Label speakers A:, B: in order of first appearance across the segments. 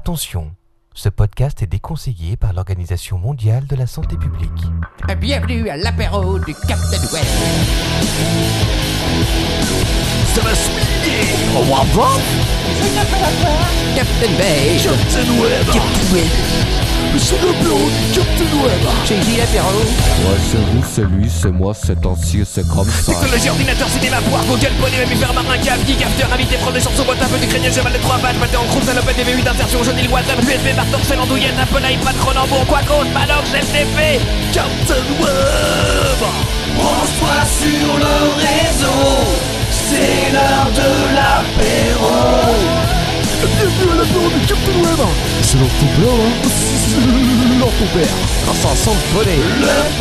A: Attention, ce podcast est déconseillé par l'Organisation mondiale de la santé publique.
B: Bienvenue à l'apéro du Captain Web.
C: Ça va se miner Au revoir
B: Captain Bay.
C: Captain Web
B: Captain Web.
C: C'est le bureau du Captain Web
B: J'ai dit l'apéro.
D: Moi, c'est vous, c'est lui, c'est moi, c'est ancien, c'est comme ça.
C: Technologie, ordinateur, cinéma, poire, Google, poney, mammifère, marin, cave, geek, after, invité, prendre des chansons, boîte un peu du crénier, cheval de trois pattes, pâté en croûte, salopette, DV8, d'insertion, jaune, WhatsApp, USB, marteau, sel, andouillette, Apple, iPad, Cronenbourg, quoi cause, Manox, FTP, Captain Web Branche-toi sur le réseau, c'est l'heure de l'apéro Bienvenue à l'apéro du Captain Web C'est leur ton père, hein C'est leur ton père Ça sent le poney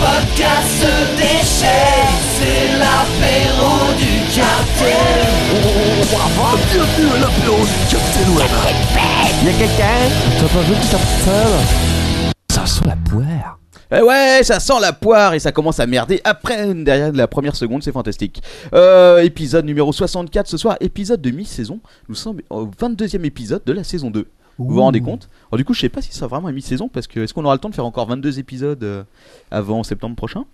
E: podcast se déchaîne, c'est l'apéro du capitaine.
C: Bienvenue à l'apéro du Captain Web
F: Eh ouais, ça sent la poire et ça commence à merder après une- derrière la première seconde, c'est fantastique. Euh, épisode numéro 64 ce soir, épisode de mi-saison. Nous sommes au 22e épisode de la saison 2. Vous vous rendez compte Alors du coup, je sais pas si ça vraiment à mi-saison parce que est-ce qu'on aura le temps de faire encore 22 épisodes euh, avant septembre prochain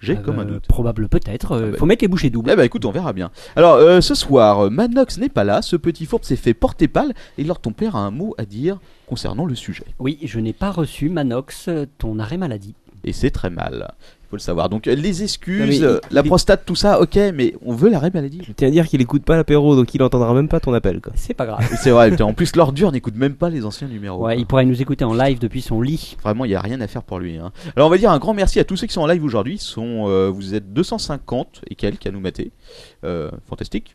F: J'ai
G: Ah
F: comme
G: bah,
F: un doute.
G: Probable peut-être. Euh,
F: bah.
G: Faut mettre les bouchées doubles.
F: Eh bah écoute, on verra bien. Alors euh, ce soir, euh, Manox n'est pas là, ce petit fourbe s'est fait porter pâle et leur ton père a un mot à dire concernant le sujet.
G: Oui, je n'ai pas reçu, Manox, euh, ton arrêt maladie.
F: et c'est très mal. Il faut le savoir. Donc euh, les
H: Non,
F: excuses,
H: mais
F: euh,
H: il-
F: la
H: il-
F: prostate, tout ça, ok, mais on veut l'arrêt maladie.
H: Je tiens à dire qu'il écoute pas l'apéro, donc il entendra même pas ton appel. Quoi.
G: C'est pas grave.
F: Et c'est vrai, putain, en plus l'ordure n'écoute même pas les anciens numéros.
G: Ouais, il pourrait nous écouter en live depuis son lit.
F: Vraiment, il n'y a rien à faire pour lui. hein. Alors on va dire un grand merci à tous ceux qui sont en live aujourd'hui. Ils sont, euh, vous êtes 250 et quelques à nous mater. Euh, fantastique.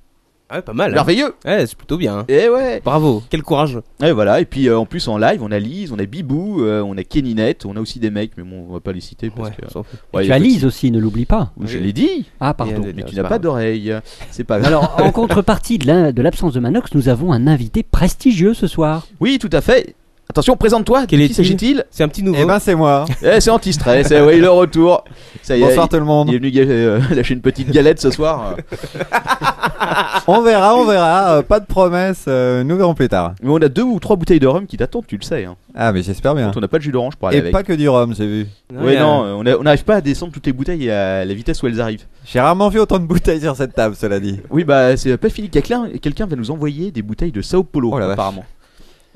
H: Ah ouais, pas mal.
F: Merveilleux.
H: Ouais, c'est plutôt bien. hein.
F: Et ouais.
H: Bravo, quel courage.
F: Et voilà. Et puis euh, en plus en live, on a Lise, on a Bibou, euh, on a Keninette, on a aussi des mecs, mais bon, on va pas les citer parce que. Ouais,
G: tu
F: il y a
G: as
F: tout-
G: Lise aussi, ne l'oublie pas.
F: Je l'ai dit.
G: Ah, pardon.
F: Mais tu
H: c'est
F: n'as pas
H: pas grave.
F: d'oreille. C'est pas grave.
G: Alors, en contrepartie de l'in- de l'absence de Manox, nous avons un invité prestigieux ce soir.
F: Oui, tout à fait. Attention, présente-toi.
H: Quel
F: De qui
H: est-il
F: s'agit-il
H: C'est un petit nouveau.
I: Eh ben c'est moi.
F: Eh, c'est anti-stress, eh oui, le retour. Ça y est,
I: Bonsoir tout le
F: il, il
I: monde.
F: est venu ga- euh, lâcher une petite galette ce soir.
I: On verra, on verra. Euh, pas de promesse. euh, nous verrons plus tard.
F: Mais on a deux ou trois bouteilles de rhum qui t'attendent, tu le sais. Hein.
I: Ah mais j'espère bien.
F: On n'a pas de jus d'orange pour aller
I: Et
F: avec.
I: pas que du rhum, j'ai vu.
F: Ouais,
H: euh,
F: non, on a- on n'arrive pas à descendre toutes les bouteilles à la vitesse où elles arrivent.
I: J'ai rarement vu autant de bouteilles sur cette table, cela dit.
F: Oui, bah, c'est pas fini. Quelqu'un quelqu'un va nous envoyer des bouteilles de Sao Paulo,
I: Oh la vache.
F: apparemment.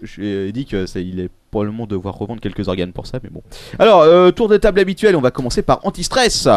F: J'ai dit que ça, il est probablement devoir revendre quelques organes pour ça, mais bon. Alors, euh, tour de table habituel, on va commencer par anti-stress.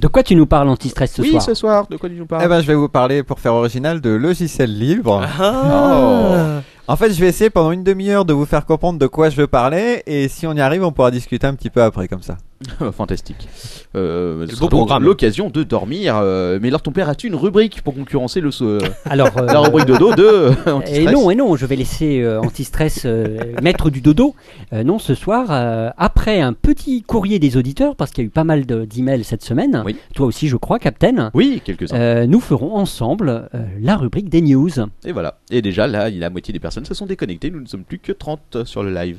G: De quoi tu nous parles, anti-stress, ce
F: oui,
G: soir
F: ce soir, de quoi tu nous parles
I: Eh ben je vais vous parler pour faire original de logiciels libres.
F: Oh.
I: Oh.
H: Ah.
I: En fait, je vais essayer pendant une demi-heure de vous faire comprendre de quoi je veux parler et si on y arrive, on pourra discuter un petit peu après comme ça.
F: Fantastique. Euh, ce
H: Quel beau
F: sera donc
H: programme.
F: L'occasion de dormir. euh, mais alors, ton père, as-tu une rubrique pour concurrencer le, so-
G: Alors, euh,
F: la rubrique dodo de
G: Et
F: anti-stress
G: non, hein. et non, je vais laisser euh, Antistress euh, maître du dodo. Euh, non, ce soir, euh, après un petit courrier des auditeurs, parce qu'il y a eu pas mal de- d'emails cette semaine,
F: Oui.
G: toi aussi, je crois, Captain,
F: Oui, quelques-uns.
G: euh, nous ferons ensemble euh, la rubrique des news.
F: Et voilà. Et déjà, là, la moitié des personnes se sont déconnectées. Nous ne sommes plus que 30 sur le live.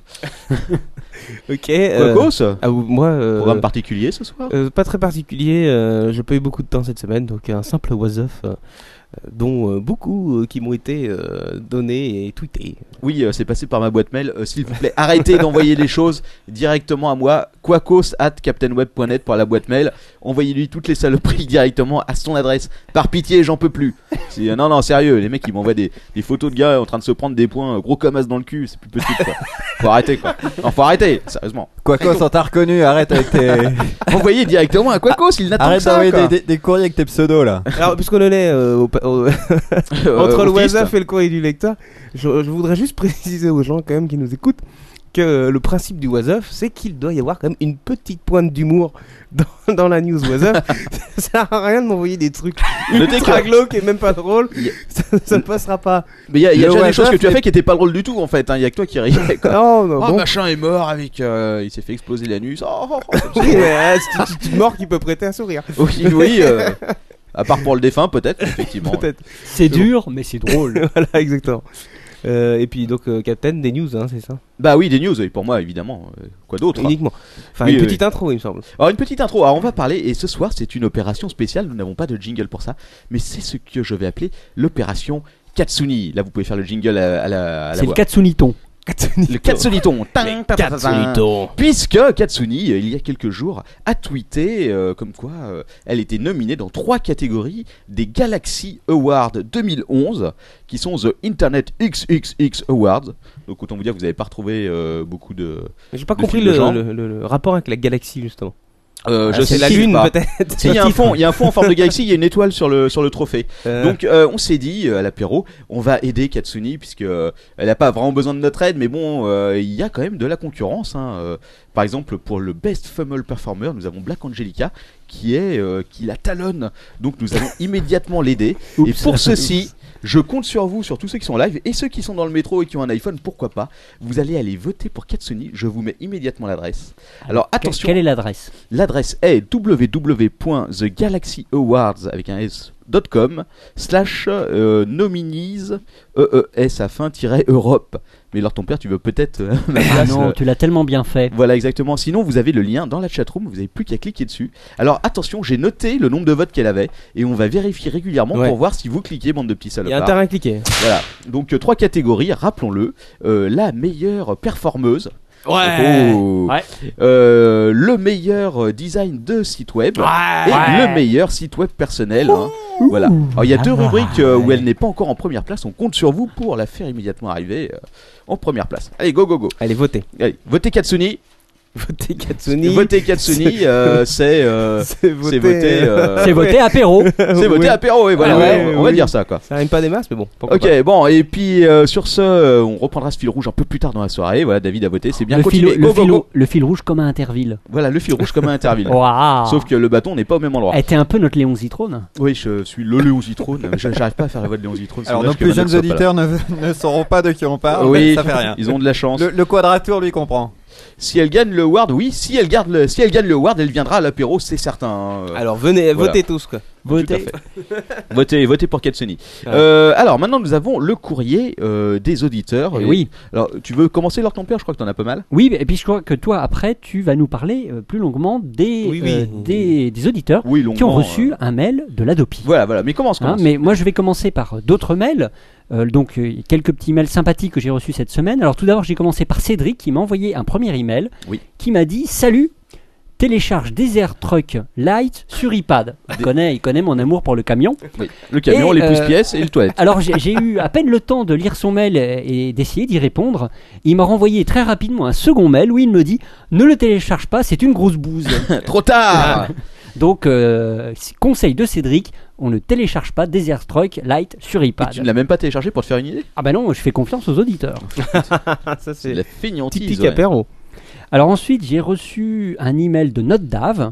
H: Ok.
F: Quoi
H: euh,
F: Gauss
H: ah, ou- moi, euh,
F: Programme particulier ce soir
H: euh, pas très particulier. euh, J'ai pas eu beaucoup de temps cette semaine, donc un simple was-off. euh, dont euh, beaucoup euh, qui m'ont été euh, donnés et tweetés.
F: Oui, euh, c'est passé par ma boîte mail. Euh, S'il vous plaît, arrêtez d'envoyer les choses directement à moi. Quacos at captainweb.net pour la boîte mail. Envoyez-lui toutes les saloperies directement à son adresse. Par pitié, j'en peux plus. C'est- euh, Non, non, sérieux, les mecs ils m'envoient des, des photos de gars en train de se prendre des points euh, gros comme as dans le cul. C'est plus possible quoi. Faut arrêter quoi. Non, faut arrêter, sérieusement.
I: Quoi qu'on s'en t'a reconnu, arrête avec tes
F: Envoyez directement à Quacos, il n'attend que
I: arrête
F: ça.
I: d'envoyer
F: quoi.
I: des, des- des courriers avec tes pseudos là.
H: Alors, puisqu'on en est euh, au pa- au-
F: Euh,
H: Entre le
F: autiste.
H: WhatsApp et le courrier du lecteur, je, je voudrais juste préciser aux gens quand même qui nous écoutent que euh, le principe du WhatsApp, c'est qu'il doit y avoir quand même une petite pointe d'humour dans, dans la news WhatsApp. ça sert à rien de m'envoyer des trucs
F: Notez que-
H: ultra glauques et même pas drôles.
F: Y-
H: ça, ça ne passera pas.
F: Mais il y a, y a déjà
H: Le
F: des
H: WhatsApp
F: choses que tu as
H: est-
F: fait qui étaient pas drôles du tout en fait. Il y a que toi qui riais. quoi.
H: Non, non,
F: Oh,
H: bon.
F: machin est mort avec. euh, il s'est fait exploser l'anus. Oh, oh, oh, comme ça.
H: Oui, mais, euh, c'est une petite mort qui peut prêter un sourire.
F: Oui, oui. euh, à part pour le défunt, peut-être, effectivement.
H: Peut-être.
G: C'est dur, mais c'est drôle.
H: voilà, exactement. Euh, et puis donc, euh, Captain, des news, hein, c'est ça
F: Bah oui, des news, oui, pour moi, évidemment. Euh, Quoi d'autre
H: Uniquement. Enfin,
F: Oui,
H: une
F: oui,
H: petite intro, il me semble.
F: Alors, une petite intro. Alors, on va parler, et ce soir, c'est une opération spéciale. Nous n'avons pas de jingle pour ça, mais c'est ce que je vais appeler l'opération Katsuni. Là, vous pouvez faire le jingle à, à la, à la
G: C'est le
F: voix.
G: Katsuniton.
H: Katsunito.
F: Le Katsuniton. Tin, tin, tin, tin, tin. Puisque Katsuni, euh, il y a quelques jours, a tweeté euh, comme quoi euh, elle était nominée dans trois catégories des Galaxy Awards 2011, qui sont The Internet XXX Awards. Donc autant vous dire que vous n'avez pas retrouvé euh, beaucoup de...
H: Mais J'ai pas
F: Le
H: compris
F: film de
H: le,
F: genre.
H: le- le- le rapport avec la galaxie justement.
F: Euh,
H: Ah, c'est la
F: sais
H: lune
F: pas.
H: peut-être.
F: Si, il y a un fond, il y a un fond en forme de galaxie, il y a une étoile sur le sur le trophée.
H: Euh,
F: Donc euh, on s'est dit euh, à l'apéro, on va aider Katsuni puisque euh, elle n'a pas vraiment besoin de notre aide, mais bon, euh, il y a quand même de la concurrence. hein. Euh, par exemple, pour le best female performer, nous avons Black Angelica qui est euh, qui la talonne. Donc nous allons immédiatement l'aider. Et
H: Oups.
F: pour ceci, je compte sur vous, sur tous ceux qui sont en live et ceux qui sont dans le métro et qui ont un iPhone, pourquoi pas. Vous allez aller voter pour Katsuni. Je vous mets immédiatement l'adresse. Alors attention.
G: Quelle est l'adresse
F: L'adresse est www.theGalaxyAwards avec un s.com slash euh, nominees EES afin tiret Europe. Mais alors ton père, tu veux peut-être euh, ma
G: Ah
F: place,
G: non,
F: euh,
G: tu l'as tellement bien fait.
F: Voilà exactement. Sinon, vous avez le lien dans la chatroom. Vous n'avez plus qu'à cliquer dessus. Alors attention, j'ai noté le nombre de votes qu'elle avait et on va vérifier régulièrement
H: Ouais.
F: pour voir si vous cliquez bande de petits
H: Il y a
F: salopards.
H: intérêt à cliquer.
F: Voilà. Donc euh, trois catégories. Rappelons-le. Euh, la meilleure performeuse. Oh.
G: Ouais.
F: Euh, le meilleur euh, design de site web et le meilleur site web personnel. hein. Voilà. Alors, il y a
G: Ah
F: deux
G: ouais.
F: rubriques euh, où elle n'est pas encore en première place. On compte sur vous pour la faire immédiatement arriver euh, en première place. Allez, go, go, go.
H: Allez, votez.
F: Allez, votez Katsuni.
H: Votez Katsuni.
F: Votez Katsuni.
H: C'est-
F: euh, c'est euh,
H: C'est
F: c'est voté. euh,
G: C'est voté Ah apéro.
F: c'est voté apéro. Et voilà,
H: Ouais,
F: on, on va
H: oui.
F: dire ça, quoi.
H: Ça rime pas des masses, mais bon. pourquoi
F: Ok, bon, et puis euh, sur ce, euh, on reprendra ce fil rouge un peu plus tard dans la soirée. Voilà, David a voté, c'est bien
G: le, fil,
F: continué.
G: le,
F: Go, go,
G: fil-
F: go.
G: le fil rouge comme à Interville.
F: Voilà, le fil rouge comme à Interville.
G: Waouh.
F: Sauf que le bâton n'est pas au même endroit.
G: Elle était un peu notre Léon Zitrone.
F: Oui, je suis le Léon Zitrone. Je- J'arrive pas à faire la voix de Léon Zitrone. c'est
I: Alors nos
F: dommage que
I: plus
F: Manox
I: jeunes
F: soit pas là.
I: auditeurs ne, ne sauront pas de qui on parle,
F: Oui,
I: mais ça fait rien.
F: Ils ont de la chance.
I: Le, le quadrature lui comprend.
F: Si elle gagne le Ward, oui. Si elle, garde le... si elle gagne le Ward, elle viendra à l'apéro, c'est certain. hein.
H: pas Alors venez,
F: Voilà.
H: votez tous quoi.
F: Tout à fait. votez, votez pour Katsuni.
H: Ouais.
F: Euh, alors maintenant, nous avons le courrier euh, des auditeurs.
G: Eh oui.
F: Alors, tu veux commencer leur ton père Je crois que t'en as pas mal.
G: Oui, et puis je crois que toi, après, tu vas nous parler euh, plus longuement des,
H: Oui, oui.
G: euh, des, des auditeurs
F: Oui,
G: qui ont
F: longuement,
G: reçu
F: euh,
G: un mail de l'Adopi.
F: Voilà, voilà. Mais commence,
G: Hein,
F: commence.
G: mais moi, je vais commencer par euh, d'autres mails. Euh, donc, euh, quelques petits mails sympathiques que j'ai reçus cette semaine. Alors, tout d'abord, j'ai commencé par Cédric qui m'a envoyé un premier email
F: Oui.
G: qui m'a dit Salut, télécharge Desert Truck Light sur iPad. Il, connaît, il connaît mon amour pour le camion.
F: Oui. Le camion,
G: Et,
F: les
G: euh,
F: pousse-pièces et le toilette.
G: Alors, j'ai j'ai eu à peine le temps de lire son mail et, et d'essayer d'y répondre. Il m'a renvoyé très rapidement un second mail où il me dit Ne le télécharge pas, c'est une grosse bouse.
F: Trop tard
G: donc, euh, conseil de Cédric on ne télécharge pas Desert Truck Light sur
F: Et
G: iPad.
F: Tu ne l'as même pas téléchargé pour te faire une idée
G: Ah bah non, je fais confiance aux auditeurs.
H: Ah, ça
F: C'est de
H: c'est
F: la feignantise.
H: typique
F: ouais.
H: apéro.
G: Alors ensuite, j'ai reçu un email de Note Dave.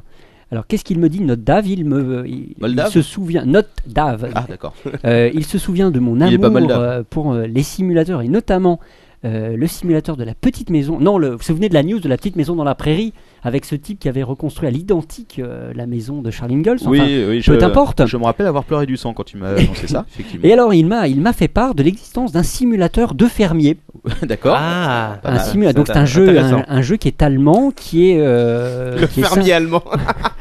G: Alors qu'est-ce qu'il me dit Note Dave, il me il,
F: Moldave
G: il se souvient Note Dave.
F: Ah, d'accord.
G: Euh, il se souvient de mon
F: Il est pas
G: amour
F: moldave.
G: euh, pour euh, les simulateurs et notamment euh, le simulateur de la petite maison. Non, le, vous vous souvenez de la news de la petite maison dans la prairie avec ce type qui avait reconstruit à l'identique euh, la maison de Charles Ingalls.
F: oui,
G: Enfin,
F: oui,
G: peu importe.
F: Je me rappelle avoir pleuré du sang quand tu m'as annoncé ça, effectivement.
G: Et alors il m'a il m'a fait part de l'existence d'un simulateur de fermier.
F: D'accord.
H: Ah.
F: Pas
G: Un
F: mal.
G: simula- donc c'est un jeu un, un jeu qui est allemand qui est euh, qui est sym-
H: Fermier allemand.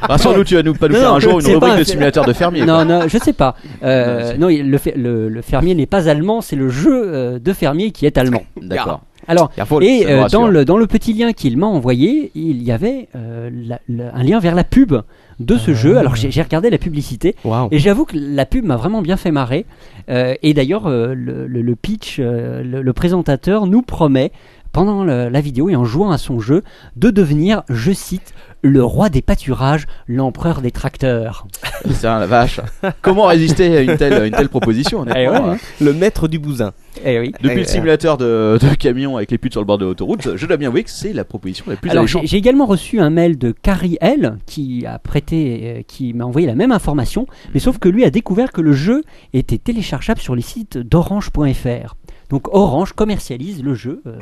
F: Bah, sans doute, tu vas nous pas nous
G: Non,
F: faire un
G: non,
F: jour une
G: c'est pas
F: rubrique
G: un-
F: de simulateur de fermier. quoi.
G: Non, non, je sais pas. Euh,
F: Non, c'est-
G: non, il- le, fe- le- le fermier n'est pas allemand, c'est le jeu euh, de fermier qui est allemand.
F: D'accord.
G: Alors,
F: Il y a Paul, Oh,
G: et
F: ça nous
G: euh,
F: rassure.
G: dans, le, dans le petit lien qu'il m'a envoyé, il y avait euh, la- la- un lien vers la pub de ce jeu. Alors,
F: Ah.
G: j'ai j'ai regardé la publicité.
H: Waouh.
G: Et j'avoue que la pub m'a vraiment bien fait marrer. Euh, et d'ailleurs, euh, le, le- le pitch, euh, le, le présentateur nous promet, pendant le- la vidéo et en jouant à son jeu, de devenir, je cite, le roi des pâturages, l'empereur des tracteurs.
F: Putain, la vache. Comment résister à une telle, une telle proposition,
G: Eh
F: honnêtement
G: ouais,
F: hein.
H: Le maître du bousin.
G: Eh oui.
F: Depuis
H: Eh,
F: le simulateur de, de camion avec les putes sur le bord de l'autoroute, je dois bien avouer que c'est la proposition la plus
G: Alors,
F: alléchante.
G: j'ai j'ai également reçu un mail de Carrie L qui a prêté, euh, qui m'a envoyé la même information, mais sauf que lui a découvert que le jeu était téléchargeable sur les sites d'orange.fr. Donc Orange commercialise le jeu euh,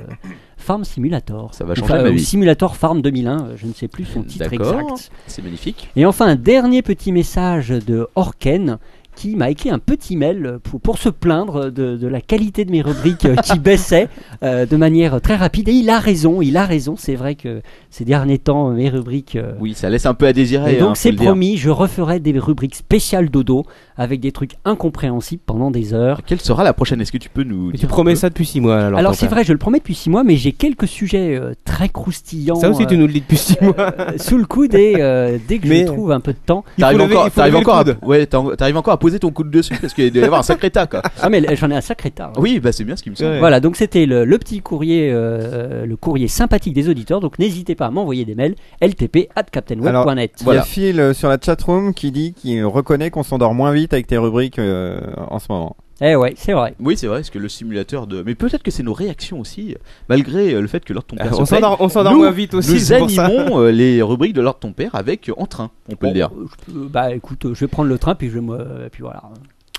G: Farm Simulator.
F: Ça va
G: Ou
F: changer
G: fa-
F: ma
G: ou
F: vie.
G: Simulator Farm 2001, euh, je ne sais plus son titre
F: D'accord.
G: exact.
F: C'est magnifique.
G: Et enfin, un dernier petit message de Orken qui m'a écrit un petit mail pour, pour se plaindre de, de la qualité de mes rubriques euh, qui baissait euh, de manière très rapide. Et il a raison, il a raison. C'est vrai que ces derniers temps, mes rubriques. euh,
F: Oui, ça laisse un peu à désirer.
G: et
F: hein,
G: donc
F: faut
G: c'est
F: le dire.
G: promis, je referai des rubriques spéciales dodo avec des trucs incompréhensibles pendant des heures.
F: Quelle sera la prochaine Est-ce que tu peux nous dire
H: Et eh. tu
F: un
H: promets
F: peu
H: ça depuis 6 mois alors.
G: Alors
H: ton
G: c'est
H: frère.
G: vrai, je le promets depuis six mois, mais j'ai quelques sujets euh, très croustillants
H: Ça aussi, tu
G: euh,
H: nous le dis depuis 6 mois.
G: euh, sous le coude et euh, dès que
H: Mais-
G: je trouve un peu de temps.
H: Il faut
F: T'arrives
H: lever-
F: encore,
H: il faut
F: t'arrives
H: lever le
F: encore, à-
H: coude.
F: ouais, t'en- t'arrives encore à poser ton coude dessus parce qu'il doit y avoir un sacré tas quoi.
G: Ah mais l- j'en ai un sacré hein. tard.
F: Oui, bah c'est bien ce qui me semble.
H: Ouais.
G: Voilà, donc c'était le, le petit courrier, euh, le courrier sympathique des auditeurs. Donc n'hésitez pas à m'envoyer des mails ltp at
I: Il y a Phil euh, sur la chatroom qui dit qu'il reconnaît qu'on s'endort moins vite avec tes rubriques euh, en ce moment.
G: Eh ouais, c'est vrai.
F: Oui, c'est vrai, parce que le simulateur de. Mais peut-être que c'est nos réactions aussi, malgré euh, le fait que Lord ton père.
H: Euh, on
F: se plaigne,
H: s'endort on s'endort
F: Nous,
H: moins vite aussi.
F: Nous
H: c'est pour ça.
F: animons euh, les rubriques de Lord ton père avec euh, entrain, on peut le dire.
G: Bon, je peux- bah écoute, euh, je vais prendre le train puis je vais me, euh, puis voilà.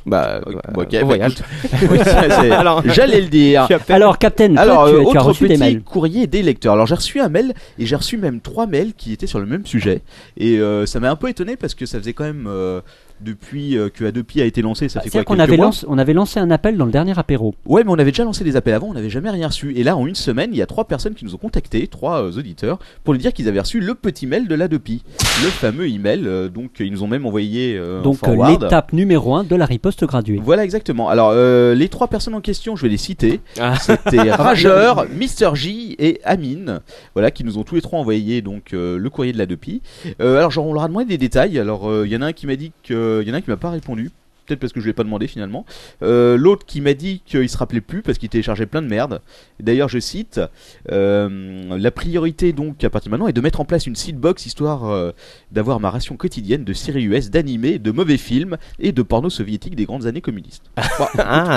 F: Bah,
H: ouais,
F: ok,
H: on
F: bah,
H: voyage.
F: écoute. Oui, c'est- c'est-
H: Alors-
F: J'allais le dire.
G: Alors Captain, toi,
F: Alors,
G: tu,
F: euh,
G: tu as
F: autre
G: reçu des
F: petit
G: mails.
F: courrier des lecteurs. Alors, j'ai reçu un mail et j'ai reçu même trois mails qui étaient sur le même sujet. Et euh, ça m'a un peu étonné parce que ça faisait quand même euh, depuis euh, que Adopi a été lancé, ça fait quoi
G: Bah, C'est-à-dire qu'on
F: quelques
G: avait,
F: mois
G: lancé- on avait lancé un appel dans le dernier apéro.
F: Ouais, mais on avait déjà lancé des appels avant, on n'avait jamais rien reçu. Et là, en une semaine, il y a trois personnes qui nous ont contactés, trois euh, auditeurs, pour lui dire qu'ils avaient reçu le petit mail de l'Adopi. Le fameux email, euh, donc euh, ils nous ont même envoyé euh, en
G: Donc euh,
F: forward.
G: l'étape numéro 1 de la riposte graduée.
F: Voilà exactement. Alors euh, les trois personnes en question, je vais les citer. C'était Rageur, Mister J et Amine. Voilà qui nous ont tous les trois envoyé donc euh, le courrier de la Depi. Euh, alors genre on leur a demandé des détails. Alors euh, il y en a un qui m'a dit que il y en a un qui m'a pas répondu. Peut-être parce que je l'ai pas demandé finalement. Euh, L'autre qui m'a dit qu'il se rappelait plus parce qu'il téléchargeait plein de merde. D'ailleurs je cite euh, la priorité donc à partir de maintenant est de mettre en place une seedbox histoire euh, d'avoir ma ration quotidienne de séries US, d'animés, de mauvais films et de porno soviétique des grandes années communistes.
H: Ah,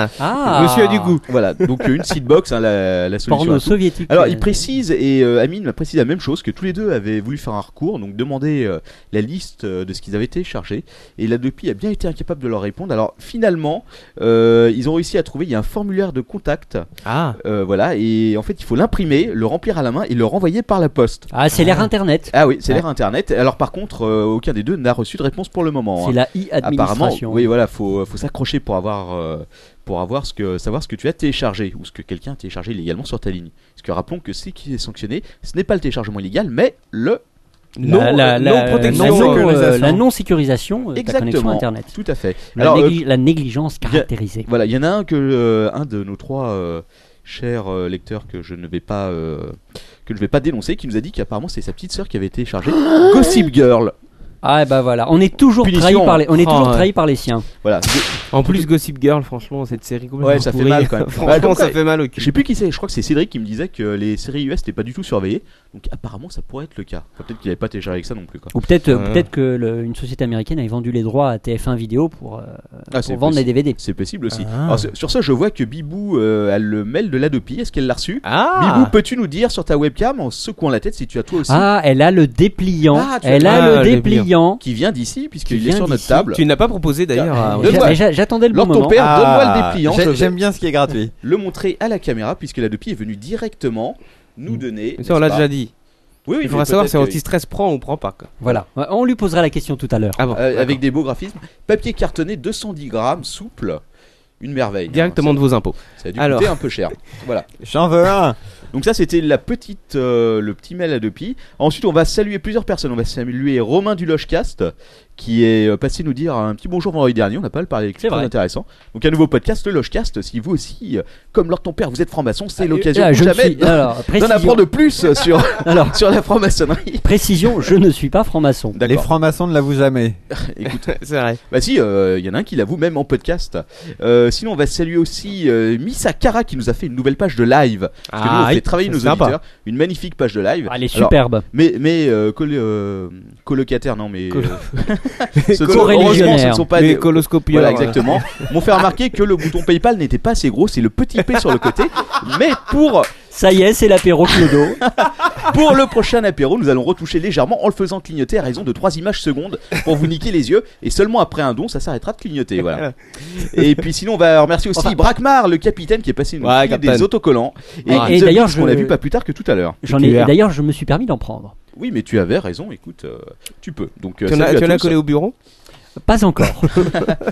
F: Mmh.
G: Ah
H: monsieur du goût.
F: Voilà, donc euh, une seedbox, hein, la, la solution. à
G: Porno
F: tout.
G: soviétique.
F: Alors,
G: euh,
F: il précise, et euh, Amine m'a précisé la même chose, que tous les deux avaient voulu faire un recours, donc demander euh, la liste euh, de ce qu'ils avaient téléchargé. Et la Depi a bien été incapable de leur répondre. Alors, finalement, euh, ils ont réussi à trouver, il y a un formulaire de contact,
H: Ah,
F: euh, voilà, et en fait, il faut l'imprimer, le remplir à la main et le renvoyer par la poste.
G: Ah, c'est l'ère internet.
F: Ah oui, c'est l'ère internet. Alors, par contre, euh, aucun des deux n'a reçu de réponse pour le moment. hein.
G: C'est la e-administration.
F: Apparemment, oui, voilà, faut, faut s'accrocher pour avoir, euh, pour avoir ce que, savoir ce que tu as téléchargé ou ce que quelqu'un a téléchargé illégalement sur ta ligne. Parce que rappelons que ce qui est sanctionné, ce n'est pas le téléchargement illégal, mais le.
H: non,
G: la, la-
H: non protection.
G: la non,
I: non-sécurisation.
G: euh, la non-sécurisation euh, de ta connexion
F: Exactement.
G: Internet.
F: Tout à fait.
G: La,
F: Alors,
G: négli- la négligence
F: y a-
G: caractérisée.
F: Voilà, il y en a un que euh, un de nos trois euh, chers euh, lecteurs que je ne vais pas euh, que je vais pas dénoncer, qui nous a dit qu'apparemment c'est sa petite sœur qui avait téléchargé Gossip Girl.
G: Ah bah voilà, on est toujours
F: Punition.
G: trahi par les, on est
H: Oh,
G: toujours
H: ouais.
G: trahi par les siens.
F: Voilà.
H: En plus, Gossip Girl, franchement, cette série complètement
F: Ouais, ça fait
H: pourrie.
F: mal, quand même. Ouais,
H: franchement,
F: comme
H: ça
F: quoi-
H: fait mal au cul.
F: Je sais plus qui c'est, je crois que c'est Cédric qui me disait que les séries US n'étaient pas du tout surveillées, donc apparemment ça pourrait être le cas. Enfin, peut-être qu'il n'avait pas téléchargé que ça non plus. Quoi.
G: Ou peut-être
H: Ouais.
G: euh, peut-être que le- une société américaine avait vendu les droits à TF1 vidéo pour, euh,
F: Ah,
G: pour vendre les DVD.
F: C'est possible aussi.
H: Ah.
F: Alors, sur- sur ça, je vois que Bibou euh, a le mail de l'Adopi. Est-ce qu'elle l'a reçu
H: Ah
F: Bibou, peux-tu nous dire sur ta webcam, en secouant la tête, si tu as toi aussi,
G: Ah, elle a le dépliant.
F: Ah, tu as-
G: elle a
H: Ah,
G: le
H: le
G: dépliant.
F: qui vient d'ici,
G: Qui
F: puisqu'il est
G: vient
F: sur notre
G: d'ici,
F: table
H: Tu ne l'as pas proposé d'ailleurs. à-
F: Donne-moi.
G: Ah, J'a- j'a- J'attendais le
F: Lors
G: bon
F: ton
G: moment.
F: père, donne-moi
I: Ah,
F: le dépliant.
I: j'ai-
F: Je vais
I: J'aime bien ce qui est gratuit.
F: le montrer à la caméra, puisque l'Adopi est venu directement nous donner.
H: Mm. Mais Ça, on l'a
F: n'est-ce pas
H: déjà dit.
F: Oui, oui,
H: Il
F: mais
H: faudra savoir si
F: peut-être que-
H: anti-stress prend ou prend pas. quoi.
G: Voilà, Ouais, on lui posera la question tout à l'heure.
H: Ah bon.
F: euh, avec des beaux graphismes. Papier cartonné, 210 grammes, souple. Une merveille. hein.
H: Directement de vos impôts.
F: Ça a dû
H: Alors.
F: coûter un peu cher. Voilà.
I: J'en veux un.
F: Donc ça, c'était la petite, euh, le petit mail à Depi. Ensuite, on va saluer plusieurs personnes. On va saluer Romain du Logecast, qui est euh, passé nous dire un petit bonjour vendredi dernier. On n'a pas parlé,
G: C'est
F: c'est très
G: vrai.
F: intéressant. Donc un nouveau podcast, le Logecast. Si vous aussi, euh, comme lors de ton père, vous êtes franc-maçon, c'est l'occasion
G: Ah,
F: ou
G: je ne
F: jamais
G: suis- alors,
F: d'en
G: précision,
F: apprendre plus sur,
G: Alors.
F: sur la franc-maçonnerie.
G: précision, je ne suis pas franc-maçon.
I: Les
F: D'accord.
I: francs-maçons ne l'avouent jamais.
F: Écoute,
H: C'est vrai.
F: bah si, il y en a un qui l'avoue même en podcast. Euh, sinon, on va saluer aussi euh, Misa Kara qui nous a fait une nouvelle page de live.
H: Ah,
F: Parce que nous, on fait travailler nos
H: sympa.
F: auditeurs. Une magnifique page de live.
G: Ah, Elle est
F: Alors,
G: superbe.
F: Mais, mais euh, col- euh, colocataires, non, mais.
H: Colo-
F: euh, ce ne sont-
G: Corréligionnaires.
F: heureusement, ce ne sont pas
H: les
F: des.
H: coloscopies.
F: Voilà,
H: alors, euh,
F: exactement. M'ont fait remarquer que le bouton PayPal n'était pas assez gros, c'est le petit P sur le côté. Mais pour,
G: Ça y est, c'est l'apéro Clodo.
F: pour le prochain apéro, nous allons retoucher légèrement en le faisant clignoter à raison de 3 images secondes pour vous niquer les yeux. Et seulement après un don, ça s'arrêtera de clignoter. Voilà. Et puis sinon, on va remercier aussi Brakmar, le capitaine, qui est passé nous
H: Ouais,
F: filer des
H: capitaine. Ah,
F: autocollants.
G: Et-
F: qui,
G: et
F: The
G: d'ailleurs,
F: Beast, qu'on
G: je-
F: a vu pas plus tard que tout à l'heure.
G: J'en ai.
H: Cuillère.
G: D'ailleurs, je me suis permis d'en prendre.
F: Oui, mais tu avais raison, écoute, euh, tu peux. Donc, euh,
H: Tu en
F: salut
H: as,
F: à
H: tu en as
F: tous.
H: collé au bureau
G: Pas encore.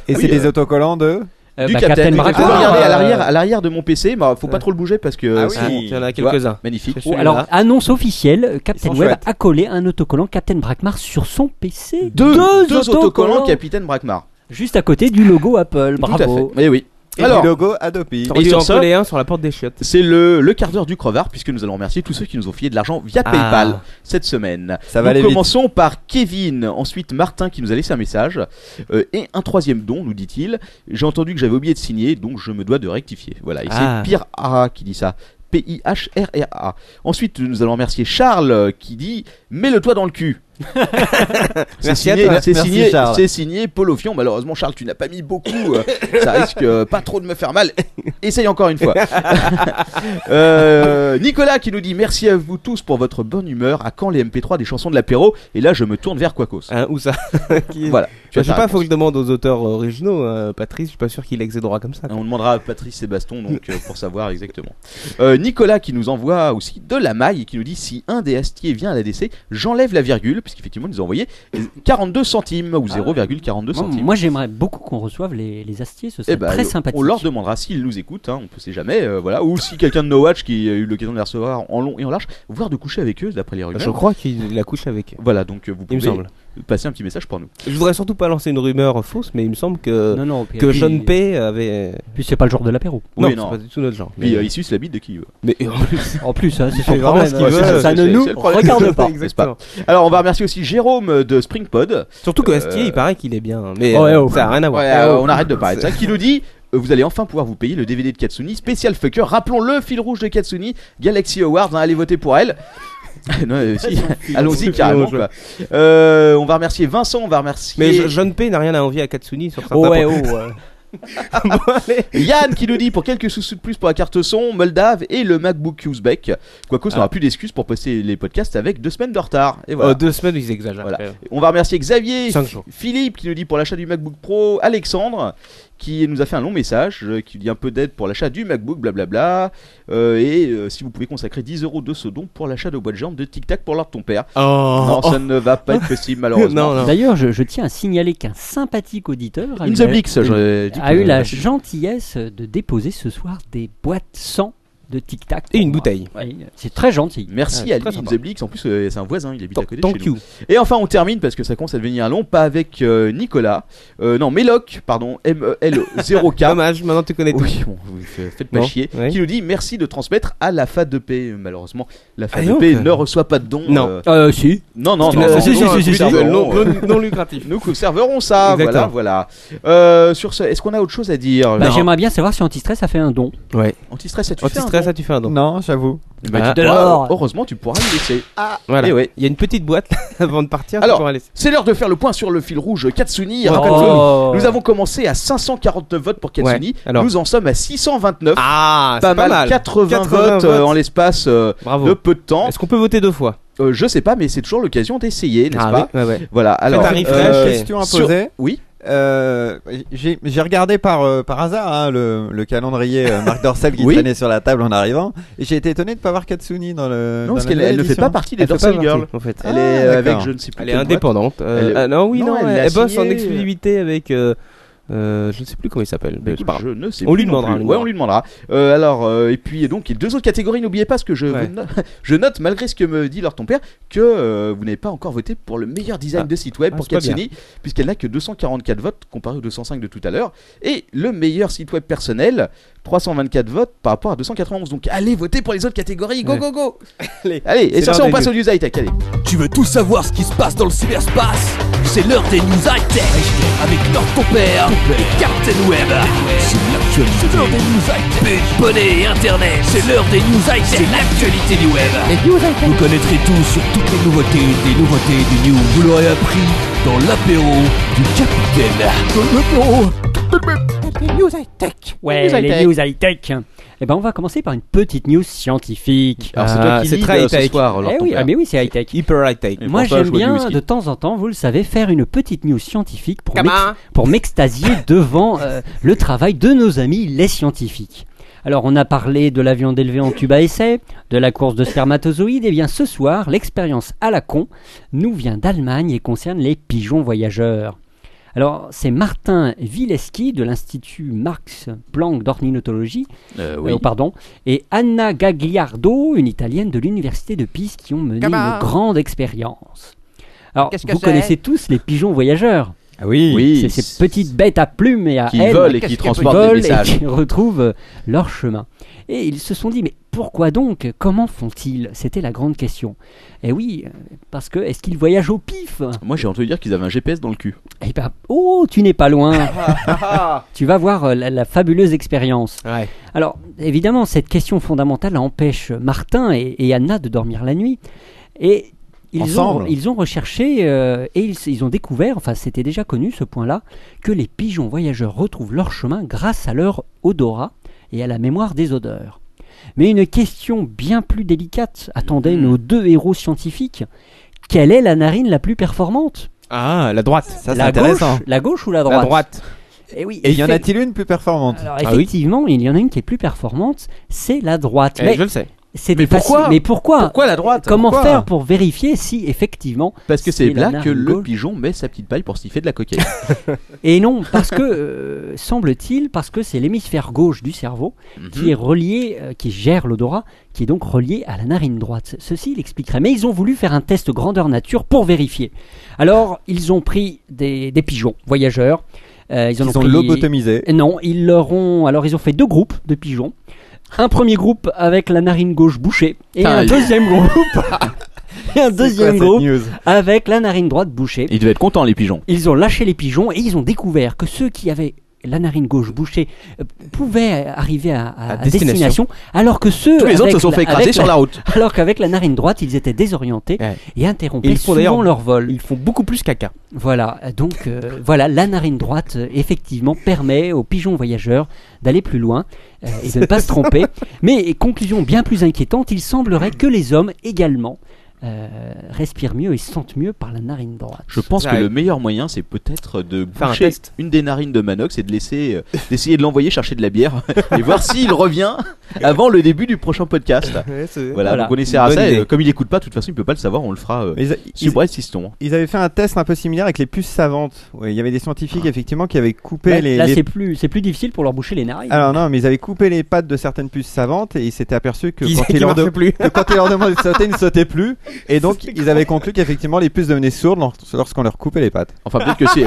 I: Et
F: Oui,
I: c'est des
F: euh,
I: autocollants de.
G: Euh,
F: du
G: bah,
F: Captain.
G: Captain
F: Et
G: Marvel.
F: je peux regarder à
H: euh,
F: l'arrière, à l'arrière de mon PC, bah, faut pas trop le bouger parce que
I: Ah
F: c'est
I: oui.
F: bon.
H: Il y en a quelques-uns.
F: magnifique.
H: C'est
G: Alors, annonce officielle, Captain
I: sont
G: Web
I: chouettes.
G: a collé un autocollant Captain Brackmar sur son PC.
F: Deux, deux autocollants Capitaine Brackmar.
G: Juste à côté du logo Apple. Bravo.
F: Tout à fait. Eh oui.
I: Et
F: Alors,
I: du logo Adopi.
H: T'aurais
F: Et
H: dû
F: sur
H: en
F: ça-
H: coller un sur la porte des chiottes.
F: c'est le, le quart d'heure du crevard puisque nous allons remercier tous ceux qui nous ont filé de l'argent via
H: Ah.
F: PayPal cette semaine.
I: Ça va
F: nous
I: aller vite.
F: commençons par Kevin, ensuite Martin qui nous a laissé un message euh, et un troisième don nous dit-il. J'ai entendu que j'avais oublié de signer donc je me dois de rectifier. Voilà, et
H: Ah.
F: c'est Pierre Ara qui dit ça. P-I-H-R-R-A. Ensuite, nous allons remercier Charles euh, qui dit Mets-le toi dans le cul. c'est
H: Merci à
F: signé,
H: toi.
F: c'est
I: Merci,
F: signé,
I: Charles.
F: c'est signé Paul Offion. Malheureusement, Charles, tu n'as pas mis beaucoup. euh, ça risque euh, pas trop de me faire mal. Essaye encore une fois. Euh, Nicolas qui nous dit merci à vous tous pour votre bonne humeur. À quand les MP3 des chansons de l'apéro Et là, je me tourne vers Quacos.
G: Ah
H: Hein, où ça Qui-
F: Voilà. Tu
H: Bah,
F: as
H: je sais
F: ta
H: pas,
F: réponse.
H: faut que je demande aux auteurs originaux. euh, Patrice, je suis pas sûr qu'il ait des droits comme ça.
F: On demandera à Patrice Sébaston donc euh, pour savoir exactement. Euh, Nicolas qui nous envoie aussi de la maille et qui nous dit si un des astiers vient à la DC, j'enlève la virgule puisqu'effectivement ils nous ont envoyé 42 centimes ou 0,42
G: Ah. Moi,
F: centimes.
G: moi, j'aimerais beaucoup qu'on reçoive les, les astiers, ce serait
F: Eh ben,
G: très
F: le-
G: sympathique.
F: On leur demandera s'ils nous écoutent, hein, on ne sait jamais, euh, voilà, ou si quelqu'un de No Watch qui a eu l'occasion de les recevoir en long et en large, voire de coucher avec eux, d'après les rumeurs.
H: Bah, Je crois qu'il la couche avec.
F: Voilà, donc euh, vous
H: Il me
F: pouvez
H: semble.
F: passer un petit message pour nous.
H: Je voudrais surtout pas lancer une rumeur euh, fausse, mais il me semble que,
G: Non, non, puis-
H: que
G: puis-
H: Sean P avait.
G: Puis c'est pas le jour de l'apéro.
F: Oui,
H: non,
F: non.
H: c'est pas du tout notre genre.
F: Puis
H: Mais-
F: euh, il suce la bite de qui il veut.
H: mais en plus,
G: En plus, hein, c'est
H: fait
G: son
H: vraiment
G: problème.
H: ce qu'il
G: hein,
H: veut,
G: ça, ça
F: c'est-
G: ne
F: c'est-
G: nous
F: c'est le problème.
G: regarde pas.
H: Exactement.
F: Alors on va remercier aussi Jérôme euh, de SpringPod.
H: Surtout que Astier,
F: Euh,
H: il paraît qu'il est bien. hein, Mais
G: Oh,
H: euh,
G: eh oh.
H: ça a rien à voir.
F: Ouais, euh, on arrête de parler de ça. Qui nous dit euh, vous allez enfin pouvoir vous payer le DVD de Katsuni spécial fucker. Rappelons le fil rouge de Katsuni, Galaxy Awards. hein, allez voter pour elle. non, euh, si. Allons-y carrément.
H: rouge.
F: quoi. Euh, on va remercier Vincent, on va remercier
H: Mais je- John P n'a rien à envier à Katsuni sur certains
G: Oh, ouais,
H: points.
G: oh, ouais.
H: Bon, allez.
F: Yann qui nous dit pour quelques sous-sous de plus pour la carte son, Moldave et le MacBook Uzbek. Quoique,
H: Ah.
F: ça n'aura plus d'excuses pour poster les podcasts avec deux semaines de retard. Et voilà.
H: Oh, deux semaines, ils exagèrent.
F: Voilà. On va remercier Xavier,
H: Cinq jours.
F: Philippe qui nous dit pour l'achat du MacBook Pro, Alexandre qui nous a fait un long message, euh, qui dit un peu d'aide pour l'achat du MacBook, blablabla. Euh, et euh, si vous pouvez consacrer 10 euros de ce don pour l'achat de bois de jambes de Tic Tac pour l'ordre de ton père.
H: Oh,
F: non, ça ne va pas être possible malheureusement.
H: Non, non.
G: D'ailleurs, je, je tiens à signaler qu'un sympathique auditeur a
F: In
G: eu
F: the
G: la-
F: Blix, j'aurais dit
H: Ah
G: a
F: que-
G: eu la gentillesse de déposer ce soir des boîtes 100 de Tic Tac.
H: Et
G: pour
H: une
G: moi.
H: bouteille.
G: Ouais, C'est très gentil.
F: Merci
H: Ouais,
F: à
H: très
F: lui, In
H: sympa.
F: the Blix. En plus, euh, c'est un voisin, il habite à côté de chez
H: Thank
F: nous.
H: you.
F: Et enfin, on termine parce que ça commence à devenir long, pas avec euh, Nicolas. Euh, non, Meloc, pardon, E M-E-L-0K.
H: Dommage, maintenant tu connais tout.
F: Oui, bon, vous f- faites pas
H: Non,
F: chier.
H: oui.
F: Qui nous dit merci de transmettre à la FADEP. E Malheureusement, la FADEP
H: Ah, donc.
F: E
H: euh,
F: ne reçoit pas de dons.
H: Non.
F: euh,
G: Euh, si.
F: non, non,
H: C'est
F: non.
H: une
F: non,
H: association,
F: non,
H: si, si,
F: nous
H: si, si.
F: avons-
H: euh, Non, non, non lucratif.
F: Nous conserverons ça.
H: Exactement.
F: Voilà, voilà. Euh, sur ce, est-ce qu'on a autre chose à dire
G: Bah,
F: Non.
G: J'aimerais bien savoir si Antistress a fait un don.
H: Ouais.
F: Antistress, as-tu fait un
H: Antistress,
F: don
H: ça Oh, tu fais un don.
I: Non, j'avoue.
F: Bah, tu
H: Ah,
F: pourras-
G: alors.
F: Heureusement, tu pourras le laisser.
H: Voilà.
F: Eh ouais.
H: Il y a une petite boîte avant de partir.
F: Alors,
H: tu pourras laisser.
F: C'est l'heure de faire le point sur le fil rouge Katsuni. Rappelle-toi,
G: Oh.
F: Nous avons commencé à 549 votes pour Katsuni.
H: Ouais, alors.
F: Nous en sommes à 629.
H: Ah,
F: pas,
H: c'est
F: mal. 80,
H: 80
F: votes euh, en l'espace euh,
H: Bravo.
F: de peu de temps.
H: Est-ce qu'on peut voter deux fois
F: Euh, je sais pas, mais c'est toujours l'occasion d'essayer, n'est-ce pas
H: ouais, ouais.
F: Voilà. Alors,
H: Ah un refresh.
I: Euh,
H: Ok.
I: question à
F: sur-
I: poser.
F: oui.
I: Euh, j'ai j'ai regardé par, euh, par hasard hein, le, le calendrier euh, Marc Dorcel qui
F: Oui.
I: traînait sur la table en arrivant. Et j'ai été étonné de pas voir Katsuni dans
F: Non,
I: le. Euh, dans
F: parce
I: la hein.
F: qu'elle
I: nouvelle
F: elle ne fait
I: édition.
F: pas partie des
H: Elle fait
F: Dorsey
H: pas
F: Girls.
H: partie, en fait.
F: Elle
I: Ah,
F: est
I: d'accord.
F: avec je ne sais plus.
H: Elle est
F: quelle boîte.
H: indépendante. euh,
F: Elle est-
H: ah non, oui,
F: Non,
H: non,
F: elle
H: elle,
F: l'a
H: elle bosse en
F: signée.
H: exclusivité avec. euh, euh, je ne sais plus comment il s'appelle. mais c'est pas grave.
F: Je ne sais
H: On
F: plus
H: lui
F: non
H: demandera,
F: plus.
H: on lui
F: Ouais,
H: demandera.
F: on lui demandera. Euh, alors, euh, et puis donc, il y a deux autres catégories. N'oubliez pas ce que je,
H: Ouais.
F: no- je note, malgré ce que me dit leur ton père, que euh, vous n'avez pas encore voté pour le meilleur design
H: Ah.
F: de site web
H: Ah,
F: pour
H: c'est pas
F: Katsuni, puisqu'elle n'a que 244 votes comparé aux 205 de tout à l'heure. Et le meilleur site web personnel, 324 votes par rapport à 291. Donc, allez voter pour les autres catégories. Go,
H: Ouais.
F: go, go
H: Allez.
F: Allez, et
H: C'est
F: sur
H: l'heure
F: ça, on
H: des
F: passe
H: news.
F: au news high-tech. Allez.
B: Tu veux tout savoir ce qui se passe dans le cyberspace C'est l'heure des news high-tech avec leur ton père et Captain Web. C'est l'actualité. C'est l'heure des news high-tech. Bonnet et Internet. C'est l'heure des news high-tech. C'est l'actualité du web. Vous connaîtrez tout sur toutes les nouveautés des nouveautés du news. Vous l'aurez appris dans l'apéro du capitaine. Dans l'apéro.
G: Ouais, les news high-tech. Eh ben, on va commencer par une petite news scientifique.
F: Alors, c'est
H: Ah,
F: toi qui
H: c'est
F: lead,
H: très
F: euh, ce
H: high-tech.
F: soir, leur
G: Eh
F: ton
G: oui,
F: père.
G: ah, mais oui, c'est high-tech.
H: Hyper high-tech.
F: Et
G: Moi,
F: François
G: j'aime
F: joue du
G: bien
F: whisky.
G: de temps en temps, vous le savez, faire une petite news scientifique pour
H: Comment
G: m'ex- pour m'extasier devant euh, le travail de nos amis les scientifiques. Alors, on a parlé de la viande élevée en tube à essai, de la course de spermatozoïdes, et bien ce soir, l'expérience à la con nous vient d'Allemagne et concerne les pigeons voyageurs. Alors, c'est Martin Vileski de l'Institut Max Planck d'ornithologie
F: Euh, oui.
G: euh, pardon, et Anna Gagliardo, une italienne de l'université de Pise, qui ont mené une grande expérience. Alors,
J: Qu'est-ce que
G: vous
J: c'est
G: connaissez tous les pigeons voyageurs,
I: Ah oui.
F: oui,
G: c'est ces petites bêtes à plumes et à
F: qui
G: ailes
F: volent et
J: qu'est-ce
F: qui
J: que-
G: qui
F: transportent des
G: volent et
F: messages.
G: qui retrouvent euh, leur chemin. Et ils se sont dit, mais pourquoi donc Comment font-ils C'était la grande question. Et oui, euh, parce que est-ce qu'ils voyagent au pif
F: Moi j'ai entendu dire qu'ils avaient un GPS dans le cul.
G: Eh ben, oh, tu n'es pas loin Tu vas voir euh, la, la fabuleuse expérience.
H: Ouais.
G: Alors, évidemment, cette question fondamentale empêche Martin et, et Anna de dormir la nuit. Et ils, ont,
I: Ensemble.
G: ils ont recherché euh, et ils, ils ont découvert, enfin c'était déjà connu ce point-là, que les pigeons voyageurs retrouvent leur chemin grâce à leur odorat et à la mémoire des odeurs. Mais une question bien plus délicate attendait nos deux héros scientifiques. Quelle est la narine la plus performante
H: Ah, la droite. Ça,
G: la, gauche, la gauche ou la droite
H: La droite.
G: Eh oui,
I: Et y en
G: fait-
I: a-t-il une plus performante
G: alors
H: Ah oui.
G: effectivement, il y en a une qui est plus performante, c'est la droite.
H: Eh,
G: mais
H: je le sais.
G: c'est des
H: mais
G: faci-
H: pourquoi
G: Mais pourquoi,
H: la droite
G: Comment faire pour vérifier si effectivement
F: Parce que
G: C'est
F: c'est
G: la
F: là que
G: narine
F: le
G: gauche.
F: pigeon met sa petite paille pour s'y faire de la coquille.
G: Et non, parce que euh, semble-t-il, parce que c'est l'hémisphère gauche du cerveau
H: Mhm.
G: qui est relié, euh, qui gère l'odorat, qui est donc relié à la narine droite. Ceci l'expliquerait. Mais ils ont voulu faire un test grandeur nature pour vérifier. Alors ils ont pris des, des pigeons voyageurs. euh, ils en
I: Ils ont
G: pris-
I: lobotomisé.
G: Non, ils leur ont. Alors, ils ont fait deux groupes de pigeons. Un premier groupe avec la narine gauche bouchée et
F: Putain,
G: un
F: il-
G: deuxième groupe. et un
I: C'est quoi
G: deuxième
I: cette
G: groupe
I: news
G: avec la narine droite bouchée.
F: Ils devaient être contents les pigeons.
G: Ils ont lâché les pigeons et ils ont découvert que ceux qui avaient la narine gauche bouchée euh, pouvaient arriver à, à-
H: À
G: à destination.
H: destination,
G: alors que ceux
F: Tous les autres
G: avec
F: se sont
G: la-
F: fait écraser
G: avec
F: sur la route.
G: alors qu'avec la narine droite ils étaient désorientés
H: Ouais.
G: et interrompaient
H: Et ils font
G: souvent
H: d'ailleurs-
G: leur vol.
H: Ils font beaucoup plus caca.
G: Voilà, donc euh, voilà, la narine droite euh, effectivement permet aux pigeons voyageurs d'aller plus loin euh, et de ne pas se tromper. Mais et conclusion bien plus inquiétante, il semblerait que les hommes également euh, respirent mieux et sentent mieux par la narine droite.
F: Je pense que
H: Ouais.
F: le meilleur moyen, c'est peut-être de
H: Faire un
F: boucher
H: test.
F: une des narines de Manox et de laisser, euh, d'essayer de l'envoyer chercher de la bière et voir s'il revient avant le début du prochain podcast. Voilà,
G: Voilà.
F: donc on essaiera
H: Bonne
F: ça. et,
H: idée.
F: euh, comme il écoute pas, de toute façon, il peut pas le savoir. On le fera. Euh,
I: Mais ils- ils-
F: Subrette Siston.
I: Ils avaient fait un test un peu similaire avec les puces savantes. Ouais, Il y avait des scientifiques effectivement qui avaient coupé
G: Ouais,
I: les,
G: Là
I: les- Ah.
G: c'est plus c'est plus difficile pour leur boucher les narines.
I: Alors non, mais ils avaient coupé les pattes de certaines puces savantes et ils s'étaient aperçus que
H: Qui,
I: quand
H: qui
I: ils leur
H: marchait
I: de-
H: plus.
I: que quand ils leur demandaient de sauter, ils ne sautaient plus. Et donc ils avaient conclu qu'effectivement les puces devenaient sourdes lors- lorsqu'on leur coupait les pattes.
F: Enfin, peut-être que c'est.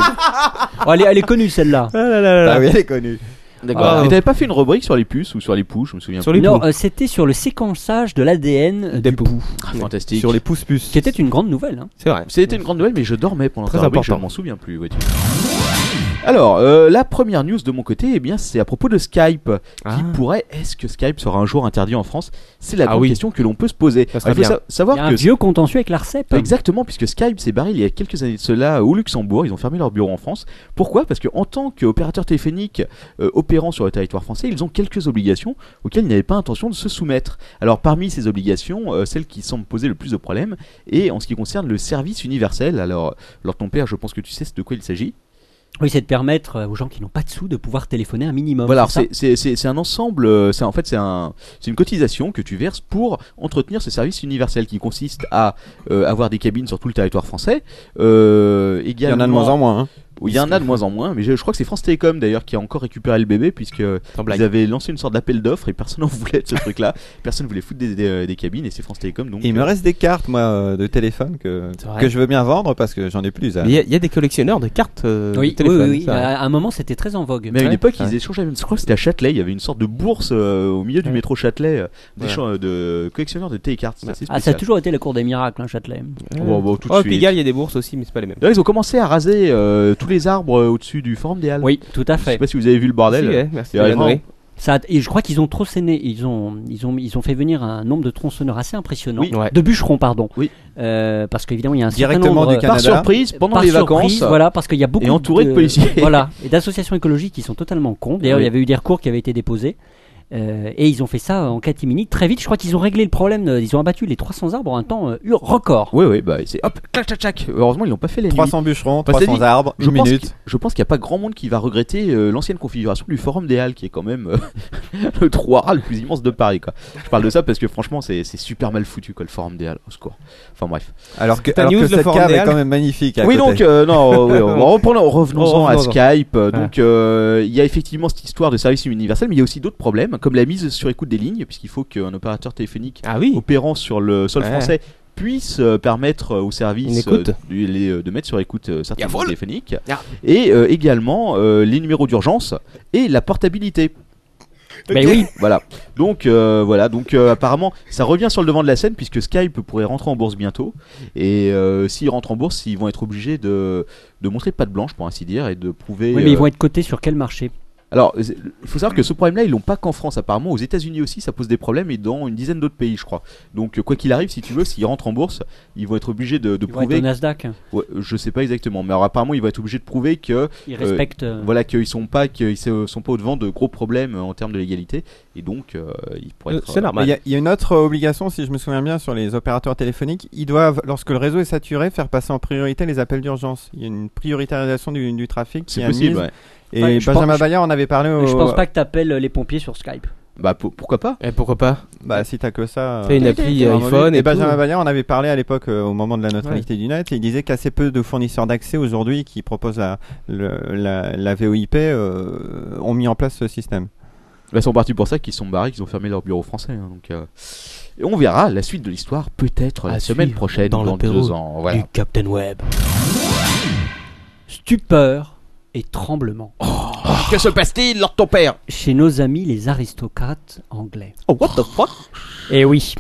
G: Oh, elle, est, elle est connue celle-là.
I: Ah
H: Bah
I: oui, elle est connue.
F: D'accord.
H: Ah.
F: Et t'avais pas fait une rubrique sur les puces ou sur les poux Je me souviens.
H: Sur
F: plus.
H: les
G: Non,
H: poux.
G: euh, c'était sur le séquençage de l'ADN
H: Des
G: euh, du
H: poux.
G: pou,
F: Ah, fantastique.
I: Sur les pouces puces.
G: qui était une grande nouvelle. hein.
H: C'est vrai.
F: C'était une grande nouvelle, mais je dormais pendant
H: Très
F: la rubrique,
H: important.
F: Je m'en souviens plus. vois-tu. Alors, euh, la première news de mon côté, eh bien, c'est à propos de Skype. Qui pourrait Est-ce que Skype sera un jour interdit en France C'est la
H: Ah
F: grande
H: oui.
F: question que l'on peut se poser.
H: Ça serait
F: Il faut
H: bien.
F: sa-
G: Il y a
F: savoir
G: un
F: que
G: vieux contentieux avec l'ARCEP.
F: Exactement, puisque Skype s'est barré il y a quelques années de cela au Luxembourg. Ils ont fermé leur bureau en France. Pourquoi Parce qu'en tant qu'opérateur téléphonique euh, opérant sur le territoire français, ils ont quelques obligations auxquelles ils n'avaient pas intention de se soumettre. Alors, parmi ces obligations, euh, celle qui semble poser le plus de problèmes est en ce qui concerne le service universel. Alors, euh, Lord ton père, je pense que tu sais de quoi il s'agit.
G: Oui, c'est de permettre euh, aux gens qui n'ont pas de sous de pouvoir téléphoner un
I: Bah,
G: minimum.
F: Voilà,
G: c'est ça
F: c'est c'est- c'est- c'est un ensemble, euh, c'est en fait c'est un, c'est une cotisation que tu verses pour entretenir ce service universel qui consiste à euh, avoir des cabines sur tout le territoire français. Euh,
I: Il y en a de moins en moins. hein.
F: Oui, il y en a de moins en moins, mais je, je crois que c'est France Télécom d'ailleurs qui a encore récupéré le bébé puisque euh,
H: Sans blague.
F: ils avaient lancé une sorte d'appel d'offres et personne n'en voulait de ce truc-là. Personne voulait foutre des, euh, des- des cabines et c'est France Télécom donc.
I: Et il me reste des cartes moi euh, de téléphone que
H: C'est vrai.
I: que je veux bien vendre parce que j'en ai plus. hein.
H: Mais Il y, a- il y a des collectionneurs de cartes euh,
G: Oui,
H: de téléphone.
G: oui, oui,
H: ça.
G: À un moment, c'était très en vogue.
F: Mais à une
H: Ouais,
F: époque,
H: ouais.
F: ils échangeaient même. Je crois que c'était à Châtelet. Il y avait une sorte de bourse euh, au milieu du
H: Ouais.
F: métro Châtelet euh,
H: Ouais.
F: d'échange- euh, de collectionneurs de télécartes. C'est
H: Ouais.
F: assez
G: Ah, ça a
F: spécial.
G: toujours été la cour des miracles, hein, Châtelet.
F: Bon, bon, tout de
H: oh,
F: suite.
H: Pigalle, il y a des bourses aussi, mais c'est pas les mêmes.
F: D'ailleurs, ils ont commencé à raser euh, tous les arbres euh, au-dessus du Forum des Halles.
G: Oui, tout à
F: Je sais
G: fait.
F: pas si vous avez vu le bordel.
H: Si, ouais, merci.
F: Il y a
H: Yann
F: vraiment-
H: Noé.
G: Ça a- et je crois qu'ils ont trop sainé. Ils ont, ils, ont, ils ont fait venir un nombre de tronçonneurs assez impressionnant.
F: Oui.
H: Ouais.
G: De bûcherons, pardon.
F: Oui.
G: Euh, parce qu'évidemment, il y a un certain
I: Directement
G: nombre, euh,
I: du
F: Par
I: Canada.
F: surprise, pendant
G: par
F: les
G: surprise,
F: vacances.
G: Voilà, parce qu'il y a beaucoup
F: et entouré de policiers.
G: Voilà, et d'associations écologiques qui sont totalement contre. D'ailleurs,
F: Oui.
G: il y avait eu des recours qui avaient été déposés. Euh, et ils ont fait ça en catimini très vite. Je crois qu'ils ont réglé le problème. euh, Ils ont abattu les 300 arbres en un temps euh, ur- record.
F: Oui, oui, bah c'est hop, clac, clac, clac. Heureusement, ils l'ont pas fait les
I: 300 bûcherons,
F: Bah, c'est
I: 300
F: dit,
I: arbres,
F: Je
I: une
F: pense,
I: minute.
F: qu'il- je pense qu'il n'y a pas grand monde qui va regretter euh, l'ancienne configuration du Forum des Halles, qui est quand même euh, le 3A le plus immense de Paris. Quoi. Je parle de ça parce que franchement, c'est c'est super mal foutu, quoi, le Forum des Halles. Au secours. Enfin bref.
I: Alors que,
H: ta
I: alors
H: news,
I: que
H: le
I: cette
H: forum
I: cave
H: des
I: est
H: Halles
I: quand même magnifique. à
F: oui,
I: côté.
F: donc, euh, non, oui, on- on reprenons- revenons-en à
H: Revenons-en.
F: Skype. Euh,
H: Voilà.
F: Donc, euh, il y a effectivement cette histoire de service universel, mais il y a aussi d'autres problèmes, comme la mise sur écoute des lignes, puisqu'il faut qu'un opérateur téléphonique
H: Ah oui
F: opérant sur le sol
H: Ouais.
F: français puisse euh, permettre euh, au
H: Une
F: service
H: écoute.
F: euh, de, les, euh, de mettre sur écoute euh, certaines
C: Y a
F: lignes
C: vol.
F: téléphoniques
C: Ah.
F: et euh, également euh, les numéros d'urgence et la portabilité.
G: Mais oui,
F: Voilà. Donc euh, voilà. Donc euh, apparemment, ça revient sur le devant de la scène puisque Skype pourrait rentrer en bourse bientôt. Et euh, s'ils rentrent en bourse, ils vont être obligés de, de montrer patte blanche pour ainsi dire et de prouver.
G: Oui, mais ils
F: euh,
G: vont être cotés sur quel marché
F: alors, c'est- il faut savoir que ce problème-là, ils l'ont pas qu'en France. Apparemment, aux États-Unis aussi, ça pose des problèmes et dans une dizaine d'autres pays, je crois. Donc, euh, quoi qu'il arrive, si tu veux, s'ils rentrent en bourse, ils vont être obligés de, de
G: Ils vont être au
F: prouver.
G: Nasdaq.
F: Ouais, je sais pas exactement, mais alors, apparemment, ils vont être obligés de prouver que
G: Ils
F: Euh,
G: respectent. euh,
F: voilà qu'ils sont pas qu'ils se- sont pas au devant de gros problèmes euh, en termes de légalité et donc euh, ils pourraient.
H: Euh,
F: Être,
H: C'est
F: euh,
I: Mais Il
H: normal.
I: y, a- il y a une autre euh, obligation, si je me souviens bien, sur les opérateurs téléphoniques. Ils doivent, lorsque le réseau est saturé, faire passer en priorité les appels d'urgence. Il y a une prioritarisation du, du trafic qui
F: C'est
I: est
F: possible.
I: mise.
F: ouais.
I: Et
G: Enfin, je
I: Benjamin
G: pense-
I: Bayard en avait parlé. Au...
G: Je pense pas que t'appelles euh, les pompiers sur Skype.
F: Bah pour- pourquoi pas.
H: Et Eh, pourquoi pas
I: Bah, si t'as que ça.
H: Fais une
F: Ah.
H: appli euh,
I: t'as un
H: iPhone
I: mobile.
H: et,
I: et Benjamin
H: tout.
I: Bayard en avait parlé à l'époque euh, au moment de la neutralité du net. et il disait qu'il y a assez peu de fournisseurs d'accès aujourd'hui qui proposent la, le- la, la VOIP euh, ont mis en place ce système.
F: Bah, Ils sont partis pour ça qu'ils sont barrés, qu'ils ont fermé leur bureau français. hein, donc euh, et on verra la suite de l'histoire peut-être la
B: À
F: semaine
B: suivre
F: prochaine
B: dans
F: ou dans
B: l'apéro
F: deux ans. Voilà.
B: du Captain Web.
G: Stupeur et tremblement.
C: Que se passe-t-il lors de ton père
G: Chez nos amis les aristocrates anglais.
F: Oh what the fuck.
G: Et oui.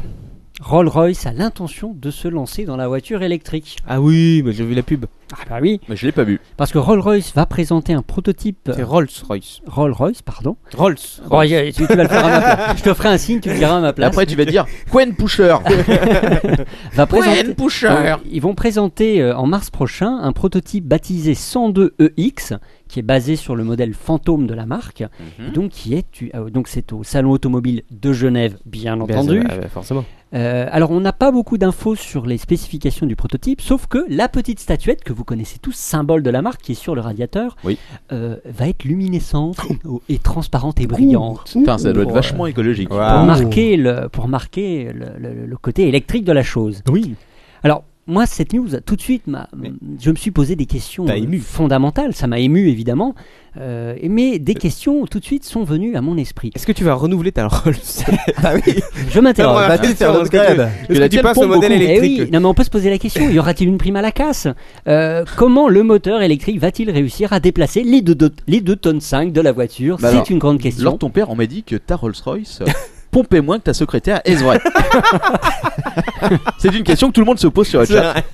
G: Rolls-Royce a l'intention de se lancer dans la voiture électrique.
H: Ah oui, mais j'ai vu la pub.
G: Ah bah oui,
F: Mais je l'ai pas vu.
G: parce que Rolls-Royce va présenter un prototype
H: C'est Rolls-Royce.
G: Rolls-Royce, pardon.
H: Rolls.
G: Oh, y- tu, tu vas le faire à ma place. Je te ferai un signe, tu le diras à ma
F: Et
G: place.
F: Après tu vas dire Quen Pusher. Hein.
G: va présenter-
F: Quen Pusher.
G: Donc, ils vont présenter euh, en mars prochain un prototype baptisé 102EX qui est basé sur le modèle fantôme de la marque. Et donc qui est tu- ah, donc c'est au salon automobile de Genève bien entendu.
H: Ah forcément.
G: Euh, alors on n'a pas beaucoup d'infos sur les spécifications du prototype, sauf que la petite statuette que vous connaissez tous, symbole de la marque qui est sur le radiateur,
F: Oui.
G: euh, va être luminescente et transparente et brillante.
F: Putain ça doit être vachement écologique.
I: Wow.
G: Pour
I: Ah.
G: marquer, le, pour marquer le, le- le côté électrique de la chose.
H: Oui.
G: Alors, moi, cette news, tout de suite, m'a- je me suis posé des questions
H: T'as
G: euh,
H: ému.
G: fondamentales. Ça m'a ému, évidemment. Euh, mais des questions, tout de suite, sont venues à mon esprit.
H: Est-ce que tu vas renouveler ta Rolls
I: Ah oui,
G: Je
H: Ah,
G: m'interroge.
I: bah, c'est un upgrade.
H: Est-ce
F: la
H: que tu
F: tienne
H: passes au
F: pompe
H: modèle
G: Eh
H: électrique
G: oui, non mais on peut se poser la question, y aura-t-il une prime à la casse Euh, Comment le moteur électrique va-t-il réussir à déplacer les 2 les deux tonnes 5 de la voiture
F: Bah
G: C'est
F: alors,
G: une grande
F: Lors de
G: question.
F: ton père on m'a dit que ta Rolls Royce euh, pompait moins que ta secrétaire. Est-ce vrai C'est une question que tout le monde se pose sur le
H: C'est
F: chat.
H: vrai.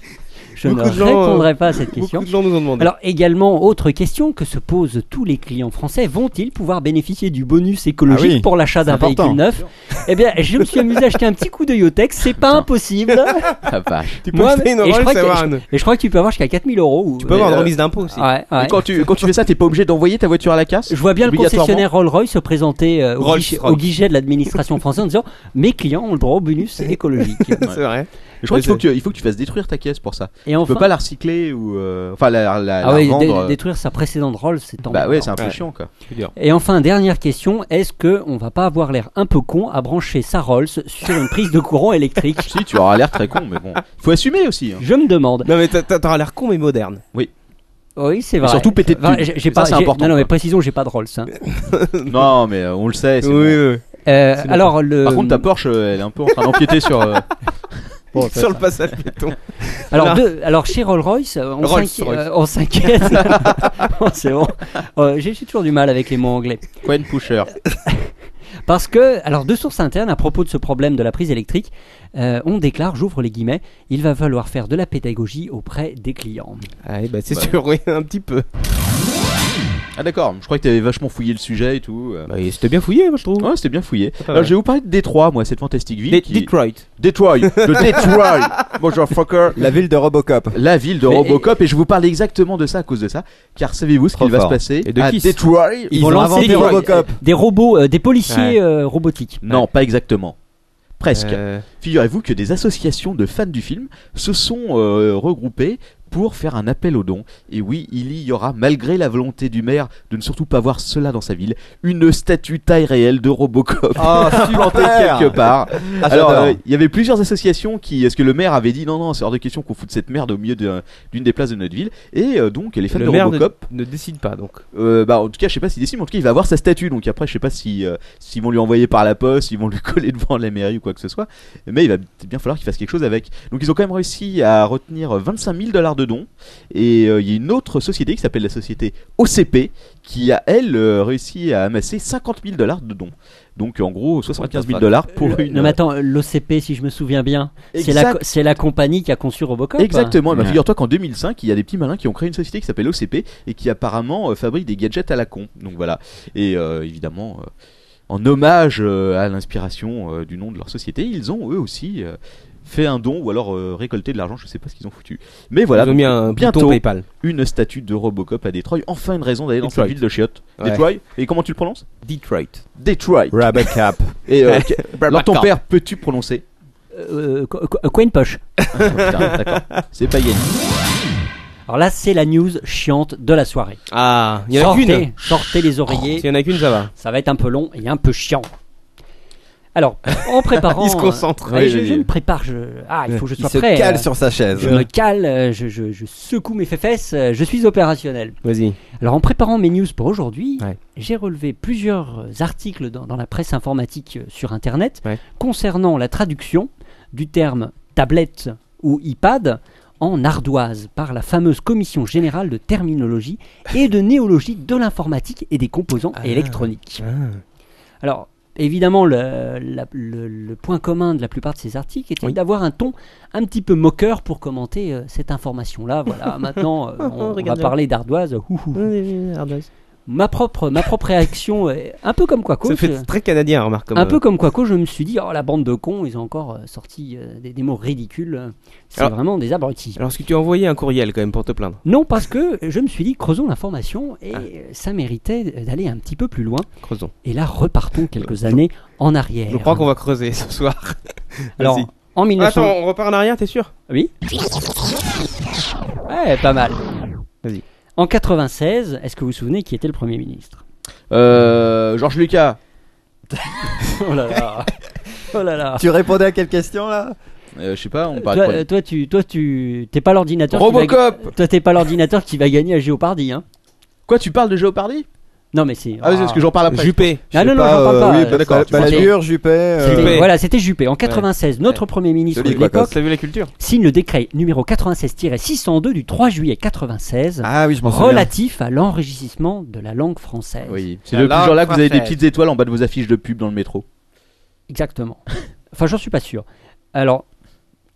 G: Je ne
H: beaucoup de gens, euh,
G: répondrai pas à cette question.
H: Beaucoup de gens nous ont demandé.
G: Alors également, autre question que se posent tous les clients français, vont-ils pouvoir bénéficier du bonus écologique
I: Ah oui,
G: pour l'achat d'un
I: c'est important.
G: véhicule neuf Eh bien, je me suis amusé à acheter un petit coup d'œil au texte, c'est pas impossible.
F: Ah, vache.
H: tu peux
G: moi,
H: acheter une
G: et je
H: Rolls
G: crois que-
H: et avoir une-
G: Et je crois que tu peux avoir jusqu'à 4000 euros. ou-
H: Tu peux avoir une
F: euh,
H: remise d'impôt aussi.
G: Ouais, ouais.
F: Et quand tu, quand tu fais ça, t'es pas obligé d'envoyer ta voiture à la casse
G: Je vois bien le
F: Obligatoirement.
G: concessionnaire Rolls-Royce se présenter euh, au,
H: Rolls
G: guichet,
H: Royce.
G: au guichet de l'administration française en disant Mes clients ont le droit au bonus écologique.
H: C'est vrai.
F: Je crois qu'il faut, que tu- il faut que tu fasses détruire ta caisse pour ça.
G: Et
F: Tu
G: enfin,
F: peux pas la recycler ou. euh, enfin, la, la,
G: ah
F: la
G: oui, dé-
F: rendre. euh,
G: détruire sa précédente Rolls, c'est tant
F: bah
G: mieux.
F: ouais, c'est un peu
H: Ouais.
F: chiant quoi.
G: Et enfin, dernière question est-ce que on va pas avoir l'air un peu con à brancher sa Rolls sur une prise de courant électrique
F: si, tu auras l'air très con, mais bon. Faut assumer aussi. hein.
G: Je me demande.
H: Non mais t'a- t'a- t'auras l'air con mais moderne.
G: Oui, c'est
F: Et
G: vrai.
F: surtout péter de
G: Enfin,
F: thunes.
G: j'ai- j'ai
F: Ça,
G: pas,
F: c'est
G: j'ai-
F: important,
G: Non, non, mais
F: quoi.
G: précisons, j'ai pas de Rolls. hein.
F: Non, mais euh, on le sait. c'est bon.
H: oui.
G: Euh, alors, le.
F: Par contre, ta Porsche, euh, elle est un peu en train d'empiéter sur. euh,
H: Sur le passage piéton.
G: Alors,
H: Là.
G: deux- alors chez Rolls-Royce, euh, on
H: Rolls-Royce.
G: s'inqui- euh, on s'inquiète. Oh, c'est bon. Euh, J'ai j'ai toujours du mal avec les mots anglais.
F: Quen Pusher.
G: Parce que, alors de sources internes, à propos de ce problème de la prise électrique, euh, on déclare, j'ouvre les guillemets, il va falloir faire de la pédagogie auprès des clients.
H: Ah bah c'est
F: Bah.
H: sûr, oui, un petit peu.
F: Ah d'accord, je crois que t'avais vachement fouillé le sujet et tout. euh.
H: Bah c'était bien fouillé, moi je trouve.
F: Ouais, c'était bien fouillé.
H: Ah,
F: Alors,
H: ouais.
F: je vais vous parler de Détroit, moi, cette fantastique ville.
H: Dé-
F: qui-
H: Detroit.
F: Detroit, de Detroit. Bonjour, fucker.
I: La ville de Robocop.
F: La ville de
G: Mais-
F: Robocop, et je vous parle exactement de ça à cause de ça, car savez-vous ce
I: Trop
F: qu'il va se
I: fort.
F: passer
D: Et de
F: à
D: Kiss.
F: Detroit
I: Ils ont inventé
G: des,
I: Robocop.
G: des robots, euh, des policiers
D: Ouais.
G: euh, robotiques.
F: Non, pas exactement. Presque.
D: Euh,
F: Figurez-vous que des associations de fans du film se sont euh, regroupées pour faire un appel aux dons. Et oui, il y aura, malgré la volonté du maire de ne surtout pas voir cela dans sa ville, une statue taille réelle de Robocop.
I: Oh,
F: plantée quelque part.
I: Ah,
F: Alors,
I: j'adore.
F: euh, il y avait plusieurs associations qui. Est-ce que le maire avait dit non, non, c'est hors de question qu'on foute cette merde au milieu d'un- d'une des places de notre ville Et euh, donc, les fans
H: Le
F: de
H: maire ne-
F: Robocop
H: ne décide pas donc.
F: euh, bah, en tout cas, je sais pas s'il décide, mais en tout cas, il va avoir sa statue. Donc après, je sais pas si euh, s'ils vont lui envoyer par la poste, ils vont lui coller devant la mairie ou quoi que ce soit. Mais il va peut-être bien falloir qu'il fasse quelque chose avec. Donc ils ont quand même réussi à retenir 25 000 dollars de dons. Et euh, il y a une autre société qui s'appelle la société OCP qui a elle euh, réussi à amasser 50 000 dollars de dons. Donc en gros 75 000 dollars pour
G: Le-
F: une. euh,
G: Non mais attends, l'OCP si je me souviens bien, c'est la,
F: Exact-
G: co- c'est la compagnie qui a conçu Robocop. hein.
F: Exactement. Eh ben,
I: Ouais.
F: Figure-toi qu'en 2005, il y a des petits malins qui ont créé une société qui s'appelle OCP et qui apparemment euh, fabrique des gadgets à la con. Donc voilà. Et euh, évidemment, euh, en hommage euh, à l'inspiration euh, du nom de leur société, ils ont eux aussi euh, fait un don ou alors euh, récolté de l'argent. Je sais pas ce qu'ils ont foutu. Mais voilà.
H: Ils ont mis un
F: bientôt
H: bouton PayPal.
F: une statue de Robocop à Détroit. Enfin une raison d'aller dans cette
H: Detroit.
F: ville de chiottes.
H: Ouais.
F: Detroit. Et comment tu le prononces
H: Detroit.
F: Detroit.
I: Robocop.
F: Et euh, que- alors ton père, peux-tu prononcer
G: Euh, co- co- coin poche.
F: Putain, D'accord. C'est pas gagné.
G: Alors là c'est la news chiante de la soirée.
H: Ah, il y en a
G: sortez,
H: qu'une. Oh,
G: sortez les oreillers,
H: S'il y en a qu'une, ça va.
G: ça va être un peu long et un peu chiant. Alors en préparant,
H: Il se concentre.
G: euh,
F: Oui,
G: je,
F: oui,
G: je
F: oui.
G: me prépare. je- Ah il faut que je
I: Il
G: sois
I: se
G: prêt.
I: cale
G: euh,
I: sur sa chaise.
G: Je me cale, euh, je, je- je secoue mes fesses, euh, je suis opérationnel.
H: Vas-y.
G: Alors en préparant mes news pour aujourd'hui,
H: Ouais.
G: j'ai relevé plusieurs euh, articles dans, dans la presse informatique euh, sur Internet
H: Ouais.
G: concernant la traduction du terme tablette ou iPad en ardoise par la fameuse commission générale de terminologie et de néologie de l'informatique et des composants
H: Ah.
G: électroniques. Alors évidemment le, la- le- le point commun de la plupart de ces articles était
H: Oui.
G: d'avoir un ton un petit peu moqueur pour commenter euh, cette information-là. Voilà, maintenant euh, on, on va
H: Regarde-le.
G: parler d'ardoise. Ouh, ouh.
H: Ça
G: Ma propre, ma propre réaction, est un peu comme Quaco, je-
H: fait très canadien, remarque. comme,
G: un
H: euh,
G: peu comme Quaco, je me suis dit, oh la bande de cons, ils ont encore euh, sorti euh, des, des mots ridicules. C'est
H: Alors-
G: vraiment des abrutis.
H: Alors, est-ce que tu as envoyé un courriel quand même pour te plaindre
G: Non, parce que je me suis dit, creusons l'information et
H: Ah.
G: euh, ça méritait d'aller un petit peu plus loin.
H: Creusons.
G: Et là, repartons quelques années en arrière.
H: Euh, Je crois qu'on va creuser ce soir.
G: Alors,
H: Vas-y.
G: en 1900...
H: Attends, on repart en arrière, t'es sûr
G: Oui Ouais, pas mal.
H: Vas-y.
G: En 96, est-ce que vous vous souvenez qui était le Premier ministre
F: Euh, Georges Lucas.
G: Oh là là Oh là là
I: Tu répondais à quelle question là
F: Euh, je sais pas. On parle.
G: toi, euh, toi, tu, toi, tu, t'es pas l'ordinateur. Qui
F: Robocop
G: va, Euh, toi, t'es pas l'ordinateur qui va gagner à Géopardy, hein
F: Quoi, tu parles de Jeopardy
G: Non, mais c'est.
F: Ah oui, parce que j'en parle après.
H: Juppé.
G: Ah non, non, j'en parle pas. euh,
I: d'accord.
G: c'était-
I: Balladur, Juppé. euh,
G: c'était-
H: Juppé.
G: Voilà, c'était Juppé. En 96, notre premier ministre
I: Celui
G: de
I: de la
G: l'époque
H: T'as vu la culture
G: signe le décret numéro 96-602 du 3 juillet 96
I: Ah oui, je m'en souviens.
G: relatif à l'enregistrement de la langue française.
F: Oui, c'est
H: La
F: depuis ce jour-là que vous avez des
H: française.
F: petites étoiles en bas de vos affiches de pub dans le métro.
G: Exactement. enfin, j'en suis pas sûr. Alors,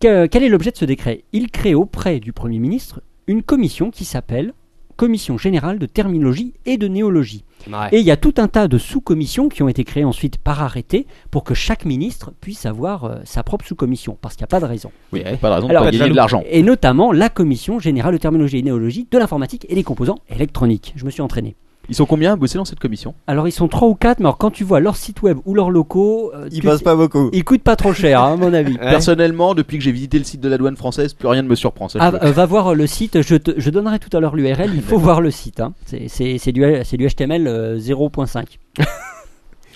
G: que- quel est l'objet de ce décret Il crée auprès du Premier ministre une commission qui s'appelle Commission générale de terminologie et de néologie. Et il y a tout un tas de sous-commissions qui ont été créées ensuite par arrêté pour que chaque ministre puisse avoir euh, sa propre sous-commission, parce qu'il n'y a pas de raison.
F: Oui, pas de raison de
G: Alors,
F: pas gagner de l'argent.
G: Et notamment la Commission générale de terminologie et néologie de l'informatique et des composants électroniques. Je me suis entraîné.
F: Ils sont combien à bosser dans cette commission
G: Alors ils sont trois ou quatre, mais alors, quand tu vois leur site web ou leurs locaux, euh,
I: Il
G: tu-
I: bosse pas beaucoup.
G: ils coûtent pas trop cher, hein, à mon avis.
F: Personnellement, depuis que j'ai visité le site de la douane française, plus rien ne me surprend. Ça, je
G: Ah,
F: peux-
G: euh, va voir euh, le site, je, te- je donnerai tout à l'heure l'URL, il faut voir le site. hein. C'est- C'est c'est du, c'est du HTML euh, 0.5.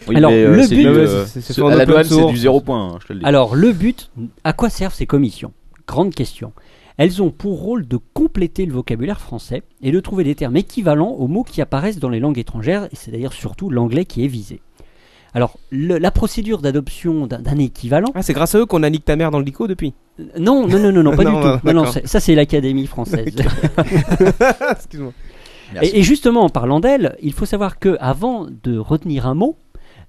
F: Oui,
G: alors,
F: mais, euh,
G: le
F: c'est
G: but-
F: du,
H: Ouais,
F: euh,
H: c'est-
F: ce-
H: c'est sur
F: à la
H: open
F: douane, c'est
H: source.
F: du 0 point, hein, je te le dis.
G: Alors le but, à quoi servent ces commissions Grande question. Elles ont pour rôle de compléter le vocabulaire français et de trouver des termes équivalents aux mots qui apparaissent dans les langues étrangères, et c'est d'ailleurs surtout l'anglais qui est visé. Alors, le- la procédure d'adoption d'un- d'un équivalent
H: Ah, c'est grâce à eux qu'on a niqué ta mère dans le lico depuis.
G: Non, non, non, non, non, pas
H: Non,
G: du
H: bah,
G: tout. Non, non,
H: d'accord.
G: c'est- ça c'est l'Académie française.
H: Excuse-moi.
F: Merci.
G: Et, et justement, en parlant d'elle, il faut savoir que avant de retenir un mot,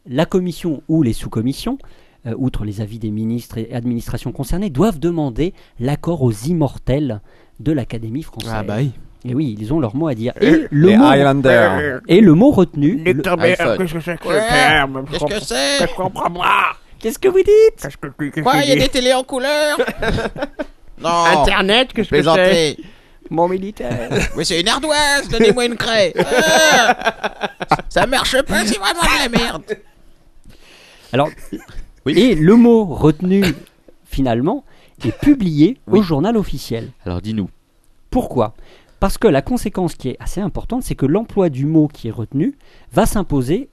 G: la commission ou les sous-commissions, euh, outre les avis des ministres et administrations concernées, doivent demander l'accord aux immortels de l'Académie française.
H: oui.
G: Et oui, ils ont leur mot à dire. Et le,
I: Les
G: mot,
I: Highlander.
G: et le mot retenu. le-
F: iPhone.
J: Qu'est-ce que c'est
G: Qu'est-ce que vous dites
J: Quoi, il y a des télés en couleur Non.
H: Internet, qu'est-ce que
J: Plaisanterie.
H: c'est Mon militaire.
J: Oui, c'est une ardoise, donnez-moi une craie. Ah, ça marche pas, c'est vraiment de la merde.
G: Alors, et le mot retenu finalement est publié au journal officiel.
F: Alors dis-nous.
G: Pourquoi Parce que la conséquence qui est assez importante, c'est que l'emploi du mot qui est retenu va s'imposer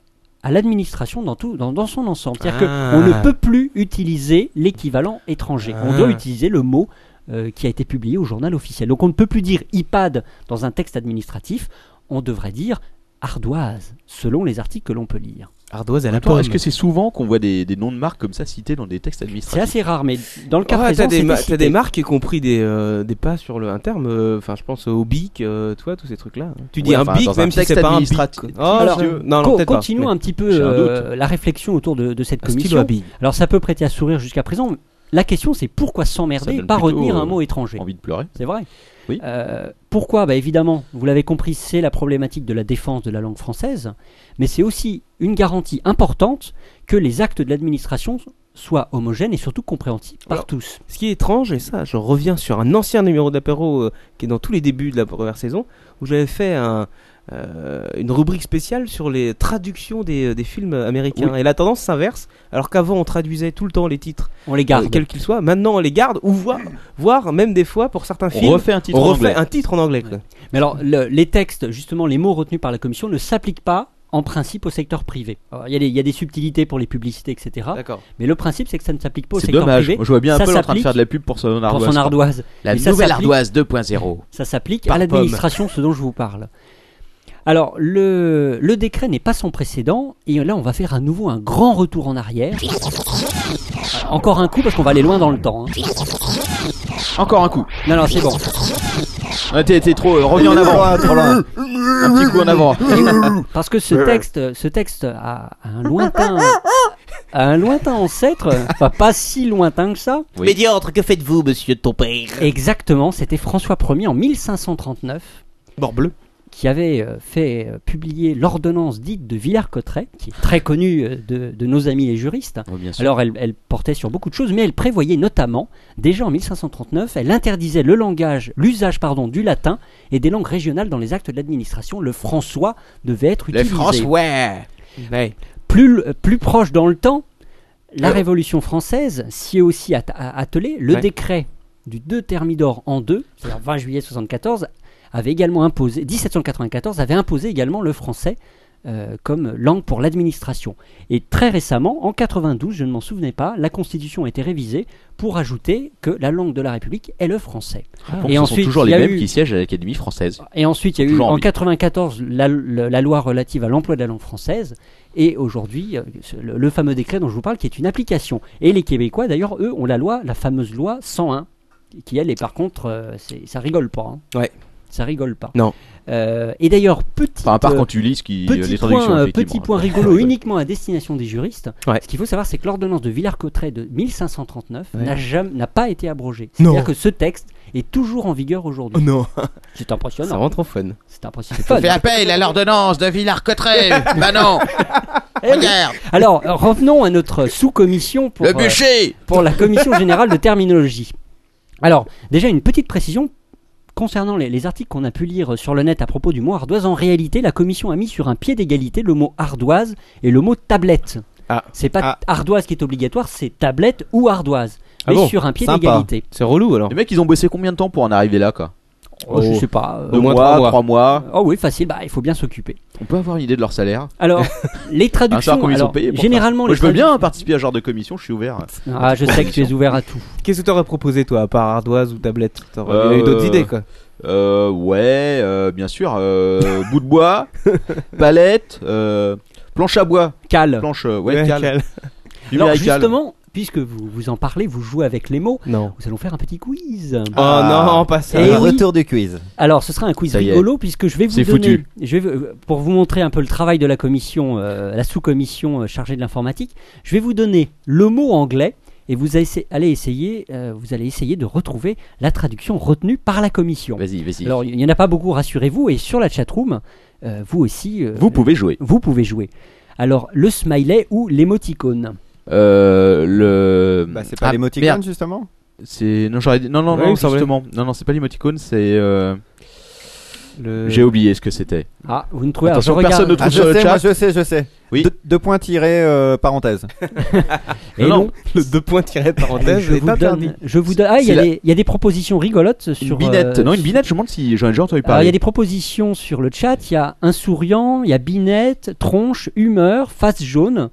G: à l'administration dans, tout, dans, dans son ensemble. C'est-à-dire
H: Ah.
G: qu'on ne peut plus utiliser l'équivalent étranger. On
H: Ah.
G: doit utiliser le mot euh, qui a été publié au journal officiel. Donc on ne peut plus dire iPad dans un texte administratif, on devrait dire ardoise, selon les articles que l'on peut lire.
H: Ardoise à la
F: Attends,
H: pomme.
F: est-ce que c'est souvent qu'on voit des, des noms de marques comme ça cités dans des textes
G: C'est
F: administratifs
G: assez rare, mais dans le cas
H: Ouais,
G: présent,
H: t'as des,
G: c'était
H: ma-
G: cité.
H: t'as des marques, y compris des, euh, des pas sur le un terme. euh, Enfin, je pense au bic, euh, toi, tous ces trucs-là. Tu dis
F: Ouais,
H: un
F: enfin,
H: bic,
F: dans un
H: même si
F: texte
H: c'est pas un bic.
F: administratif.
H: quoi.
G: Alors,
H: si tu veux. non, non,
G: Co-
H: peut-être pas,
G: continuons
H: mais-
G: un petit peu
H: j'ai un
G: euh, la réflexion autour de, de cette
H: Un stylo
G: commission.
H: à billes.
G: Alors ça peut prêter à sourire jusqu'à présent. La question c'est pourquoi
F: Ça
G: s'emmerder et
F: donne
G: pas
F: plutôt,
G: retenir
F: euh,
G: un mot étranger
F: Envie de pleurer
G: C'est vrai.
F: Oui.
G: Euh, pourquoi bah, Évidemment, vous l'avez compris, c'est la problématique de la défense de la langue française, mais c'est aussi une garantie importante que les actes de l'administration soient homogènes et surtout compréhensibles par
H: Alors,
G: tous.
H: Ce qui est étrange, et ça, je reviens sur un ancien numéro d'apéro euh, qui est dans tous les débuts de la première saison, où j'avais fait un, euh, une rubrique spéciale sur les traductions des, des films américains. Et la tendance s'inverse, alors qu'avant on traduisait tout le temps les titres,
G: On les
H: euh,
G: garde.
H: quels qu'ils soient, maintenant on les garde, ou voire, voire même des fois pour certains
F: On
H: films,
F: refait un titre
H: on
F: en
H: refait
F: anglais.
H: un titre en anglais. quoi.
G: Mais alors, le- les textes, justement, les mots retenus par la commission ne s'appliquent pas en principe au secteur privé. Alors, Il y, a des- il y a des subtilités pour les publicités, etc.
H: D'accord.
G: Mais le principe, c'est que ça ne s'applique pas au
F: C'est
G: secteur
F: dommage.
G: privé.
F: Moi, je vois bien
G: ça
F: Apple en train de
G: s'applique
F: faire de la pub pour son
G: pour
F: ardoise.
G: son ardoise.
F: La
G: Mais ça
F: nouvelle
G: s'applique-
F: ardoise 2.0.
G: Ça s'applique
H: Par
G: à
H: pomme.
G: l'administration, ce dont je vous parle. Alors, le, le décret n'est pas sans précédent, et là, on va faire à nouveau un grand retour en arrière. Encore un coup, parce qu'on va aller loin dans le temps. hein.
F: Encore un coup.
G: Non, non, c'est bon.
F: Ah, t'es, t'es trop. euh, reviens en avant. Trop loin. Un petit coup en avant.
G: Parce que ce texte, ce texte a a un lointain, a un lointain ancêtre, enfin pas si lointain que ça.
F: Oui.
B: Médiocre, que faites-vous, monsieur ton père
G: Exactement, c'était François Ier en 1539
H: Bord bleu.
G: qui avait euh, fait euh, publier l'ordonnance dite de Villers-Cotterêts, qui est très connue euh, de, de nos amis les juristes.
F: Oh, bien sûr.
G: Alors elle, elle portait sur beaucoup de choses, mais elle prévoyait notamment, déjà en 1539, elle interdisait le langage, l'usage pardon du latin et des langues régionales dans les actes de l'administration. Le François devait être
J: Le
G: utilisé.
J: François.
H: Ouais.
G: plus, euh, plus proche dans le temps, la Révolution française s'y est aussi at- a- attelée. Le
H: Ouais.
G: décret du 2 Thermidor en 2, c'est-à-dire 20 juillet 74, avait également imposé, 1794 avait imposé également le français euh, comme langue pour l'administration. Et très récemment, en 92, je ne m'en souvenais pas, la Constitution a été révisée pour ajouter que la langue de la République est le français.
F: Donc,
G: et
F: ce sont
G: ensuite,
F: toujours
G: il y
F: les
G: a
F: mêmes
G: eu-
F: qui siègent à l'Académie française.
G: Et ensuite, il y a eu
F: Toujours
G: en
F: envie.
G: 94 la, le- la loi relative à l'emploi de la langue française et aujourd'hui euh, ce- le, le fameux décret dont je vous parle qui est une application. Et les Québécois d'ailleurs, eux, ont la loi, la fameuse loi 101 qui elle est par contre, euh, c'est- ça rigole pas. hein.
H: Ouais.
G: Ça rigole pas.
H: Non.
G: Euh, et d'ailleurs, petit.
F: Enfin, par
G: euh,
F: contre, Ulysse qui. euh,
G: Petit
F: les traductions,
G: point, euh,
F: effectivement.
G: petit point rigolo uniquement à destination des juristes.
H: Ouais.
G: Ce qu'il faut savoir, c'est que l'ordonnance de Villers-Cotterêts de 1539
H: Ouais.
G: n'a jamais- n'a pas été abrogée.
H: Non.
G: C'est-à-dire que ce texte est toujours en vigueur
H: Oh
G: aujourd'hui.
H: non,
G: C'est impressionnant.
H: ça rend trop fun.
G: C'est impossible. C'est fun.
J: Fais appel à l'ordonnance de Villars-Cotterêts. bah non,
G: Eh oui.
J: regarde,
G: Alors, euh, revenons à notre sous-commission pour,
J: le
G: euh,
J: bûcher.
G: pour la commission générale de terminologie. Alors, déjà une petite précision concernant les, les articles qu'on a pu lire sur le net à propos du mot ardoise. En réalité, la commission a mis sur un pied d'égalité le mot ardoise et le mot tablette.
H: Ah.
G: C'est pas
I: Ah.
G: ardoise qui est obligatoire, c'est tablette ou ardoise.
H: Ah
G: mais
H: bon
G: sur un pied
I: Sympa.
G: d'égalité.
H: C'est relou alors.
F: Les mecs, ils ont bossé combien de temps pour en arriver là, quoi
G: Oh, je
F: Oh.
G: sais pas. euh,
F: Deux
H: moins
F: mois,
H: trois mois.
F: trois mois.
G: oh oui, facile. Bah, il faut bien s'occuper.
F: On peut avoir une idée de leur salaire.
G: Alors, les
F: Ah, savoir
G: traductions.
F: combien ils sont
G: alors,
F: payés. pour ça.
G: généralement,
F: Moi,
G: les
F: je veux
G: tradu-
F: bien participer à ce genre de commission. Je suis ouvert.
G: Ah, je sais que tu es ouvert à tout.
H: Qu'est-ce que t'aurais proposé toi, à part ardoise ou tablette T'aurais
F: Euh,
H: eu d'autres idées quoi.
F: Euh, ouais, euh, bien sûr. euh, bout de bois, palette, euh, planche à bois,
G: Cal.
F: planche, euh, ouais, cale,
G: Alors
F: numérique cale.
G: justement, puisque vous, vous en parlez, vous jouez avec les mots,
H: Non.
G: nous allons faire un petit quiz.
H: Oh
I: Ah.
H: non, pas ça.
G: Et eh oui.
I: Retour du quiz.
G: Alors ce sera un quiz
F: Ça y est.
G: rigolo puisque je vais vous
F: C'est
G: donner,
F: foutu.
G: je vais, vous- pour vous montrer un peu le travail de la commission, euh, la sous-commission euh, chargée de l'informatique, je vais vous donner le mot anglais et vous essa- allez essayer, euh, vous allez essayer de retrouver la traduction retenue par la commission.
F: Vas-y, vas-y.
G: Alors il n'y en a pas beaucoup, rassurez-vous, et sur la chatroom, euh, vous aussi, euh,
F: Vous pouvez jouer.
G: vous pouvez jouer. Alors le smiley ou l'émoticône.
F: Euh, le.
I: Bah, c'est pas
F: Ah,
I: l'émoticône
F: merde.
I: justement
F: C'est non, j'aurais dit non, non,
H: Ouais, il
F: non,
H: me semblait.
F: justement, non, non, c'est pas l'emoticône, c'est. euh,
H: Le-
F: J'ai oublié ce que c'était.
G: Ah, vous ne trouvez alors,
F: Attention,
G: je regarde-
F: personne ne trouve
I: Ah, je
F: sur le
I: sais, moi,
F: chat.
I: je sais, je sais.
F: Oui.
I: Deux, deux points tirés, euh, parenthèse.
G: Ah, Et
F: non,
G: donc,
H: Le deux points tiré
G: allez,
H: parenthèse
G: je, vous
H: est interdit.
G: donne, je vous donne. Ah, il y, a
F: C'est la-
G: des- il y a des propositions rigolotes
F: Une
G: sur.
F: binette.
G: euh,
F: Non, une binette. Je me demande si j'en ai déjà entendu
G: Alors, il y
F: parler.
G: a des propositions sur le chat. Il y a un souriant, il y a binette, tronche, humeur, face jaune.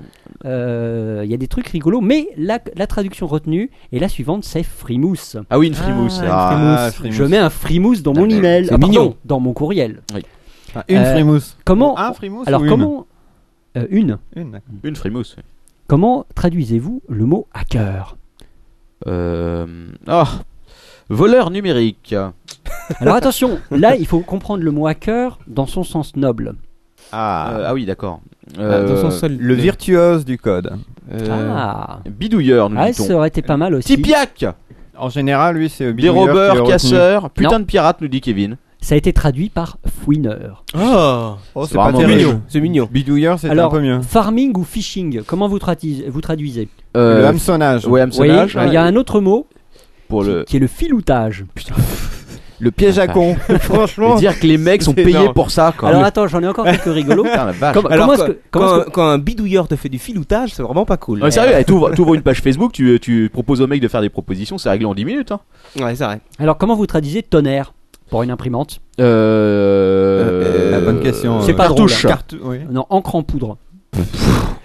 G: Euh, Il y a des trucs rigolos, mais la, la traduction retenue et la suivante, c'est frimousse.
F: Ah oui, une frimousse. Ah,
I: Ah, frimousse.
G: Je mets un frimousse dans mon
F: mais
G: email,
F: c'est
G: Ah, pardon,
F: mignon.
G: dans mon courriel.
I: Ah, une
G: Euh,
I: frimousse.
G: Comment
I: Un Ah, frimousse
G: Alors
I: ou une
G: comment Euh, une.
I: Une, d'accord.
F: Une frimousse. oui.
G: Comment traduisez-vous le mot hacker
F: Euh... Oh. Voleur numérique.
G: Alors attention, là il faut comprendre le mot hacker dans son sens noble.
I: Ah,
F: Euh, ah oui, d'accord.
H: Ah, dans son
F: Euh,
H: sol-
I: le virtuose du code.
H: Euh,
G: ah,
F: Bidouilleur, nous
G: Ah, ça
F: dit-on.
G: aurait été pas mal aussi.
F: Tipiac
I: En général, lui, c'est
F: Des robeurs, casseurs, putain de pirates, nous dit Kevin.
G: Ça a été traduit par fouineur.
H: Oh,
I: c'est pas
F: vraiment
I: terrible.
F: mignon.
H: c'est mignon.
I: Bidouilleur, c'est un
G: Alors,
I: peu mieux.
G: farming ou phishing, comment vous, tradi- vous traduisez
I: Hein. Le
F: Euh,
I: hameçonnage. Ah.
F: ouais,
G: Vous voyez,
F: hameçonnage,
G: euh, il y a un autre mot
F: pour le,
G: qui est le filoutage.
F: le piège à con.
H: Franchement,
F: dire que les mecs sont
H: C'est
F: payés
H: énorme.
F: pour ça, quoi.
G: Alors attends, j'en ai encore quelques rigolos.
F: Putain, la vache.
G: Com-
H: Alors,
G: comment est-ce
H: quand,
G: que- comment
H: quand
G: est-ce
H: un- quand un bidouilleur te fait du filoutage, c'est vraiment pas cool.
F: Non, mais sérieux, eh, t'ouvres t'ouvres une page Facebook, tu, tu proposes aux mecs de faire des propositions, c'est réglé en 10 minutes. Hein.
H: Ouais, c'est vrai.
G: Alors comment vous traduisez tonnerre pour une imprimante
F: Euh...
I: la bonne question.
G: c'est
I: euh,
G: pas drôle.
F: cartouche.
I: Cartou- oui.
G: Non, encre en poudre.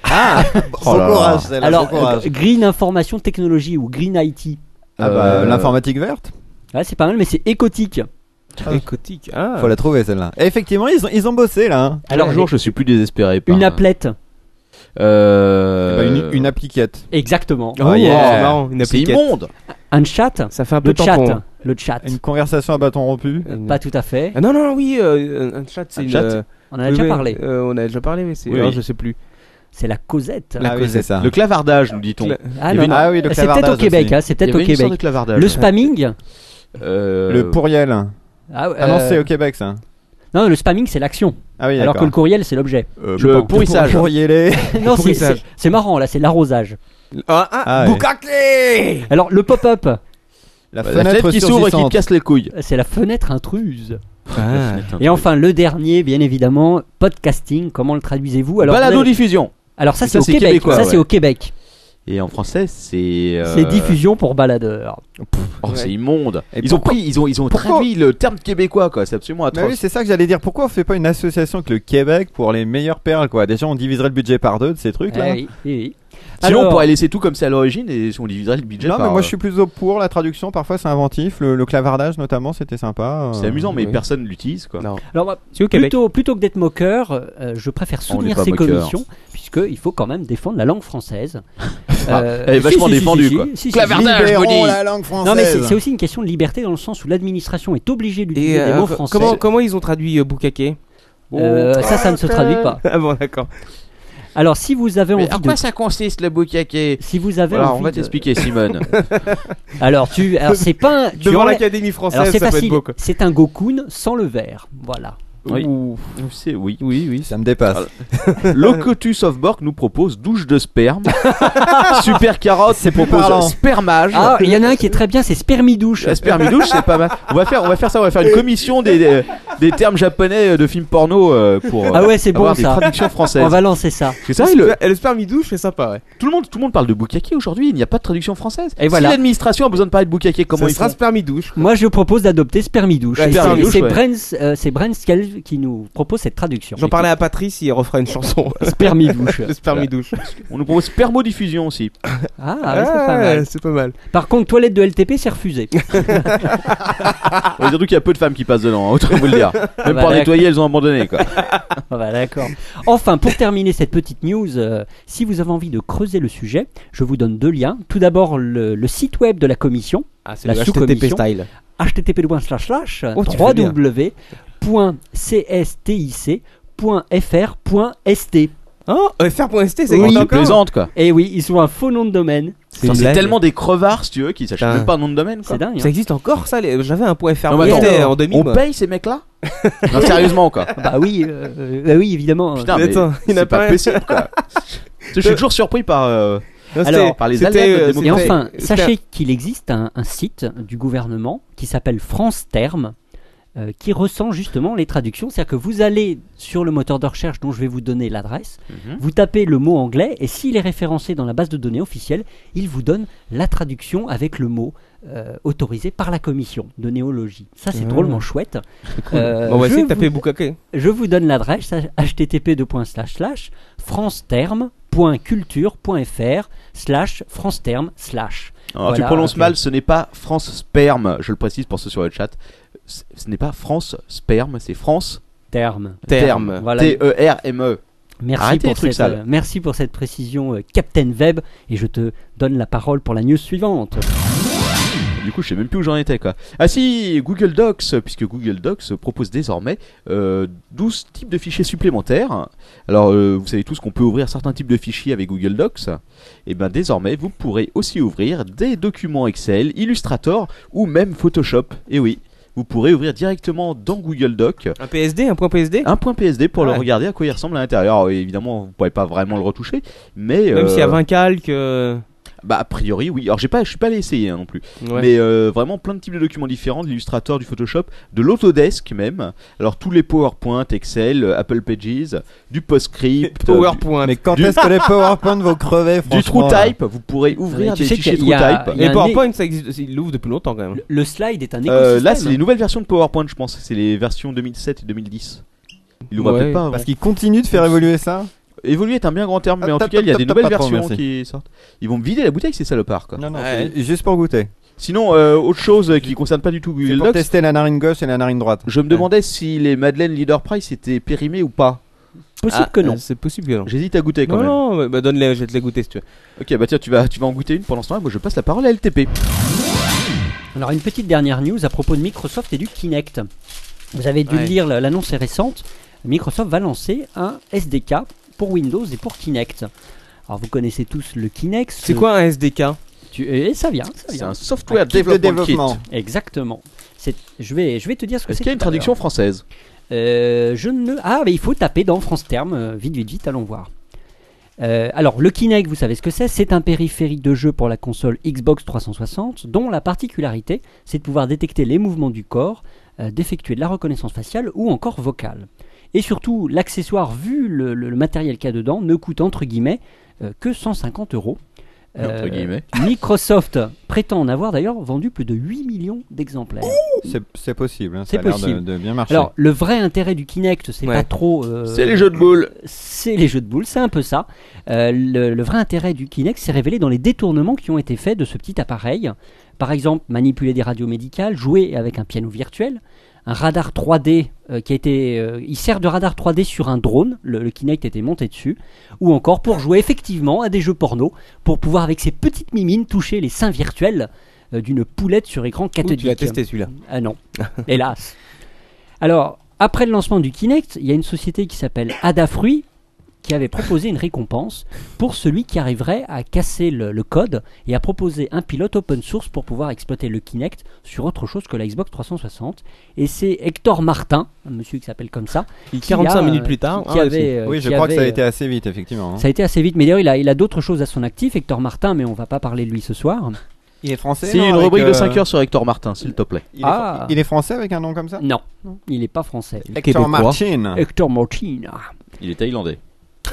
G: Ah.
I: Bon courage, celle-là,
G: Alors,
I: bon courage.
G: euh, Green Information Technology ou Green IT.
I: Ah bah,
F: euh,
I: l'informatique verte,
G: Ouais, c'est pas mal, mais c'est écotique.
H: Écotique. Ah.
I: faut la trouver celle-là. Et effectivement, ils ont, ils ont bossé là. hein.
F: Alors,
G: Alors,
F: jour, je suis plus désespéré. par
G: Une
F: un-
G: applette.
F: Euh...
I: Bah, une, une appliquette,
G: Exactement.
H: Oh,
F: Ah, yeah.
H: c'est marrant, une
F: C'est
H: appliquette.
F: immonde.
G: Un chat.
H: Ça fait un peu
G: Le
H: tampon.
G: chat. Le chat.
I: une conversation à bâton rompu.
H: Une-
G: Pas tout à fait.
H: Ah non, non, non, oui, euh, un un chat, c'est
F: Un
H: une.
F: chat
H: euh,
G: On en a
H: oui,
G: déjà
H: oui,
G: parlé.
H: euh, on a déjà parlé, mais c'est.
F: Oui,
H: alors,
F: oui.
H: Je sais plus.
G: C'est la Cosette.
I: ah oui, c'est ça.
F: Le clavardage, nous dit-on.
H: Cla-
G: Ah,
F: il y
G: non,
F: avait une-
G: non.
I: Ah oui, le
G: c'est peut-être au
I: clavardage
G: Québec.
I: aussi.
G: hein, c'est
F: Il y
G: peut-être au
F: avait une sorte
G: Québec.
F: de clavardage.
G: Le spamming.
F: Euh,
I: Le pourriel.
G: Ah,
I: Ah non,
G: euh,
I: c'est au Québec ça.
G: non, le spamming, c'est l'action.
I: Ah oui,
G: Alors que
I: d'accord.
G: le courriel, c'est l'objet.
I: Euh,
F: le
I: pour-
F: pourrissage.
I: pour- pourrielé.
G: non, c'est-
H: pourrissage.
G: c'est c'est marrant, là, c'est l'arrosage.
H: Ah, ah,
I: Ah, ouais.
H: Boucacle
G: Alors, le pop-up,
I: La
F: La
I: fenêtre,
F: fenêtre qui s'ouvre et qui te
I: surgissante.
F: casse les couilles.
G: c'est la fenêtre intruse.
H: Ah.
G: Et enfin, le dernier, bien évidemment, podcasting. Comment le traduisez-vous Alors,
F: Balado
G: vous avez-
F: diffusion.
G: Alors ça,
F: Ça,
G: c'est au
F: c'est
G: Québec.
F: québécois,
G: Ça,
F: ouais.
G: c'est au Québec.
F: Et en français, c'est. euh,
G: C'est diffusion pour baladeur.
F: Oh, c'est immonde.
I: Et
F: ils, ont
I: pourquoi-
F: pris, ils ont, ils ont
I: pourquoi-
F: traduit le terme québécois, quoi. C'est absolument
I: Mais Bah oui,
F: atroce.
I: c'est ça que j'allais dire. Pourquoi on fait pas une association avec le Québec pour les meilleures perles quoi Déjà, on diviserait le budget par deux de ces trucs là.
G: Eh oui, oui, oui.
F: Sinon,
G: Alors-
F: on pourrait laisser tout comme c'est à l'origine et on diviserait le budget.
I: Non, mais
F: par,
I: moi
F: euh,
I: je suis plutôt pour la traduction. Parfois, c'est inventif. Le, le clavardage, notamment, c'était sympa.
F: euh, C'est amusant, mais
H: oui.
F: personne l'utilise, quoi.
H: Non.
G: Alors, moi,
H: C'est au Québec.
G: plutôt, plutôt que d'être moqueur, euh, je préfère
F: n'est
G: soutenir
F: pas
G: ces
F: moqueur.
G: commissions, puisqu'il faut quand même défendre la langue française. Euh,
F: Ah, elle est vachement défendue, quoi.
G: si, si.
J: Clavardage, vous dis.
I: la langue française.
G: Non, mais c'est c'est aussi une question de liberté dans le sens où l'administration est obligée d'utiliser
H: Et
G: des
H: euh,
G: mots
H: co-
G: français.
H: comment, comment ils ont traduit euh, Boucaquet
G: Euh, ça, ça ne se traduit pas.
H: Ah bon, d'accord.
G: Alors, si vous avez
J: Mais
G: envie
J: en quoi
G: de-
J: ça consiste le boucaquet
G: Si vous avez
F: Voilà,
G: envie
F: on va
G: de-
F: t'expliquer, Simone.
G: Alors, tu, alors c'est pas un, tu
H: Devant
G: enlè-
H: l'Académie
G: Alors
H: française,
G: c'est
H: ça peut être
G: facile.
H: beau, quoi.
G: C'est un Gokun sans le verre. Voilà.
F: Oui.
H: Ouh.
F: C'est oui.
H: Oui, oui.
I: Ça me dépasse.
F: Locotus of Borg nous propose douche de sperme. Super Carotte nous
I: plus parlant.
F: propose spermage.
G: Ah, il y en a un qui est très bien, c'est spermidouche.
F: La spermidouche, c'est pas mal. On va faire, on va faire ça. On va faire une commission des, des, des termes japonais de films porno euh, pour euh,
G: Ah ouais, c'est bon
F: avoir des
G: ça.
F: traductions françaises.
G: On va lancer ça.
F: C'est ça, et le-
H: Et le spermidouche, c'est sympa, ouais.
F: tout le monde, tout le monde parle de boukake aujourd'hui. Il n'y a pas de traduction française.
G: Et voilà.
F: Si l'administration a besoin de parler de boukake, comment
H: Ça
F: ils
H: sera
F: font
H: spermidouche.
G: Moi, je propose d'adopter spermidouche.
F: Ouais,
G: Et
F: spermidouche,
G: c'est
F: ouais.
G: Brens, euh, c'est Brent Skelv qui nous propose cette traduction.
H: J'en parlais à Patrice, il refera une chanson.
G: Spermidouche.
H: Le spermidouche.
F: On nous propose spermodiffusion aussi.
G: Ah, ouais, c'est pas mal.
H: c'est pas mal.
G: Par contre, toilette de LTP, c'est refusé.
H: Ah,
F: On va dire qu'il y a peu de femmes qui passent dedans. hein, Autant vous le dire. Même
G: bah,
F: pour
G: d'accord.
F: nettoyer, elles ont abandonné. Quoi.
G: Ah bah, d'accord. Enfin, pour terminer cette petite news, euh, si vous avez envie de creuser le sujet, je vous donne deux liens. Tout d'abord, le, le site web de la commission,
H: Ah, c'est
G: La
H: le HTTP
G: sous-commission.
H: style. Oh, tu fais bien.
G: www.cstic.fr.st.
H: Oh, FR.st, c'est
F: On
H: grand
F: se
H: encore.
F: plaisante quoi.
G: Et Eh oui, ils ont un faux nom de domaine.
H: une
F: Putain, C'est
H: blague.
F: tellement des crevards, si tu veux, qui sachent
H: Putain.
F: même pas un nom de domaine. Quoi.
G: C'est dingue.
H: Ça
G: hein.
H: existe encore, ça les- J'avais un point FR.st
F: Non, mais attends,
H: en 2000.
F: on
H: moi.
F: paye ces mecs-là Non, sérieusement quoi.
G: Bah oui, euh, euh, bah oui, évidemment.
F: Putain,
H: Mais
F: mais
H: attends, il y en a
F: c'est
H: pas
F: pas
H: un.
F: possible quoi. Tu sais, Je suis toujours surpris par. euh,
G: Alors,
F: par les
H: c'était,
F: Allemands de
H: euh,
F: démocratie.
G: et enfin,
H: c'était-
G: sachez qu'il existe un, un site du gouvernement qui s'appelle France Terme. euh, qui ressent justement les traductions. C'est-à-dire que vous allez sur le moteur de recherche dont je vais vous donner l'adresse,
H: Mhm.
G: vous tapez le mot anglais et s'il est référencé dans la base de données officielle, il vous donne la traduction avec le mot euh, autorisé par la commission de néologie. Ça, c'est
H: Ah.
G: drôlement chouette. Euh,
H: Bon, bah, on va
G: je
H: essayer de
G: vous-
H: taper Bukake.
G: je vous donne l'adresse http://franceterme.culture.fr slash franceterme slash.
F: Alors, tu
G: Voilà,
F: prononces
G: ok.
F: mal, ce n'est pas France Sperme, je le précise pour ceux sur le chat. Ce ce n'est pas France Sperme, c'est France
G: Terme.
F: Terme. E
G: Voilà.
F: T-E-R-M-E.
G: Merci,
F: Arrêtez les
G: pour
F: trucs
G: cette,
F: sales.
G: euh, merci pour cette précision, euh, Captain Web, et je te donne la parole pour la news suivante.
F: Du coup, je sais même plus où j'en étais, quoi. Ah si, Google Docs, puisque Google Docs propose désormais euh, 12 types de fichiers supplémentaires. Alors, euh, vous savez tous qu'on peut ouvrir certains types de fichiers avec Google Docs. Et bien, désormais, vous pourrez aussi ouvrir des documents Excel, Illustrator ou même Photoshop. Et oui, vous pourrez ouvrir directement dans Google Docs
H: Un PSD, un point PSD
F: un point PSD pour
H: Ouais.
F: le regarder à quoi il ressemble à l'intérieur. Alors, Évidemment, vous ne pourrez pas vraiment le retoucher, mais
H: Même
F: euh,
H: s'il y a 20 calques. euh,
F: bah, a priori, oui. Alors, j'ai pas, je suis pas allé essayer hein, non plus.
H: ouais.
F: Mais euh, vraiment plein de types de documents différents, de l'Illustrator, du Photoshop, de l'Autodesk même. Alors tous les PowerPoint, Excel, euh, Apple Pages, du PostScript, euh,
H: PowerPoint.
I: Mais quand
F: Du-
I: est-ce que les PowerPoint vont crever
F: du, du
I: franchement, là
F: TrueType. Vous pourrez ouvrir
G: euh, Tu
F: des
G: sais
F: fichiers
G: qu'il y a-
F: TrueType.
G: il y a
H: Les
G: un
H: PowerPoint, ça existe, ils l'ouvrent depuis longtemps quand même.
G: Le, le slide est un écosystème.
F: Euh, là, c'est les nouvelles versions de PowerPoint, je pense. C'est les versions 2007 et 2010. Ils l'ont
H: Ouais.
F: peut-être pas. avant.
I: Parce qu'ils continuent de faire évoluer ça
F: Évoluer est un bien grand terme, mais
I: Ah,
F: en tout
I: top,
F: cas, il y a
I: top,
F: des
I: top,
F: nouvelles
I: patron,
F: versions
I: merci.
F: qui sortent. Ils vont me vider la bouteille, ces salopards. Quoi.
I: Non, non,
H: Ouais.
I: c'est juste pour goûter.
F: Sinon, euh, autre chose qui concerne pas du tout
I: C'est
F: Google
I: pour
F: Docs,
I: tester la narine gauche et la narine droite.
F: je me demandais si les Madeleine Leader Price étaient périmés ou pas.
G: Possible que non.
H: Euh, C'est possible que non.
F: J'hésite à goûter quand
H: Non,
F: même.
H: non, bah, bah, donne-les, je vais te les goûter si tu veux.
F: Ok, bah tiens, tu vas, tu vas en goûter une pendant ce temps-là. Moi, je passe la parole à LTP.
G: Alors une petite dernière news à propos de Microsoft et du Kinect. Vous avez dû
H: Ouais.
G: le lire, la- l'annonce est récente. Microsoft va lancer un SDK pour Windows et pour Kinect. Alors vous connaissez tous le Kinect.
H: C'est quoi un SDK
G: tu- Et ça vient. ça
F: C'est
G: vient.
F: un software
I: kit de
F: development kit.
I: développement.
G: Exactement. C'est- Je vais, je vais te dire ce que
F: Est-ce
G: c'est.
F: qu'il y a une
G: tout à l'heure.
F: traduction française
G: Euh, je ne. Ah, mais il faut taper dans France Terme. euh, Vite, vite, vite, allons voir. Euh, alors, le Kinect, vous savez ce que c'est C'est un périphérique de jeu pour la console Xbox 360, dont la particularité, c'est de pouvoir détecter les mouvements du corps, euh, d'effectuer de la reconnaissance faciale ou encore vocale. Et surtout, l'accessoire, vu le, le- le matériel qu'il y a dedans, ne coûte entre guillemets euh, que 150 euros.
F: Entre
G: Euh,
F: guillemets.
G: Microsoft prétend en avoir d'ailleurs vendu plus de 8 millions d'exemplaires.
I: C'est- C'est possible, hein,
G: C'est
I: ça a l'air de,
G: possible.
I: de bien marcher.
G: Alors, le vrai intérêt du Kinect, c'est
H: Ouais.
G: pas trop. euh,
F: C'est les jeux de boules.
G: c'est les jeux de boules, c'est un peu ça. Euh, le, le vrai intérêt du Kinect s'est révélé dans les détournements qui ont été faits de ce petit appareil. Par exemple, manipuler des radios médicales, jouer avec un piano virtuel, un radar 3D euh, qui a été, euh, il sert de radar 3D sur un drone. Le, le Kinect était monté dessus, ou encore pour jouer effectivement à des jeux porno, pour pouvoir avec ses petites mimines toucher les seins virtuels euh, d'une poulette sur écran
H: Ouh,
G: cathodique.
H: Tu l'as testé celui-là.
G: Ah non, hélas. Alors, après le lancement du Kinect, il y a une société qui s'appelle Adafruit qui avait proposé une récompense pour celui qui arriverait à casser le, le code et à proposer un pilote open source pour pouvoir exploiter le Kinect sur autre chose que la Xbox 360. Et c'est Hector Martin, un monsieur qui s'appelle comme ça,
H: Et
G: qui
H: 45
G: a,
H: minutes
G: euh,
H: plus tard.
G: qui, qui
H: ah, aussi.
G: avait, euh,
I: oui, je
G: qui
I: crois que ça a
G: avait, euh,
I: été assez vite, effectivement. hein.
G: ça a été assez vite, mais d'ailleurs il a, il a d'autres choses à son actif, Hector Martin, mais on va pas parler de lui ce soir.
I: Il est français
F: C'est
I: non,
F: une
I: avec,
F: rubrique de
I: euh,
F: 5 heures sur Hector Martin, s'il te plaît.
I: Il est,
G: Ah.
I: il est français avec un nom comme ça
G: Non, il n'est pas français.
I: Hector Martin.
G: Hector Martin,
F: Il est thaïlandais.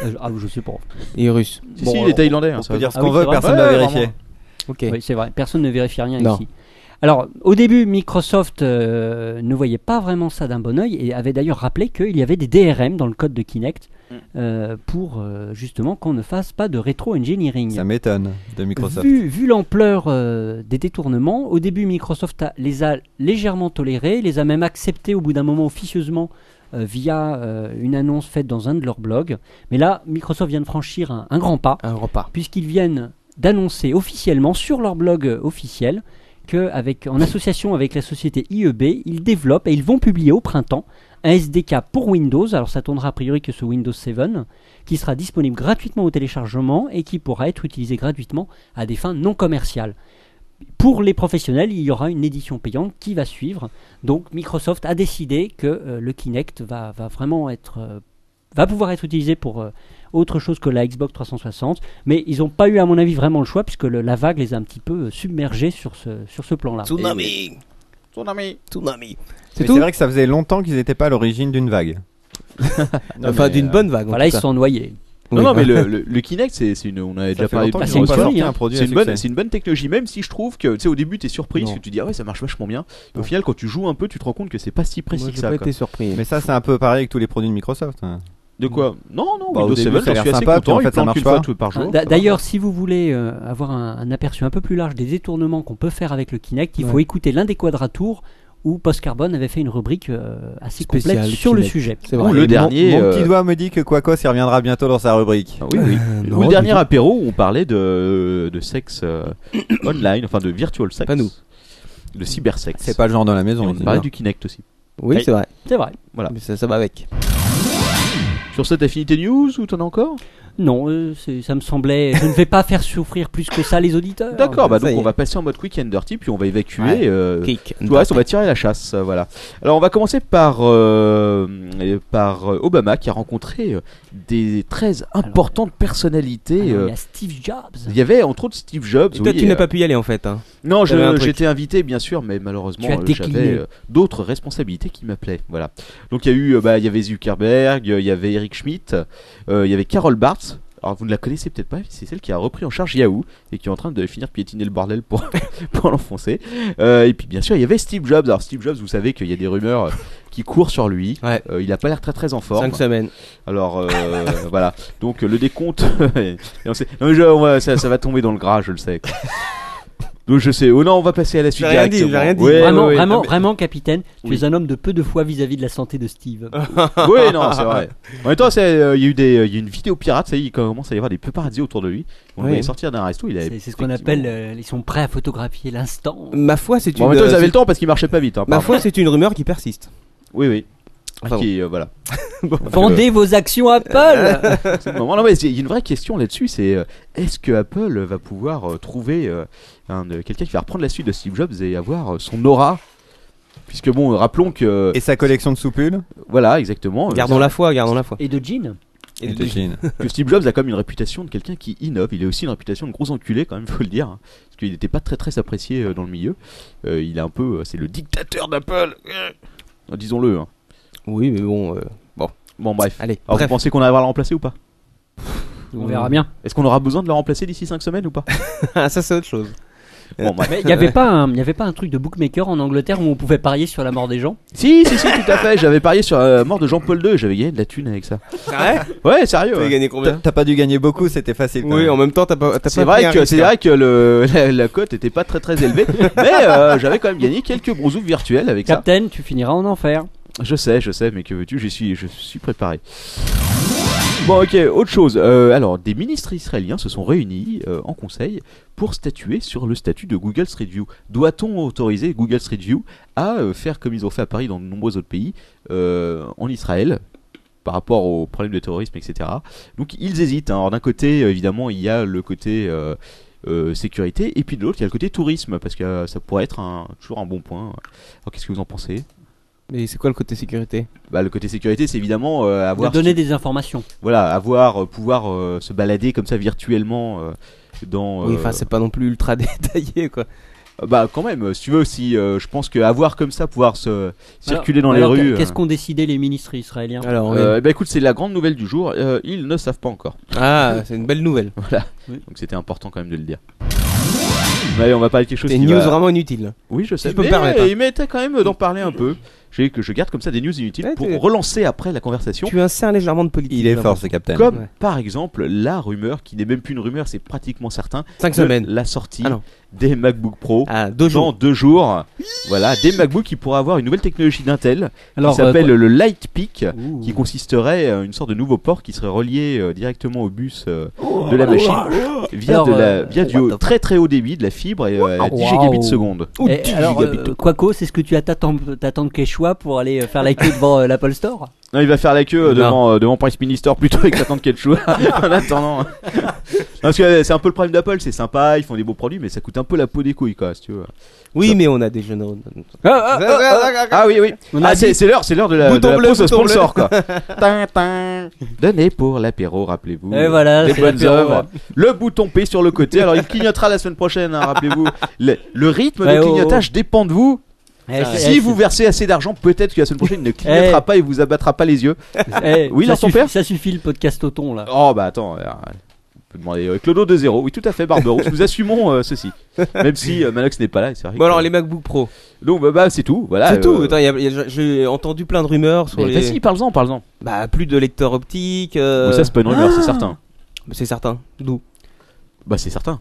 G: Euh, ah, je sais pas.
H: Et russe.
F: Si,
G: Bon,
F: si, il est
G: alors,
F: thaïlandais. hein,
I: On
F: ça
I: peut
F: va.
I: dire ce
G: Ah
I: qu'on
G: oui,
I: veut,
G: c'est vrai.
I: personne ne
F: Ouais,
I: va
F: vraiment.
I: vérifier.
H: Ok.
G: Oui, c'est vrai, personne ne vérifie rien
H: Non.
G: ici. Alors, au début, Microsoft euh, ne voyait pas vraiment ça d'un bon oeil et avait d'ailleurs rappelé qu'il y avait des DRM dans le code de Kinect euh, pour euh, justement qu'on ne fasse pas de rétro-engineering.
I: Ça m'étonne de Microsoft.
G: Vu, vu l'ampleur euh, des détournements, au début Microsoft a- les a légèrement tolérés, les a même acceptés au bout d'un moment officieusement euh, via euh, une annonce faite dans un de leurs blogs. Mais là, Microsoft vient de franchir un- un grand pas
H: Un repas.
G: puisqu'ils viennent d'annoncer officiellement sur leur blog euh, officiel que, avec- en association avec la société IEB, ils développent et ils vont publier au printemps un SDK pour Windows. Alors ça tournera a priori que ce Windows 7, qui sera disponible gratuitement au téléchargement et qui pourra être utilisé gratuitement à des fins non commerciales. Pour les professionnels, il y aura une édition payante qui va suivre. Donc Microsoft a décidé que euh, le Kinect va, va vraiment être, euh, va pouvoir être utilisé pour euh, autre chose que la Xbox 360. Mais ils n'ont pas eu, à mon avis, vraiment le choix, puisque le- la vague les a un petit peu euh, submergés sur ce, sur ce plan-là.
H: Tsunami
F: Tsunami
H: Tsunami
I: Mais C'est vrai que ça faisait longtemps qu'ils n'étaient pas à l'origine d'une vague. Non,
H: Enfin,
I: mais,
H: d'une
I: euh,
H: bonne vague. en
G: Voilà,
H: tout
G: ils se
H: cas.
G: sont noyés.
F: Non,
H: Oui.
F: non, mais le, le- le Kinect, c'est c'est une. On avait déjà
I: Ça
F: parlé
I: fait longtemps
G: depuis
I: qu'ils ont
G: longtemps.
I: pas sorti
G: Hein.
I: un produit
F: C'est
I: à
F: une, bonne,
I: succès.
F: c'est une bonne technologie, même si je trouve que, tu sais, au début, t'es surpris, parce que tu dis, ah ouais, ça marche vachement bien. Et au final, quand tu joues un peu, tu te rends compte que c'est pas si précis
H: Moi,
F: que
H: j'ai
F: ça.
H: pas
F: quoi.
H: été surpris.
I: Mais ça, c'est un peu pareil avec tous les produits de Microsoft. hein.
F: De quoi Non, non,
I: Bah, au
F: Windows
I: début,
F: 7,
I: ça
F: j'en
I: a l'air
F: suis assez
I: sympa, puis
F: content,
I: en fait,
F: il
I: ça
F: plante
I: marche
F: une fois
I: pas.
F: tous par jour.
G: Ah, D'a-
F: ça va.
G: D'ailleurs, si vous voulez euh, avoir un, un aperçu un peu plus large des détournements qu'on peut faire avec le Kinect, il faut
H: Ouais.
G: écouter l'un des quadratours où Post Carbone avait fait une rubrique euh, assez
H: Spéciale
G: complète sur le
H: Kinect.
G: sujet.
H: C'est
F: Ou
H: vrai.
F: le
I: Et mon-
F: dernier.
I: Mon,
F: euh,
I: petit doigt me dit que Quacos y reviendra bientôt dans sa rubrique.
F: ah oui, oui.
H: Euh, non,
F: Ou le
H: du
F: dernier
H: tout.
F: apéro où on parlait de, de sexe euh, online, enfin de virtual sex.
H: Pas nous.
F: De cybersex.
I: C'est pas le genre dans la
F: Et
I: maison.
F: on
I: il
F: parlait
I: dit.
F: du Kinect aussi.
H: Oui, c'est vrai.
G: C'est vrai.
F: Voilà.
H: Mais ça, ça va avec.
F: Sur cette affinité news, ou t'en as encore
G: Non, euh, c'est- ça me semblait. Je ne vais pas faire souffrir plus que ça les auditeurs.
F: D'accord, bah
H: Euh, ça y
F: donc on
H: est.
F: va passer en mode quick and dirty, puis on va évacuer.
H: Ouais.
F: euh,
H: Kick.
F: Tout le reste, on va tirer la chasse, euh, voilà. Alors, on va commencer par, euh, euh, par euh, Obama qui a rencontré euh, des très importantes
G: Ah non,
F: personnalités.
G: il
F: euh,
G: y a Steve Jobs.
F: il y avait entre autres Steve Jobs.
H: Et toi,
F: oui,
H: tu n'as
F: euh,
H: pas pu y aller en fait. Hein.
F: Non,
H: T'avais un
F: je-
H: truc.
F: j'étais invité, bien sûr, mais malheureusement,
G: Tu as
F: euh,
G: décliné.
F: j'avais euh, d'autres responsabilités qui m'appelaient. Voilà. Donc, il y a eu, euh, bah, il y avait Zuckerberg, euh, il y avait Eric Schmidt, euh, il y avait Carol Bartz. Alors, vous ne la connaissez peut-être pas, mais c'est celle qui a repris en charge Yahoo et qui est en train de finir de piétiner le bordel pour, pour l'enfoncer. Euh, et puis, bien sûr, il y avait Steve Jobs. Alors, Steve Jobs, vous savez qu'il y a des rumeurs euh, qui courent sur lui.
H: Ouais.
F: Euh, il n'a pas l'air très très en forme.
H: 5 semaines.
F: Alors euh, voilà, donc euh, le décompte, Et on sait- non, mais je- ouais, ça, ça va tomber dans le gras, je le sais. quoi. Donc je sais. Oh non, on va passer à la suite.
H: J'ai rien dit, j'ai
F: directement.
H: rien dit.
F: Ouais,
G: vraiment,
F: ouais, ouais.
G: vraiment,
F: Non,
G: vraiment, capitaine, tu
F: Oui.
G: es un homme de peu de foi vis-à-vis de la santé de Steve.
F: mais- ouais, non, c'est vrai. En même temps, c'est, euh, il y a eu des, euh, il y a eu une vidéo pirate, ça y est, il commence à y avoir des paparazzi autour de lui. On le
H: Ouais.
F: voyait sortir d'un resto, il avait.
G: C'est c'est ce qu'on appelle, euh, ils sont prêts à photographier l'instant.
H: Ma foi, c'est
F: Bon, en
H: une.
F: même temps, ils
H: euh,
F: avaient le temps parce qu'il marchait pas vite. hein,
H: Ma
F: pardon.
H: foi, c'est une rumeur qui persiste.
F: Oui, oui.
H: Enfin,
F: Qui, euh, voilà.
G: Vendez
F: euh,
G: vos actions Apple
F: C'est le moment. Non, mais c'est- il y a une vraie question là-dessus, c'est euh, est-ce que Apple va pouvoir euh, trouver euh, un, euh, quelqu'un qui va reprendre la suite de Steve Jobs et avoir euh, son aura Puisque bon, rappelons que
I: Et sa collection de soupules
F: voilà exactement euh,
H: Gardons la foi, gardons la foi.
G: Et de jeans
H: Et
I: de Chine.
F: que Steve Jobs a quand même une réputation de quelqu'un qui innove. Il a aussi une réputation de gros enculé quand même, faut le dire, hein, parce qu'il n'était pas très très apprécié euh, dans le milieu. Euh, il a un peu, euh, c'est le dictateur d'Apple, Euh, disons-le. hein.
H: Oui, mais bon. euh,
F: Bon bref.
H: Allez,
F: Alors
H: Ah, bref.
F: vous pensez qu'on arrivera à le remplacer ou pas
G: On verra bien.
F: Est-ce qu'on aura besoin de le remplacer d'ici 5 semaines ou pas
H: Ah, ça, c'est autre chose.
F: Bon bah, bref.
G: Mais il n'y avait, pas un- il y avait pas un truc de bookmaker en Angleterre où on pouvait parier sur la mort des gens
F: Si, si, si, tout à fait. J'avais parié sur la mort de Jean-Paul II. J'avais gagné de la thune avec ça. Ouais, sérieux.
H: Tu
F: ouais.
H: as gagné
I: T'as
H: combien
I: t'as pas dû gagner beaucoup, c'était facile. quand
H: Oui,
I: même.
H: en même temps, t'as pas. t'as
F: C'est
H: pas pris
F: vrai,
H: un
F: que,
H: risque,
F: c'est
H: hein.
F: vrai que le, la, la cote était pas très très élevée, mais euh, j'avais quand même gagné quelques bronzous virtuels avec ça.
G: Captain, tu finiras en enfer.
F: Je sais, je sais, mais que veux-tu, j'y suis, je suis préparé. Bon, ok, autre chose. Euh, alors, des ministres israéliens se sont réunis euh, en conseil pour statuer sur le statut de Google Street View. Doit-on autoriser Google Street View à euh, faire comme ils ont fait à Paris dans de nombreux autres pays, euh, en Israël par rapport au problème de terrorisme, etc. Donc ils hésitent. hein. Alors d'un côté, euh, évidemment, il y a le côté euh, euh, sécurité, et puis de l'autre, il y a le côté tourisme, parce que euh, ça pourrait être un- toujours un bon point. Alors qu'est-ce que vous en pensez
H: Mais c'est quoi le côté sécurité
F: bah, le côté sécurité, c'est évidemment euh,
G: De
F: avoir,
G: donner des informations.
F: voilà, avoir, euh, pouvoir euh, se balader comme ça virtuellement euh, dans.
H: Oui,
F: euh,
H: enfin, c'est pas non plus ultra détaillé, quoi.
F: bah quand même, euh, si tu veux, si euh, je pense que avoir comme ça, pouvoir se circuler
G: Alors-
F: dans les
G: alors,
F: rues.
G: Qu'est-ce qu'ont décidé les ministres israéliens
H: Alors,
F: euh,
H: oui.
F: euh, bah écoute, c'est la grande nouvelle du jour. euh, ils ne savent pas encore,
H: Ah, c'est une belle nouvelle.
F: donc c'était important quand même de le dire. Mais allez, on va parler de quelque chose.
H: C'est
F: qui
H: une news
F: va-
H: vraiment inutile.
F: Oui, je sais.
H: je peux me
F: mais
H: permettre, hein.
F: Il m'était quand même d'en parler un peu. J'ai que je garde comme ça des news inutiles
H: Ouais,
F: pour
H: t'es-
F: relancer après la conversation.
H: Tu insères légèrement de politique.
I: Il est fort, ce capitaine.
F: Comme
H: Ouais.
F: par exemple la rumeur qui n'est même plus une rumeur, c'est pratiquement certain.
H: 5
F: de
H: semaines.
F: la sortie
H: Ah non.
F: des MacBook Pro
H: Ah, deux
F: dans
H: jours.
F: deux jours. Voilà, des MacBook qui pourraient avoir une nouvelle technologie d'Intel qui
G: Alors, euh,
F: s'appelle le Light Peak,
G: Ouh.
F: qui consisterait à une sorte de nouveau port qui serait relié euh, directement au bus euh, de la machine via,
G: Oh, Alors,
F: de la,
G: euh,
F: via du haut- très très haut débit de la fibre et euh, à 10
G: Wow.
F: gigabits seconde.
G: Eh, alors, euh, Quaco, c'est ce que tu attends, t'attends de Quechua pour aller euh, faire la queue devant euh, l'Apple Store
F: Non, il va faire la queue euh,
K: Non.
F: devant, euh, devant Price Minister plutôt et qu'attendre quelque chose en attendant. Non, parce que euh, c'est un peu le problème d'Apple, c'est sympa, ils font des beaux produits, mais ça coûte un peu la peau des couilles, quoi, si tu veux.
H: Oui, mais on a des jeunes.
F: Ah, oui, oui.
H: On a
F: Ah, c'est
H: dit-
F: c'est l'heure, c'est l'heure de la, de
H: Bouton
F: la
H: bleu,
F: pause au
H: bouton bleu.
F: sponsor, quoi. Tintin. Donnez pour l'apéro, rappelez-vous.
G: Et voilà,
F: des
G: c'est
F: bonnes
G: l'apéro,
F: œuvres.
G: ouais.
F: Le bouton P sur le côté. Alors, il clignotera la semaine prochaine, hein, rappelez-vous. Le, le rythme
G: Ouais,
F: de
G: oh,
F: clignotage dépend de vous.
G: Eh,
F: Ah, si
G: eh,
F: vous versez assez d'argent, peut-être que la semaine prochaine il ne clignotera pas et vous abattra pas les yeux.
G: Eh,
F: oui,
G: ça
F: dans ton
G: suffi-
F: père
G: Ça suffit le podcast au ton là.
F: Oh bah attends, euh, on peut demander euh, Clodo de zéro. Oui, tout à fait, Barberousse. nous assumons euh, ceci. Même si euh, Manox n'est pas là, c'est vrai.
H: Bon,
F: que-
H: alors les MacBook Pro.
F: Donc bah, bah, c'est tout, voilà.
H: C'est
F: euh,
H: tout. Attends, il y a- il y a- J'ai entendu plein de rumeurs sur
F: Mais
H: les.
F: vas-y, parle-en, parle-en.
H: Bah, plus de lecteur optique. euh,
F: Bon, ça c'est pas une rumeur,
G: Ah.
F: c'est certain.
H: Mais C'est certain. D'où
F: Bah c'est certain.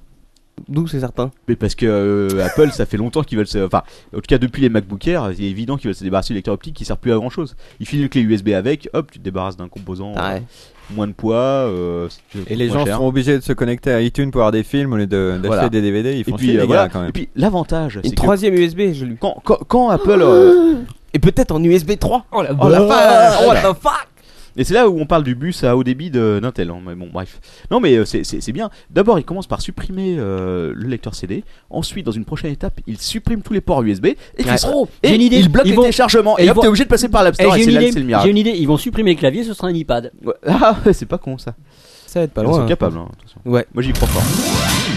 H: D'où c'est certain.
F: Mais parce que euh, Apple, ça fait longtemps qu'ils veulent se. Enfin, en tout cas, depuis les MacBook Air, il est évident qu'ils veulent se débarrasser du lecteur optique qui sert plus à grand chose. Il filent les clés USB avec, hop, tu te débarrasses d'un composant.
G: Ah
H: Ah
F: euh, Moins de poids. euh,
I: Et les
F: moins
I: gens
F: cher.
I: seront obligés de se connecter à iTunes pour avoir des films au lieu de- d'acheter
F: Voilà.
I: des DVD. Ils
F: Et
I: font
F: puis,
I: chier,
F: euh,
I: les
F: voilà.
I: gars, quand même.
F: Et puis l'avantage, c'est
H: Une
F: que
H: troisième USB, je l'ai lu.
F: quand, quand, quand Apple.
G: Ah.
F: euh,
H: Et peut-être en USB 3. Oh la,
F: Oh la vache
H: Oh
F: Oh
H: la
F: la
H: fuck
F: Et c'est là où on parle du bus à haut débit de- d'Intel. hein, Mais bon, bref. Non, mais euh, c'est- c'est c'est bien. D'abord, il commence par supprimer euh, le lecteur CD. Ensuite, dans une prochaine étape, il supprime tous les ports USB. Et,
G: Ouais.
F: ils
G: Oh, j'ai
F: et
G: une idée.
F: il bloque
G: Ils
F: les
G: vont-
F: téléchargements.
G: ils
F: Et hop,
G: vont-
F: t'es obligé de passer par l'App
G: Eh,
F: Store. et
G: j'ai
F: c'est
G: une,
F: là
G: idée,
F: c'est le
G: j'ai
F: miracle.
G: une idée, ils vont supprimer les claviers, ce sera un iPad.
F: Ouais. Ah, ouais, c'est pas con ça.
H: Ça va être pas
F: Ils
H: loin.
F: sont
H: hein.
F: capables. hein, attention.
H: Ouais.
F: Moi, j'y crois fort.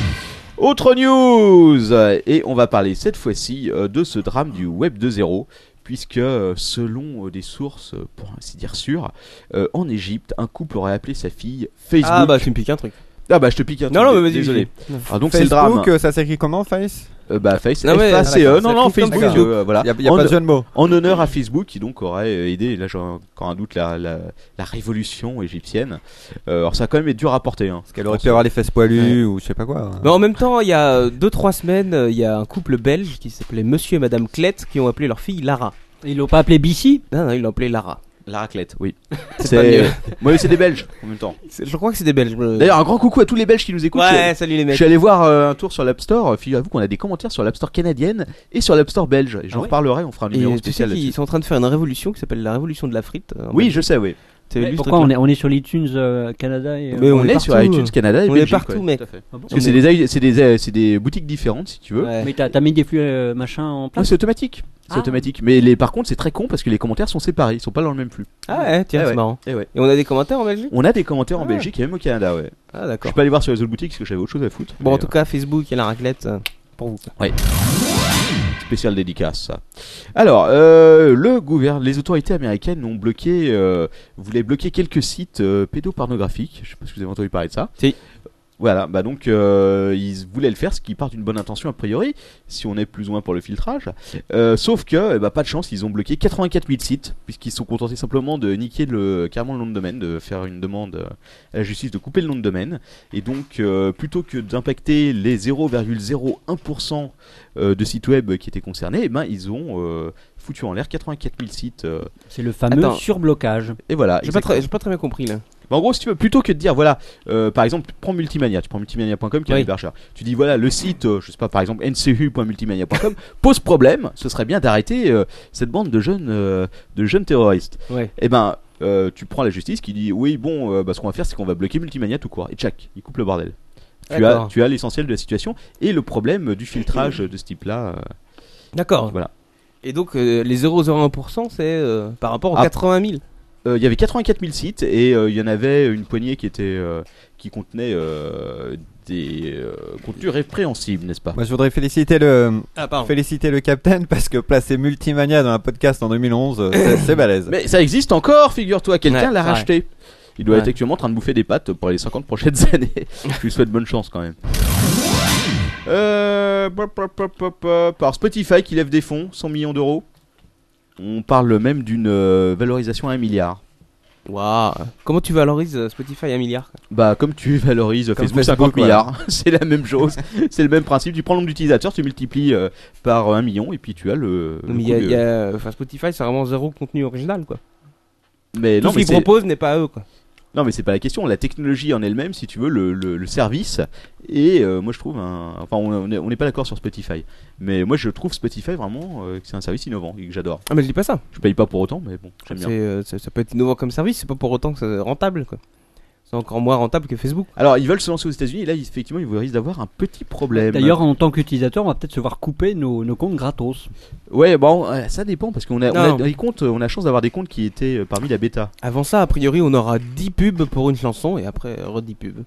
F: Autre news Et on va parler cette fois-ci euh, de ce drame du Web 2.0, puisque euh, selon euh, des sources, euh, pour ainsi dire sûres, euh, en Égypte, un couple aurait appelé sa fille Facebook.
H: Ah bah, tu me piques un truc.
F: Ah bah, je te pique un
H: Non,
F: truc,
H: non, mais vas-y,
F: désolé.
H: vas-y.
F: Alors donc c'est le
I: Facebook,
F: drame.
I: euh, ça s'écrit comment, Face
F: Euh, bah Face,
H: Non, mais-
F: F-A-C-E.
H: d'accord,
F: non
H: ça
F: non
H: clique comme
F: Facebook,
H: ça.
F: euh, voilà.
I: Il n'y a,
F: en,
I: pas de jeu de mots.
F: en honneur à Facebook qui donc aurait aidé, là j'ai encore un doute, la, la, la révolution égyptienne. Euh, alors ça a quand même été dur à porter. Hein.
I: Parce qu'elle aurait pu avoir les fesses poilues ou je sais pas quoi. hein.
H: Mais en même temps, il y a 2-3 semaines, euh, il y a un couple belge qui s'appelait Monsieur et Madame Clette qui ont appelé leur fille Lara.
G: Ils l'ont pas appelé BC
H: Non, non, ils l'ont appelée Lara.
F: La raclette, oui.
H: pas
F: C'est. Moi, c'est des Belges en même temps.
H: C'est- Je crois que c'est des Belges. euh,
F: D'ailleurs, un grand coucou à tous les Belges qui nous écoutent.
H: Ouais,
F: Je-
H: salut les
F: je
H: mecs.
F: suis allé voir euh, un tour sur l'App Store. Figurez-vous qu'on a des commentaires sur l'App Store canadienne et sur l'App Store belge. Et J'en
H: Ah ouais
F: reparlerai, on fera un
H: Et
F: numéro
H: tu sais
F: spécial
H: qu'ils
F: là-dessus.
H: sont en train de faire une révolution qui s'appelle la révolution de la frite. euh, en
F: Oui,
H: Belgique.
F: je sais, oui.
H: T'avais
G: Mais
H: vu ce
G: Pourquoi on
H: truc-là
G: est, on est sur l'iTunes euh, Canada et, euh,
H: Mais
F: on,
H: on est
F: est, sur
H: partout,
F: iTunes Canada et
H: on est
F: Belgique,
H: partout,
F: ouais,
H: mec.
F: tout à fait.
G: ah bon
F: Parce que c'est des, c'est des, euh, c'est des boutiques différentes, si tu veux.
H: Ouais.
G: Mais t'as t'as mis des flux euh, machin en
F: Non,
G: place
F: c'est automatique. C'est
G: Ah.
F: automatique. Mais les, par contre, c'est très con parce que les commentaires sont séparés. Ils sont pas dans le même flux.
H: Ah ouais, tiens,
F: Eh
H: c'est
F: ouais.
H: marrant.
F: Eh ouais.
H: Et on a des commentaires en Belgique
F: On a des commentaires en
H: Ah.
F: Belgique et même au Canada, ouais.
H: Ah
F: Je
H: d'accord.
F: suis pas allé voir sur les autres boutiques parce que j'avais autre chose à foutre.
H: Bon,
F: mais,
H: en tout cas, Facebook et la raclette euh, pour vous.
F: Spécial dédicace. ça. Alors, euh, le gouverne, les autorités américaines ont bloqué, euh, voulaient bloquer quelques sites euh, pédopornographiques. Je sais pas si vous avez entendu parler de ça.
H: Si.
F: Voilà, bah donc euh, ils voulaient le faire, ce qui part d'une bonne intention a priori, si on est plus ou moins pour le filtrage. Euh, sauf que, eh bah, pas de chance, ils ont bloqué 84 000 sites, puisqu'ils se sont contentés simplement de niquer le, carrément le nom de domaine, de faire une demande euh, à la justice de couper le nom de domaine. Et donc, euh, plutôt que d'impacter les 0,01% euh, de sites web qui étaient concernés, eh ben, ils ont euh, foutu en l'air 84 000 sites. euh,
G: C'est le fameux
H: Attends.
G: surblocage.
F: et voilà.
H: J'ai pas, très-
F: exactement.
H: j'ai pas très bien compris là.
F: Bah, en gros, si tu veux, plutôt que de dire, voilà, euh, par exemple, prends Multimania, tu prends multimania.com qui est
H: Oui.
F: un hyper cher. Tu dis, voilà, le site, euh, je sais pas, par exemple, ncu.multimania.com pose problème, ce serait bien d'arrêter euh, cette bande de jeunes, euh, de jeunes terroristes.
H: Ouais.
F: Et ben, euh, tu prends la justice qui dit, oui, bon, euh, bah, ce qu'on va faire, c'est qu'on va bloquer Multimania tout court. Et tchac, il coupe le bordel. Tu as,
H: D'accord.
F: tu as l'essentiel de la situation et le problème du filtrage de ce type-là. euh,
H: D'accord.
F: Voilà.
H: Et donc, euh, les 0,01%, c'est euh, par rapport aux
F: Ah.
H: 80 000.
F: Euh, il y avait 84 000 sites et euh, il y en avait une poignée qui était euh, qui contenait euh, des euh, contenus répréhensibles, n'est-ce pas
I: Moi, je voudrais féliciter le,
H: Ah, pardon.
I: féliciter le capitaine parce que placer Multimania dans un podcast en 2011, euh, c'est- c'est balèze.
F: Mais ça existe encore, figure-toi, quelqu'un
H: Ouais,
F: l'a
H: c'est vrai.
F: racheté. Il doit
H: Ouais.
F: être actuellement en train de bouffer des pâtes pour les 50 prochaines années. je lui souhaite bonne chance quand même. Euh, pop, pop, pop, pop, pop. Alors Spotify qui lève des fonds, 100 millions d'euros. On parle même d'une euh, valorisation à 1 milliard.
H: Waouh. Comment tu valorises euh, Spotify à un milliard quoi
F: Bah, comme tu valorises
I: Comme
F: Facebook,
I: Facebook,
F: 50 milliards, c'est la même chose, c'est le même principe. Tu prends le nombre d'utilisateurs, tu multiplies euh, par euh, un million et puis tu as le. le
H: Non, mais
F: coût
H: il y a-
F: de-
H: il y a- enfin, Spotify, c'est vraiment zéro contenu original quoi.
F: Mais
H: Tout
F: non,
H: ce
F: mais
H: qu'ils
F: c'est-
H: proposent n'est pas à eux quoi.
F: Non, mais c'est pas la question. La technologie en elle-même, si tu veux, le, le- le service. Et euh, moi, je trouve. un- Enfin, on on est- on n'est pas d'accord sur Spotify. Mais moi, je trouve Spotify vraiment euh, que c'est un service innovant et que j'adore.
H: Ah, mais je dis pas ça.
F: Je paye pas pour autant, mais bon, j'aime
H: C'est,
F: bien.
H: euh, ça, ça peut être innovant comme service, c'est pas pour autant que c'est rentable. quoi. C'est encore moins rentable que Facebook.
F: Alors, ils veulent se lancer aux États-Unis et là, effectivement, ils risquent d'avoir un petit problème.
G: D'ailleurs, en tant qu'utilisateur, on va peut-être se voir couper nos, nos comptes gratos.
F: Ouais, bon, euh, ça dépend parce qu'on a, on a
H: Non.
F: des comptes, on a chance d'avoir des comptes qui étaient euh, parmi la bêta.
H: Avant ça, a priori, on aura 10 pubs pour une chanson et après, euh, re-10 pubs.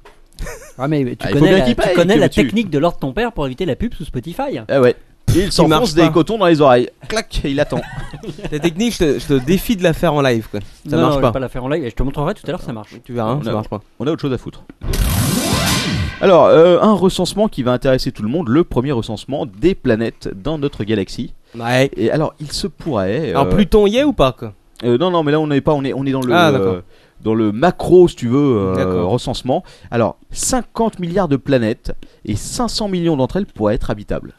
G: Ah, mais tu
F: Ah, il faut
G: connais
F: bien
G: la,
F: qu'il
G: tu
F: paye,
G: connais
F: que
G: la
F: veux-tu.
G: technique de l'ordre de ton père pour éviter la pub sous Spotify.
F: Ah ouais. Et il
H: marche
F: s'enfonce
H: pas.
F: des cotons dans les oreilles. Clac, et il attend.
H: La technique, je te, je te défie de la faire en live. Quoi. Ça
G: Non,
H: marche
G: je vais
H: pas.
G: la faire en live et je te montrerai tout à l'heure, ça marche.
H: Tu verras, hein,
F: On
H: ça
F: a-
H: marche pas.
F: On a autre chose à foutre. Alors, euh, un recensement qui va intéresser tout le monde, le premier recensement des planètes dans notre galaxie.
H: Ouais.
F: Et alors, il se pourrait.
H: Alors,
F: euh,
H: Pluton y est ou pas quoi
F: Euh, non, non, mais là on n'est pas, on est, on est dans le,
H: Ah, d'accord.
F: euh, dans le macro, si tu veux, euh,
H: D'accord.
F: recensement. Alors, 50 milliards de planètes et 500 millions d'entre elles pourraient être habitables.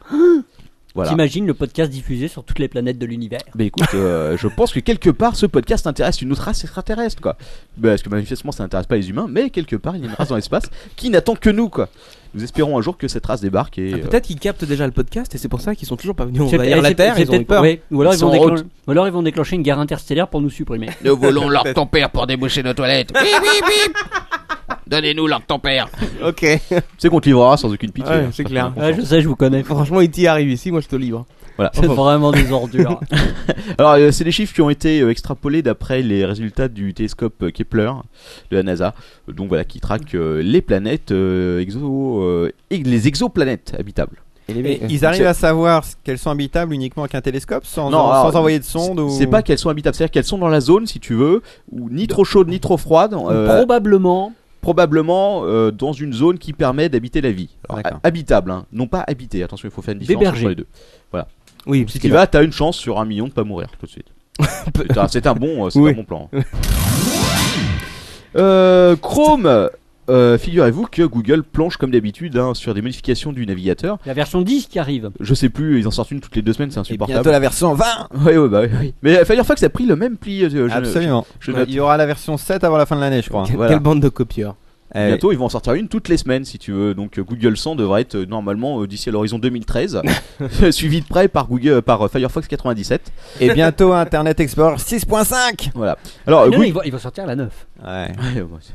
F: voilà.
G: T'imagines le podcast diffusé sur toutes les planètes de l'univers.
F: Mais écoute, euh, je pense que quelque part ce podcast intéresse une autre race extraterrestre, quoi. Ben, Parce que manifestement ça n'intéresse pas les humains, mais quelque part il y a une race dans l'espace qui n'attend que nous, quoi. Nous espérons un jour que cette race débarque et.
H: Ah,
F: euh,
H: Peut-être qu'ils captent déjà le podcast et c'est pour ça qu'ils sont toujours pas venus
G: C'est-
H: envahir
G: eh,
H: la
G: c'est-
H: Terre,
G: c'est
H: ils ont eu
G: peut-être-
H: peur.
G: ouais, ou, alors ils
F: Ils
G: vont
F: sont en
G: déclen- ou alors ils vont déclencher une guerre interstellaire pour nous supprimer.
J: Nous voulons l'ordre de ton père pour déboucher nos toilettes. Bip, bip, bip. Donnez-nous l'ordre de ton père.
H: Ok,
F: C'est qu'on te livrera sans aucune pitié.
H: Ouais,
F: hein.
H: c'est clair.
G: Ouais, je sais, je vous connais.
H: Franchement, il t'y arrive ici, moi je te livre.
G: C'est vraiment des ordures.
F: Alors, euh, c'est des chiffres qui ont été euh, extrapolés d'après les résultats du télescope euh, Kepler de la NASA, euh, donc voilà, qui traque euh, les planètes euh, exo, euh, ex- les exoplanètes habitables.
H: euh,
I: Et ils arrivent à savoir ce- qu'elles sont habitables uniquement avec un télescope sans,
F: Non,
I: en-
F: alors,
I: sans envoyer de sonde
F: C'est-
I: ou...
F: C'est pas qu'elles sont habitables, c'est-à-dire qu'elles sont dans la zone, si tu veux, ou ni trop chaude ni trop froide, euh,
G: Probablement.
F: probablement euh, dans une zone qui permet d'habiter la vie. Alors,
I: D'accord.
F: ha- habitable, hein, non pas habité. Attention, il faut faire une différence
G: D'héberger.
F: entre les deux.
H: Oui,
F: Si tu vas, t'as une chance sur un million de pas mourir tout de suite. C'est un- c'est un bon, euh, c'est
H: Oui.
F: un bon plan. Euh, Chrome, euh, figurez-vous que Google planche comme d'habitude hein, sur des modifications du navigateur.
G: La version 10 qui arrive.
F: Je sais plus, ils en sortent une toutes les deux semaines, c'est
I: Et bientôt
F: insupportable.
I: la version 20
F: Ouais, ouais, bah, ouais, ouais. Mais euh, Firefox a pris le même pli. euh, je- je-
I: Absolument.
F: je note.
I: Il y aura la version 7 avant la fin de l'année, je crois.
H: Quelle,
F: voilà.
H: quelle bande de copieurs.
I: Eh oui.
F: Bientôt, ils vont en sortir une toutes les semaines, si tu veux. Donc, euh, Google 100 devrait être euh, normalement euh, d'ici à l'horizon 2013, euh, suivi de près par Google, par euh, Firefox 97.
I: Et bientôt Internet Explorer 6.5
F: Voilà. Alors,
G: Non,
I: Eh
F: Google-
G: il, va, il va sortir la 9.
I: Ouais.
F: Ouais, bon, c'est-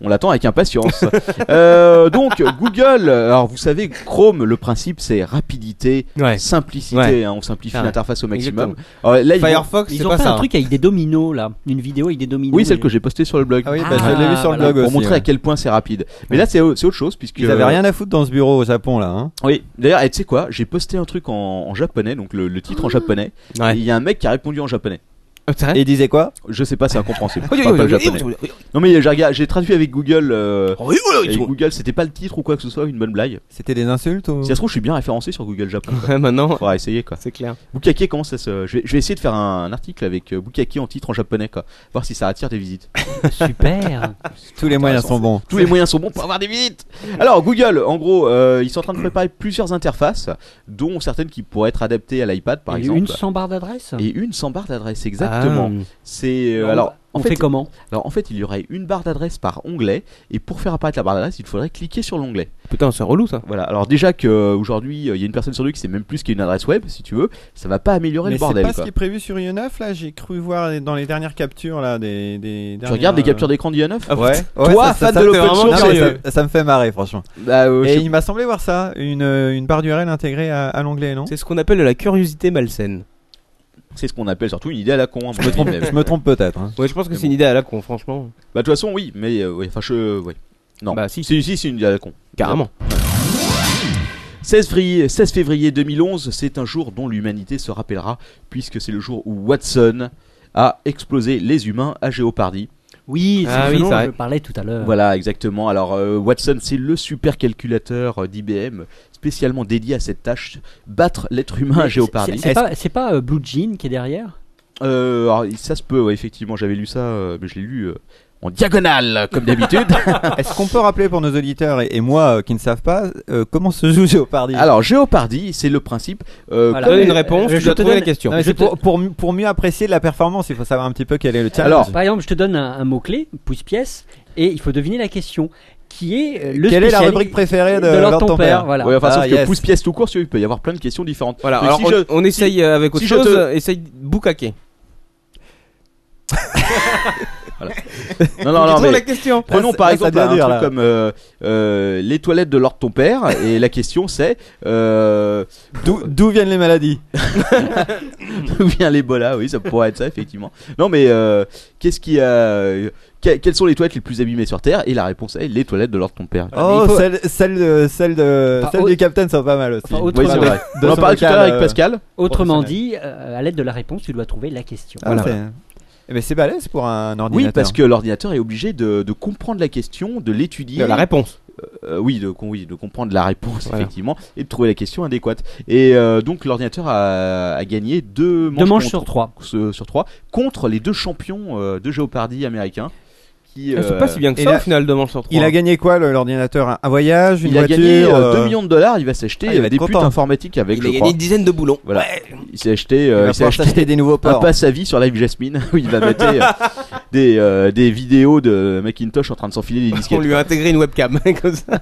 F: On l'attend avec impatience. Euh, donc Google, alors vous savez Chrome, le principe c'est rapidité,
H: Ouais.
F: simplicité.
H: Ouais.
F: hein, on simplifie
I: Ah
H: Ouais.
F: l'interface au maximum. Alors, là, ils vont-
H: Firefox,
G: Ils
H: c'est
G: ont
H: pas
G: fait
H: ça. hein.
G: un truc avec des dominos là. Une vidéo avec des dominos.
F: Oui, celle que j'ai postée sur le blog.
I: Ah oui, bah,
G: Ah,
I: je l'ai vu sur
G: voilà.
I: le blog
F: Pour
I: aussi.
F: montrer à
I: ouais.
F: quel point c'est rapide. Mais là, c'est au- c'est autre chose puisque.
I: Ils avaient rien à foutre dans ce bureau au Japon là. Hein.
F: Oui. D'ailleurs, et tu sais quoi J'ai posté un truc en, en japonais, donc le, le
I: Ah.
F: titre en japonais.
H: Ouais.
F: et Il y a un mec qui a répondu en japonais.
H: Ah, c'est vrai
I: Et ils disaient quoi
F: Je sais pas, c'est incompréhensible. Je
H: Oui,
F: parle
H: oui,
F: pas
H: oui,
F: le japonais.
H: oui, oui,
F: Non mais j'ai regardé- j'ai traduit avec Google. euh,
H: oui, oui,
F: avec
H: oui.
F: Google, c'était pas le titre ou quoi que ce soit, une bonne blague.
I: C'était des insultes ou
F: Si ça se trouve, je suis bien référencé sur Google Japon.
H: Ouais, maintenant,
F: Faudra essayer quoi.
H: c'est clair.
F: Bukake, comment ça se. Je vais, je vais essayer de faire un, un article avec euh, Bukake en titre en japonais, quoi. Voir si ça attire des visites.
G: Super.
I: Tous les moyens sont bons.
F: Tous les moyens sont bons pour avoir des visites Alors, Google, en gros, euh, ils sont en train de préparer plusieurs interfaces, dont certaines qui pourraient être adaptées à l'iPad, par
G: Et
F: exemple.
G: Une sans barre d'adresse.
F: Et une sans barre d'adresse, exactement. C'est. euh,
G: On-
F: alors.
G: on
F: En
G: fait,
F: fait,
G: comment
F: alors en fait, il y aurait une barre d'adresse par onglet, et pour faire apparaître la barre d'adresse, il faudrait cliquer sur l'onglet.
H: Ah, Putain, c'est relou ça.
F: Voilà. Alors déjà que euh, aujourd'hui, euh, il y a une personne sur deux qui sait même plus ce qu'est une adresse web, si tu veux, ça va pas améliorer
I: Mais
F: le
I: c'est
F: bordel.
I: pas ce
F: quoi.
I: qui est prévu sur IE9 là. J'ai cru voir dans les dernières captures là des. des euh,
F: Tu regardes les captures d'écran d'IA9
I: Ah, Ouais. ouais
F: Toi,
I: ça- ça-
F: fan
I: ça
F: de
I: me fait
F: l'open
I: vraiment
F: source,
I: marrer,
F: sérieux.
I: ça, ça me fait marrer franchement.
F: Bah, euh, je
I: Et
F: sais
I: il m'a semblé voir ça, une, euh, une barre d'URL intégrée à, à l'onglet, non
H: C'est ce qu'on appelle la curiosité malsaine.
F: C'est ce qu'on appelle surtout une idée à la con. hein,
I: Je me trompe,
F: mais-
I: je me trompe peut-être. hein.
H: Ouais, je pense que
F: Mais
H: c'est
F: bon.
H: une idée à la con, franchement.
F: Bah, de toute façon, oui, mais euh, oui, enfin, je. ouais. Non.
H: Bah, si.
F: Si, si, c'est une idée à la con.
H: Carrément.
F: 16 février, 16 février 2011, c'est un jour dont l'humanité se rappellera, puisque c'est le jour où Watson a explosé les humains à Géopardy.
G: Oui, c'est
H: Ah
G: ce
H: oui,
G: dont
H: ça-
G: je parlais tout à l'heure.
F: Voilà, exactement. Alors, euh, Watson, c'est le supercalculateur euh, d'IBM spécialement dédié à cette tâche, battre l'être humain à
G: Mais c'est- c'est-
F: Géopardy.
G: C'est pas, c'est pas, euh, Blue Jean qui est derrière
F: Euh, alors, ça se peut, ouais, effectivement, j'avais lu ça, euh, mais je l'ai lu euh, en diagonale, comme d'habitude.
I: Est-ce qu'on peut rappeler pour nos auditeurs et, et moi euh, qui ne savent pas euh, comment se joue Jeopardy
F: Alors, Géopardy, c'est le principe. euh,
G: Voilà.
F: comme-
G: Donne
H: une réponse,
G: je
H: tu dois
G: te
H: trouver
G: donne-
H: la question.
I: Non, mais
G: Je
I: c'est
G: te-
I: pour, pour, pour mieux apprécier la performance, il faut savoir un petit peu quel est le challenge.
F: Alors,
G: Par exemple, je te donne un, un mot-clé, pouce-pièce, et il faut deviner la question. Qui est euh, le
I: quelle est la
G: spécialiste
I: rubrique préférée
G: de
I: de,
G: leur
I: leur
G: ton père, voilà.
F: Ouais, enfin,
I: Ah,
F: sauf que
I: yes.
F: pouce-pièce tout court, il peut y avoir plein de questions différentes.
H: Voilà,
F: Mais
H: alors
F: si
H: on,
F: je-
H: on essaye euh, avec autre
F: si je
H: chose,
F: te-
H: euh, essaye de boucaquer.
F: Non, non,
H: Tu
F: non,
H: trouves
F: mais-
H: la question.
F: Prenons
I: ça-
F: par
I: ça
F: exemple
I: doit
F: un
I: dire,
F: truc
I: là.
F: comme euh, euh, les toilettes de l'ordre ton père et la question c'est euh,
I: D'où- D'où viennent les maladies
F: d'où vient l'Ebola Oui, ça pourrait être ça effectivement. Non mais euh, qu'est-ce qui a que- quelles sont les toilettes les plus abîmées sur terre Et la réponse est les toilettes de l'ordre ton père.
I: Oh,
G: il faut-
I: celles celle de, celle de,
G: Enfin,
I: celle
G: au-
I: du Capitaine sont pas mal aussi.
G: Enfin, autre-
F: Oui, c'est
G: Autrement-
F: vrai.
I: de
F: On en
I: son
F: parlait tout à l'heure
I: local,
F: avec
I: euh,
F: Pascal.
G: Autrement
I: professionnel.
G: dit, euh, à l'aide de la réponse, tu dois trouver la question.
I: Ah, c'est- Eh ben, c'est balèze pour un ordinateur.
F: Oui, parce que l'ordinateur est obligé de, de comprendre la question, de l'étudier.
H: De la réponse.
F: Euh, oui, de, con- oui, de comprendre la réponse,
H: Voilà.
F: effectivement, et de trouver la question adéquate. Et euh, donc, l'ordinateur a, a gagné deux manches,
G: Deux manches
F: contre-
G: sur trois.
F: ce- sur trois contre les deux champions euh, de Jeopardy américains. Qui,
H: Ah, C'est
F: euh,
H: pas si bien que
I: et
H: ça
I: la-
H: au final de manche sur 3.
I: Il a gagné quoi le- l'ordinateur Un- Un voyage Une
F: Il a
I: voiture
F: gagné euh,
I: euh,
F: 2 millions de dollars, il va s'acheter
I: Ah, il va
F: euh,
I: être
F: des putes
I: content.
F: informatiques avec,
H: Il
F: je
H: a gagné
F: crois.
H: une dizaine de boulons.
F: Voilà. Il s'est acheté,
I: Il
F: euh, il
I: va
F: s'est
I: pouvoir
F: acheté
I: s'acheter des nouveaux
F: un
I: ports.
F: passe à vie sur Live Jasmine où il va mettre euh, des, euh, des vidéos de Macintosh en train de s'enfiler des
H: On
F: disquettes.
H: lui a intégré une webcam comme ça.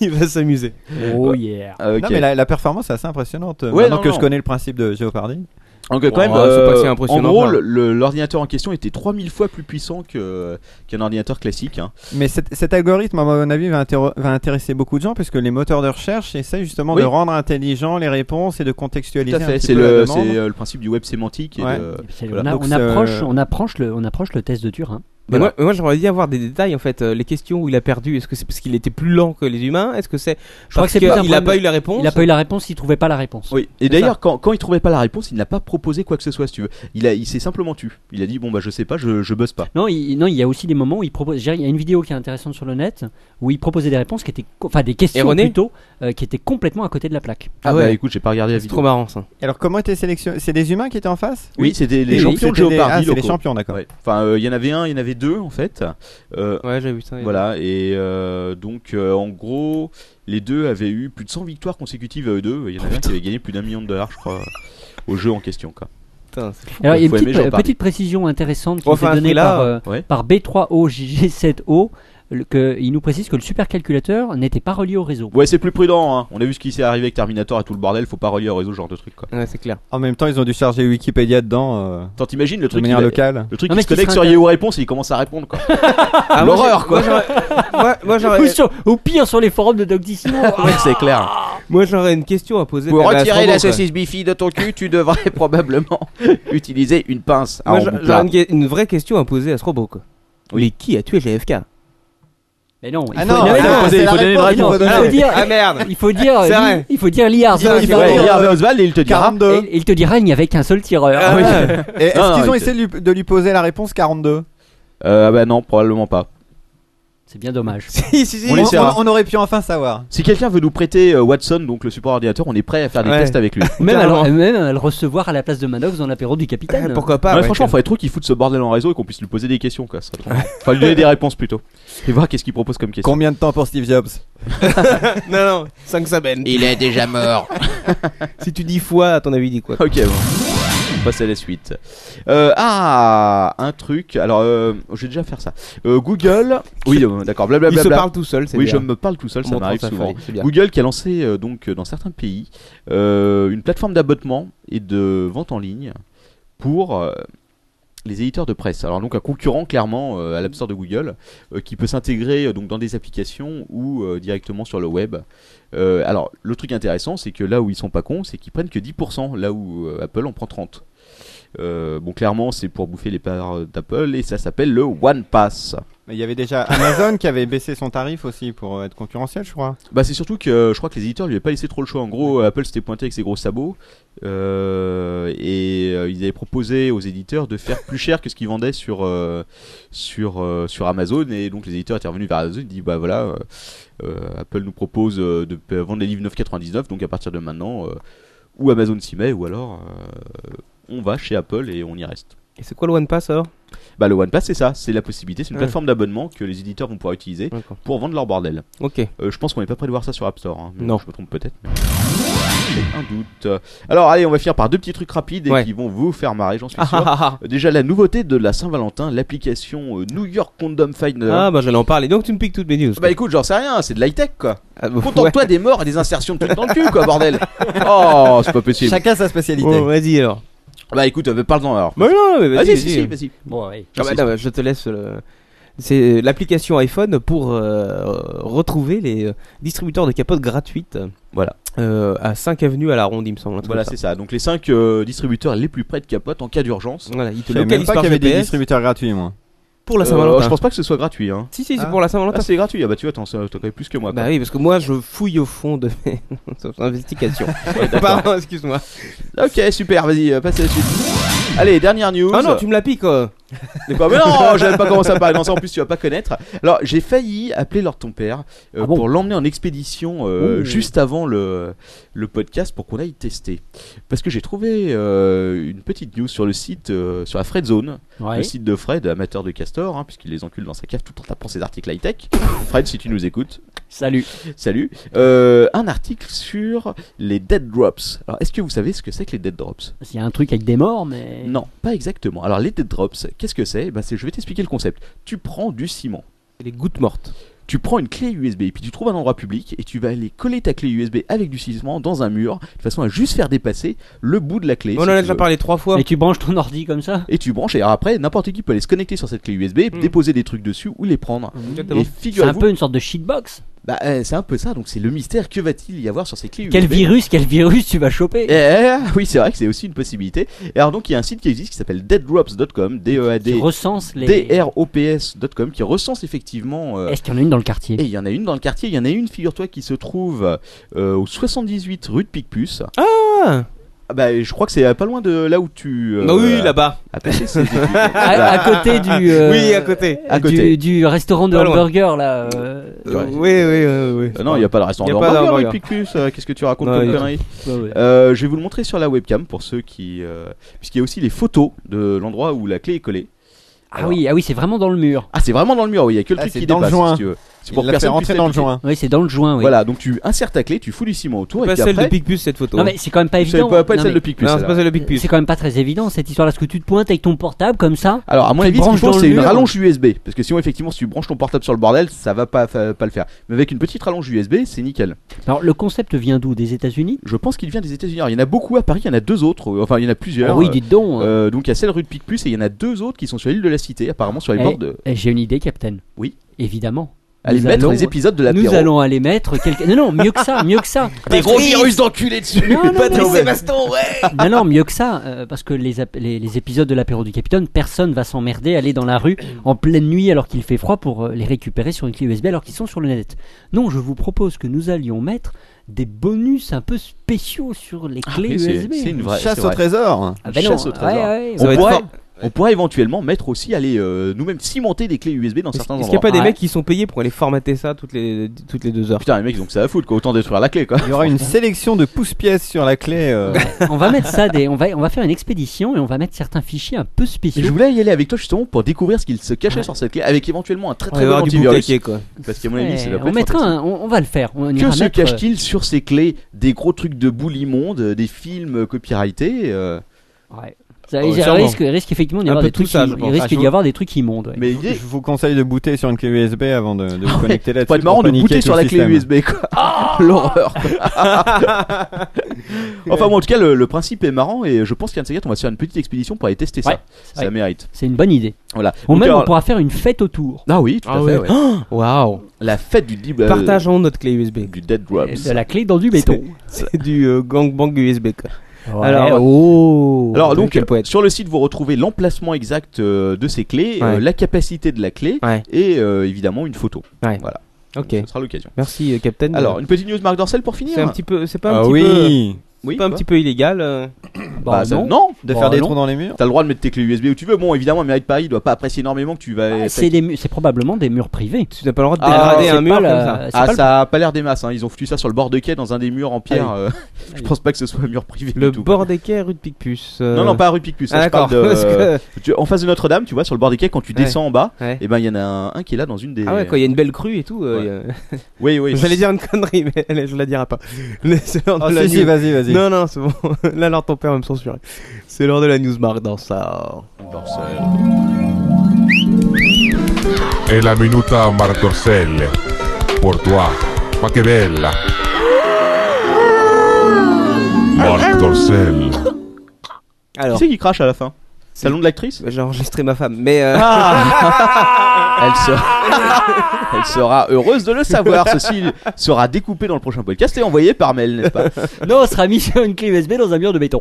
H: Il va s'amuser.
G: Oh yeah.
F: Ah, ok.
I: Non mais la, la performance est assez impressionnante.
F: Ouais,
I: maintenant
F: non,
I: que
F: non.
I: je connais le principe de Jeopardy.
F: Donc quand
H: Bon,
F: même,
H: c'est
F: euh,
H: pas si impressionnant,
F: en gros,
H: hein.
F: le- le- l'ordinateur en question était 3000 fois plus puissant que- qu'un ordinateur classique. hein.
I: Mais cet, cet algorithme, à mon avis, va, intér- va intéresser beaucoup de gens puisque les moteurs de recherche essaient justement
F: Oui.
I: de rendre intelligent les réponses et de
F: Tout
I: contextualiser
F: à
I: un
F: fait,
I: petit
F: c'est
I: peu la
F: le,
I: demande.
F: c'est, euh, le principe du web sémantique. et
I: Ouais.
F: de-
G: C'est-
F: voilà.
G: on, a-
I: Donc,
G: on
I: c'est,
G: approche,
I: euh,
G: on, approche le, on approche le test de Turin.
H: Mais
F: Bah, Voilà.
H: moi, moi j'aimerais bien avoir des détails en fait. euh, les questions où il a perdu, est-ce que c'est parce qu'il était plus lent que les humains Est-ce que c'est.
G: Je crois que c'est plus un
H: Il a
G: problème
H: pas
G: de-
H: eu la réponse.
G: Il n'a pas eu la réponse, il trouvait pas la réponse.
F: Oui. Et d'ailleurs, quand, quand il trouvait pas la réponse, il n'a pas proposé quoi que ce soit, si tu veux. Il, a- il s'est simplement tu. Il a dit bon bah je sais pas, je, je bosse pas.
G: Non, il, non, il y a aussi des moments où il propose. je veux dire, Il y a une vidéo qui est intéressante sur le net où il proposait des réponses qui étaient, co- enfin des questions
H: Erronées
G: plutôt, euh, qui étaient complètement à côté de la plaque.
H: Ah
F: bah,
H: ouais.
F: écoute, j'ai pas regardé la
H: C'est
F: vidéo.
H: trop marrant ça.
I: Alors comment étaient sélectionnés C'est des humains qui étaient en face
F: Oui, c'était les
I: Oui,
F: champions de
I: c'était des- ah,
F: Jeopardy.
I: c'est les
F: locaux.
I: champions, d'accord.
F: Ouais. Enfin, euh, il y en avait un, il y en avait deux en fait. Euh,
H: Ouais, j'avais vu ça.
F: Voilà, et euh, donc euh, en gros, les deux avaient eu plus de 100 victoires consécutives à eux deux. Il y en avait un qui avait gagné plus d'un million de dollars, je crois, au jeu en question. Quoi.
H: Putain, c'est fou.
G: Alors, il y a une
F: faut aimer
G: petite,
F: Jeopardy.
G: petite précision intéressante qui
H: Bon,
G: nous est
H: enfin,
G: donnée
H: celui-là,
G: par, euh,
F: ouais.
G: par B3OGG7O. le- Que, il nous précise que le supercalculateur n'était pas relié au réseau.
F: Ouais, c'est plus prudent, hein. on a vu ce qui s'est arrivé avec Terminator et tout le bordel, faut pas relier au réseau ce genre de truc. Quoi.
H: Ouais, c'est clair.
I: En même temps, ils ont dû charger Wikipédia dedans euh,
F: Attends, t'imagines le
I: de
F: truc
I: manière
F: il va-
I: locale.
F: Le truc
G: Non,
F: qui
G: mais
F: se
G: ce qui
F: connecte sur
G: serait
F: Yahoo Réponse et il commence à répondre quoi.
H: Ah, moi,
F: L'horreur,
H: j'ai-
F: quoi.
H: Moi j'aurais- moi- moi,
G: Ou,
H: j'aurais.
G: sur- ou pire, sur les forums de DocDissimo.
F: ouais, c'est clair.
H: Moi j'aurais une question à poser.
F: Pour
H: quand même à
F: retirer
H: Strabo,
F: la
H: quoi.
F: saucisse bifi de ton cul, tu devrais probablement utiliser une pince à
H: Moi
F: embouclard.
H: j'aurais une, que- une vraie question à poser à ce robot quoi.
F: Ah, Oui.
H: Mais qui a tué JFK
G: Mais non, il
I: Ah
G: faut,
I: non,
G: il faut-
I: c'est
G: il
I: la-
G: faut-
I: c'est la
G: il faut-
I: réponse,
G: il faut-
I: il faut
G: il faut
I: donner.
G: dire,
H: Ah merde
G: il faut dire,
H: C'est vrai.
G: il faut dire Liard.
H: Il faut
G: il
H: dire
G: faut
F: Ah, Ouais,
G: dire-
F: il y avait Oswald et il te dira.
I: 42.
G: Ah Et- et il te dira, il n'y avait qu'un seul tireur.
H: Ah, ouais.
I: Et Est-ce
F: Ah,
I: qu'ils ont
F: ok.
I: essayé de lui, de lui poser la réponse 42
F: Euh, bah non, probablement pas.
G: C'est bien dommage.
H: Si, si, si.
F: On
I: on,
F: les sert.
I: on- on aurait pu enfin savoir.
F: Si quelqu'un veut nous prêter euh, Watson, donc le support ordinateur, on est prêt à faire des
H: Ouais. Ah,
F: tests avec lui.
G: Même,
H: Carrément.
G: à, même à le recevoir à la place de Manox dans l'apéro du capitaine.
H: Ah, Pourquoi pas
F: Non, mais
H: ouais.
F: franchement, il faudrait trop qu'il foute ce bordel en réseau et qu'on puisse lui poser des questions. Quoi. Ça serait trop marrant. enfin, lui donner des réponses plutôt. Et voir qu'est-ce qu'il propose comme question.
I: Combien de temps pour Steve Jobs
H: Non, non, 5 semaines.
J: Il est déjà mort.
H: Si tu dis fois, à ton avis, dis quoi
F: Ok, bon. On passe à la suite. Euh, ah, un truc. Alors, euh, je vais déjà faire ça. Euh, Google. Oui, euh, d'accord,
H: Il
F: blablabla.
H: se parle tout seul, c'est
F: Oui,
H: bien.
F: je me parle tout seul, ça
H: Montrant
F: m'arrive
H: sa
F: souvent.
H: feuille, c'est bien.
F: Google qui a lancé euh, donc euh, dans certains pays euh, une plateforme d'abonnement et de vente en ligne pour euh, les éditeurs de presse. Alors donc un concurrent clairement euh, à l'App Store de Google euh, qui peut s'intégrer euh, donc dans des applications ou euh, directement sur le web. Euh, alors le truc intéressant c'est que là où ils sont pas cons c'est qu'ils prennent que 10% là où euh, Apple en prend 30. Euh, bon clairement c'est pour bouffer les parts euh, d'Apple et ça s'appelle le One Pass.
I: Mais il y avait déjà Amazon qui avait baissé son tarif aussi pour euh, être concurrentiel, je crois.
F: Bah c'est surtout que euh, je crois que les éditeurs lui avaient pas laissé trop le choix. En gros, euh, Apple s'était pointé avec ses gros sabots euh, et euh, ils avaient proposé aux éditeurs de faire plus cher que ce qu'ils vendaient sur euh, sur euh, sur Amazon et donc les éditeurs étaient revenus vers Amazon et dit bah voilà euh, euh, Apple nous propose euh, de p- vendre les livres 9,99 donc à partir de maintenant euh, ou Amazon s'y met ou alors euh, on va chez Apple et on y reste.
H: Et c'est quoi le One Pass alors
F: Bah, le OnePass, c'est ça. C'est la possibilité, c'est une
H: Ouais.
F: plateforme d'abonnement que les éditeurs vont pouvoir utiliser
H: D'accord.
F: pour vendre leur bordel.
H: Ok.
F: Euh, je pense qu'on n'est pas près de voir ça sur App Store. hein, mais
H: Non.
F: Je me trompe peut-être. mais- J'ai un doute. Alors, allez, on va finir par deux petits trucs rapides et
H: Ouais.
F: qui vont vous faire marrer, j'en suis
H: Ah,
F: sûr.
H: ah, ah,
F: Euh, Déjà, la nouveauté de la Saint-Valentin, l'application euh, New York Condom Finder.
H: ah. Ah, bah j'allais en parler, donc tu me piques toutes mes news.
F: Bah écoute, j'en sais rien, c'est de l'high-tech quoi.
H: Ah, bah, ouais.
F: Contente-toi des morts et des insertions de trucs dans le cul quoi, bordel. Oh, c'est pas possible.
I: Chacun sa spécialité.
H: Bon, vas-y alors.
F: Bah écoute, euh, parle-en alors.
H: Bah non, mais
F: Vas-y,
H: vas-y,
F: si, si,
H: vas-y.
F: vas-y.
G: Bon, ouais.
H: Ah bah non, bah, je te laisse le- C'est l'application iPhone pour euh, retrouver les euh, distributeurs de capotes gratuites.
F: Voilà.
H: Euh, à 5 avenues à la ronde, il me semble. un truc
F: Voilà,
H: comme
F: c'est ça. Donc les 5 distributeurs les plus près de capote en cas d'urgence.
H: ça. Voilà, ils te
I: Je savais même
H: localisent
I: pas qu'il
H: par
I: y avait des
H: GPS
I: distributeurs gratuits, moi.
H: pour la
F: Euh,
H: Saint-Valentin.
F: je pense pas que ce soit gratuit. Hein.
H: Si, si, c'est
I: Ah.
H: pour la
F: Ah,
H: Saint-Valentin.
F: c'est gratuit. Ah bah tu vois, t'en t'en connais plus que moi. quoi.
H: bah oui, parce que moi, je fouille au fond de mes investigations. Pardon, excuse-moi.
F: Ok, super, vas-y, euh, passe à la suite. Allez, dernière news.
H: Ah non, tu me la piques. euh.
F: Mais pas- mais non, j'avais pas commencé à parler. Non, ça en plus, tu vas pas connaître. Alors, j'ai failli appeler leur ton père euh,
G: Ah bon
F: pour l'emmener en expédition euh,
G: Ouh.
F: juste avant le, le podcast pour qu'on aille tester. Parce que j'ai trouvé euh, une petite news sur le site, euh, sur la Fred Zone,
G: Ouais.
F: le site de Fred, amateur de Castor, hein, puisqu'il les encule dans sa cave tout en tapant ses articles high-tech. Fred, si tu nous écoutes,
G: Salut.
F: salut. Euh, un article sur les dead drops. Alors, est-ce que vous savez ce que c'est que les dead drops
G: Il y a un truc avec des morts, mais.
F: non, pas exactement. Alors les dead drops, qu'est-ce que c'est Bah, c'est, je vais t'expliquer le concept. Tu prends du ciment,
H: Les gouttes mortes.
F: tu prends une clé USB, et puis tu trouves un endroit public et tu vas aller coller ta clé USB avec du ciment dans un mur, de façon à juste faire dépasser le bout de la clé.
H: On
F: si
H: en a
F: tu
H: déjà
F: veux.
H: parlé trois fois.
G: Et tu branches ton ordi comme ça
F: Et tu branches et alors après n'importe qui peut aller se connecter sur cette clé USB,
H: Mm.
F: déposer des trucs dessus ou les prendre.
H: Mmh, Exactement.
F: Et
G: C'est un
F: figurez-vous,
G: peu une sorte de shitbox.
F: bah, euh, c'est un peu ça. Donc c'est le mystère. Que va-t-il y avoir sur ces clés
G: Quel
F: USB
G: virus, quel virus tu vas choper
F: Eh, oui, c'est vrai que c'est aussi une possibilité. Et alors donc il y a un site qui existe qui s'appelle deaddrops.com, D E A
G: Tu
F: D
G: recenses les.
F: drops.com qui recense effectivement. euh,
G: Est-ce qu'il y en a une dans le quartier
F: et il y en a une dans le quartier, il y en a une, figure-toi, qui se trouve euh, au 78 rue de Picpus.
H: Ah
F: Ah bah, je crois que c'est euh, pas loin de là où tu. euh,
H: Bah oui,
F: euh,
H: là-bas.
F: à côté, c'est- c'est-
G: à, à côté du. euh,
H: bah. Oui, à côté.
F: À
G: du-
F: côté.
G: Du, restaurant de
H: Pas loin.
G: hamburger là. euh,
H: Euh, Oui, oui, oui. oui.
F: Euh, non, il n'y a pas de restaurant
H: Y a
F: de
H: pas
F: hamburger,
H: d'hamburger.
F: rue de Picpus. euh, Qu'est-ce que tu racontes
H: Non,
F: comme
H: y a-
F: connerie
G: ouais, ouais.
F: Euh, Je vais vous le montrer sur la webcam pour ceux qui. euh, Puisqu'il y a aussi les photos de l'endroit où la clé est collée.
G: Ah oui, ah oui, c'est vraiment dans le mur.
F: Ah, c'est vraiment dans le mur, oui, il y a que le
I: Ah,
F: truc
I: c'est
F: qui
I: dans le
F: dépasse,
I: joint.
F: si tu veux. C'est pour
I: Il
F: que
I: l'a fait
F: personne puisse
I: rentrer dans le
F: l'appliquer.
I: joint.
G: Oui, c'est dans le joint. Oui.
F: Voilà, donc tu insères ta clé, tu fous du ciment autour et
H: Pas
F: puis
H: celle de
F: après.
H: Picpus cette photo. hein.
G: Non mais c'est quand même pas
F: C'est
G: évident. hein.
F: pas, pas
G: Non,
F: celle
G: mais
F: de Picpus.
H: Non, c'est
F: celle-là.
H: pas celle de Picpus.
G: C'est quand même pas très évident cette histoire. Est-ce que tu te pointes avec ton portable comme ça
F: Alors, à mon
G: Tu
F: avis, ce qu'il
G: branches
F: faut,
G: dans
F: c'est
G: le
F: une
G: mur.
F: rallonge USB. Parce que sinon, effectivement, si tu branches ton portable sur le bordel, ça va pas, fa- pas le faire. Mais avec une petite rallonge USB, c'est nickel.
G: Alors le concept vient d'où Des États-Unis
F: Je pense qu'il vient des États-Unis. Alors, Il y en a beaucoup à Paris, il y en a deux autres. euh, Enfin, il y en a plusieurs.
G: Ah Oui, dites donc. euh,
F: Euh, donc, il y a celle rue de Picpus et il y en a deux autres qui sont sur l'île de la Cité, apparemment sur les
G: Eh,
F: bords de.
G: eh, J'ai une idée, Captain.
F: Oui.
G: Évidemment.
F: À les
G: nous
F: mettre dans
G: allons-
F: les épisodes de la
G: Nous allons aller mettre quelqu'un. Non, non, mieux que ça, mieux que ça.
F: Des gros virus d'enculés dessus.
G: Non, non, non, non.
F: Sébastien, ouais.
G: Non, non, mieux que ça, euh, parce que les, ap- les, les épisodes de l'apéro du Capitaine, personne va s'emmerder, aller dans la rue en pleine nuit alors qu'il fait froid pour euh, les récupérer sur une clé USB alors qu'ils sont sur le net. Non, je vous propose que nous allions mettre des bonus un peu spéciaux sur les clés
F: oui,
G: USB.
F: c'est une vraie.
I: Chasse
F: c'est
I: au
F: vrai.
I: trésor.
G: Ah ben non,
F: chasse au trésor.
G: ouais, ouais,
H: Ça va
F: On
H: être
F: pourrait,
H: fort.
F: on pourrait éventuellement mettre aussi, aller euh, nous-mêmes cimenter des clés USB dans
H: Est-ce
F: certains
H: est-ce
F: endroits. Ah,
H: qu'il n'y a pas des
G: Ouais.
H: mecs qui sont payés pour aller formater ça toutes les, toutes les deux heures
F: Putain, les mecs, donc ça va foutre quoi. Autant détruire la clé quoi.
I: Il y aura une sélection de pouces-pièces sur la clé. euh,
G: on va mettre ça, des, on, va, on va faire une expédition et on va mettre certains fichiers un peu
F: Et je
G: spéciaux.
F: voulais y aller avec toi justement pour découvrir ce qu'il se cachait
G: Ouais.
F: sur cette clé, avec éventuellement un très
H: On
F: très
H: va
F: bon
H: avoir du
F: antivirus.
H: boucaquet quoi.
F: Parce qu'à mon avis, ça
G: Ouais,
F: doit pas
G: on
F: être
G: mettra,
F: fantastique.
G: un- on, on va le faire. On
F: Que
G: ira
F: se
G: mettre, euh,
F: cache-t-il sur ces clés Des gros trucs de boules immondes, des films euh, copyrightés euh,
G: ouais. Ça,
H: Ouais,
G: il
H: sûrement.
G: risque, il risque effectivement d'y
H: Un
G: avoir
H: peu
G: des
H: tout
G: trucs
H: ça,
G: qui-
H: je pense.
G: il risque
I: Ah, je
G: d'y avoir des trucs immondes. ouais.
F: Mais
I: je,
F: l'idée-
I: je vous conseille de booter sur une clé USB avant de, de vous connecter là-dessus.
F: faut être marrant
I: pour
F: de
I: paniquer
F: booter
I: tout
F: sur
I: le
F: la clé
I: système.
F: USB quoi.
G: Ah
F: L'horreur. enfin bon, en tout cas, le, le principe est marrant et je pense qu'un de ces quatre, on va se faire une petite expédition pour aller tester ça.
G: Ouais,
F: ça
G: vrai.
F: mérite.
G: C'est une bonne idée.
F: Voilà.
G: Ou
F: Donc,
G: même, on
F: alors-
G: pourra faire une fête autour
F: Ah oui, tout à fait.
H: Ah ouais.
F: ouais.
H: Waouh
F: La fête du dib- euh,
H: Partageons notre clé USB.
F: du Dead Drops.
G: de la clé dans du béton.
H: C'est du euh, gangbang USB quoi.
G: Ouais,
H: Alors-
G: oh.
F: Alors donc
H: quel poète.
F: sur le site vous retrouvez l'emplacement exact euh, de ces clés, euh,
H: Ouais.
F: la capacité de la clé
H: Ouais.
F: et euh, évidemment une photo.
H: Ok.
F: Ce sera l'occasion.
H: Merci euh, Captain.
F: Alors une petite news Marc Dorcel pour finir.
H: c'est un petit peu. C'est pas un
I: Ah
H: petit peu.
I: oui.
F: Oui,
H: C'est pas un
F: quoi.
H: petit peu illégal euh
F: Bah, ça- non,
I: De faire des trous dans les murs
F: T'as le droit de mettre tes clés USB où tu veux. Bon, évidemment, Mairie de Paris doit pas apprécier énormément que tu
H: Bah,
F: vas.
G: Ah, C'est des mu- c'est probablement des murs privés.
H: Tu n'as pas le droit de
F: Ah,
H: dégrader
F: c'est
H: un
F: pas
H: mur
G: la-
H: comme ça.
G: c'est
F: Ah,
G: pas le-
F: ça a pas l'air des masses. hein. Ils ont foutu ça sur le bord de quai dans un des murs en pierre. euh,
G: Ah
F: je
G: oui.
F: pense pas que ce soit un mur privé.
H: Le
F: du tout, quoi.
H: bord des quais, rue de Picpus. euh,
F: Non, non, pas à rue Picpus.
H: Ah,
F: hein, je parle
H: d'accord.
F: de-
H: parce que-
F: Tu- En face de Notre-Dame, tu vois, sur le bord des quais, quand tu
H: Ouais.
F: descends en bas,
H: Ouais.
F: et ben il y en a un, un qui est là dans une des.
H: Ah ouais, quand il y a une belle crue et tout. euh, il y a-
F: Oui, oui.
H: J'allais dire une connerie, mais elle- je la dirai pas. Mais c'est l'heure
I: Ah,
H: de la
I: si, si,
H: news.
I: vas-y, vas-y.
H: Non, non, c'est bon. Là, alors ton père va me censurer. C'est l'heure de la news marque dans ça.
K: È la minuta Marcorselle. Pour toi, ma che bella. Marc Dorcel.
F: Qui
H: Alors,
F: c'est qui crache à la fin Salon de l'actrice
H: j'ai enregistré ma femme, mais euh,
F: Elle sera... Elle sera heureuse de le savoir. Ceci sera découpé dans le prochain podcast et envoyé par mail, n'est-ce pas
G: Non, on sera mis sur une clé USB dans un mur de béton.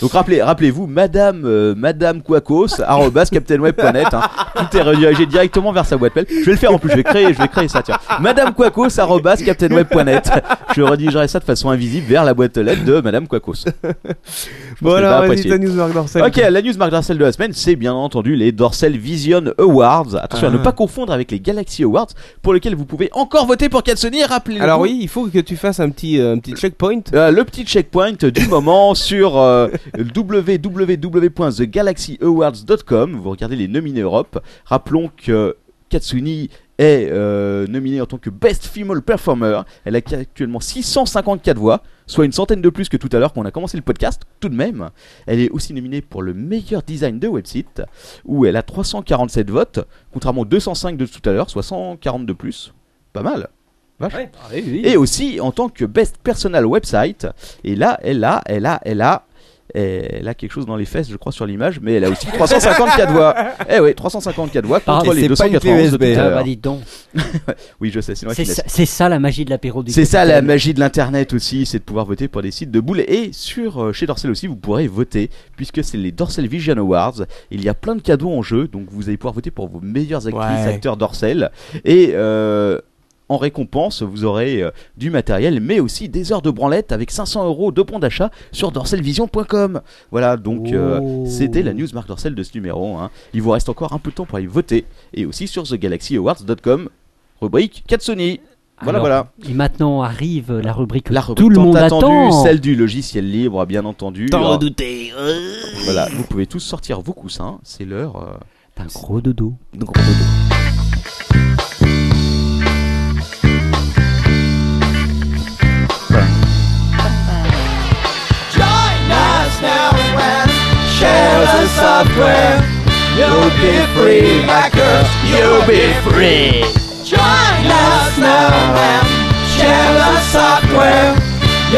F: Donc rappelez, rappelez-vous, Madame, euh, Madame Quacos, arrobas captainweb.net. hein. tout est redirigé directement vers sa boîte mail. Je vais le faire en plus. Je vais créer, je vais créer ça. Tiens, Madame Quacos, arrobas captainweb.net. Je redirigerai ça de façon invisible vers la boîte aux lettres de Madame Quacos. qu'elle
H: bon
F: va
H: alors, vas-y
F: apprécier.
H: ta news marque dans ça.
F: Ok, la news Marc Dorcel de la semaine, c'est bien entendu les Dorcel Vision Awards. Attention à
H: Ah.
F: ne pas confondre avec les Galaxy Awards, pour lesquels vous pouvez encore voter pour Calzoni. Rappelez-le.
H: Alors oui, il faut que tu fasses un petit euh, un petit checkpoint.
F: Euh, le petit checkpoint du moment sur euh, www.thegalaxyawards.com. Vous regardez les nominés Europe. Rappelons que Katsuni est euh, nominée en tant que Best Female Performer. Elle a actuellement 654 voix, soit une centaine de plus que tout à l'heure qu'on a commencé le podcast. Tout de même, elle est aussi nominée pour le meilleur design de website, où elle a 347 votes, contrairement aux 205 de tout à l'heure, soit 140 de plus. Pas mal.
G: Ah,
F: Et aussi en tant que Best Personal Website. Et là, elle a, elle a, elle a. Elle a quelque chose dans les fesses, je crois, sur l'image, mais elle a aussi 354 voix. Eh oui, 354 voix
G: Ah,
F: contre les
I: et c'est pas une
F: 291 de tout
I: clé USB.
F: à
G: Ah,
F: l'heure.
G: bah, dis donc.
F: Oui, je sais, sinon
G: C'est
F: je laisse.
G: ça, c'est ça la magie de l'apéro du
F: C'est ça la
G: capitaine.
F: magie de l'internet aussi, c'est de pouvoir voter pour des sites de boules. Et sur euh, chez Dorsel aussi, vous pourrez voter puisque c'est les Dorsel Vision Awards. Il y a plein de cadeaux en jeu, donc vous allez pouvoir voter pour vos meilleurs actrices,
H: Ouais.
F: acteurs Dorsel. Et euh, en récompense, vous aurez euh, du matériel, mais aussi des heures de branlette avec 500 euros de bons d'achat sur dorselvision.com. Voilà, donc euh,
G: Oh.
F: c'était la news Marc Dorsel de ce numéro. hein. Il vous reste encore un peu de temps pour aller voter et aussi sur thegalaxyawards.com, rubrique 4 Sony. Voilà,
G: Alors,
F: voilà.
G: Et maintenant arrive la rubrique que
F: La
G: tout
F: rubrique
G: le
F: tant
G: monde
F: attendue,
G: attend.
F: celle du logiciel libre, bien entendu. Alors,
J: redouté.
F: voilà, vous pouvez tous sortir vos coussins, c'est l'heure. euh,
G: T'as un gros dodo.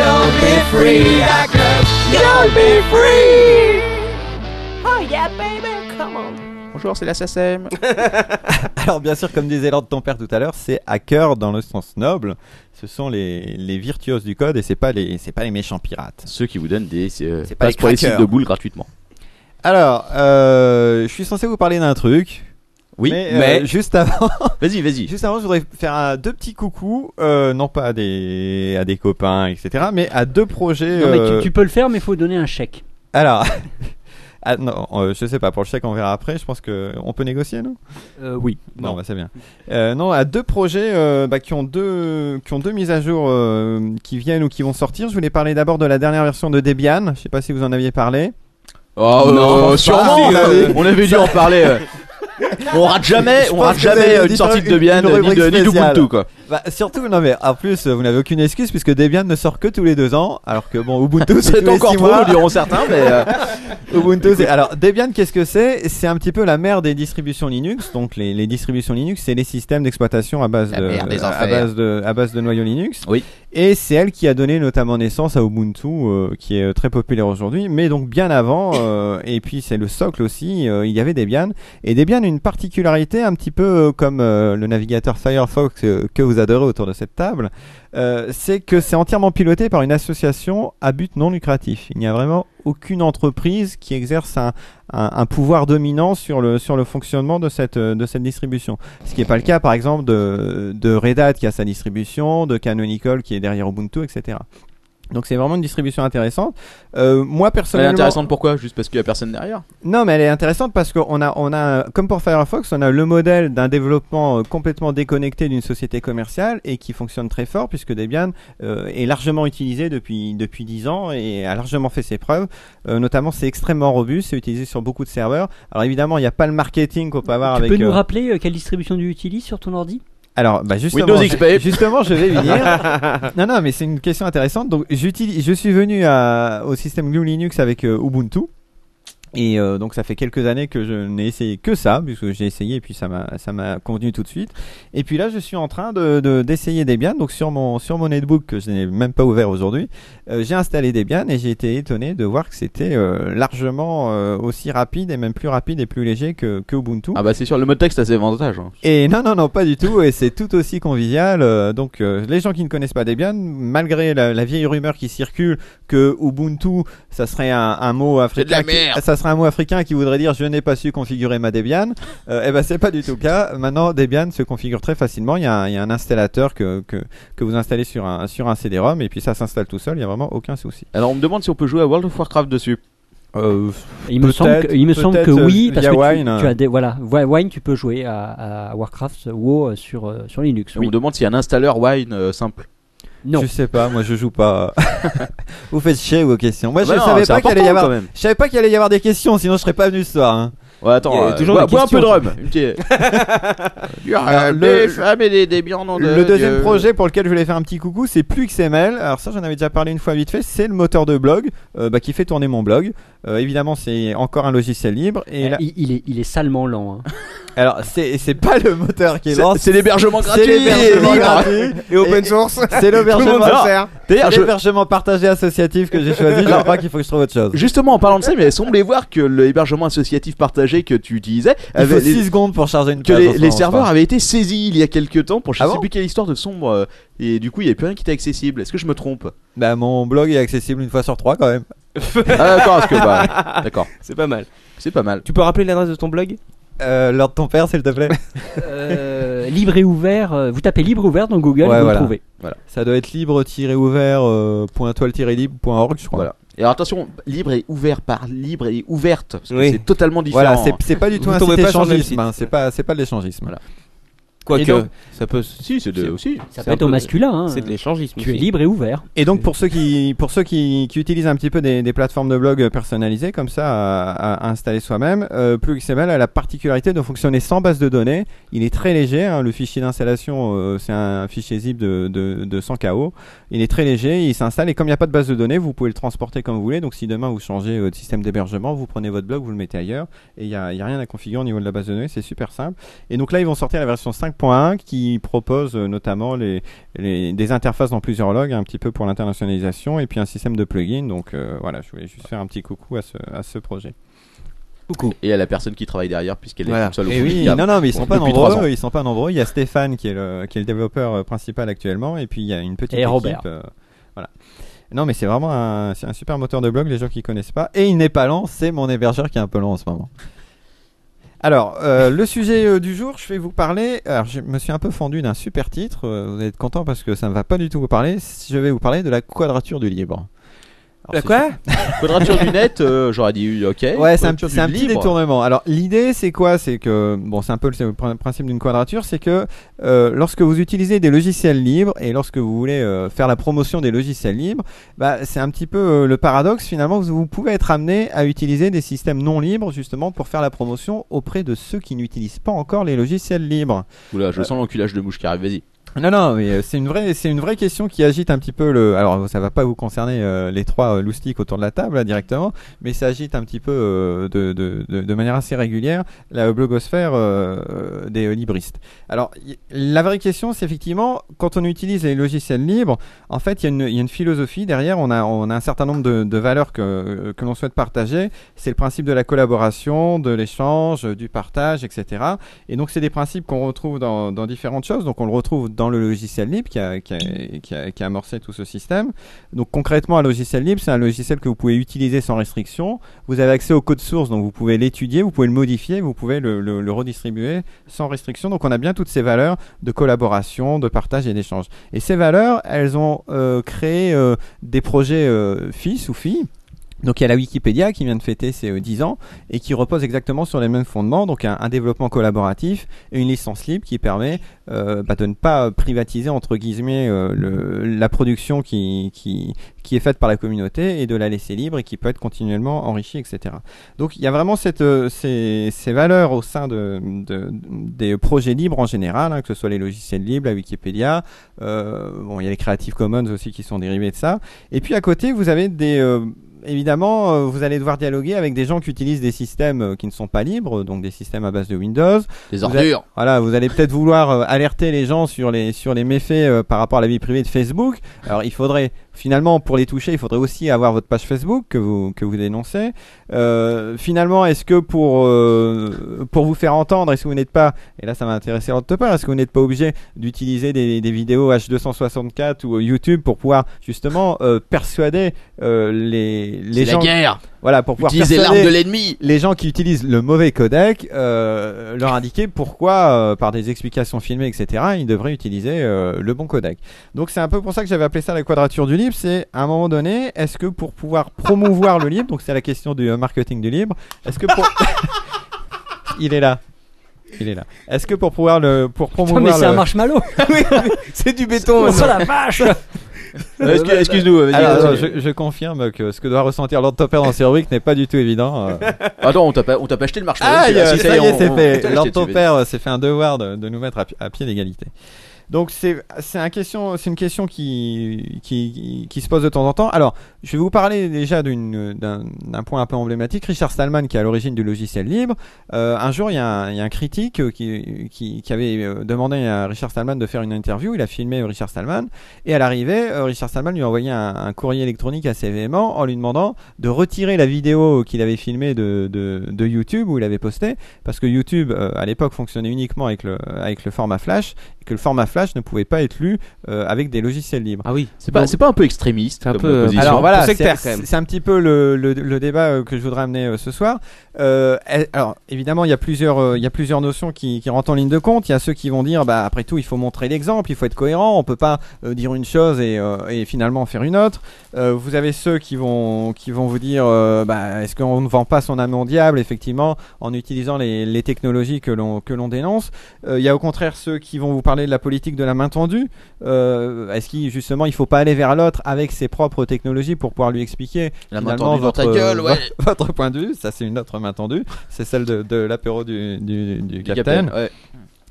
F: Oh, Bonjour, c'est la SACEM.
I: Alors bien sûr, comme disait l'ordre de ton père tout à l'heure, c'est hacker dans le sens noble. Ce sont les, les virtuoses du code et c'est pas les c'est pas les méchants pirates.
F: Ceux qui vous donnent des euh,
I: C'est pas
F: passes
I: les
F: pour les
I: crackers.
F: sites de boules gratuitement.
I: Alors, euh, je suis censé vous parler d'un truc.
F: Oui,
I: mais,
F: mais.
I: euh, juste avant,
F: Vas-y, vas-y.
I: juste avant, je voudrais faire un- deux petits coucous, euh, non pas à des à des copains, etc., mais à deux projets.
G: Non, mais
I: euh,
G: tu, tu peux le faire, mais faut donner un chèque.
I: Alors, ah, non, euh, je sais pas. Pour le chèque, on verra après. Je pense que on peut négocier, non
G: Euh, oui.
I: Non, bah, c'est bien. Euh, non, à deux projets euh, bah, qui ont deux qui ont deux mises à jour euh, qui viennent ou qui vont sortir. Je voulais parler d'abord de la dernière version de Debian. Je sais pas si vous en aviez parlé.
F: Oh,
I: Non, pas
F: sûrement, on
I: si,
F: avait,
I: euh,
F: on avait dû en parler. euh. on rate jamais,
I: Je
F: on
I: pense
F: rate
I: que vous
F: jamais
I: avez
F: euh, une
I: dit
F: sortie de
I: une-
F: Debian,
I: une
F: ni
I: rubrique
F: de- ni
I: spéciale.
F: d'Ubuntu, quoi.
I: Bah, surtout, non mais en plus, vous n'avez aucune excuse puisque Debian ne sort que tous les deux ans, alors que bon, Ubuntu c'est
F: C'est
I: tous les
F: encore
I: six
F: trop,
I: mois.
F: nous diront certains, mais. euh,
I: Ubuntu, c'est- Alors, Debian, qu'est-ce que c'est C'est un petit peu la mère des distributions Linux. Donc, les, les distributions Linux, c'est les systèmes d'exploitation à base
J: La
I: de
J: mère des
I: à
J: enfers.
I: base de à base de noyaux Linux.
F: Oui.
I: Et c'est elle qui a donné notamment naissance à Ubuntu, euh, qui est euh, très populaire aujourd'hui, mais donc bien avant. euh, et puis, c'est le socle aussi. euh, il y avait Debian. Et Debian a une particularité, un petit peu euh, comme euh, le navigateur Firefox euh, que vous adorez autour de cette table, euh, c'est que c'est entièrement piloté par une association à but non lucratif. Il n'y a vraiment aucune entreprise qui exerce un, un- un pouvoir dominant sur le, sur le fonctionnement de cette, euh, de cette distribution. Ce qui n'est pas le cas, par exemple, de, de Red Hat qui a sa distribution, de Canonical qui est derrière Ubuntu, etc. Donc c'est vraiment une distribution intéressante. Euh,
F: Elle
I: moi
F: est
I: personnellement,
F: intéressante pourquoi Juste parce qu'il y a personne derrière.
I: non, mais elle est intéressante parce qu'on a, on a, comme pour Firefox, on a le modèle d'un développement euh, complètement déconnecté d'une société commerciale et qui fonctionne très fort puisque Debian euh, est largement utilisé depuis depuis 10 ans et a largement fait ses preuves. Euh, notamment, c'est extrêmement robuste, c'est utilisé sur beaucoup de serveurs. Alors évidemment, il n'y a pas le marketing qu'on peut avoir
G: Tu
I: avec.
G: peux nous
I: euh,
G: rappeler euh, quelle distribution tu utilises sur ton ordi
I: alors, bah justement,
F: Windows
I: je-
F: XP.
I: justement, je vais y venir. non, non, mais c'est une question intéressante. Donc, j'utilise, je suis venu à- au système GNU Linux avec euh, Ubuntu. Et euh, donc ça fait quelques années que je n'ai essayé que ça, puisque j'ai essayé et puis ça m'a ça m'a convenu tout de suite. Et puis là je suis en train de de- d'essayer Debian, donc sur mon sur mon netbook que je n'ai même pas ouvert aujourd'hui, euh, j'ai installé Debian et j'ai été étonné de voir que c'était euh, largement euh, aussi rapide et même plus rapide et plus léger que, que Ubuntu.
F: Ah bah c'est sûr, le mode texte a ses avantages. hein.
I: Et non, non, non, pas du tout. Et c'est tout aussi convivial. euh, donc, euh, les gens qui ne connaissent pas Debian, malgré la, la vieille rumeur qui circule que Ubuntu, ça serait un, un mot
J: C'est de la
I: africain, qui-
J: merde.
I: ça serait un mot africain qui voudrait dire je n'ai pas su configurer ma Debian. Euh, eh ben, c'est pas du tout le cas. Maintenant, Debian se configure très facilement. Il y a un, il y a un installateur que, que que vous installez sur un sur un CD-ROM et puis ça s'installe tout seul. Il y a vraiment aucun souci.
F: Alors on me demande si on peut jouer à World of Warcraft dessus. Euh,
G: Il me semble
I: Peut-être-
G: que, il me semble
I: peut-être,
G: que
I: euh,
G: oui, parce
I: via
G: que tu-
I: Wine.
G: tu, as des, voilà, Wi- Wine, tu peux jouer à, à Warcraft, WoW euh, sur, euh, sur Linux.
F: Et On me demande s'il y a un installeur Wine euh, simple.
G: Non.
I: Je sais pas, moi je joue pas. vous faites chier vos questions. Moi
F: Ah bah
I: je
F: non,
I: savais
F: c'est
I: pas qu'il allait y
F: important,
I: avoir.
F: quand même.
I: Je savais pas qu'il allait y avoir des questions, sinon je serais pas venu ce soir. hein.
F: Ouais, attends,
I: Il y a
F: euh,
I: toujours
F: bois,
I: des
F: bois un peu de
I: questions,
F: rhum. Une petite- Il y a
I: Alors, le-
F: des femmes et des- des biens, nom de
I: Le deuxième
F: Dieu.
I: projet pour lequel je voulais faire un petit coucou, c'est plus XML. Alors ça, j'en avais déjà parlé une fois vite fait. C'est le moteur de blog euh, bah, qui fait tourner mon blog. Euh, évidemment, c'est encore un logiciel libre. Et là-
G: Il, il est, il est salement lent. hein.
I: alors, c'est c'est pas le moteur qui est lent.
F: C'est- C'est l'hébergement gratuit.
I: C'est l'hébergement
F: libre.
I: gratuit.
H: Et open
I: Et-
H: source.
I: C'est l'hébergement.
H: Tout le monde s'en
I: Alors,
H: sert.
I: C'est
F: D'ailleurs, je-
I: l'hébergement partagé associatif que j'ai choisi. Je crois qu'il faut que je trouve autre chose.
F: Justement, en parlant de ça, mais elle semblait voir que l'hébergement associatif partagé que tu utilisais
I: Il faut Ah,
F: avait Ah, les-
I: 6 secondes pour charger une
F: que
I: page,
F: les,
I: enfin,
F: les
I: on se
F: serveurs
I: parle.
F: avaient été saisis il y a quelques temps pour je
I: Ah
F: sais
I: bon
F: plus quelle histoire de sombre euh, et du coup il n'y avait plus rien qui était accessible. Est-ce que je me trompe
I: Bah, mon blog est accessible une fois sur trois quand même.
F: Ah d'accord, parce que bah, d'accord,
H: C'est pas mal.
F: c'est pas mal.
H: Tu peux rappeler l'adresse de ton blog
I: Euh, L'ordre de ton père, s'il te plaît.
G: Euh, libre et ouvert, euh, vous tapez libre et ouvert dans Google,
I: Ouais,
G: vous
I: voilà.
G: le trouvez.
I: Ça doit être euh, libre-ouvert.toile-libre.org, je crois.
F: Voilà. Et alors attention, libre et ouvert par libre et ouverte, parce que
H: Oui.
F: c'est totalement différent. hein.
I: Voilà, c'est- c'est pas du tout
H: hein. Vous
I: un
H: tombez
I: site
H: pas sur le même
I: échangisme,
H: site.
I: hein, c'est pas, c'est pas de l'échangisme.
F: Voilà.
I: Et
H: Quoique,
I: donc-
H: ça peut.
F: si, c'est de- aussi.
G: Ça
H: C'est
G: peut
H: un
G: être au
H: peu-
G: masculin. hein.
H: C'est de l'échangisme.
G: Tu es
H: aussi.
G: libre et ouvert.
I: Et donc pour ceux qui, pour ceux qui, qui utilisent un petit peu des, des plateformes de blog personnalisées comme ça à, à installer soi-même, euh, PluxML a la particularité de fonctionner sans base de données. Il est très léger, hein, le fichier d'installation euh, c'est un fichier zip de, de, de 100 KO. Il est très léger, il s'installe et comme il n'y a pas de base de données, vous pouvez le transporter comme vous voulez. Donc si demain vous changez euh, de système d'hébergement, vous prenez votre blog, vous le mettez ailleurs et il n'y a, il y a rien à configurer au niveau de la base de données, c'est super simple. Et donc là ils vont sortir la version 5.1 qui propose euh, notamment les, les- des interfaces dans plusieurs logs, un petit peu pour l'internationalisation, et puis un système de plugins. Donc euh, voilà, je voulais juste faire un petit coucou à ce, à ce projet.
F: Et à la personne qui travaille derrière, puisqu'elle est
H: Voilà.
F: toute seule au
I: Et
F: fond du
I: Eh oui,
F: câble.
I: non, non, mais ils sont
F: Bon,
I: pas
F: depuis trois ans.
I: nombreux. Ils sont pas nombreux. Il y a Stéphane qui est le, qui est le développeur euh, principal actuellement, et puis il y a une petite
G: Et
I: équipe.
G: Robert.
I: euh, voilà. Non, mais c'est vraiment un, c'est un super moteur de blog. Les gens qui connaissent pas, et il n'est pas lent. C'est mon hébergeur qui est un peu lent en ce moment. Alors, euh, le sujet euh, du jour, je vais vous parler. Alors, je me suis un peu fendu d'un super titre. euh, vous êtes content parce que ça ne va pas du tout vous parler. Je vais vous parler de la quadrature du libre. Alors,
H: La
I: c'est
H: quoi
F: Quadrature du net, euh, j'aurais dit ok.
I: Ouais, c'est un,
F: Quadrature
I: c'est un
F: du
I: petit
F: libre.
I: détournement. Alors, l'idée, c'est quoi C'est que, bon, c'est un peu le- c'est le prin- principe d'une quadrature, c'est que euh, lorsque vous utilisez des logiciels libres et lorsque vous voulez euh, faire la promotion des logiciels libres, bah, c'est un petit peu euh, le paradoxe finalement. Vous, vous pouvez être amené à utiliser des systèmes non libres justement pour faire la promotion auprès de ceux qui n'utilisent pas encore les logiciels libres.
F: Oula, je sens l'enculage de mouche qui arrive, vas-y.
I: Non, non, mais euh, c'est une vraie, c'est une vraie question qui agite un petit peu le. Alors, ça va pas vous concerner euh, les trois euh, loustiques autour de la table là, directement, mais ça agite un petit peu euh, de, de, de, de manière assez régulière la blogosphère euh, euh, des euh, libristes. Alors, y- la vraie question, c'est effectivement quand on utilise les logiciels libres, en fait, il y, a une- il y a une philosophie derrière. On a, on a un certain nombre de, de valeurs que que l'on souhaite partager. C'est le principe de la collaboration, de l'échange, du partage, etc. Et donc, c'est des principes qu'on retrouve dans, dans différentes choses. Donc, on le retrouve dans dans le logiciel libre qui a, qui, a, qui, a, qui a amorcé tout ce système. Donc concrètement, un logiciel libre, c'est un logiciel que vous pouvez utiliser sans restriction. Vous avez accès au code source, donc vous pouvez l'étudier, vous pouvez le modifier, vous pouvez le, le- le redistribuer sans restriction. Donc on a bien toutes ces valeurs de collaboration, de partage et d'échange. Et ces valeurs, elles ont euh, créé euh, des projets euh, fils ou filles. Donc il y a la Wikipédia qui vient de fêter ses euh, 10 ans et qui repose exactement sur les mêmes fondements, donc un, un développement collaboratif et une licence libre qui permet euh, bah, de ne pas privatiser entre guillemets euh, le- la production qui, qui, qui est faite par la communauté et de la laisser libre et qui peut être continuellement enrichie, etc. Donc il y a vraiment cette, euh, ces, ces valeurs au sein de, de- des projets libres en général, hein, que ce soit les logiciels libres, la Wikipédia, euh, bon, il y a les Creative Commons aussi qui sont dérivés de ça. Et puis à côté, vous avez des... euh, évidemment, euh, vous allez devoir dialoguer avec des gens qui utilisent des systèmes euh, qui ne sont pas libres, donc des systèmes à base de Windows.
F: Des
I: Vous
F: ordures.
I: allez- voilà, vous allez peut-être vouloir euh, alerter les gens sur les sur les méfaits euh, par rapport à la vie privée de Facebook. Alors, il faudrait finalement pour les toucher, il faudrait aussi avoir votre page Facebook que vous que vous dénoncez. Euh, finalement, est-ce que pour euh, pour vous faire entendre, est-ce que vous n'êtes pas et là ça m'a intéressé l'autre part, est-ce que vous n'êtes pas obligé d'utiliser des, des vidéos H264 ou euh, YouTube pour pouvoir justement euh, persuader euh, les les
F: C'est la
I: gens
F: guerre.
I: Voilà, pour pouvoir
F: Utilisez l'arme
I: persuader
F: de l'ennemi.
I: les gens qui utilisent le mauvais codec euh, leur indiquer pourquoi, euh, par des explications filmées, etc., ils devraient utiliser euh, le bon codec. Donc c'est un peu pour ça que j'avais appelé ça la quadrature du libre. C'est à un moment donné, est-ce que pour pouvoir promouvoir le libre, donc c'est la question du euh, marketing du libre, est-ce que pour... Il est là. Il est là. Est-ce que pour pouvoir le pour
G: Putain,
I: promouvoir
G: mais c'est un
I: le-
G: marshmallow
H: C'est du béton
G: Oh la vache
F: Euh, excuse- excuse-nous, vas-y,
I: Alors,
F: continue.
I: je, je confirme que ce que doit ressentir Lord Topper dans ses rubriques n'est pas du tout évident. euh.
F: Attends, on t'a pas, on t'a pas acheté le marshmallow.
I: Ah,
F: c'est-
I: euh,
F: si,
I: ça y
F: on-
I: est, c'est
F: on- on
I: fait.
F: t'a
I: Lord
F: acheté,
I: ton
F: tu veux
I: père euh, s'est fait un devoir de, de nous mettre à, pi- à pied d'égalité. Donc c'est c'est un question c'est une question qui, qui qui se pose de temps en temps. Alors je vais vous parler déjà d'une d'un d'un point un peu emblématique. Richard Stallman qui est à l'origine du logiciel libre. Euh, un jour il y, a un, il y a un critique euh, qui, qui qui avait euh, demandé à Richard Stallman de faire une interview. Il a filmé euh, Richard Stallman et à l'arrivée euh, Richard Stallman lui a envoyé un, un courrier électronique assez véhément en lui demandant de retirer la vidéo qu'il avait filmée de, de, de YouTube où il avait posté parce que YouTube euh, à l'époque fonctionnait uniquement avec le, avec le format Flash et que le format Flash ne pouvait pas être lu euh, avec des logiciels libres.
H: Ah oui,
F: C'est pas, c'est pas un peu extrémiste.
H: un
F: comme
H: peu, euh,
F: position
I: alors voilà,
H: Pour
I: c'est
H: sectaire, quand même.
I: c'est un petit peu le, le- le débat euh, que je voudrais amener euh, ce soir. Euh, elle- alors évidemment, il y a plusieurs, euh, il y a plusieurs notions qui, qui rentrent en ligne de compte. Il y a ceux qui vont dire, bah après tout, il faut montrer l'exemple, il faut être cohérent. On peut pas euh, dire une chose et, euh, et finalement en faire une autre. Euh, vous avez ceux qui vont, qui vont vous dire, euh, bah est-ce qu'on ne vend pas son âme au diable Effectivement, en utilisant les, les technologies que l'on que l'on dénonce. Euh, il y a au contraire ceux qui vont vous parler de la politique de la main tendue. Euh, Est-ce qu'il justement il faut pas aller vers l'autre avec ses propres technologies pour pouvoir lui expliquer
F: La main
I: finalement
F: tendue dans
I: votre,
F: ta gueule, ouais.
I: votre point de vue Ça c'est une autre main tendue, c'est celle de, de l'apéro du, du, du
F: Du
I: capitaine.
F: capitaine, ouais.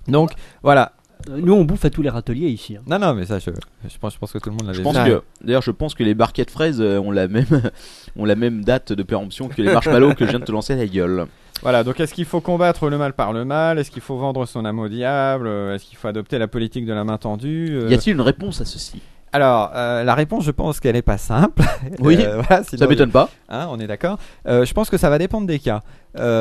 I: Donc voilà.
G: Nous, on bouffe à tous les râteliers ici. hein.
I: Non non mais ça je, je pense je pense que tout le monde l'avait.
F: Je pense
I: vu.
F: que, d'ailleurs, je pense que les barquettes fraises euh, ont la même, ont la même date de péremption que les marshmallows que je viens de te lancer à la gueule.
I: Voilà, donc est-ce qu'il faut combattre le mal par le mal Est-ce qu'il faut vendre son âme au diable Euh, Est-ce qu'il faut adopter la politique de la main tendue Euh,
F: Y a-t-il une réponse à ceci
I: Alors, euh, la réponse, je pense qu'elle n'est pas simple. Euh,
F: Oui,
I: voilà, sinon-
F: Ça m'étonne pas.
I: Hein, on est d'accord. Euh, je pense que ça va dépendre des cas.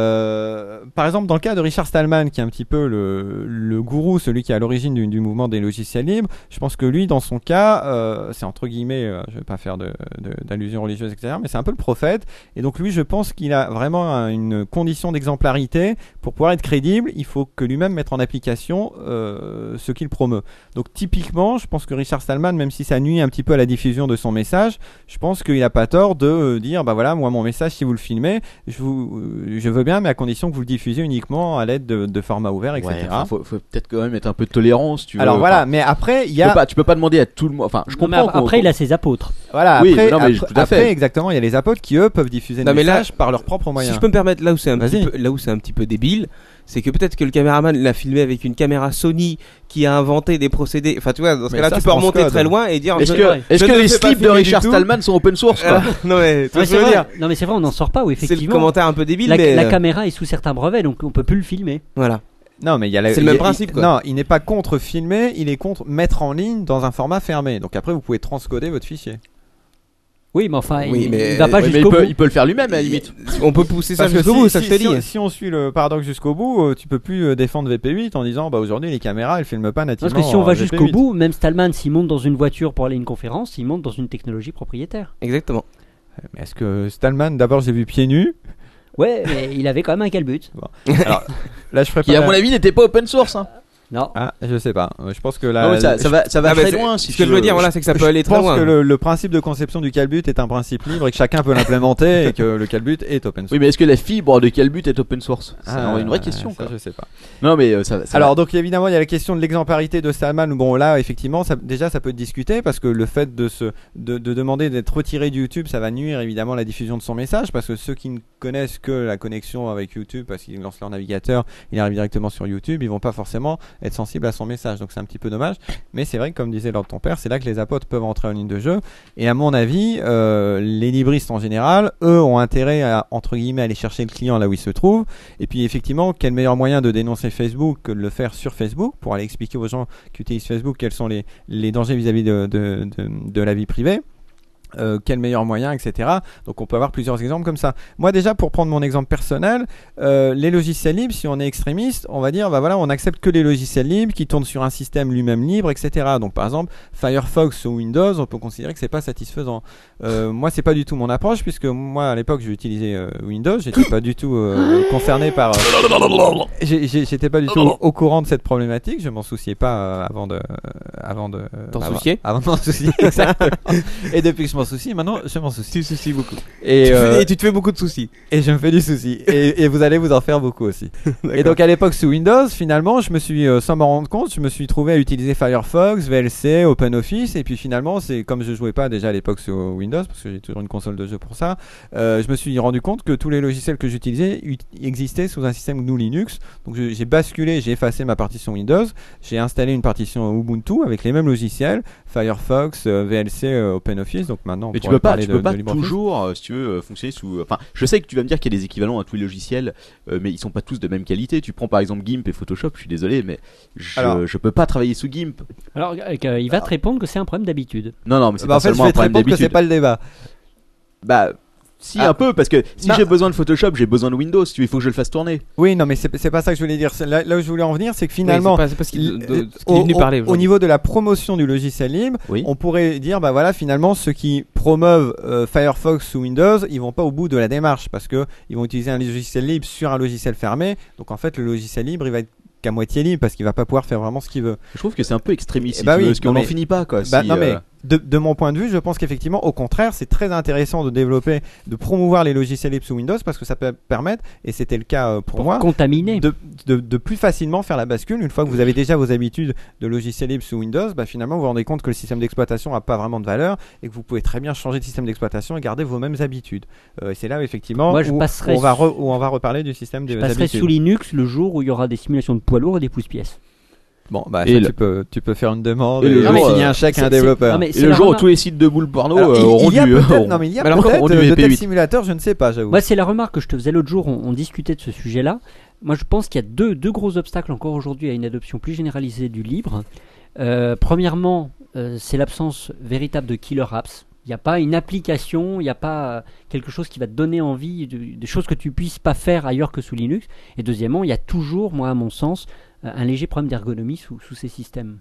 I: Euh, par exemple, dans le cas de Richard Stallman, qui est un petit peu le, le gourou, celui qui est à l'origine du, du mouvement des logiciels libres, je pense que lui, dans son cas, euh, c'est entre guillemets, euh, je ne vais pas faire de- de- d'allusion religieuse, etc., mais c'est un peu le prophète. Et donc lui, je pense qu'il a vraiment un- une condition d'exemplarité. Pour pouvoir être crédible, il faut que lui-même mette en application euh, ce qu'il promeut. Donc typiquement, je pense que Richard Stallman, même si ça nuit un petit peu à la diffusion de son message, je pense qu'il n'a pas tort de euh, dire bah voilà moi mon message si vous le filmez je vous euh, je veux bien mais à condition que vous le diffusiez uniquement à l'aide de, de formats ouverts etc
F: Ouais, enfin, faut, faut peut-être quand même être un peu tolérant si tu veux.
I: alors voilà
F: Enfin,
I: mais après il
F: tu,
I: y
F: peux
I: a
F: pas, tu peux pas demander à tout le monde. Enfin, je
G: Non, mais
F: comprends.
G: après,
F: qu'on-
G: après, il a ses apôtres.
I: voilà
F: Oui,
I: après,
F: non, mais je-
I: après-
F: tout à fait.
I: après, exactement il y a les apôtres qui eux peuvent diffuser
H: Non,
I: des
H: mais là,
I: messages par leurs propres moyens
H: Si je peux me permettre, là où c'est un, petit
I: Vas-y.
H: peu- là où c'est un petit peu débile, c'est que peut-être que le caméraman l'a filmé avec une caméra Sony qui a inventé des procédés. Enfin, tu vois, dans ce
I: Mais
H: cas-là,
I: ça,
H: tu
I: c'est
H: peux
I: en
H: remonter
I: Scode.
H: très loin et dire.
F: Est-ce
H: je-
F: que, est-ce
H: je
F: que
H: ne
F: les
H: fais pas
F: slips de
H: filmer du
F: Richard
H: tout.
F: Stallman sont open source quoi
H: Ah, Non, mais tu vois
G: Ouais,
H: ce
G: c'est
H: que je veux
G: vrai.
H: dire.
G: Non, mais c'est vrai, on n'en sort pas, où
H: C'est le
G: effectivement.
H: commentaire un peu débile,
G: La,
H: mais.
G: la
H: euh,
G: caméra est sous certains brevets, donc on peut plus le filmer.
H: Voilà.
I: non mais il y a la-
H: C'est le même
I: il- il-
H: principe, quoi.
I: non il n'est pas contre filmer il est contre mettre en ligne dans un format fermé donc après vous pouvez transcoder votre fichier
G: Oui, mais enfin,
F: Oui,
G: il,
F: mais-
G: il va pas
F: oui, mais
G: jusqu'au
F: Ah, il peut-
G: bout.
F: il peut le faire lui-même, à la limite.
H: On peut pousser ça
I: Parce que
H: jusqu'au
I: si-
H: bout, ça
I: si-
H: je te
I: si-
H: dis.
I: Si on suit le paradoxe jusqu'au bout, euh, tu peux plus euh, défendre VP8 en disant bah aujourd'hui les caméras elles filment pas nativement.
G: Parce que si on va
I: euh,
G: jusqu'au
I: VP8.
G: bout, même Stallman, s'il monte dans une voiture pour aller à une conférence, il monte dans une technologie propriétaire.
H: Exactement.
I: Mais est-ce que Stallman, d'abord j'ai vu pieds nus.
G: Ouais, mais il avait quand même un calbut.
I: Alors là je ferai pas.
F: Qui, à
I: la-
F: mon avis, n'était pas open source. hein.
G: Non.
I: Ah, je sais pas. Euh, Je pense que
F: Ah
I: là.
F: ouais, ça- ça va- ça va Ah, très mais c'est- loin, si ce tu que je veux veux. dire, voilà, c'est que ça peut aller très
I: Je pense
F: loin.
I: que le, le principe de conception du calbut est un principe libre et que chacun peut l'implémenter et que le calbut est open source.
F: Oui, mais est-ce que la fibre de Calbut est open source C'est
I: Ah,
F: une vraie question.
I: ça,
F: quoi.
I: je sais pas.
F: Non, mais euh, ça, ça
I: Alors
F: va.
I: donc évidemment il y a la question de l'exemplarité de Stallman. Bon là effectivement ça, déjà ça peut être discuté parce que le fait de se de, de demander d'être retiré du YouTube ça va nuire évidemment à la diffusion de son message parce que ceux qui ne connaissent que la connexion avec YouTube parce qu'ils lancent leur navigateur ils arrivent directement sur YouTube ils vont pas forcément être sensibles à son message donc c'est un petit peu dommage mais c'est vrai que comme disait Lord ton père c'est là que les apôtres peuvent entrer en ligne de jeu et à mon avis euh, les libristes en général eux ont intérêt à entre guillemets aller chercher le client là où il se trouve et puis effectivement, quel meilleur moyen de dénoncer Facebook que de le faire sur Facebook pour aller expliquer aux gens qui utilisent Facebook quels sont les, les dangers vis-à-vis de, de- de- de la vie privée. euh, quel meilleur moyen, etc. Donc on peut avoir plusieurs exemples comme ça. Moi déjà, pour prendre mon exemple personnel, euh, les logiciels libres, si on est extrémiste, on va dire, bah voilà, on accepte que les logiciels libres qui tournent sur un système lui-même libre, etc. Donc par exemple, Firefox ou Windows, on peut considérer que c'est pas satisfaisant. Euh, moi, c'est pas du tout mon approche, puisque moi à l'époque, j'utilisais euh, Windows, j'étais pas du tout euh, concerné par. euh, j'ai- j'ai- j'étais pas du tout au courant de cette problématique, je m'en souciais pas euh, avant de, euh, avant de. euh,
H: T'en
I: avant-
H: souciais
I: Avant de m'en soucier, exactement. Et depuis que je m'en soucie, maintenant je m'en soucie. Tu soucies beaucoup.
H: Tu
I: Et,
H: fais-
I: euh,
H: et tu te fais beaucoup de soucis.
I: et je me fais du souci. Et, et vous allez vous en faire beaucoup aussi. et donc à l'époque sous Windows, finalement, je me suis, euh, sans m'en rendre compte, je me suis trouvé à utiliser Firefox, VLC, OpenOffice. Et puis finalement, c'est comme je jouais pas déjà à l'époque sur Windows, parce que j'ai toujours une console de jeu pour ça, euh, je me suis rendu compte que tous les logiciels que j'utilisais ut- existaient sous un système GNU Linux. Donc je- j'ai basculé, j'ai effacé ma partition Windows, j'ai installé une partition Ubuntu avec les mêmes logiciels, Firefox, euh, VLC, euh, OpenOffice. Donc maintenant, on
F: Mais tu
I: pourrait
F: peux pas,
I: parler
F: tu
I: de-
F: peux pas
I: de LibreOffice.
F: toujours, euh, si tu veux, euh, fonctionner sous. Enfin, je sais que tu vas me dire qu'il y a des équivalents à tous les logiciels, euh, mais ils sont pas tous de même qualité. Tu prends par exemple GIMP et Photoshop. Je suis désolé, mais je,
I: Alors-
F: je peux pas travailler sous GIMP.
G: Alors, euh, que- il va te répondre que c'est un problème d'habitude.
F: Non, non, mais c'est
I: Bah,
F: pas
I: en fait,
F: seulement
I: je
F: un
I: vais te
F: problème
I: répondre que
F: d'habitude.
I: c'est pas le débat.
F: Bah, si
I: Ah.
F: un peu, parce que si
I: Non.
F: j'ai besoin de Photoshop, j'ai besoin de Windows. Tu il faut que je le fasse tourner.
I: Oui, non, mais c'est c'est pas ça que je voulais dire. C'est Là, là où je voulais en venir, c'est que
H: Oui,
I: finalement,
H: c'est pas- c'est pas ce qui- de- de- ce qui est
I: au,
H: venu
I: au-
H: parler
I: au
H: aujourd'hui.
I: niveau de la promotion du logiciel libre,
F: Oui.
I: on pourrait dire, bah voilà, finalement, ceux qui promeuvent euh, Firefox ou Windows, ils vont pas au bout de la démarche parce que ils vont utiliser un logiciel libre sur un logiciel fermé. Donc en fait, le logiciel libre, il va être qu'à moitié libre parce qu'il va pas pouvoir faire vraiment ce qu'il veut.
F: Je trouve que c'est un peu extrémiste,
I: Eh
F: si
I: bah
F: tu
I: oui,
F: veux, parce qu'on
I: non,
F: n'en
I: mais-
F: finit pas, quoi.
I: Bah,
F: si,
I: non mais
F: euh,
I: de, de mon point de vue, je pense qu'effectivement, au contraire, c'est très intéressant de développer, de promouvoir les logiciels libres sous Windows parce que ça peut permettre, et c'était le cas euh, pour,
G: Pour
I: moi,
G: contaminer.
I: de, de- de plus facilement faire la bascule. Une fois que vous avez déjà vos habitudes de logiciel libre sous Windows, bah finalement vous vous rendez compte que le système d'exploitation n'a pas vraiment de valeur et que vous pouvez très bien changer de système d'exploitation et garder vos mêmes habitudes. Euh, et c'est là où, effectivement
G: Moi, je
I: où,
G: passerais
I: où on va
G: sous-
I: re- où on va reparler du système des
G: Je passerai
I: habitudes.
G: sous Linux le jour où il y aura des simulations de poids lourds et des pouces-pièces.
I: Bon, bah,
F: Et
I: ça,
F: le-
I: tu, peux, tu peux faire une demande
F: Et
I: et,
F: le jour,
I: signer
F: euh,
I: un chèque
G: c'est-
I: à un
G: c'est-
I: développeur.
G: non, mais
F: Et
G: c'est
F: le
G: la
F: jour où
G: remarque-
F: tous les sites de boules porno
I: Alors, il-
F: euh, auront
I: il y a
F: du.
I: peut-être
F: auront-
I: non, mais il y a
F: Mais alors,
I: peut-être,
F: auront du
I: euh,
F: VP8.
I: Dot Simulator, je ne sais pas, j'avoue.
G: Moi, c'est la remarque que je te faisais l'autre jour, on, on discutait de ce sujet-là. Moi, je pense qu'il y a deux, deux gros obstacles encore aujourd'hui à une adoption plus généralisée du libre. Euh, premièrement, euh, c'est l'absence véritable de killer apps. Il n'y a pas une application, il n'y a pas euh, quelque chose qui va te donner envie, de- des choses que tu puisses pas faire ailleurs que sous Linux. Et deuxièmement, il y a toujours, moi, à mon sens, euh, un léger problème d'ergonomie sous, sous ces systèmes.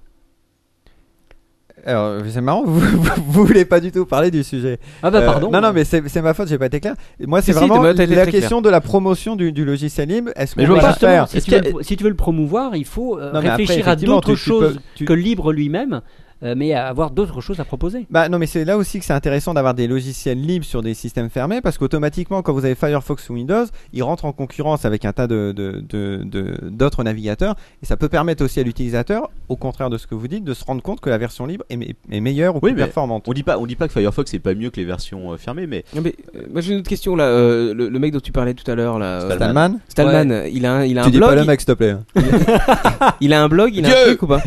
I: Alors, euh, c'est marrant, vous, vous, vous voulez pas du tout parler du sujet.
G: Ah bah,
I: Euh,
G: pardon.
I: non, non, mais c'est c'est ma faute, j'ai pas été clair. Et Moi, c'est
H: Si, si,
I: vraiment
H: t'as- t'as été
I: la
H: très clair.
I: question de la promotion du, du logiciel libre. Est-ce
F: Mais
I: qu'on
F: je veux
I: va
F: pas-
I: le faire
G: Bah, si, tu veux, le- si tu veux le promouvoir, il faut euh,
I: Non, mais après,
G: réfléchir à
I: effectivement,
G: d'autres
I: tu- tu
G: choses
I: peux- tu-
G: que libre lui-même, euh, mais à avoir d'autres choses à proposer.
I: Bah non, mais c'est là aussi que c'est intéressant d'avoir des logiciels libres sur des systèmes fermés parce qu'automatiquement, quand vous avez Firefox ou Windows, ils rentrent en concurrence avec un tas de de- de- de- d'autres navigateurs et ça peut permettre aussi à l'utilisateur, au contraire de ce que vous dites, de se rendre compte que la version libre est, me- est meilleure ou
F: Oui,
I: plus
F: mais-
I: performante.
F: On dit pas, on dit pas que Firefox c'est pas mieux que les versions euh, fermées, mais
H: Non, mais, euh, moi j'ai une autre question là. euh, le, le mec dont tu parlais tout à l'heure là, euh,
F: Stallman.
I: Stallman,
H: Stallman, il a un, il a un
I: tu dis pas
H: blog.
I: le mec, s'il te plaît.
H: Il a un blog, il a un
F: Dieu
H: truc ou pas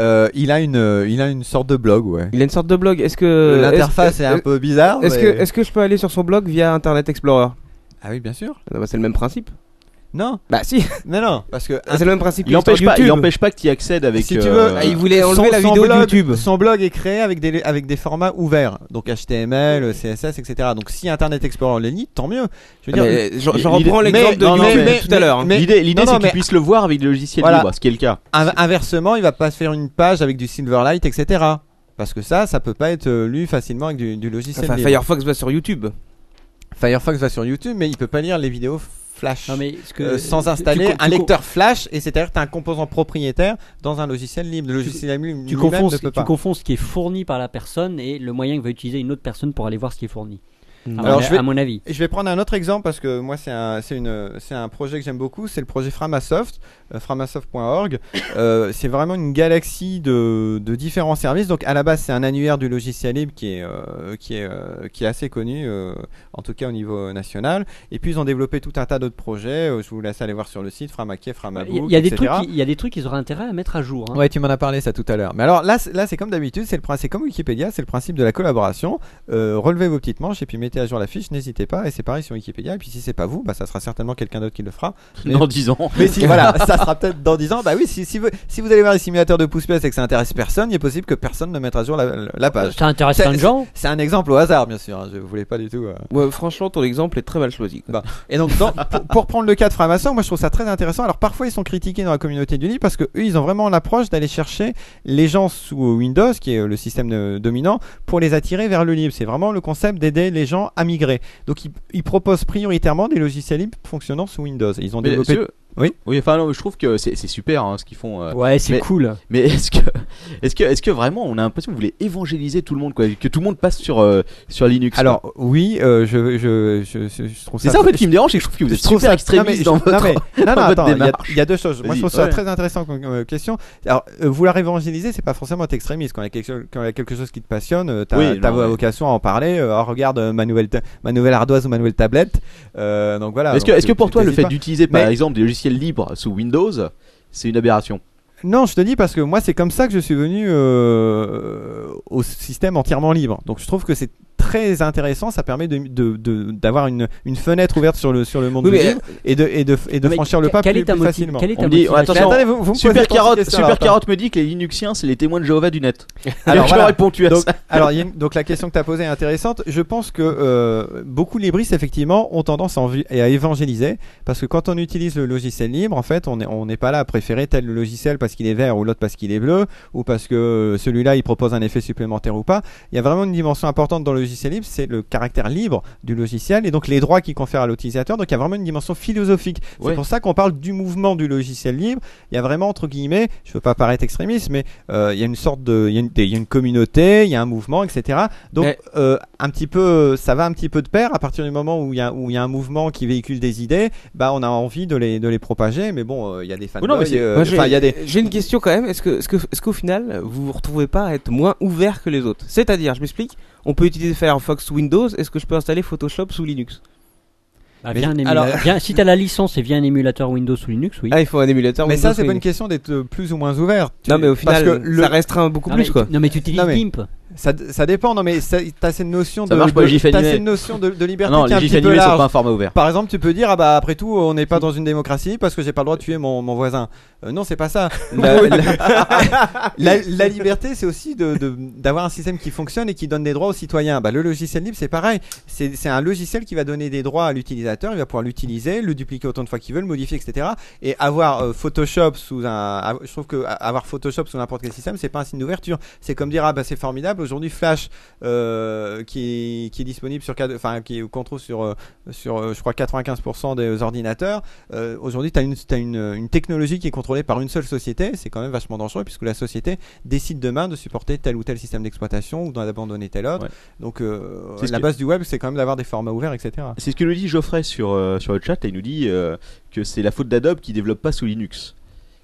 I: Euh, il a une, euh, il a une sorte de blog, ouais.
H: Il a une sorte de blog. Est-ce que
I: L'interface est,
H: Euh, est-ce-
I: un peu bizarre.
F: Ah,
H: Est-ce
I: mais-
H: que est-ce que je peux aller sur son blog via Internet Explorer
I: Ah oui, bien sûr.
H: Ah bah, C'est le même principe.
I: Non.
H: Bah si.
I: Non, non, parce que
H: C'est le même principe
F: Il empêche pas, il empêche pas que tu y accèdes avec.
I: si tu
F: euh,
G: Ah,
I: veux,
H: enlever la vidéo de
I: blog,
H: YouTube.
I: Son blog est créé avec des, avec des formats ouverts, donc HTML, CSS, etc. Donc si Internet Explorer le lit, tant mieux. Je veux dire,
H: Ah, Mais, j'en- j'en
I: mais-
H: reprends
I: mais-
H: l'exemple de
I: non, non,
H: YouTube
I: mais-
H: tout à l'heure, hein.
I: mais-
F: L'idée, l'idée,
I: non, non,
F: c'est que
I: mais
F: tu puisses le voir avec le logiciel
I: Voilà.
F: libre, ce qui est le cas.
I: in- inversement, il va pas se faire une page avec du Silverlight, etc. Parce que ça, ça peut pas être euh, lu facilement avec du, du logiciel
H: Enfin,
I: libre.
H: Firefox va sur YouTube.
I: Firefox va sur YouTube, mais il peut pas lire les vidéos Flash.
G: Non, mais ce que-
I: Euh, sans
G: tu-
I: installer
G: tu- tu-
I: un lecteur Flash, et c'est-à-dire que tu as un composant propriétaire dans un logiciel libre. Le logiciel libre
G: Tu
I: lui-même
G: confonds,
I: ne
G: ce-
I: peut
G: tu
I: pas.
G: confonds ce qui est fourni par la personne et le moyen que va utiliser une autre personne pour aller voir ce qui est fourni. À, mon,
I: Alors, je vais-
G: à mon avis.
I: Je vais prendre un autre exemple parce que moi c'est un, c'est une, c'est un projet que j'aime beaucoup, c'est le projet Framasoft, euh, framasoft.org. Euh, c'est vraiment une galaxie de, de différents services. Donc à la base c'est un annuaire du logiciel libre qui est, euh, qui est, euh, qui est assez connu, euh, en tout cas au niveau national. Et puis ils ont développé tout un tas d'autres projets. Euh, Je vous laisse aller voir sur le site, Framaquet,
G: Il y a-
I: Framabook,
G: il y, a des
I: etc.
G: trucs qui- il y a des trucs qu'ils auraient intérêt à mettre à jour. hein.
I: Ouais, tu m'en as parlé ça tout à l'heure. Mais alors là, c'est- là c'est comme d'habitude, c'est le principe, comme Wikipédia, c'est le principe de la collaboration. Euh, relevez vos petites manches et puis mettez à jour la fiche, n'hésitez pas. Et c'est pareil sur Wikipédia. Et puis si c'est pas vous, bah, ça sera certainement quelqu'un d'autre qui le fera. Mais,
F: Dans 10 ans.
I: mais si voilà, ça sera peut-être dans 10 ans. Bah oui, si, si, vous, si vous allez voir les simulateurs de pouce-pièce et que ça intéresse personne, il est possible que personne ne mette à jour la, la page.
G: Ça intéresse plein de gens.
I: C'est un exemple au hasard, bien sûr. hein, Je voulais pas du tout. euh,
H: Ouais, franchement, ton exemple est très mal choisi.
I: bah. Et donc, dans- pour, pour prendre le cas de Framason, moi je trouve ça très intéressant. Alors, parfois ils sont critiqués dans la communauté du livre parce que eux ils ont vraiment l'approche d'aller chercher les gens sous Windows, qui est euh, le système euh, dominant, pour les attirer vers le livre. C'est vraiment le concept d'aider les gens à migrer. Donc, ils, ils proposent prioritairement des logiciels libres fonctionnant sous Windows. Ils ont
F: Mais,
I: développé.
F: monsieur,
I: Oui.
F: Oui, enfin, non, je trouve que c'est c'est super hein, ce qu'ils font. euh,
G: Ouais, c'est
F: Mais-
G: cool.
F: Mais est-ce que, est-ce que, est-ce que vraiment, on a l'impression que vous voulez évangéliser tout le monde, quoi, que tout le monde passe sur euh, sur Linux. quoi.
I: Alors, oui, euh, je, je, je, je- je trouve
F: c'est
I: ça.
F: ça en fait qui me dérange, c'est que je trouve que vous êtes super
I: extrême
F: extrémiste dans votre. dans votre
I: attends, il y a-
F: démarche.
I: il y, a deux choses. Moi, je
F: Vas-y.
I: trouve ça
F: Ouais.
I: très intéressant comme comme, euh, question. Alors, euh, vouloir évangéliser, c'est pas forcément être extrémiste. Quand il y a quelque, chose- quand il y a quelque chose qui te passionne, euh, t'as
F: Oui,
I: t'as
F: non, ouais.
I: vocation à en parler. Euh, alors, regarde euh, ma nouvelle, ta- ma nouvelle ardoise ou ma nouvelle tablette. Euh, donc voilà.
F: Est-ce que,
I: Donc,
F: est-ce que
I: tu-
F: pour
I: tu
F: toi, le
I: t'hésites
F: fait
I: pas.
F: d'utiliser par
I: Mais-
F: exemple des logiciels libres sous Windows, c'est une aberration
I: Non, je te dis parce que moi, c'est comme ça que je suis venu euh, au système entièrement libre. Donc, je trouve que c'est très intéressant. Ça permet de- de- de- d'avoir une, une fenêtre ouverte sur le, sur le monde
H: Oui,
I: du
H: mais,
I: livre
F: euh,
I: et de, et de, et de
G: Non, mais
I: franchir le
G: que-
I: pas
G: quelle
I: plus,
G: est ta
I: plus
G: motiv-
I: facilement.
G: quelle est ta
F: On me dit-
G: motivation
I: Mais
F: Attention,
I: attendez, vous, vous me posez
F: Super
I: trois
F: Carotte,
I: questions,
F: Super
I: alors,
F: Carotte me dit que les Linuxiens, c'est les témoins de Jéhovah du net.
I: Alors,
F: je
I: voilà.
F: leur réponds tu as
I: Donc,
F: ça.
I: Alors, il y a une- donc la question que tu as posée est intéressante. Je pense que euh, beaucoup de libristes, effectivement, ont tendance à, envi- à évangéliser. Parce que quand on utilise le logiciel libre, en fait, on n'est on n'est pas là à préférer tel logiciel parce qu'il est vert ou l'autre parce qu'il est bleu, ou parce que euh, celui-là, il propose un effet supplémentaire ou pas. Il y a vraiment une dimension importante dans le logiciel libre, c'est le caractère libre du logiciel et donc les droits qu'il confère à l'utilisateur. Donc, il y a vraiment une dimension philosophique.
F: Ouais.
I: C'est pour ça qu'on parle du mouvement du logiciel libre. Il y a vraiment, entre guillemets, je veux pas paraître extrémiste, mais euh, il y a une sorte de il y a une, des- il y a une communauté il y a un mouvement etc donc
H: Mais-
I: euh, un petit peu ça va un petit peu de pair à partir du moment où il y a où il y a un mouvement qui véhicule des idées bah on a envie de les de les propager mais bon euh, il y a des fans
F: Oui, non, mais c'est-
H: Moi, j'ai-
I: il y a des
H: Euh, J'ai une question quand même. Est-ce que, est-ce que, est-ce qu'au final, vous vous retrouvez pas à être moins ouvert que les autres C'est-à-dire, je m'explique. On peut utiliser Firefox sous Windows. Est-ce que je peux installer Photoshop sous Linux
G: Bah,
I: Mais-
G: viens un émula-
I: alors-
G: viens- si t'as la licence et via un émulateur Windows ou Linux, oui.
H: Ah, il faut un émulateur.
I: mais
H: Windows
I: ça c'est
H: sous
I: pas une
H: Linux.
I: question d'être euh, plus ou moins ouvert Tu-
H: Non, mais au
I: parce
H: final,
I: que le-
H: ça restreint beaucoup
G: non,
H: plus
G: mais,
H: quoi.
G: non mais tu utilises
I: Non, mais-
G: GIMP.
I: ça, ça dépend non mais ça- t'as cette notion
F: Ça
I: de,
F: marche pas,
I: de-
F: les gifs
I: t'as
F: animés.
I: cette notion de, de liberté
F: non,
I: qui
F: les
I: est un
F: GIF
I: petit peu
F: animés sont
I: large
F: pas un format ouvert.
I: Par exemple, tu peux dire ah bah après tout, on n'est pas dans une démocratie parce que j'ai pas le droit de tuer mon, mon voisin. Euh, non, c'est pas ça. La, la- la- la liberté, c'est aussi de- de- d'avoir un système qui fonctionne et qui donne des droits aux citoyens. Bah, le logiciel libre, c'est pareil. C'est c'est un logiciel qui va donner des droits à l'utilisateur. Il va pouvoir l'utiliser, le dupliquer autant de fois qu'il veut, le modifier, etc. Et avoir euh, Photoshop sous un, av- je trouve que a- avoir Photoshop sous n'importe quel système, c'est pas un signe d'ouverture. C'est comme dire ah bah c'est formidable. Aujourd'hui, Flash euh, qui, qui est disponible sur, quatre- enfin qui est au contrôle sur euh, sur, euh, je crois, 95% des ordinateurs. Euh, Aujourd'hui, tu as, une, t'as une, une technologie qui est contrôlée par une seule société. C'est quand même vachement dangereux puisque la société décide demain de supporter tel ou tel système d'exploitation ou d'en abandonner tel autre.
F: Ouais.
I: Donc, euh,
F: C'est ce
I: la
F: que-
I: base du web, c'est quand même d'avoir des formats ouverts, etc.
F: C'est ce que nous dit Geoffrey sur, euh, sur le chat. Là, il nous dit euh, que c'est la faute d'Adobe qui développe pas sous Linux.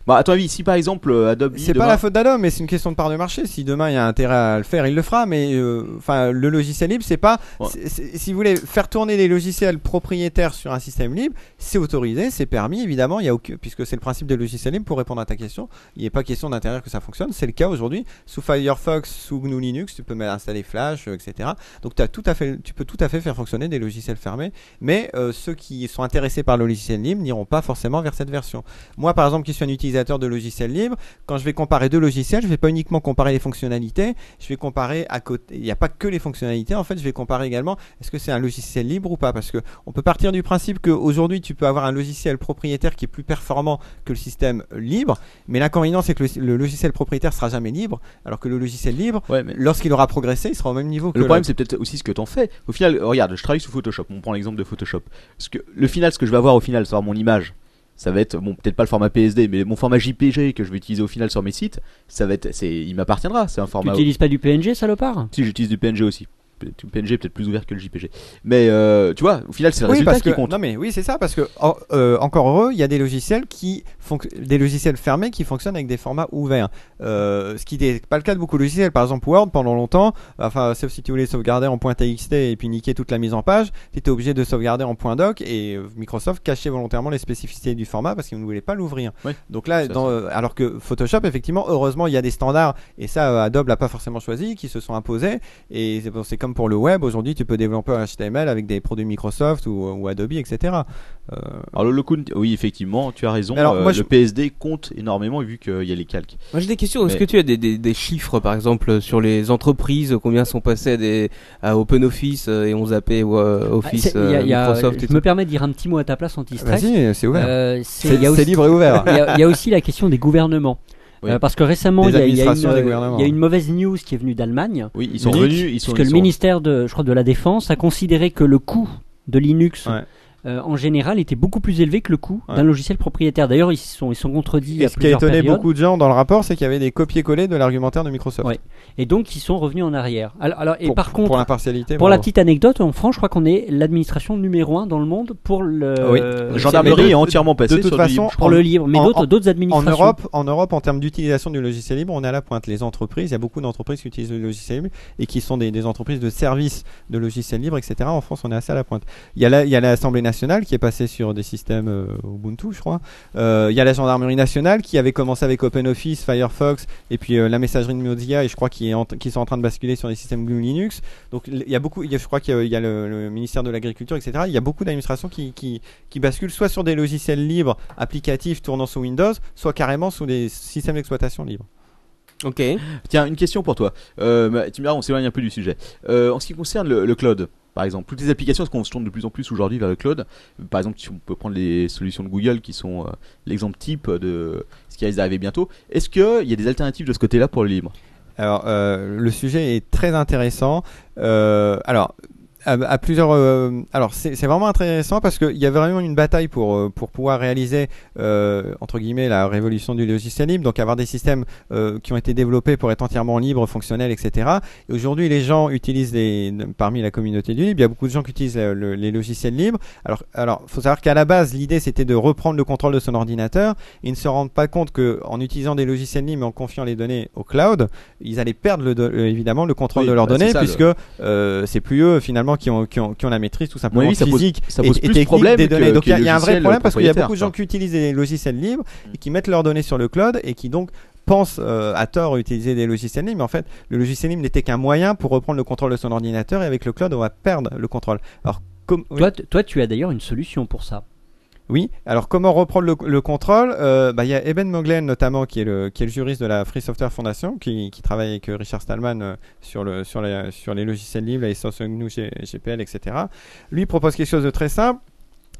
F: Bah, à ton avis, si par exemple euh, Adobe. dit
I: C'est pas
F: demain-
I: la faute d'Adobe, mais c'est une question de part de marché. Si demain il y a intérêt à le faire, il le fera. Mais euh, enfin, le logiciel libre, c'est pas. c'est- c'est- si vous voulez faire tourner les logiciels propriétaires sur un système libre, c'est autorisé, c'est permis. Évidemment, il y a aucun- puisque c'est le principe des logiciels libres. Pour répondre à ta question, il n'est pas question d'interdire que ça fonctionne. C'est le cas aujourd'hui sous Firefox, sous GNU Linux, tu peux même installer Flash, euh, etc. Donc as tout à fait, tu peux tout à fait faire fonctionner des logiciels fermés. Mais euh, ceux qui sont intéressés par le logiciel libre n'iront pas forcément vers cette version. Moi, par exemple, qui suis un utilisateur de logiciels libres, quand je vais comparer deux logiciels, je vais pas uniquement comparer les fonctionnalités, je vais comparer à côté. Il n'y a pas que les fonctionnalités. En fait, je vais comparer également est-ce que c'est un logiciel libre ou pas, parce que on peut partir du principe qu'aujourd'hui tu peux avoir un logiciel propriétaire qui est plus performant que le système euh, libre, mais l'inconvénient c'est que le, le logiciel propriétaire sera jamais libre, alors que le logiciel libre, lorsqu'il aura progressé, il sera au même niveau que
F: Le problème,
I: le-
F: c'est peut-être aussi ce que t'en fais. Au final, euh, regarde, je travaille sous Photoshop. On prend l'exemple de Photoshop. Parce que le final, ce que je vais avoir au final, sur mon image, ça va être bon, peut-être pas le format PSD, mais mon format JPG que je vais utiliser au final sur mes sites, ça va être, c'est, il m'appartiendra. C'est un
G: Tu
F: format.
G: n'utilises pas du PNG, salopard
F: Si j'utilise du PNG aussi. P- du PNG est peut-être plus ouvert que le JPG. Mais euh, tu vois, au final, c'est le
I: Oui,
F: résultat
I: parce
F: qui
I: que-
F: compte.
I: Non mais oui, c'est ça parce que en- euh, encore heureux, il y a des logiciels qui font des logiciels fermés qui fonctionnent avec des formats ouverts. Euh, ce qui n'est pas le cas de beaucoup de logiciels. Par exemple, Word pendant longtemps, enfin sauf si tu voulais sauvegarder en point .txt et puis niquer toute la mise en page, tu étais obligé de sauvegarder en point .doc et euh, Microsoft cachait volontairement les spécificités du format parce qu'ils ne voulaient pas l'ouvrir.
F: Oui.
I: Donc là,
F: Ça,
I: dans, euh, alors que Photoshop, effectivement, heureusement, il y a des standards et ça, euh, Adobe l'a pas forcément choisi, qui se sont imposés. Et c'est bon, c'est comme pour le web. Aujourd'hui, tu peux développer un HTML avec des produits Microsoft ou, ou Adobe, etc. Euh,
F: Alors le Locun, oui effectivement, tu as raison.
I: Mais alors,
F: euh,
I: moi,
F: le
I: je-
F: PSD compte énormément vu qu'il y a les calques.
H: Moi j'ai des questions. Est-ce
F: Mais-
H: que tu as des, des- des chiffres par exemple sur les entreprises Combien sont passées à, des, à Open Office euh, et ont zappé ou, euh,
G: Ah,
H: Office
G: c'est- il y a-
H: euh,
G: il y a-
H: Microsoft et
G: Je
H: tout
G: me permets de dire un petit mot à ta place, Antistress.
I: Vas-y, c'est ouvert.
G: Euh,
I: C'est-
G: il y a
I: c'est
G: aussi-
I: libre et ouvert.
G: Il y a- il y, a aussi la question des gouvernements.
I: Oui.
G: Euh, parce que récemment,
I: Des
G: il y, a- il y a une,
I: administrations, des
G: euh,
I: gouvernements.
G: il y a une mauvaise news qui est venue d'Allemagne.
F: Oui, ils sont
G: Leak,
F: revenus, ils sont-
G: Puisque
F: ils
G: le
F: sont-
G: ministère de, je crois, de la Défense a considéré que le coût de Linux.
I: Ouais.
G: euh, en général, était beaucoup plus élevé que le coût
I: Ouais.
G: d'un logiciel propriétaire. D'ailleurs, ils se sont, ils se sont contredits.
I: Et
G: à
I: ce qui a
G: plusieurs
I: étonné
G: périodes.
I: beaucoup de gens dans le rapport, c'est qu'il y avait des copier-coller de l'argumentaire de Microsoft.
G: Ouais. Et donc, ils sont revenus en arrière. Alors, alors- et
I: Pour-
G: par
I: pour
G: contre,
I: l'impartialité,
G: pour la
I: bravo.
G: petite anecdote, en France, je crois qu'on est l'administration numéro un dans le monde pour le. Euh,
I: Oui.
F: La gendarmerie est entièrement passée
I: de toute
F: sur du
I: façon,
F: libre.
G: Pour le libre, mais
I: en-
G: d'autres-
I: en-
G: d'autres administrations.
I: En Europe, en Europe, en termes d'utilisation du logiciel libre, on est à la pointe. Les entreprises, il y a beaucoup d'entreprises qui utilisent le logiciel libre et qui sont des, des entreprises de services de logiciels libres, etc. En France, on est assez à la pointe. Il y a la- il y a l'Assemblée nationale qui est passée sur des systèmes euh, Ubuntu, je crois. Euh, il y a la gendarmerie nationale qui avait commencé avec OpenOffice, Firefox et puis euh, la messagerie de Mozilla et je crois qu'ils qui sont en train de basculer sur des systèmes GNU Linux. Donc il y a beaucoup, il y a- je crois qu'il y a, il y a le, le ministère de l'Agriculture, etc. Il y a beaucoup d'administrations qui, qui, qui basculent soit sur des logiciels libres, applicatifs tournant sous Windows, soit carrément sous des systèmes d'exploitation libres.
H: Ok.
F: Tiens, une question pour toi. Euh, mais tu me diras, on s'éloigne un peu du sujet. Euh, en ce qui concerne le, le cloud, par exemple, toutes les applications, parce qu'on se tourne de plus en plus aujourd'hui vers le cloud. Par exemple, si on peut prendre les solutions de Google qui sont euh, l'exemple type de ce qui risque d'arriver bientôt. Est-ce qu'il y a des alternatives de ce côté-là pour le libre
I: Alors, euh, le sujet est très intéressant. Euh, alors, à, à plusieurs. euh, alors, c'est c'est vraiment intéressant parce qu'il y a vraiment une bataille pour, euh, pour pouvoir réaliser, euh, entre guillemets, la révolution du logiciel libre. Donc, avoir des systèmes euh, qui ont été développés pour être entièrement libres, fonctionnels, etc. Et aujourd'hui, les gens utilisent les. Parmi la communauté du libre, il y a beaucoup de gens qui utilisent le- le- les logiciels libres. Alors, alors, faut savoir qu'à la base, l'idée c'était de reprendre le contrôle de son ordinateur. Ils ne se rendent pas compte que en utilisant des logiciels libres, mais en confiant les données au cloud, ils allaient perdre le do- euh, évidemment le contrôle
F: Oui,
I: de leurs
F: bah, c'est
I: données,
F: ça, le-
I: puisque euh, c'est plus eux finalement qui ont, qui ont, qui ont la maîtrise tout simplement
F: oui, ça pose-
I: physique
F: ça
I: et,
F: pose
I: et
F: plus de
I: technique
F: problèmes
I: des
F: que
I: données. Donc il y a-
F: les
I: il y a un vrai
F: logiciels
I: problème parce qu'il y a
F: propriétaires,
I: beaucoup de gens
F: quoi. Mm.
I: qui utilisent des logiciels libres et qui mettent leurs données sur le cloud et qui donc pensent euh, à tort utiliser des logiciels libres, mais en fait le logiciel libre n'était qu'un moyen pour reprendre le contrôle de son ordinateur et avec le cloud on va perdre le contrôle. Alors comme
G: Toi, t- toi, tu as d'ailleurs une solution pour ça.
I: oui, alors comment reprendre le, le contrôle Euh, bah, Il y a Eben Moglen notamment qui est, le, qui est le juriste de la Free Software Foundation qui, qui travaille avec euh, Richard Stallman euh, sur, le, sur, la- sur les logiciels libres, la licence GNU, G- GPL, etc. Lui propose quelque chose de très simple.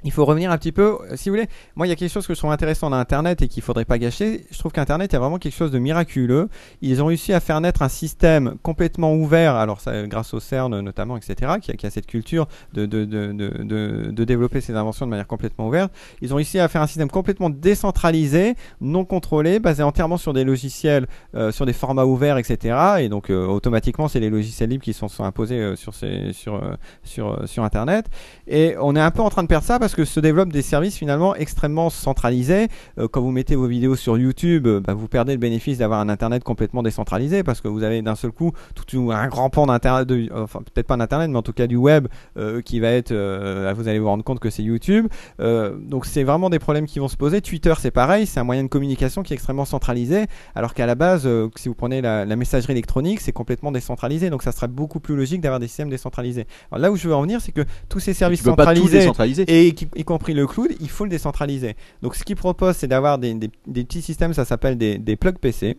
I: Il faut revenir un petit peu, euh, si vous voulez, moi il y a quelque chose que je trouve intéressant dans Internet et qu'il faudrait pas gâcher. Je trouve qu'Internet il y a vraiment quelque chose de miraculeux. Ils ont réussi à faire naître un système complètement ouvert, alors ça, grâce au CERN notamment, etc., qui a, qui a cette culture de, de, de, de, de- de développer ses inventions de manière complètement ouverte. Ils ont réussi à faire un système complètement décentralisé, non contrôlé, basé entièrement sur des logiciels, euh, sur des formats ouverts, etc. Et donc euh, automatiquement, c'est les logiciels libres qui sont, sont imposés euh, sur, ces, sur, euh, sur, euh, sur Internet. Et on est un peu en train de perdre ça parce parce que se développent des services finalement extrêmement centralisés. Euh, quand vous mettez vos vidéos sur YouTube, euh, bah, vous perdez le bénéfice d'avoir un internet complètement décentralisé parce que vous avez d'un seul coup tout une- un grand pan d'internet, de- enfin peut-être pas d'internet, mais en tout cas du web euh, qui va être. euh, là, vous allez vous rendre compte que c'est YouTube. Euh, donc c'est vraiment des problèmes qui vont se poser. Twitter, c'est pareil, c'est un moyen de communication qui est extrêmement centralisé, alors qu'à la base, euh, si vous prenez la, la messagerie électronique, c'est complètement décentralisé. Donc ça serait beaucoup plus logique d'avoir des systèmes décentralisés. Alors là où je veux en venir, c'est que tous ces services
F: tu peux pas tout
I: centralisés,
F: décentraliser.
I: et qui- y compris le cloud, il faut le décentraliser. Donc ce qu'ils proposent, c'est d'avoir des, des- des petits systèmes, ça s'appelle des, des plugs PC.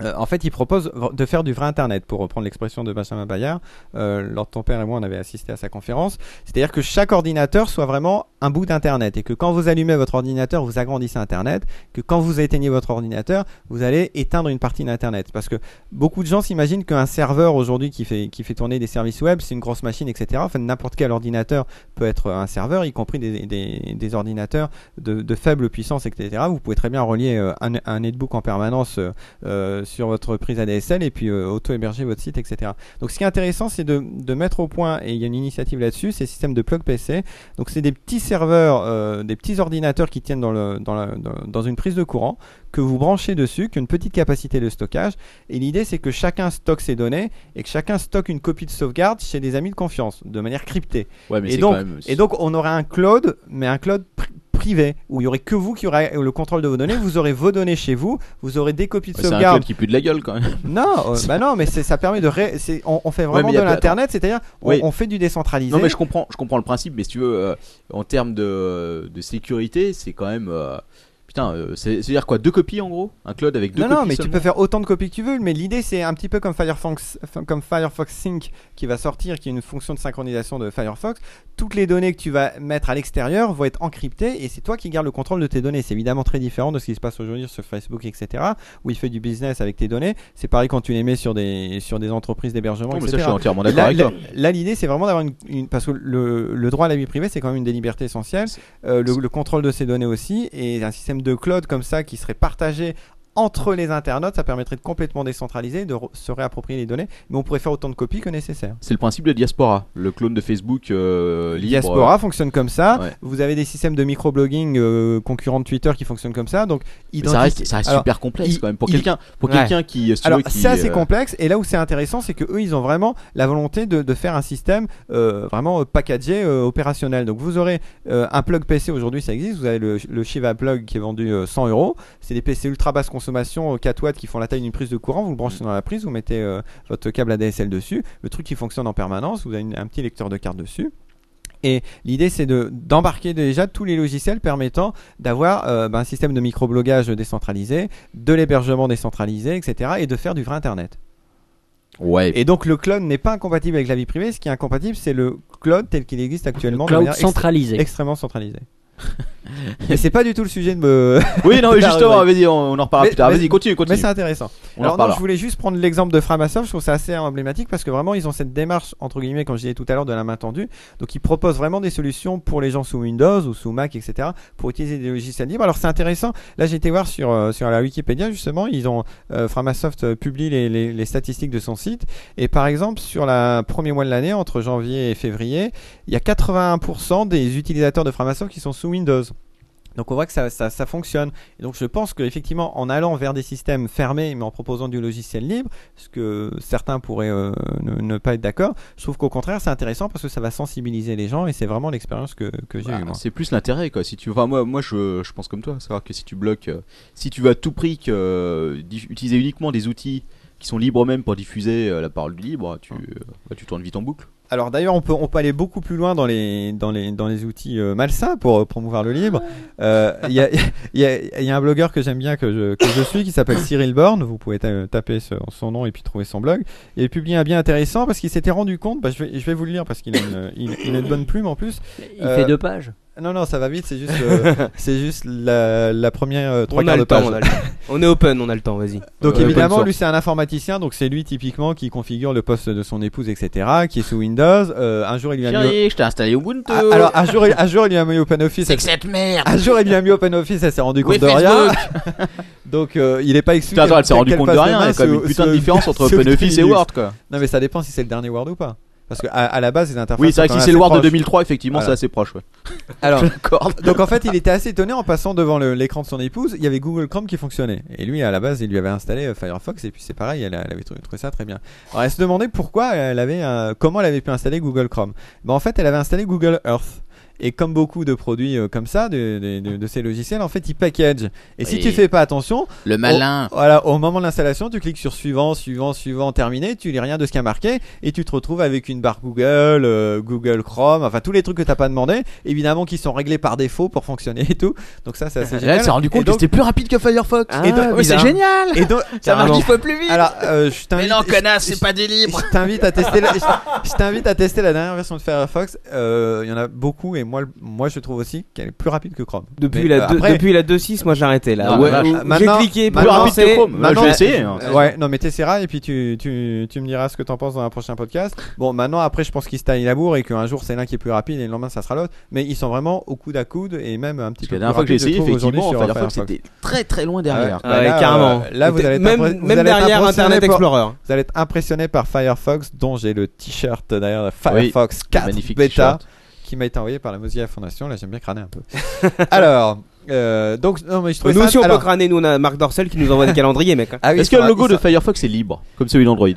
I: Euh, en fait, ils proposent v- de faire du vrai Internet, pour reprendre l'expression de Benjamin Bayard. Euh, lors de ton père et moi, on avait assisté à sa conférence. C'est-à-dire que chaque ordinateur soit vraiment un bout d'Internet et que quand vous allumez votre ordinateur, vous agrandissez Internet, que quand vous éteignez votre ordinateur, vous allez éteindre une partie d'Internet. Parce que beaucoup de gens s'imaginent qu'un serveur aujourd'hui qui fait, qui fait tourner des services web, c'est une grosse machine, etc. Enfin, n'importe quel ordinateur peut être un serveur, y compris des, des- des ordinateurs de, de faible puissance, etc. Vous pouvez très bien relier euh, un, un netbook en permanence euh, euh, sur votre prise ADSL et puis euh, auto-héberger votre site, etc. Donc ce qui est intéressant, c'est de, de mettre au point, et il y a une initiative là-dessus, c'est le système de plug PC. Donc c'est des petits serveurs, euh, des petits ordinateurs qui tiennent dans, le- dans la- dans- dans une prise de courant, que vous branchez dessus, qui ont une petite capacité de stockage. Et l'idée, c'est que chacun stocke ses données et que chacun stocke une copie de sauvegarde chez des amis de confiance, de manière cryptée.
F: Ouais, mais
I: et,
F: c'est
I: donc,
F: quand même-
I: et donc on aurait un cloud, mais un cloud pri- privé où il y aurait que vous qui aurez le contrôle de vos données vous aurez vos données chez vous vous aurez des copies de
F: Ouais, Bah, c'est un
I: sauvegarde
F: cloud qui pue de la gueule, quand même.
I: non euh, bah non mais c'est- ça permet de ré- c'est- on, on fait vraiment
F: mais y
I: de
F: a pas-
I: l'internet c'est-à-dire on,
F: Oui.
I: on fait du décentralisé
F: Non mais je comprends, je comprends le principe, mais si tu veux, euh, en termes de, de sécurité, c'est quand même... euh, putain, euh, c'est- c'est-à-dire quoi Deux copies en gros Un cloud avec deux
I: non,
F: copies
I: non, mais tu
F: seulement
I: peux faire autant de copies que tu veux, mais l'idée c'est un petit peu comme Firefox, enfin, comme Firefox Sync qui va sortir, qui est une fonction de synchronisation de Firefox. Toutes les données que tu vas mettre à l'extérieur vont être encryptées et c'est toi qui gardes le contrôle de tes données. C'est évidemment très différent de ce qui se passe aujourd'hui sur Facebook, etc., où il fait du business avec tes données. C'est pareil quand tu les mets sur des, sur des entreprises d'hébergement,
F: Non, mais ça,
I: etc.
F: je suis entièrement d'accord
I: Là,
F: avec
I: là-
F: toi.
I: Là, l'idée, c'est vraiment d'avoir une, une- Parce que le, le droit à la vie privée, c'est quand même une des libertés essentielles. Euh, le, le contrôle de ces données aussi. Et un système de cloud comme ça qui serait partagé entre les internautes, ça permettrait de complètement décentraliser, de re- se réapproprier les données. Mais on pourrait faire autant de copies que nécessaire.
F: C'est le principe de Diaspora, le clone de Facebook euh, libre.
I: Diaspora fonctionne comme ça.
F: Ouais.
I: Vous avez des systèmes de microblogging euh, concurrents de Twitter qui fonctionnent comme ça. Donc,
F: Mais ça reste- ça reste super complexe, quand même, pour quelqu'un- pour quelqu'un qui, si tu
I: Alors,
F: veux, qui,
I: c'est assez
F: euh,
I: complexe. Et là où c'est intéressant, c'est que eux, ils ont vraiment la volonté de, de faire un système euh, vraiment euh, packagé, euh, opérationnel. Donc, vous aurez euh, un plug PC aujourd'hui, ça existe. Vous avez le, le Shiva Plug qui est vendu euh, 100 euros. C'est des PC ultra basse consommation, euh, 4 watts, qui font la taille d'une prise de courant. Vous le
F: Mm.
I: branchez dans la prise, vous mettez euh, votre câble ADSL dessus. Le truc qui fonctionne en permanence. Vous avez une- un petit lecteur de carte dessus. Et l'idée, c'est de- d'embarquer déjà tous les logiciels permettant d'avoir euh, ben, un système de microblogage décentralisé, de l'hébergement décentralisé, etc., et de faire du vrai Internet.
F: Ouais.
I: Et donc le clone n'est pas incompatible avec la vie privée. Ce qui est incompatible, c'est le cloud tel qu'il existe actuellement, de
G: cloud
I: manière extré-
G: centralisé.
I: extrêmement centralisé. Mais c'est pas du tout le sujet de me.
F: Oui, non,
I: de
F: mais
I: la
F: justement,
I: rubrique.
F: vas-y, on- on en reparlera
I: Mais-
F: plus tard.
I: mais-
F: Vas-y, continue, continue.
I: Mais c'est intéressant.
F: On en
I: Alors, non,
F: reparlera.
I: je voulais juste prendre l'exemple de Framasoft. Je trouve ça assez emblématique parce que vraiment, ils ont cette démarche, entre guillemets, comme je disais tout à l'heure, de la main tendue. Donc, ils proposent vraiment des solutions pour les gens sous Windows ou sous Mac, etc., pour utiliser des logiciels libres. Alors, c'est intéressant. Là, j'ai été voir sur, euh, sur la Wikipédia, justement, ils ont, euh, Framasoft euh, publie les, les- les statistiques de son site. Et par exemple, sur le premier mois de l'année, entre janvier et février, il y a 81% des utilisateurs de Framasoft qui sont sous Windows. Donc on voit que ça, ça, ça fonctionne. Et donc je pense qu'effectivement, en allant vers des systèmes fermés, mais en proposant du logiciel libre, ce que certains pourraient euh, ne, ne pas être d'accord, je trouve qu'au contraire, c'est intéressant parce que ça va sensibiliser les gens et c'est vraiment l'expérience que, que j'ai eue.
F: Ah,
I: moi.
F: C'est plus l'intérêt quoi. Si tu, enfin moi, moi je, je pense comme toi, savoir que si tu bloques, euh, si tu veux à tout prix que euh, diff- utiliser uniquement des outils qui sont libres eux-mêmes pour diffuser euh, la parole du libre,
I: Ah.
F: tu, euh, bah, tu tournes vite en boucle.
I: Alors d'ailleurs, on peut, on peut aller beaucoup plus loin dans les, dans les, dans les outils euh, malsains pour euh, promouvoir le libre.
H: Ah.
I: Euh, Il y, a, il y a- il y a un blogueur que j'aime bien, que je, que je suis, qui s'appelle Cyril Born. Vous pouvez ta- taper ce- son nom et puis trouver son blog. Il a publié un bien intéressant parce qu'il s'était rendu compte, bah, je, vais, je vais vous le lire parce qu'il a, une- il, il a une bonne plume en plus.
G: Il
I: euh,
G: fait deux pages.
I: Non, non, ça va vite, c'est juste, euh, c'est juste la, la première euh, trois
H: On a
I: quarts
H: le
I: de
H: temps,
I: page.
H: on a le temps. On est open, on a le temps, vas-y.
I: Donc
H: Euh,
I: évidemment,
H: open
I: lui c'est un informaticien, donc c'est lui typiquement qui configure le poste de son épouse, etc., qui est sous Windows. Euh, un jour il lui a mis au-
F: Chérie, je t'ai installé Ubuntu.
I: ah, alors un jour, il- un jour il lui a mis OpenOffice.
J: C'est que cette merde.
I: Un jour il lui a mis OpenOffice, elle s'est rendu compte
J: Oui,
I: de rien. Donc euh, il est pas exclu.
F: Putain, attends, elle s'est
I: qu'elle-
F: rendue
I: qu'elle
F: compte de
I: passe
F: rien,
I: les mains
F: il y a quand même
I: sous-
F: une putain
I: sous-
F: de différence entre
I: sous
F: OpenOffice et
I: Linux.
F: Word, quoi.
I: Non mais ça dépend si c'est le dernier Word ou pas. Parce que à, à la base, les interfaces.
F: Oui, c'est vrai
I: sont
F: que si
I: quand
F: c'est
I: même
F: le
I: assez
F: Word de
I: proches.
F: 2003, effectivement,
I: Voilà.
F: c'est assez proche. ouais.
I: Alors,
F: Je l'accorde.
I: donc en fait, il était assez étonné en passant devant le- l'écran de son épouse. Il y avait Google Chrome qui fonctionnait. Et lui, à la base, il lui avait installé euh, Firefox. Et puis c'est pareil, elle, a- elle avait trou- trouvé ça très bien. Alors, elle se demandait pourquoi elle avait, euh, comment elle avait pu installer Google Chrome. Ben, en fait, elle avait installé Google Earth. Et comme beaucoup de produits euh, comme ça, de, de- de- de ces logiciels, en fait, ils packagent. Et si
J: Oui.
I: tu fais pas attention,
J: Le
I: au-
J: malin.
I: voilà, au moment de l'installation, tu cliques sur suivant, suivant, suivant, terminé, tu lis rien de ce qui a marqué, et tu te retrouves avec une barre Google, euh, Google Chrome, enfin tous les trucs que t'as pas demandé, évidemment qui sont réglés par défaut pour fonctionner et tout. Donc ça, c'est assez
F: Là,
I: génial.
F: elle s'est rendu compte
I: Et
F: que c'était plus rapide que Firefox.
C: Ah,
I: et donc-
F: Ouais, c'est
I: bizarre.
F: génial.
I: Et donc-
F: Ça marche
I: Carrément.
F: dix fois plus vite.
I: Alors, euh, je t'invite.
J: Mais non,
I: je-
J: connasse, c'est pas des libres.
I: je t'invite à tester. la- je je t'invite à tester la dernière version de Firefox. Euh, Il y en a beaucoup et moi, le- moi je trouve aussi qu'elle est plus rapide que Chrome.
H: Depuis
I: Mais,
H: la,
I: euh,
H: deux-
I: après-
H: depuis la 2.6, moi j'ai arrêté là.
I: Ah,
H: bah, Ouais,
F: Bah,
I: vache.
H: où- où j'ai
I: Maintenant-
H: cliqué pour
I: maintenant-
H: lancer.
I: Maintenant-
F: j'ai essayé, hein.
I: Euh, Ouais, non, mais t'essaieras et puis tu, tu, tu me diras ce que t'en penses dans un prochain podcast. Bon, maintenant, après, je pense qu'ils se taillent la bourre et qu'un jour c'est l'un qui est plus rapide et le lendemain ça sera l'autre. Mais ils sont vraiment au coude à coude et même un petit
F: Parce que
I: peu.
F: la dernière
I: plus
F: fois que j'ai
I: rapides, je
F: essayé,
I: trouve, aujourd'hui,
F: effectivement,
I: sur
F: Firefox
I: Firefox.
F: était très très loin derrière.
I: Ah
H: ouais,
I: là,
H: carrément.
I: euh, là, vous allez être
H: Même-
I: impré- vous
H: même
I: allez être
H: derrière
I: impressionné
H: Internet
I: par-
H: Explorer.
I: Vous allez être impressionné par Firefox, dont j'ai le t-shirt d'ailleurs de Firefox 4
F: magnifique
I: bêta
F: t-shirt.
I: qui m'a été envoyé par la Mozilla Foundation. Là, j'aime bien crâner un peu. Alors, euh, donc, non, mais je trouve
H: Nous
I: ça.
H: aussi on peut
I: alors-
H: crâner, nous on a Marc Dorcel qui nous envoie des calendriers, mec.
I: Ah oui,
F: Est-ce
I: il
F: que le
I: sera-
F: logo
I: il
F: de
I: sera-
F: Firefox est libre, comme celui d'Android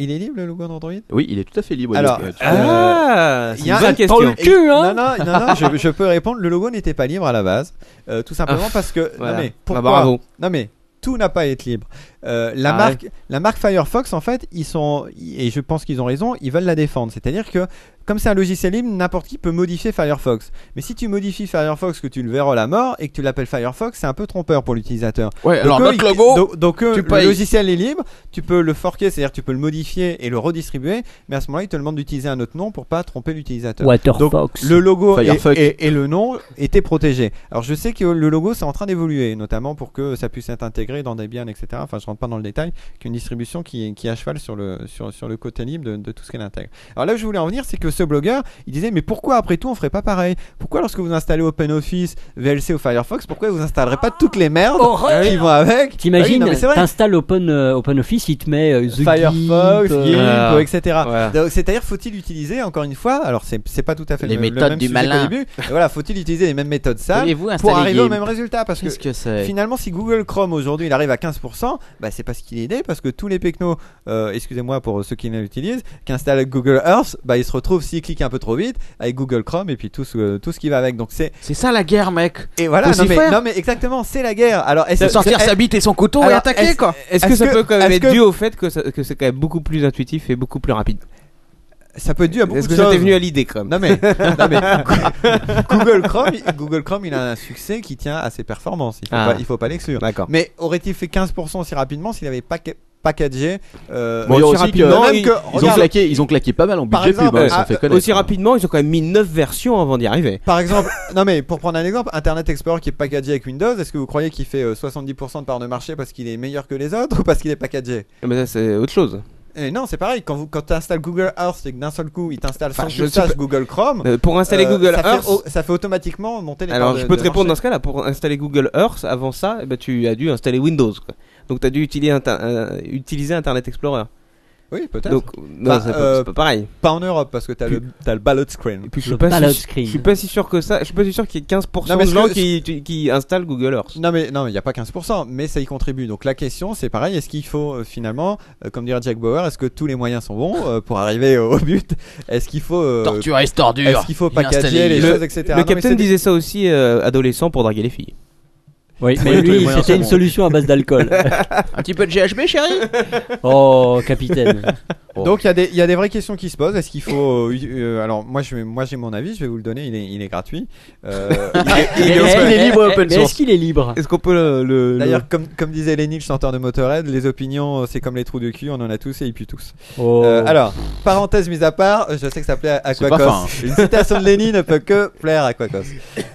I: Il est libre le logo d'Android
F: Oui, il est tout à fait libre.
I: Alors,
F: donc, euh,
H: Ah, c'est
I: Il y a
H: une bonne
I: un-
H: question.
I: Et-
H: hein
I: Non, non, non, non, je, je peux répondre. Le logo n'était pas libre à la base, Euh, tout simplement parce que.
H: voilà.
I: Non mais
H: Ah,
I: pourquoi
H: bravo.
I: Non mais tout n'a pas à être libre. Euh, la
H: Ah ouais.
I: marque, la marque Firefox, en fait, ils sont et je pense qu'ils ont raison. Ils veulent la défendre. C'est-à-dire que comme c'est un logiciel libre, n'importe qui peut modifier Firefox. Mais si tu modifies Firefox, que tu le verras à la mort et que tu l'appelles Firefox, c'est un peu trompeur pour l'utilisateur.
J: Ouais,
I: Donc,
J: alors
I: eux,
J: notre
I: ils-
J: logo.
I: donc, donc, eux,
J: tu
I: le
J: payes.
I: logiciel est libre, tu peux le forquer, c'est-à-dire tu peux le modifier et le redistribuer, mais à ce moment-là, ils te demandent d'utiliser un autre nom pour pas tromper l'utilisateur. Donc,
G: Waterfox.
I: le logo et,
F: Firefox.
I: et- et le nom étaient protégés. Alors je sais que le logo c'est en train d'évoluer, notamment pour que ça puisse être intégré dans des biens, etc. Enfin, je rentre pas dans le détail, qu'une distribution qui, qui est à cheval sur le, sur, sur le côté libre de, de tout ce qu'elle intègre. Alors là où je voulais en venir, c'est que ce blogueur, il disait mais pourquoi après tout on ferait pas pareil Pourquoi lorsque vous installez OpenOffice, VLC ou Firefox, pourquoi vous installerez pas toutes les merdes qui vont avec Ah oui,
G: T'imagines,
I: non, mais c'est vrai.
G: t'installes Open, euh, Open Office, il te met euh, The
I: Firefox,
G: Gimp, euh,
I: Gimp,
H: voilà.
I: etc.
H: Voilà.
I: Donc, C'est-à-dire, faut-il utiliser, encore une fois, alors c'est c'est pas tout à fait
J: Les
I: le, le
J: méthodes
I: même
J: du
I: sujet qu'au
J: malin.
I: début, mais voilà, faut-il utiliser les mêmes méthodes sales
J: Voulez-vous
I: pour
J: installer
I: arriver au
J: Gimp
I: même résultat Parce que
J: Qu'est-ce que c'est
I: finalement, si Google Chrome aujourd'hui il arrive à 15%, bah, c'est parce qu'il est né, parce que tous les technos, euh, excusez-moi pour ceux qui l'utilisent, qui installent Google Earth, bah, ils se retrouvent s'ils cliquent un peu trop vite avec Google Chrome et puis tout, ce- tout ce qui va avec. Donc c'est.
J: C'est ça la guerre, mec.
I: Et voilà,
J: Faut
I: non
J: s'y
I: mais,
J: faire.
I: non mais exactement, c'est la guerre. Alors, est-ce
J: C'est sortir
I: est-
F: eh,
J: sa bite et son couteau et
I: alors,
J: attaquer,
I: est-ce-
J: quoi.
H: Est-ce que
I: Est-ce
H: ça
I: que-
H: peut quand même
I: est-ce
H: être
I: que-
H: dû au fait que, ça- que c'est quand même beaucoup plus intuitif et beaucoup plus rapide
I: Ça peut être dû à beaucoup
H: Est-ce
I: de
H: que ça
I: choses.
H: t'est venu à l'idée quand même
I: Non mais, non mais Google Chrome, il- Google Chrome, il a un succès qui tient à ses performances. Il faut
H: Ah.
I: pas, il faut pas l'exclure.
H: D'accord.
I: Mais aurait-il fait 15% aussi rapidement s'il avait packa- packagé euh,
F: Bon,
I: aussi
F: aussi
I: rapidement
F: que-
I: même
H: ils-
I: que-
F: Ils ont,
I: regarde,
F: claqué, ils ont claqué pas mal en
I: Par
F: budget pub,
I: exemple,
F: hein, ils se sont
I: ah,
F: fait connaître.
H: Aussi rapidement, ils ont quand même mis 9 versions avant d'y arriver.
I: Par exemple, non mais pour prendre un exemple, Internet Explorer qui est packagé avec Windows, est-ce que vous croyez qu'il fait euh, 70% de part de marché parce qu'il est meilleur que les autres ou parce qu'il est packagé
H: Ah, Mais ça, c'est autre chose.
I: Et Non, c'est pareil. Quand, vous- quand tu installes Google Earth et que d'un seul coup il t'installe sans
H: Enfin,
I: que
H: je
I: tu
H: sais
I: saches
H: pas.
I: Google Chrome,
H: Euh, Pour installer
I: euh,
H: Google
I: ça fait
H: Earth.
I: au- ça fait automatiquement monter les
H: Alors,
I: parts
H: je
I: de-
H: peux te
I: de
H: répondre
I: marché.
H: dans ce cas-là. Pour installer Google Earth, avant ça, eh ben, tu as dû installer Windows. quoi. Donc, tu as dû utiliser, Inter- euh, utiliser Internet Explorer.
I: Oui, peut-être.
H: Donc, non,
I: Bah,
H: c'est pas,
I: euh,
H: c'est pas pareil.
I: Pas en Europe parce que t'as le, t'as le ballot screen.
H: Et puis, je
G: le
H: suis pas,
G: ballot
H: si,
G: screen.
H: je suis pas si sûr que ça. Je suis pas si sûr qu'il y ait 15%
I: Non, mais
H: de
I: ce
H: gens
I: que-
H: qui, tu- qui installent Google Earth.
I: Non mais non, il n'y a pas 15%, mais ça y contribue. Donc la question, c'est pareil, est-ce qu'il faut euh, finalement, euh, comme dirait Jack Bauer, est-ce que tous les moyens sont bons euh, pour arriver au au but Est-ce qu'il faut, euh,
J: Torture reste tordure.
I: est-ce qu'il faut packager les
J: Le-
I: choses, etc.
H: Le
I: Non, mais
H: capitaine
I: c'est-
H: disait ça aussi euh, adolescent pour draguer les filles.
G: Oui, mais
I: Oui, tous les
G: lui,
I: moyens
G: c'était
I: sont
G: une
I: bons.
G: solution à base d'alcool.
J: Un petit peu de GHB, chérie
G: oh, capitaine.
I: Donc il y, a des- il y a des vraies questions qui se posent. Est-ce qu'il faut euh, euh, Alors moi, je, vais- moi j'ai mon avis, je vais vous le donner. Il est, il est gratuit. Euh, il est- il est
G: Mais-
I: open.
G: mais-
F: libre et
G: mais-
F: open
G: mais
F: source.
G: Est-ce qu'il est libre
H: Est-ce qu'on peut le. le-
I: D'ailleurs, comme, comme disait Lenny, le chanteur de Motorhead, les opinions, euh, c'est comme les trous de cul, on en a tous et ils puent tous.
G: Oh.
I: Euh, alors, parenthèse mise à part, euh, je sais que ça plaît à
F: C'est pas fin,
I: Quacos.
F: hein.
I: Une citation de Lénine ne peut que plaire à Quacos.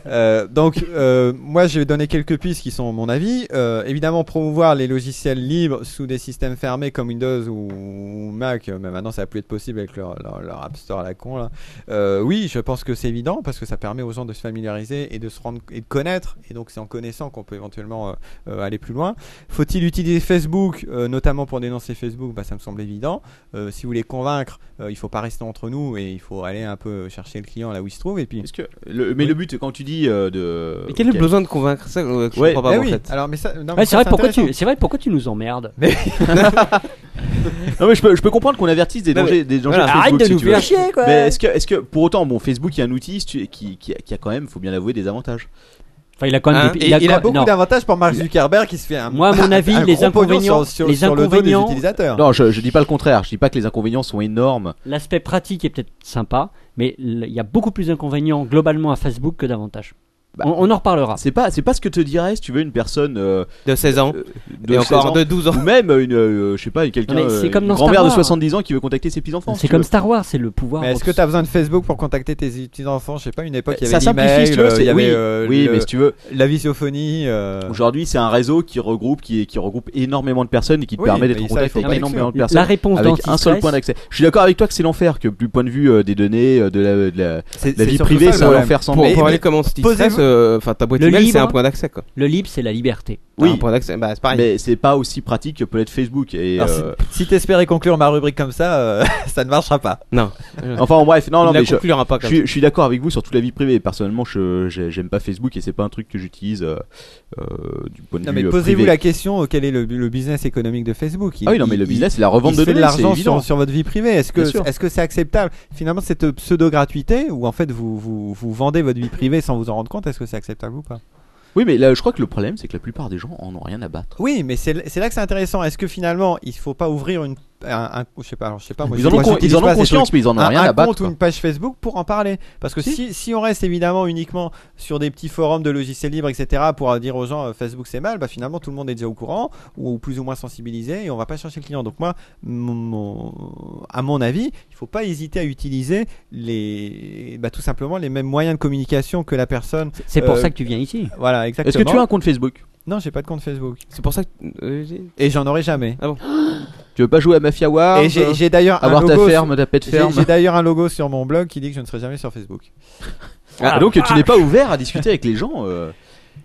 I: Euh, donc, euh, moi, j'ai donné quelques pistes services qui sont mon avis. Euh, évidemment, promouvoir les logiciels libres sous des systèmes fermés comme Windows ou, ou Mac, euh, mais maintenant ça va plus être possible avec leur, leur- leur App Store à la con. Là. Euh, oui, je pense que c'est évident parce que ça permet aux gens de se familiariser et de se rendre et de connaître. Et donc c'est en connaissant qu'on peut éventuellement euh, euh, aller plus loin. Faut-il utiliser Facebook, euh, notamment pour dénoncer Facebook bah, Ça me semble évident. Euh, si vous voulez convaincre, euh, il faut pas rester entre nous et il faut aller un peu chercher le client là où il se trouve. Et puis,
F: Le- mais le but, quand tu dis euh, de.
I: Mais quel est le besoin
H: de convaincre ça Je
I: Ouais, comprends pas, bah moi, en oui. fait. Alors, mais ça- non, mais
G: Ouais,
I: ça,
G: c'est vrai,
I: c'est
G: pourquoi tu,
I: intéressant.
G: c'est vrai, pourquoi tu nous emmerdes
F: Non mais je peux, je peux comprendre qu'on avertisse des
G: Non,
F: dangers,
G: mais-
F: des dangers
G: voilà,
F: de Facebook,
G: arrête de
F: si
G: nous
F: tu
G: faire
F: veux.
G: chier, quoi.
F: Mais est-ce que, est-ce que pour autant, bon, Facebook, il y a un outil si tu- qui, qui, qui a quand même, faut bien l'avouer, des avantages.
G: Enfin, il a quand même des-
I: Hein? Ah, Et il a, beaucoup d'avantages pour Mark Zuckerberg qui se fait un.
G: Moi, à mon avis,
I: un
G: les
I: gros pognon
G: inconvénients-
I: sur, sur-
G: les
I: sur le dos des
G: inconvénients-
I: utilisateurs.
F: Non, je, je dis pas le contraire. Je dis pas que les inconvénients sont énormes.
G: L'aspect pratique est peut-être sympa, mais l- il y a beaucoup plus d'inconvénients globalement à Facebook que d'avantages.
I: Bah.
G: on, on en reparlera.
F: Ah. C'est pas, c'est pas ce que te dirait si tu veux une personne
H: de 16 ans
F: de
H: Et encore Euh, de
F: 12 ans ou même une, euh, je sais pas, quelqu'un,
G: Non, mais c'est
F: euh,
G: comme
F: une
G: dans Star
F: grand-mère de
G: Wars.
F: 70 ans qui veut contacter ses petits enfants.
G: C'est comme Star Wars, c'est le pouvoir.
I: Mais est-ce que tu as besoin de Facebook pour contacter tes petits-enfants Je sais pas, une époque, il y
F: ça
I: avait
F: simplifie, si
I: l'email,
F: tu veux.
I: euh, il
F: c'est-
I: y avait
F: oui,
I: euh,
F: oui,
I: le-
F: mais si tu veux.
I: La euh, visiophonie.
F: Aujourd'hui, c'est un réseau qui regroupe, qui, qui regroupe énormément de personnes et qui te
I: Oui,
F: permet d'être
I: mais
F: en
I: ça,
F: contact
I: il faut
F: avec
I: pas
F: énormément de
I: l'exclure.
F: personnes.
I: La réponse
F: avec un
I: d'anti-stress.
F: seul point d'accès. Je suis d'accord avec toi que c'est l'enfer, que du point de vue euh, des données, euh, de la, de la, de la vie privée, c'est un enfer sans
H: Pour,
F: nom.
H: pour aller
F: Mais-
H: comme anti-stress,
F: Posez-vous-
H: euh, enfin ta boîte
F: Le
H: email, c'est
F: livre-
H: un point d'accès quoi.
G: Le libre, c'est la liberté.
F: Oui.
H: Un point d'accès, bah c'est pareil.
F: Mais c'est pas aussi pratique que peut l'être Facebook. Et,
I: Alors,
F: euh,
I: si, si t'espérais conclure ma rubrique comme ça, euh, ça ne marchera pas.
H: Non.
F: Enfin, en bref, non, non,
H: Il la
F: mais je,
H: conclura pas comme
F: je suis-
H: ça.
F: je suis d'accord avec vous sur toute la vie privée. Personnellement, je j'ai- j'aime pas Facebook et c'est pas un truc que j'utilise euh, euh, du point de
I: Non,
F: vue
I: mais
F: euh,
I: posez-vous
F: privé.
I: la question euh, quel est le, le business économique de Facebook
F: Ah oui, non, mais le business, c'est la revente
I: il
F: de
I: fait
F: données, c'est
I: l'argent
F: évident.
I: sur, sur votre vie privée. Est-ce que
F: Bien sûr.
I: est-ce que c'est acceptable Finalement, cette pseudo-gratuité où en fait vous, vous, vous vendez votre vie privée sans vous en rendre compte, est-ce que c'est acceptable ou pas
F: Oui, mais là, je crois que le problème, c'est que la plupart des gens en ont rien à battre.
I: Oui, mais c'est c'est là que c'est intéressant. Est-ce que finalement, il faut pas ouvrir une un, un- je sais pas, alors, je sais pas. Moi,
F: Ils
I: je-
F: en ont
I: moi,
F: con-
I: j'utilise
F: ils en ont
I: pas ces
F: conscience,
I: trucs.
F: mais ils en ont
I: Un-
F: rien
I: un
F: à battre,
I: compte ou
F: quoi.
I: une page Facebook pour en parler. Parce que si. Si, on reste évidemment uniquement sur des petits forums de logiciels libres, etc., pour euh, dire aux gens euh, Facebook c'est mal, bah finalement tout le monde est déjà au courant ou plus ou moins sensibilisé et on va pas chercher le client. Donc moi, mon- mon- à mon avis, il faut pas hésiter à utiliser les, bah, tout simplement les mêmes moyens de communication que la personne.
G: C'est pour ça que tu viens ici.
I: Voilà, exactement.
F: Est-ce que tu as un compte Facebook
I: Non, j'ai pas de compte Facebook.
H: C'est pour ça que. euh,
I: Et j'en aurai jamais.
H: Ah bon
F: Tu veux pas jouer à Mafia Wars euh,
I: Et j'ai j'ai d'ailleurs un
F: Ah, bah. avoir ta
I: logo
F: ferme,
I: sur-
F: ta pète
I: j'ai-
F: ferme.
I: J'ai d'ailleurs un logo sur mon blog qui dit que je ne serai jamais sur Facebook.
F: Ah, donc tu n'es pas ouvert à discuter avec les gens euh,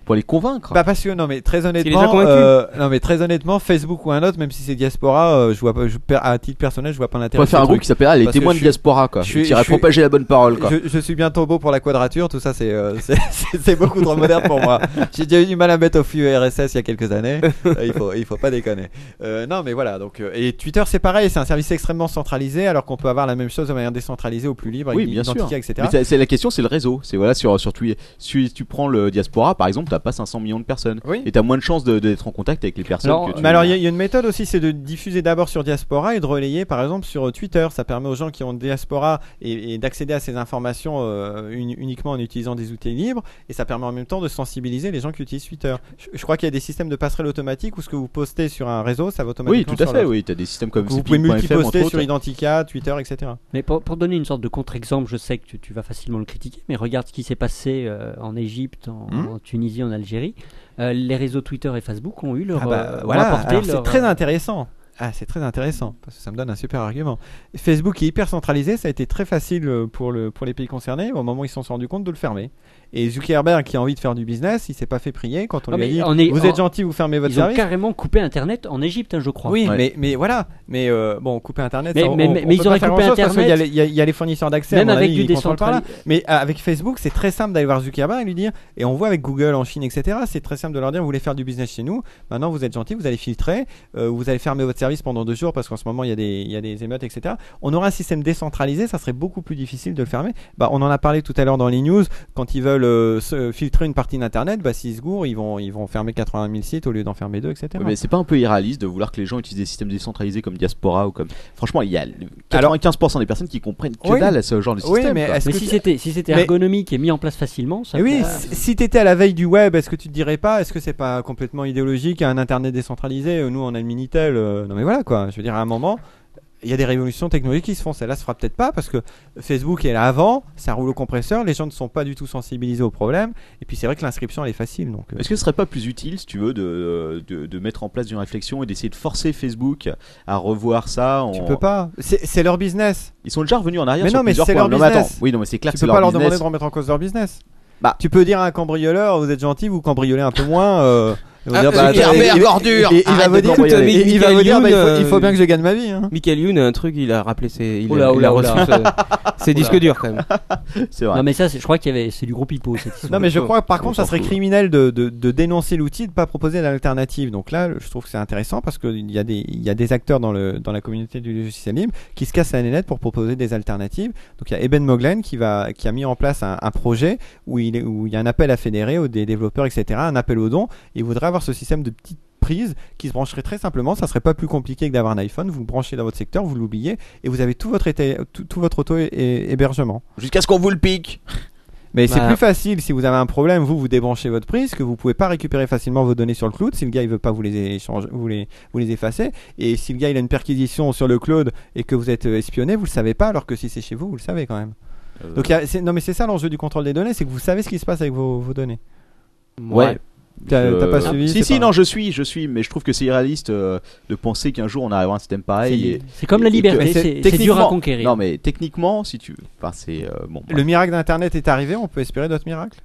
F: pour les convaincre.
I: Bah parce que non mais très
F: déjà
I: honnêtement,
F: convaincu
I: euh, non mais très honnêtement, Facebook ou un autre, même si c'est diaspora, euh, je vois pas, je, per- à titre personnel, je vois pas l'intérêt.
F: On va faire
I: de
F: un
I: ce
F: groupe
I: truc.
F: qui s'appellera les
I: Parce que
F: témoins de
I: je suis-
F: diaspora, quoi.
I: je suis-
F: Qui irait
I: je suis-
F: propager la bonne parole, quoi.
I: Je, je suis bien tombeau pour la quadrature, tout ça c'est euh, c'est- c'est- c'est beaucoup trop moderne pour moi. J'ai déjà eu du mal à me mettre au flux RSS il y a quelques années. Euh, il faut il faut pas déconner. Euh, non mais voilà donc euh, et Twitter c'est pareil, c'est un service extrêmement centralisé alors qu'on peut avoir la même chose de manière décentralisée au plus libre,
F: Oui,
I: avec
F: bien sûr.
I: identifié, etc.
F: Mais c'est- c'est la question, c'est le réseau. C'est voilà sur sur Twitter. Si tu prends le diaspora, par exemple, t'as pas 500 millions de personnes.
I: Oui.
F: Et t'as moins de chances de- d'être en contact avec les personnes.
I: Alors,
F: que tu...
I: mais alors, il y, a- il y a une méthode aussi, c'est de diffuser d'abord sur Diaspora et de relayer par exemple sur euh, Twitter. Ça permet aux gens qui ont Diaspora et, et d'accéder à ces informations euh, uni- uniquement en utilisant des outils libres. Et ça permet en même temps de sensibiliser les gens qui utilisent Twitter. Je, je crois qu'il y a des systèmes de passerelle automatique où ce que vous postez sur un réseau, ça va
F: Oui,
I: automatiquement.
F: tout à
I: sur
F: fait.
I: l'autre.
F: Oui, t'as des systèmes comme
I: Vous pouvez
F: Zipin.fm, entre
I: multiposter
F: autres.
I: sur Identica, Twitter, etc.
G: Mais pour, pour donner une sorte de contre-exemple, je sais que tu, tu vas facilement le critiquer, mais regarde ce qui s'est passé euh, en Égypte, en,
I: Hmm.
G: en Tunisie, en Algérie. Euh, les réseaux Twitter et Facebook ont eu leur.
I: Ah bah,
G: euh, ont
I: voilà,
G: apporté
I: alors c'est
G: leur- euh,
I: très intéressant. Ah, c'est très intéressant parce que ça me donne un super argument. Facebook est hyper centralisé, ça a été très facile euh, pour, le, pour les pays concernés au moment où ils se sont rendus compte de le fermer. Et Zuckerberg qui a envie de faire du business, il s'est pas fait prier quand on
G: Non,
I: lui a
G: mais
I: dit
G: on est-
I: vous
G: on-
I: êtes gentil, vous fermez votre
G: Ils ont
I: service.
G: carrément coupé Internet en Égypte, hein, je crois.
I: Oui, mais, mais voilà, mais euh, bon, couper internet,
G: Mais-
I: ça, on-
G: mais-
I: on-
G: mais- mais
I: on peut
G: ils
I: pas
G: auraient
I: faire
G: coupé
I: grand-chose parce qu'il y a
G: Internet.
I: les- Il y, a- il y a les fournisseurs d'accès, à
G: Même
I: mon
G: avec
I: avis,
G: du
I: ils contrôlent par là.
G: décentralisé.
I: Mais euh, avec Facebook, c'est très simple d'aller voir Zuckerberg et lui dire, et on voit avec Google en Chine, etc., c'est très simple de leur dire, vous voulez faire du business chez nous, maintenant vous êtes gentil, vous allez filtrer, euh, vous allez fermer votre service pendant deux jours parce qu'en ce moment il y, a des, il y a des émeutes, etc. On aura un système décentralisé, ça serait beaucoup plus difficile de le fermer. Bah, on en a parlé tout à l'heure dans les news, quand ils veulent euh, se- filtrer une partie d'Internet, bah, s'ils se gourent, ils vont, ils vont fermer 80 000 sites au lieu d'en fermer deux, etc.
F: Ouais, Mais c'est pas un peu irréaliste de vouloir que les gens utilisent des systèmes décentralisés comme Diaspora ou comme. Franchement, il y a 95% des personnes qui comprennent que
I: Oui.
F: dalle à ce genre de
I: Oui,
F: système.
I: mais
F: quoi.
I: est-ce
G: Mais
I: que
G: si
I: tu-
G: c'était si c'était
I: Mais-
G: ergonomique et mis en place facilement, ça.
I: Eh oui,
G: pourrait-
I: si- si t'étais à la veille du web, est-ce que tu te dirais pas, est-ce que c'est pas complètement idéologique un internet décentralisé euh, Nous, on a le Minitel. euh, non, mais voilà quoi. Je veux dire, à un moment, il y a des révolutions technologiques qui se font. Celle-là se fera peut-être pas parce que Facebook est là avant, ça roule au compresseur, les gens ne sont pas du tout sensibilisés au problème. Et puis c'est vrai que l'inscription elle est facile. Donc, euh,
F: Est-ce que ce serait pas plus utile, si tu veux, de, de, de mettre en place une réflexion et d'essayer de forcer Facebook à revoir ça en...
I: tu peux pas. C'est c'est leur business.
F: Ils sont déjà revenus en arrière
I: Mais
F: sur
I: non, mais
F: plusieurs
I: c'est
F: points.
I: leur
F: Non, mais attends.
I: business.
F: Oui, non, mais c'est clair
I: tu
F: que c'est
I: peux
F: leur
I: pas leur Bah. demander
F: business.
I: de remettre en cause leur business. Tu peux dire à un cambrioleur, vous êtes gentil, vous cambriolez un peu moins. euh, ils vont
H: Ah,
I: dire, bah,
H: Zuckerberg,
I: attendez, il- il-
H: ordure,
I: il- il va
H: arrête
I: vous
H: de
I: dire,
H: cambrioler.
I: il- il va vous dire, bah, il faut- il faut bien que je gagne ma vie. hein.
H: Michael Youn, un truc, il a rappelé ses, il, a-
G: Oula,
H: il a
G: oula, oula.
H: reçu ce- ses disques
G: Oula.
H: durs quand même.
F: C'est
G: Non mais ça, c'est- je crois qu'il y avait, c'est du groupe Hippo. cette histoire.
I: Non, mais je crois par
G: On
I: contre,
G: s'en
I: ça serait
G: fout.
I: criminel de, de, de dénoncer l'outil, de pas proposer d'alternative. Donc là, je trouve que c'est intéressant parce qu'il y, a des- il y a des acteurs dans, le, dans la communauté du logiciel libre qui se cassent la nénette pour proposer des alternatives. Donc il y a Eben Moglen qui, va, qui a mis en place un, un projet où il, est- où il y a un appel à fédérer, aux des développeurs, etc., un appel aux dons. Et il voudrait avoir ce système de petites prises qui se brancherait très simplement, ça serait pas plus compliqué que d'avoir un iPhone, vous le branchez dans votre secteur, vous l'oubliez et vous avez tout votre, été- tout, tout votre auto et- hébergement.
F: Jusqu'à ce qu'on vous le pique.
I: Mais c'est
F: Bah.
I: plus facile si vous avez un problème, vous vous débranchez votre prise, que vous pouvez pas récupérer facilement vos données sur le cloud. Si le gars il veut pas vous les échanger, vous les vous les effacer. Et si le gars il a une perquisition sur le cloud et que vous êtes euh, espionné, vous le savez pas, alors que si c'est chez vous, vous le savez quand même.
F: Euh.
I: Donc il y a- c'est- non mais c'est ça l'enjeu du contrôle des données, c'est que vous savez ce qui se passe avec vos, vos données.
F: Ouais.
I: T'as
F: Je-
I: t'as pas suivi
F: Euh, Si,
I: c'est
F: si,
I: pas-
F: non, je suis, je suis, mais je trouve que c'est irréaliste euh, de penser qu'un jour on arrivera à un système pareil.
I: C'est-
F: et-
I: c'est comme la
F: et que-
I: liberté,
F: Mais
I: c'est- c'est dur à
F: techniquement-
I: conquérir.
F: Non, mais techniquement, si tu veux. Enfin, c'est. euh, bon,
I: Le miracle d'Internet est arrivé, on peut espérer d'autres miracles.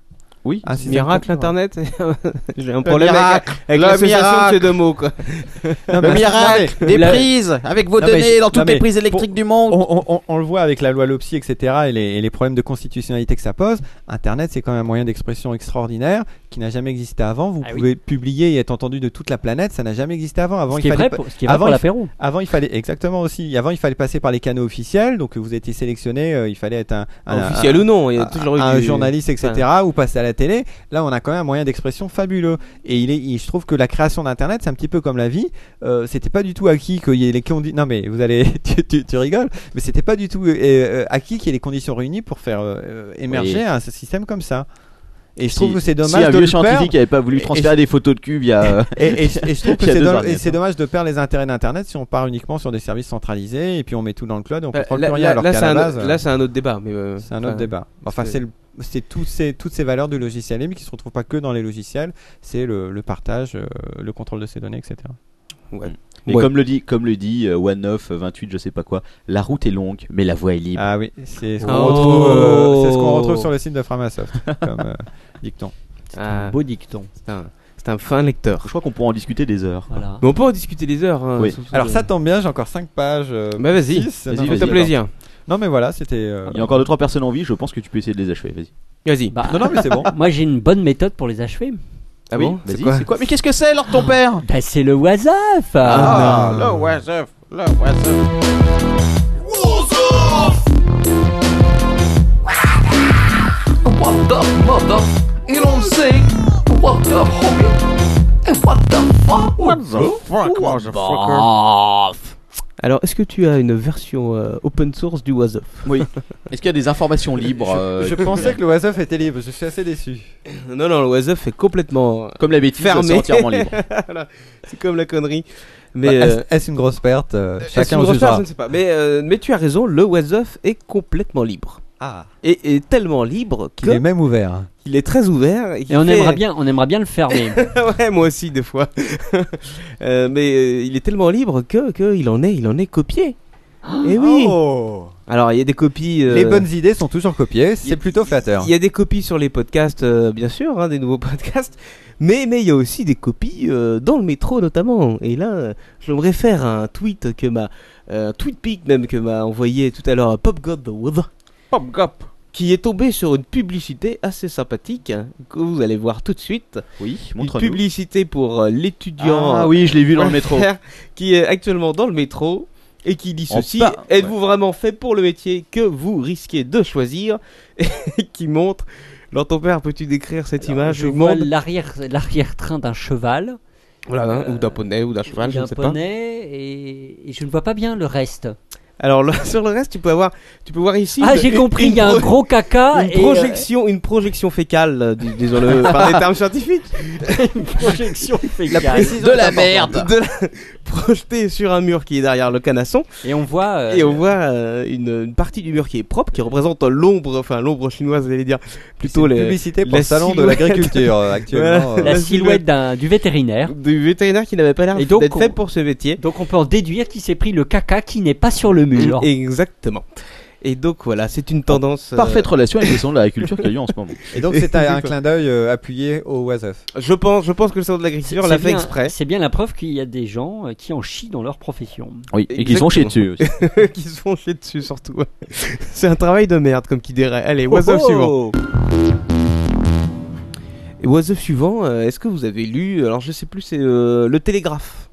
F: Oui.
I: Un système
H: Miracle
I: complet,
H: internet
I: ouais.
H: J'ai un problème avec-
I: miracle,
H: avec
I: le
H: l'association de
I: miracle.
H: ces deux mots quoi.
I: Non, mais- non, mais- la- Non, mais je- non, mais pour- Oh, On, on- on- on le voit avec la loi Lopsy, etc. et les, et les problèmes de constitutionnalité que ça pose. Internet, c'est quand même un moyen d'expression extraordinaire qui n'a jamais existé avant.
G: Ah
I: Vous pouvez publier et être entendu de toute la planète. Ça n'a jamais existé avant. Avant,
G: Ce
I: il
G: qui est
I: fallait
G: vrai pour-
I: pas-
G: ce qui est vrai
I: avant,
G: pour
I: il-
G: l'apéro.
I: Avant, il fallait exactement aussi. Avant, il fallait passer par les canaux officiels. Donc, vous étiez sélectionné. euh, il fallait être un,
G: Ah,
I: un-
H: Officiel
I: un-
H: ou non, il y a
I: un-
H: toujours eu
I: un
H: du-
I: journaliste, etc. Ou passer à la télé. Là, on a quand même un moyen d'expression fabuleux. Et il est, il- je trouve que la création d'Internet, c'est un petit peu comme la vie. Euh, c'était pas du tout acquis qu'il y ait les conditions. Non, mais vous allez, tu, tu- tu rigoles. Mais c'était pas du tout euh, euh, acquis qu'il y ait les conditions réunies pour faire euh, euh, émerger
F: Oui.
I: un système comme ça. Et je
F: Si-
I: trouve que c'est
F: si
I: dommage
F: un
I: de
F: vieux
I: le
F: scientifique
I: perdre.
F: avait pas voulu
I: Et- et
F: transférer
I: je-
F: des photos de cul via- euh,
I: Et, et- et je trouve que
F: via
I: c'est
F: deux
I: do-
F: ordinateurs.
I: et c'est dommage de perdre les intérêts d'Internet si on part uniquement sur des services centralisés et puis on met tout dans le cloud et on
H: Bah,
I: contrôle
H: là-
I: plus rien.
H: là-
I: alors
H: là,
I: qu'à
H: c'est
I: la
H: un
I: base,
H: autre- là, c'est un autre débat, mais, euh,
I: c'est un autre
H: enfin,
I: débat. Enfin,
H: c'est-
I: c'est le- c'est toutes ces, toutes ces valeurs du logiciel libre qui se retrouvent pas que dans les logiciels. C'est le, le partage, euh, le contrôle de ces données, etc.
F: Et
I: Ouais.
F: comme le dit, comme le dit euh, OneNoff, euh, 28, je sais pas quoi, la route est longue, mais la voie est libre.
I: Ah oui, c'est ce qu'on
H: Oh.
I: retrouve, euh, c'est ce qu'on retrouve sur le site de Framasoft comme euh, dicton.
H: Ah.
G: Beau dicton.
H: C'est un, c'est un fin lecteur.
F: Je crois qu'on pourra en discuter des heures.
G: Voilà.
H: Mais on peut en discuter des heures. hein,
F: Oui.
H: surtout,
I: Alors
H: euh,
I: ça tombe bien, j'ai encore 5 pages. euh,
H: Bah, vas-y.
I: six.
H: Vas-y,
I: Non,
H: fais-toi plaisir.
I: Non mais voilà, c'était. euh,
F: Il y a encore deux trois personnes en vie, je pense que tu peux essayer de les achever. Vas-y.
H: Vas-y.
G: Bah,
I: Non, non, mais c'est bon.
G: Moi, j'ai une bonne méthode pour les achever.
H: Ah
F: Oui,
H: bon
F: vas-y, c'est quoi Mais qu'est-ce que c'est, l'ordre de ton père
G: Bah, c'est le WhatsApp.
E: Ah, le what's up, le what's up.
B: What the mother You don't say What the homie And what the fuck What the fuck What the
H: Alors, est-ce que tu as une version euh, open source du WhatsApp
F: Oui. Est-ce qu'il y a des informations libres euh,
H: Bah,
I: Je pensais que le WhatsApp était libre, je suis assez déçu.
H: Non, non, le WhatsApp est complètement. euh,
F: Comme la bêtise,
H: fermé.
F: c'est entièrement libre.
H: Voilà. C'est comme la connerie. Mais.
I: Bah,
H: euh,
I: est-ce- Est-ce une grosse perte Euh,
H: Est-ce
I: Chacun
H: une
I: le
H: grosse part,
I: jugera.
H: je ne sais pas. Mais, euh, mais tu as raison, le WhatsApp est complètement libre.
I: Ah,
H: Et, et tellement libre
I: il est
H: qu'il
I: même ouvert.
H: est très ouvert. qu'il
G: Et on
H: fait-
G: aimerait bien, on aimerait bien le fermer.
H: ouais, moi aussi, des fois. Euh, mais euh, il est tellement libre que, que il en est, il en est copié. Et Eh oui.
I: Oh.
H: Alors, il y a des copies. euh,
I: Les bonnes idées sont toujours copiées, c'est plutôt flatteur.
H: Il y a des copies sur les podcasts, euh, bien sûr, hein, des nouveaux podcasts. Mais mais il y a aussi des copies euh, dans le métro notamment. Et là, euh, je me réfère à un tweet que m'a euh, un tweet pic même que m'a envoyé tout à l'heure Pop God the Wood. Pop Gop. Qui est tombé sur une publicité assez sympathique hein, que vous allez voir tout de suite.
F: Oui,
H: Une
F: montre-nous.
H: publicité pour euh, l'étudiant.
F: Ah
H: euh,
F: oui, je l'ai vu dans le métro.
H: qui est actuellement dans le métro et qui dit
F: En
H: ceci
F: bas, ouais.
H: Êtes-vous vraiment fait pour le métier que vous risquez de choisir Et qui montre. Alors, ton père, peux-tu décrire cette image
G: je
H: du
G: vois
H: monde
G: l'arrière, l'arrière-train d'un cheval,
H: Voilà, hein,
G: euh,
H: Ou d'un poney, ou d'un cheval, je
G: d'un
H: ne sais pas.
G: poney, et, et je ne vois pas bien le reste.
H: Alors, là, sur le reste, tu peux, avoir, tu peux voir ici.
G: ah,
H: une-
G: j'ai
H: une-
G: compris, il y a
H: une
G: un
H: pro-
G: gros caca
H: Une
G: et euh,
H: projection, une projection fécale, euh, dis- disons-le par des termes scientifiques.
G: projection
I: La
G: fécale.
I: précision
F: De la
I: est
F: merde
I: importante.
H: De la- projeté sur un mur qui est derrière le canasson.
G: Et on voit. euh,
H: et on voit euh, une, une partie du mur qui est propre, qui représente l'ombre, enfin l'ombre chinoise, vous allez dire, plutôt
I: C'est une
H: les.
I: publicité pour
H: la
I: le salon de
H: silhouette.
I: l'agriculture, euh, actuellement, euh.
G: la silhouette d'un- du vétérinaire.
H: Du vétérinaire qui n'avait pas l'air
G: Et donc,
H: d'être
G: on-
H: fait pour ce métier.
G: Donc on peut en déduire qu'il s'est pris le caca qui n'est pas sur le mur.
H: Exactement. Et donc voilà, c'est une tendance.
F: Parfaite
H: euh,
F: relation avec le salon de l'agriculture qu'il y a eu en ce moment.
I: Et donc c'est un, un clin d'œil euh, appuyé au Wasef.
H: Je pense, je pense que le salon de l'agriculture l'a fait
G: bien-
H: exprès.
G: C'est bien la preuve qu'il y a des gens euh, qui en chient dans leur profession.
F: Oui, et qu'ils ont chez dessus aussi.
H: qui se font chier dessus surtout. C'est un travail de merde, comme qui dirait. Allez, what's
G: Oh,
H: up suivant. Et what's up suivant, euh, est-ce que vous avez lu, alors je sais plus, c'est euh, Le Télégraphe.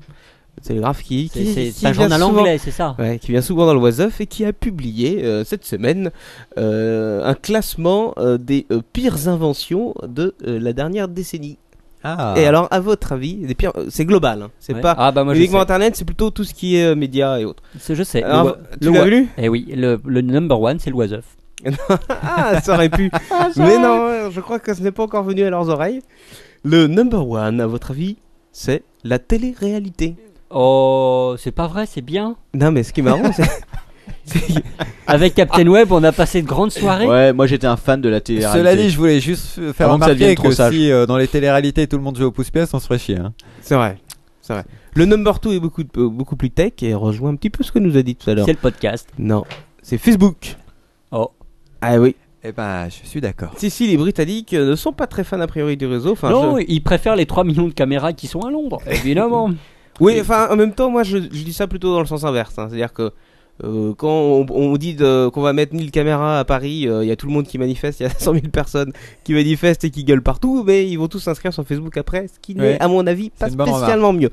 H: Le Télégraphe qui.
G: C'est-
H: qui-
G: C'est
H: qui
G: c'est un
H: vient
G: journal
H: souvent-
G: anglais, c'est ça
H: Ouais, qui vient souvent dans le What's Up et qui a publié euh, cette semaine euh, un classement euh, des euh, pires inventions de euh, la dernière décennie.
I: Ah.
H: Et alors, à votre avis, les pires, euh, c'est global, hein, c'est
G: Ouais.
H: pas
G: Ah bah moi je sais.
H: uniquement Internet, c'est plutôt tout ce qui est euh, médias et autres.
G: C'est- Je sais.
H: Alors, tu
G: le
H: l'as
G: wa-
H: lu
G: Eh oui, le, le number one, c'est l'oiseuf.
H: Ah, ça aurait pu. Mais non, euh, je crois que ce n'est pas encore venu à leurs oreilles. Le number one, à votre avis, c'est la télé-réalité.
G: Oh, c'est pas vrai, c'est bien.
H: Non, mais ce qui est marrant, c'est.
G: Avec Captain Web, on a passé de grandes soirées.
F: Ouais, moi j'étais un fan de la télé
I: Cela dit, je voulais juste f- faire
F: Avant que ça
I: remarquer
F: devienne
I: que,
F: trop sage.
I: si euh, dans les téléréalités tout le monde joue au pouce-pièce, on se ferait chier. hein.
H: C'est vrai, c'est vrai. Le number two est beaucoup, euh, beaucoup plus tech et rejoint un petit peu ce que nous a dit tout à l'heure.
G: C'est le podcast.
H: Non, c'est Facebook.
G: Oh.
H: Ah oui.
I: Eh ben, je suis d'accord.
H: Si, si, les Britanniques euh, ne sont pas très fans a priori du réseau. Enfin,
G: non,
H: je-
G: ils préfèrent les 3 millions de caméras qui sont à Londres, évidemment.
H: Oui, enfin, en même temps, moi, je, je dis ça plutôt dans le sens inverse. hein. C'est-à-dire que euh, quand on, on dit de- qu'on va mettre 1000 caméras à Paris, euh, il y a tout le monde qui manifeste, il y a 100 000 personnes qui manifestent et qui gueulent partout, mais ils vont tous s'inscrire sur Facebook après, ce qui
I: Ouais.
H: n'est, à mon avis, pas
I: une bonne
H: spécialement mieux.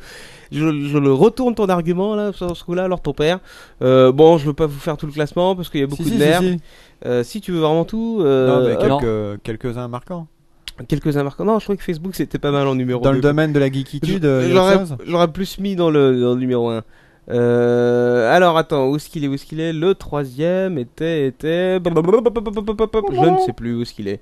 H: Je, je le retourne ton argument, là, sur ce coup-là, alors ton père. Euh, bon, je veux pas vous faire tout le classement parce qu'il y a beaucoup
I: si,
H: de
I: si,
H: merde.
I: si, si.
H: Euh, si tu veux vraiment tout, euh,
I: Non, mais
H: hop,
I: quelques- euh, quelques-uns marquants.
H: quelques-uns marquants. Non, je trouvais que Facebook c'était pas mal en numéro
I: Dans le
H: deux.
I: domaine de la geekitude,
H: Je-
I: euh, il y a
H: J'aurais
I: autre chose
H: j'aurais plus mis dans le, dans le numéro 1. alors attends, où est-ce qu'il est, où est-ce qu'il est Le troisième était, était... Je ne sais plus où est-ce qu'il est.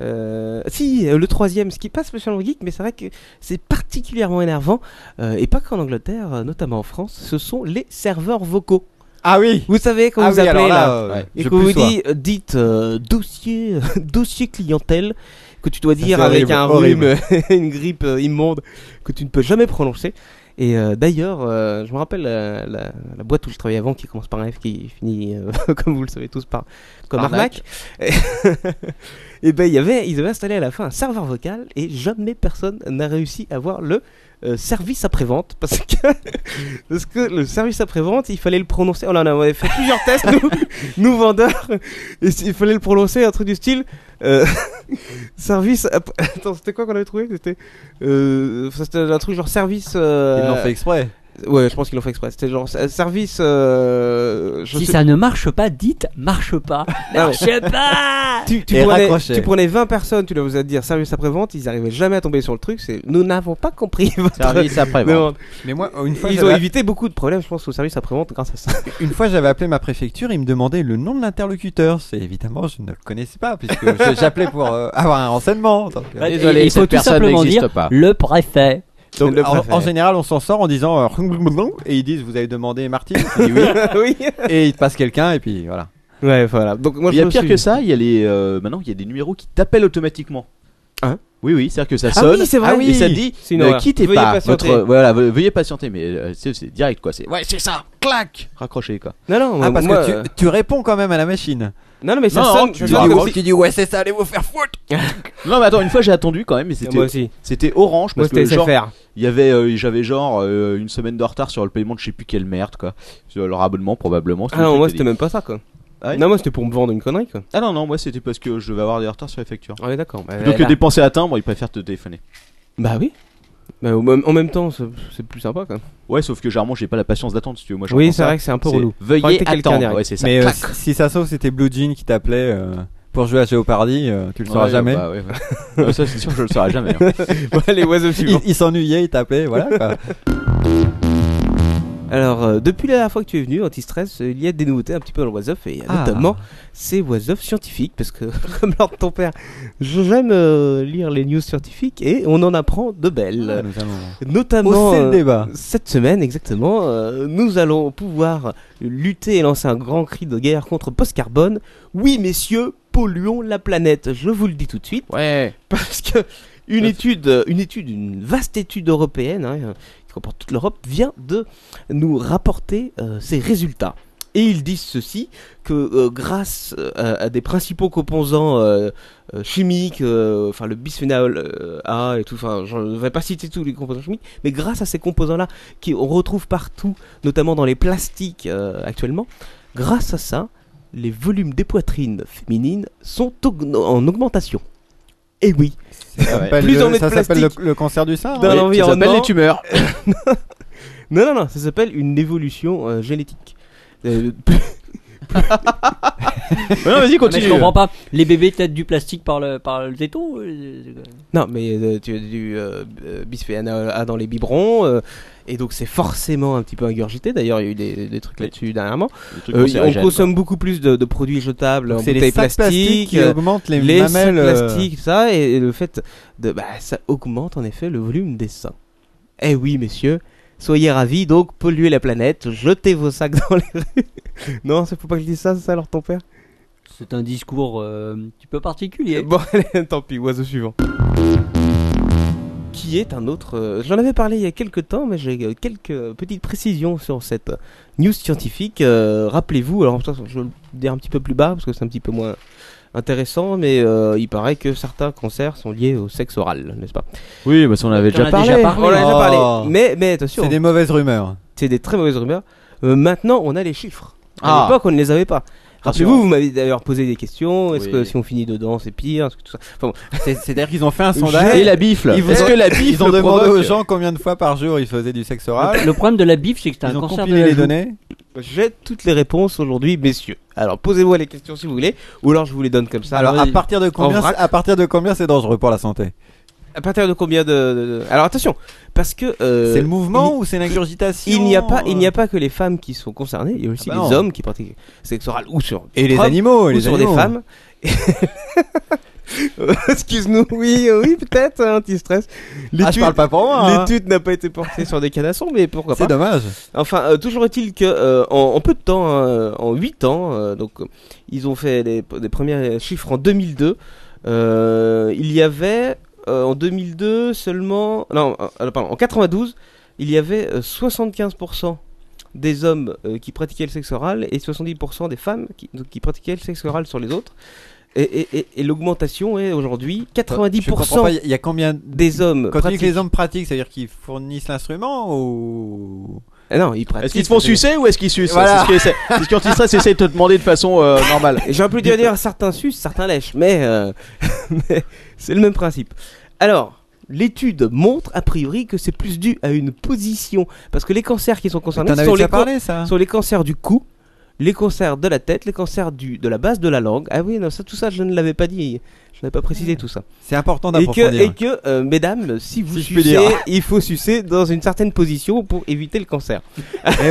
H: Euh, si, euh, le troisième, ce qui est pas spécialement geek, mais c'est vrai que c'est particulièrement énervant, euh, et pas qu'en Angleterre, euh, notamment en France, ce sont les serveurs vocaux.
I: Ah oui
H: Vous savez quand
I: Ah
H: vous
I: oui,
H: appelez
I: alors
H: là,
I: là, euh,
F: Ouais.
H: et
I: je
H: qu'on vous
I: plussois.
H: dit, euh, dites euh, dossier, dossier clientèle, que tu dois
I: Ça,
H: dire
I: c'est
H: avec
I: horrible,
H: un
I: horrible.
H: rhume, une grippe euh, immonde, que tu ne peux jamais prononcer. Et euh, d'ailleurs, euh, je me rappelle euh, la, la boîte où je travaillais avant, qui commence par un F, qui finit, euh, comme vous le savez tous, par comme arnaque.
F: Arnaque.
H: et ben, il y avait, ils avaient installé à la fin un serveur vocal, et jamais personne n'a réussi à voir le euh, service après-vente, parce que parce que le service après-vente, il fallait le prononcer. Oh là là, on avait fait plusieurs tests, nous, nous vendeurs. Et il fallait le prononcer, un truc du style. euh, service. après- Attends, c'était quoi qu'on avait trouvé C'était. euh, ça, c'était un truc genre service. euh,
I: Ils l'ont fait exprès.
H: Ouais, je pense qu'ils l'ont fait exprès. C'était genre euh, service. euh, je
G: si
H: sais-
G: ça ne marche pas, dites marche pas.
H: Ah ouais.
G: Marche pas
H: Tu, tu
I: Et
H: prenais,
I: raccrocher.
H: tu prenais 20 personnes, tu leur faisais dire service après-vente, ils arrivaient jamais à tomber sur le truc. C'est nous n'avons pas compris votre
F: Service après
H: demande.
I: Mais moi, une fois,
H: Ils ont
I: j'avais-
H: évité beaucoup de problèmes, je pense, au service après-vente grâce à ça.
I: une fois, j'avais appelé ma préfecture, ils me demandaient le nom de l'interlocuteur. C'est évidemment, je ne le connaissais pas, puisque je- j'appelais pour euh, avoir un renseignement. Donc, euh,
G: Et-
F: Désolé,
G: et il faut
F: cette
G: tout
F: personne
G: simplement
F: n'existe
G: dire
F: pas.
G: le préfet.
I: donc,
H: le
I: en,
H: préfet.
I: en général, on s'en sort en disant euh, et ils disent vous avez demandé Martine Je dis oui.
H: oui.
I: et il te passe quelqu'un et puis voilà.
H: Ouais, voilà. Donc moi,
F: il y
H: je
F: a
H: me
F: pire
H: suis-
F: que ça, il y a les euh, maintenant il y a des numéros qui t'appellent automatiquement.
H: Hein
F: oui oui, c'est-à-dire que ça
H: Ah
F: sonne
H: oui, c'est vrai.
F: ah et ça te dit
H: C'est une
F: ne
H: horreur.
F: quittez
H: Veuillez
F: pas
H: patienter.
F: votre voilà, ve- veuillez patienter mais euh, c'est c'est direct quoi, c'est Ouais, c'est ça. Clac, raccroché quoi.
H: Non, non,
I: Ah parce
H: moi,
I: que tu,
H: euh,
I: tu réponds quand même à la machine.
H: Non, non, mais ça
F: Non,
H: sonne.
F: tu
H: ça
F: dis,
H: sonne
F: ah,
H: comme
F: bon,
H: si-
I: dis ouais c'est ça allez vous faire foutre.
F: Non mais attends, une fois j'ai attendu quand même et
H: Moi
F: c'était
H: aussi.
F: c'était orange
H: Moi,
F: parce
H: c'était
F: que genre
H: SFR.
F: il y avait euh, j'avais genre euh, une semaine de retard sur le paiement de je sais plus quelle merde quoi. Sur leur abonnement probablement.
H: Ah non, moi, c'était même pas ça, quoi.
F: Ah ouais
H: Non, moi, c'était pour me vendre une connerie, quoi.
F: Ah non non, moi c'était parce que je devais avoir des retards sur les factures.
H: Ah, ouais, d'accord. Bah,
F: Plutôt que dépenser à timbre, ils préfèrent te téléphoner.
H: bah oui. Bah, au même- en même temps, c'est c'est plus sympa, quoi.
F: Ouais, sauf que généralement j'ai pas la patience d'attendre si tu veux. Moi, je
H: Oui,
F: reprends
H: c'est
F: ça.
H: vrai que c'est un peu
F: C'est
H: relou. Faudrait que
F: Veuillez
H: t'aies quelqu'un
F: attendre.
H: direct.
F: Ouais, c'est ça.
I: Mais euh,
F: Clac.
I: si- si ça sauve c'était Blue Jean qui t'appelait euh, pour jouer à Jeopardy, euh, tu le sauras
F: Ouais,
I: jamais.
F: bah ouais, ouais. Ouais, ça, c'est sûr, que je le saurai jamais. hein.
H: Bon, allez, oiseau
I: Il,
H: suivant.
I: il s'ennuyait, il t'appelait, voilà. quoi.
H: Alors, euh, depuis la dernière fois que tu es venu, Antistress, euh, il y a des nouveautés un petit peu dans le Was Up, et
G: Ah.
H: notamment ces Was Up scientifiques, parce que, comme lors de ton père, je- j'aime euh, lire les news scientifiques, et on en apprend de belles.
I: Ah, notamment.
H: Notamment,
I: Hausser le
H: euh,
I: débat.
H: cette semaine, exactement, euh, nous allons pouvoir lutter et lancer un grand cri de guerre contre post-carbone. Oui, messieurs, polluons la planète. Je vous le dis tout de suite.
F: Ouais.
H: Parce que une étude, euh, une étude, une vaste étude européenne hein, euh, qui comporte toute l'Europe vient de nous rapporter euh, ses résultats. Et ils disent ceci que euh, grâce euh, à, à des principaux composants euh, euh, chimiques, euh, enfin le bisphénol euh, A et tout, enfin je ne vais pas citer tous les composants chimiques, mais grâce à ces composants-là qui on retrouve partout, notamment dans les plastiques euh, actuellement, grâce à ça, les volumes des poitrines féminines sont aug- en augmentation. Et oui,
I: s'appelle
H: plus
I: le-
H: on met de
I: ça s'appelle
H: plastique
I: le- le cancer du sein,
H: dans
I: hein. Oui, ça
H: l'environnement.
I: s'appelle les tumeurs.
H: non, non, non, ça s'appelle une évolution euh, génétique. Euh, plus-
G: non, vas-y, continue. je comprends pas. Les bébés têtent du plastique par le, par le téton euh, c'est quoi
H: Non, mais euh, tu as du euh, euh, bisphénol A dans les biberons, euh, et donc c'est forcément un petit peu ingurgité. D'ailleurs, il y a eu des, des trucs là-dessus dernièrement.
F: Des trucs
H: Euh,
F: cancérigènes,
H: on consomme beaucoup plus de, de produits jetables, en
I: Donc c'est les
H: bouteilles
I: sacs plastiques
H: plastiques,
I: qui
H: euh,
I: augmentent les
H: les sacs
I: mamelles, euh.
H: plastiques, tout ça, et, et le fait de. Bah, ça augmente en effet le volume des seins. Eh oui, messieurs. Soyez ravis, donc polluez la planète, jetez vos sacs dans les rues. non, c'est faut pas que je dise ça, c'est ça, alors ton père
G: C'est un discours euh, un petit peu particulier.
H: Bon, allez, tant pis, oiseau suivant. qui est un autre. euh, J'en avais parlé il y a quelques temps, mais j'ai euh, quelques petites précisions sur cette news scientifique. Euh, Rappelez-vous, alors ça, je vais le dire un petit peu plus bas parce que c'est un petit peu moins intéressant, mais euh, il paraît que certains cancers sont liés au sexe oral, n'est-ce pas
F: Oui, parce qu'on avait déjà
H: a
F: parlé.
H: On en a déjà
F: Oh.
H: parlé. Mais, mais attention.
F: C'est des
I: mauvaises rumeurs.
H: C'est des très mauvaises rumeurs. Euh, maintenant, on a les chiffres. À
F: Ah.
H: l'époque, on ne les avait pas.
F: Attention.
H: Rappelez-vous, vous m'avez d'ailleurs posé des questions. Est-ce
F: Oui.
H: que si on finit dedans, c'est pire Est-ce que tout ça Enfin, bon.
I: C'est-à-dire qu'ils ont fait un sondage.
H: J'ai-
I: Ils
H: Est-ce
I: ont-
H: que la bif
I: Ils ont
H: le
I: demandé
H: provoque
I: aux gens combien de fois par jour ils faisaient du sexe oral.
G: Le problème de la bif, c'est que c'est un
I: Ils ont
G: cancer de
I: compilé
G: la
I: les
G: joue.
I: données.
H: J'ai toutes les réponses aujourd'hui, messieurs. Alors posez-moi les questions si vous voulez, ou alors je vous les donne comme ça.
I: Alors à partir de
H: En
I: combien,
H: vrac.
I: à partir de combien c'est dangereux pour la santé
H: À partir de combien de, de- de- Alors attention, parce que euh,
I: C'est le mouvement
H: il-
I: ou c'est Euh, l'ingurgitation
H: Il n'y a pas, il n'y a pas que les femmes qui sont concernées. Il y a aussi
I: bah
H: les
I: non.
H: hommes qui pratiquent le sexe oral ou sur
I: Et les
H: d'autres hommes,
I: animaux, et
H: ou
I: les
H: sur
I: animaux. Ah,
H: des femmes. Excuse-nous, oui, euh, oui, peut-être un petit stress.
I: Ah, je parle pas pour moi, hein.
H: L'étude n'a pas été portée sur des canassons, mais pourquoi pas
I: C'est dommage.
H: Enfin, euh, toujours est-il que euh, en, en peu de temps, hein, euh, en 8 ans, euh, donc euh, ils ont fait les, les premiers chiffres en 2002. euh, il y avait euh, en 2002 seulement, non, euh, alors, pardon, en 92, il y avait euh, 75% des hommes euh, qui pratiquaient le sexe oral et 70% des femmes qui, donc, qui pratiquaient le sexe oral sur les autres. Et, et- et- et l'augmentation est aujourd'hui 90%.
I: Je comprends pas, Il y a combien
H: des hommes
I: Quand tu dis
H: pratiquent-
I: que les hommes pratiquent, c'est-à-dire qu'ils fournissent l'instrument ou
H: Ah non, ils pratiquent.
F: Est-ce qu'ils se font sucer ou est-ce qu'ils sucent
I: Voilà.
F: C'est ce que- c'est- c'est ce qu'Antistress essaie de te demander de façon euh, normale.
H: J'ai plus de dire certains sucent, certains lèchent, mais, euh, mais c'est le même principe. Alors, l'étude montre a priori que c'est plus dû à une position, parce que les cancers qui sont concernés
I: T'en avais
H: sont les,
I: déjà
H: can-
I: parlé ça
H: sont les cancers du cou, les cancers de la tête, les cancers du, de la base de la langue. Ah oui, non, ça, tout ça, je ne l'avais pas dit, je n'avais pas précisé tout ça.
I: C'est important
H: Et que,
I: d'approfondir.
H: et que euh, mesdames, si vous
I: Si je peux
H: sucez,
I: dire.
H: il faut sucer dans une certaine position pour éviter le cancer.
I: Et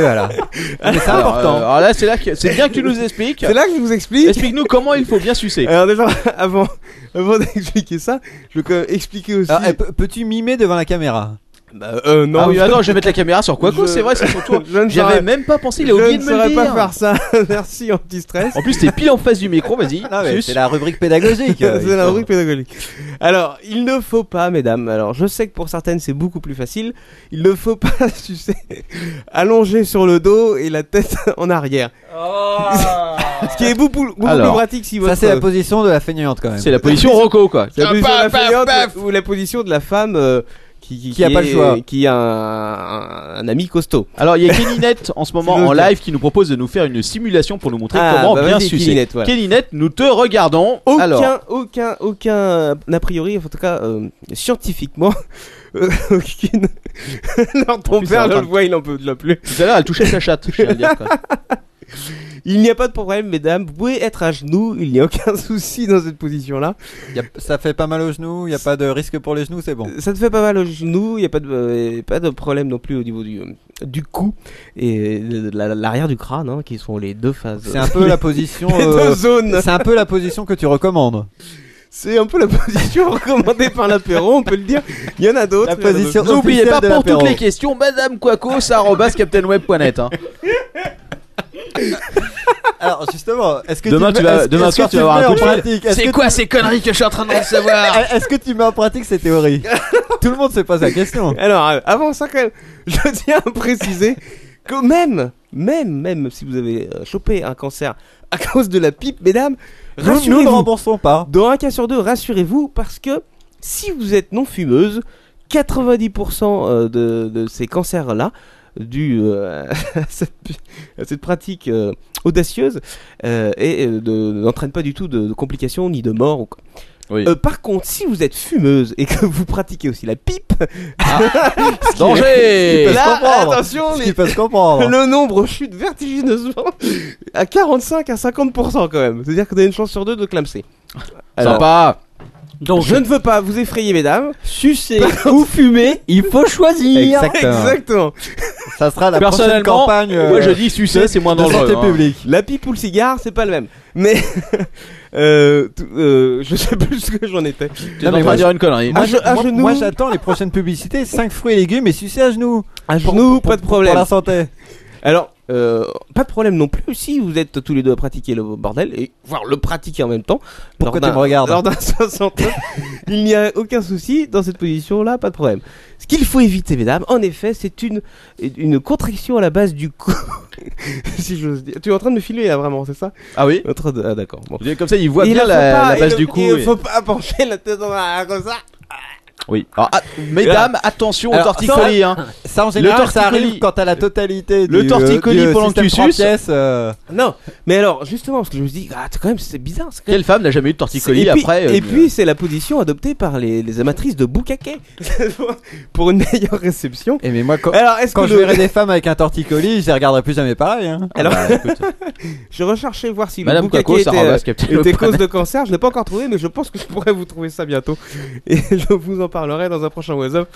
I: voilà. Mais c'est
F: Alors,
I: important.
F: euh, alors là, c'est là que- c'est bien que tu nous expliques.
H: C'est là que je vous explique.
F: Explique-nous comment il faut bien sucer.
H: Alors déjà, avant, avant d'expliquer ça, je veux quand même expliquer aussi...
I: Alors, eh, pe- Peux-tu mimer devant la caméra
H: Bah, euh, non,
F: ah oui,
H: je-
F: attends, je vais mettre la caméra sur Quaco,
H: Je-
F: c'est vrai, c'est sur toi.
H: je ne
F: J'avais
H: saurais-
F: même pas pensé, il
H: je
F: a oublié de
H: ne
F: me le
H: saurais
F: dire.
H: pas faire ça. Merci, anti-stress.
F: En plus, t'es pile en face du micro, vas-y.
I: Non, mais
F: suce.
I: C'est la rubrique
F: Oh,
I: pédagogique. euh,
H: C'est la
I: il faut-
H: rubrique pédagogique. Alors, il ne faut pas, mesdames, alors je sais que pour certaines c'est beaucoup plus facile, il ne faut pas sucer allongé sur le dos et la tête en arrière.
J: Oh.
H: Ce qui est beaucoup, beaucoup
F: Alors,
H: plus pratique si
I: Ça,
H: votre...
I: c'est la position de la feignante quand même.
F: C'est la position Rocco, quoi.
H: C'est la
J: Ah,
H: position de la
J: paf, paf,
H: fainéante
J: paf.
H: ou la position de la femme euh, qui,
I: Qui a pas le
H: est-
I: choix.
H: Qui a un, un- un ami costaud.
F: Alors, il y a Keninette en ce moment
H: C'est le
F: en
H: cas.
F: live qui nous propose de nous faire une simulation pour nous montrer
H: Ah,
F: comment
H: bah
F: bien
H: vas-y,
F: sucer.
H: Keninette, voilà.
F: Keninette, nous te regardons.
H: Aucun,
F: Alors,
H: aucun, aucun, euh, a priori, en tout cas, euh, scientifiquement, euh, aucune. Alors, ton
F: plus, c'est en
H: père, je
F: train
H: le vois, il en peut de la plus.
F: tout à l'heure, elle touchait sa chatte, je tiens à le dire, quoi.
H: Il n'y a pas de problème, mesdames. Vous pouvez être à genoux. Il n'y a aucun souci dans cette position-là.
I: Ça fait pas mal aux genoux. Il n'y a pas de risque pour les genoux. C'est bon.
H: Ça te fait pas mal aux genoux. Il n'y a pas de, euh, pas de problème non plus au niveau du, euh, du cou et de la- l'arrière du crâne, hein, qui sont les deux phases.
I: C'est un peu la position.
H: Les deux
I: euh,
H: zones.
I: C'est un peu la position que tu recommandes.
H: C'est un peu la position recommandée par l'apéro, on peut le dire. Il y en a d'autres.
I: La
H: il y en a d'autres.
I: position
F: N'oubliez pas pour toutes les questions, madame Quacos, arrobas captainweb.net. hein.
I: Alors justement, est-ce que
F: Demain,
I: tu,
F: tu
I: le mets-
F: vas-
I: est-ce-
F: demain
I: est-ce
F: soir, tu
I: que
F: vas avoir
I: le
F: un
I: mets
F: coup de
I: en
F: fil.
I: pratique Est-ce
C: C'est
I: que
C: quoi
I: tu-
C: ces conneries que je suis en train de savoir
I: Est-ce que tu mets en pratique ces théories Tout le monde se pose la question.
H: Alors, euh, avant ça, quand même, je tiens à préciser que même, même, même si vous avez euh, chopé un cancer à cause de la pipe, mesdames,
I: Nous-
H: rassurez-vous.
I: Nous ne remboursons pas.
H: Dans un cas sur deux, rassurez-vous, parce que si vous êtes non fumeuse, 90% euh, de, de ces cancers-là, dus euh, à, cette, pu- à cette pratique euh, audacieuse, euh, et euh, de- n'entraîne pas du tout de, de complications ni de mort. ou quoi.
F: Oui.
H: Euh, par contre, si vous êtes fumeuse et que vous pratiquez aussi la pipe, ce qui-
F: Danger
I: peut se
H: là,
I: comprendre.
H: attention,
I: Ce
H: les-
I: qui peut se comprendre.
H: le nombre chute vertigineusement à 45 à 50% quand même. C'est-à-dire que vous avez une chance sur deux de clamser. Alors,
F: Sympa
G: Donc,
H: je ne veux pas vous effrayer, mesdames.
G: sucer ou fumer, il faut choisir.
I: Exactement.
H: Exactement.
I: Ça sera la prochaine
F: Personnellement,
I: campagne. euh,
F: Moi je dis sucer, c'est moins
I: de
F: dangereux.
I: santé
F: hein.
I: publique.
H: La pipe ou le cigare, c'est pas le même. Mais euh, tout- euh, je sais plus ce que j'en étais.
F: Tu es en train de dire une connerie.
H: Ah,
I: Moi,
H: je- à
I: moi-
H: genoux.
I: moi, j'attends les prochaines publicités 5 fruits et légumes et sucer à genoux.
H: À
I: Pour-
H: genoux,
I: pour-
H: pas de
I: pour-
H: problème.
I: Pour la santé.
H: Alors, euh, pas de problème non plus si vous êtes tous les deux à pratiquer le bordel et voire le pratiquer en même temps.
I: Pourquoi
H: Lors
I: tu
H: d'un-
I: me regardes
H: Lors d'un 69, il n'y a aucun souci dans cette position-là, pas de problème. Ce qu'il faut éviter, mesdames, en effet, c'est une une contraction à la base du cou. si j'ose dire. Tu es en train de me filer là vraiment, c'est ça
F: Ah oui
H: En train de- Ah d'accord. Bon.
F: Comme ça, il voit
H: Il
F: bien
H: ne
F: la,
H: faut pas-
F: la
H: il
F: base
H: ne-
F: du coup.
H: Il ne
F: oui.
H: faut pas pencher la tête en arrière comme ça.
F: Oui. Alors, ah, mesdames, attention au
I: Alors,
F: torticolis. Hein.
I: Ça en général, ça
F: torticolis.
I: arrive quand t'as la totalité
F: Le
I: du,
F: torticolis
I: euh, du
F: pendant que
I: système
F: tu
I: trois
F: suces.
I: pièces, euh,
H: Non, mais alors justement, parce que je me dis, ah, quand même, c'est bizarre. c'est quand même-
F: Quelle femme n'a jamais eu de torticolis
H: et puis,
F: après euh,
H: et puis, c'est la position adoptée par les, les amatrices de boucaquet pour une meilleure réception.
I: Et mais moi, quand,
H: Alors, est-ce que
I: quand je
H: le-
I: verrai des femmes avec un torticolis, je les regarderai plus jamais pareil. hein.
H: Alors,
F: bah, écoute.
H: je recherchais voir si
F: Madame
H: le boucaquet
F: Quacos,
H: était,
F: arrobas,
H: euh,
F: capitaine
H: était
F: Web.
H: cause de cancer. Je l'ai pas encore trouvé, mais je pense que je pourrais vous trouver ça bientôt. Et je vous en parlerai dans un prochain WhatsApp.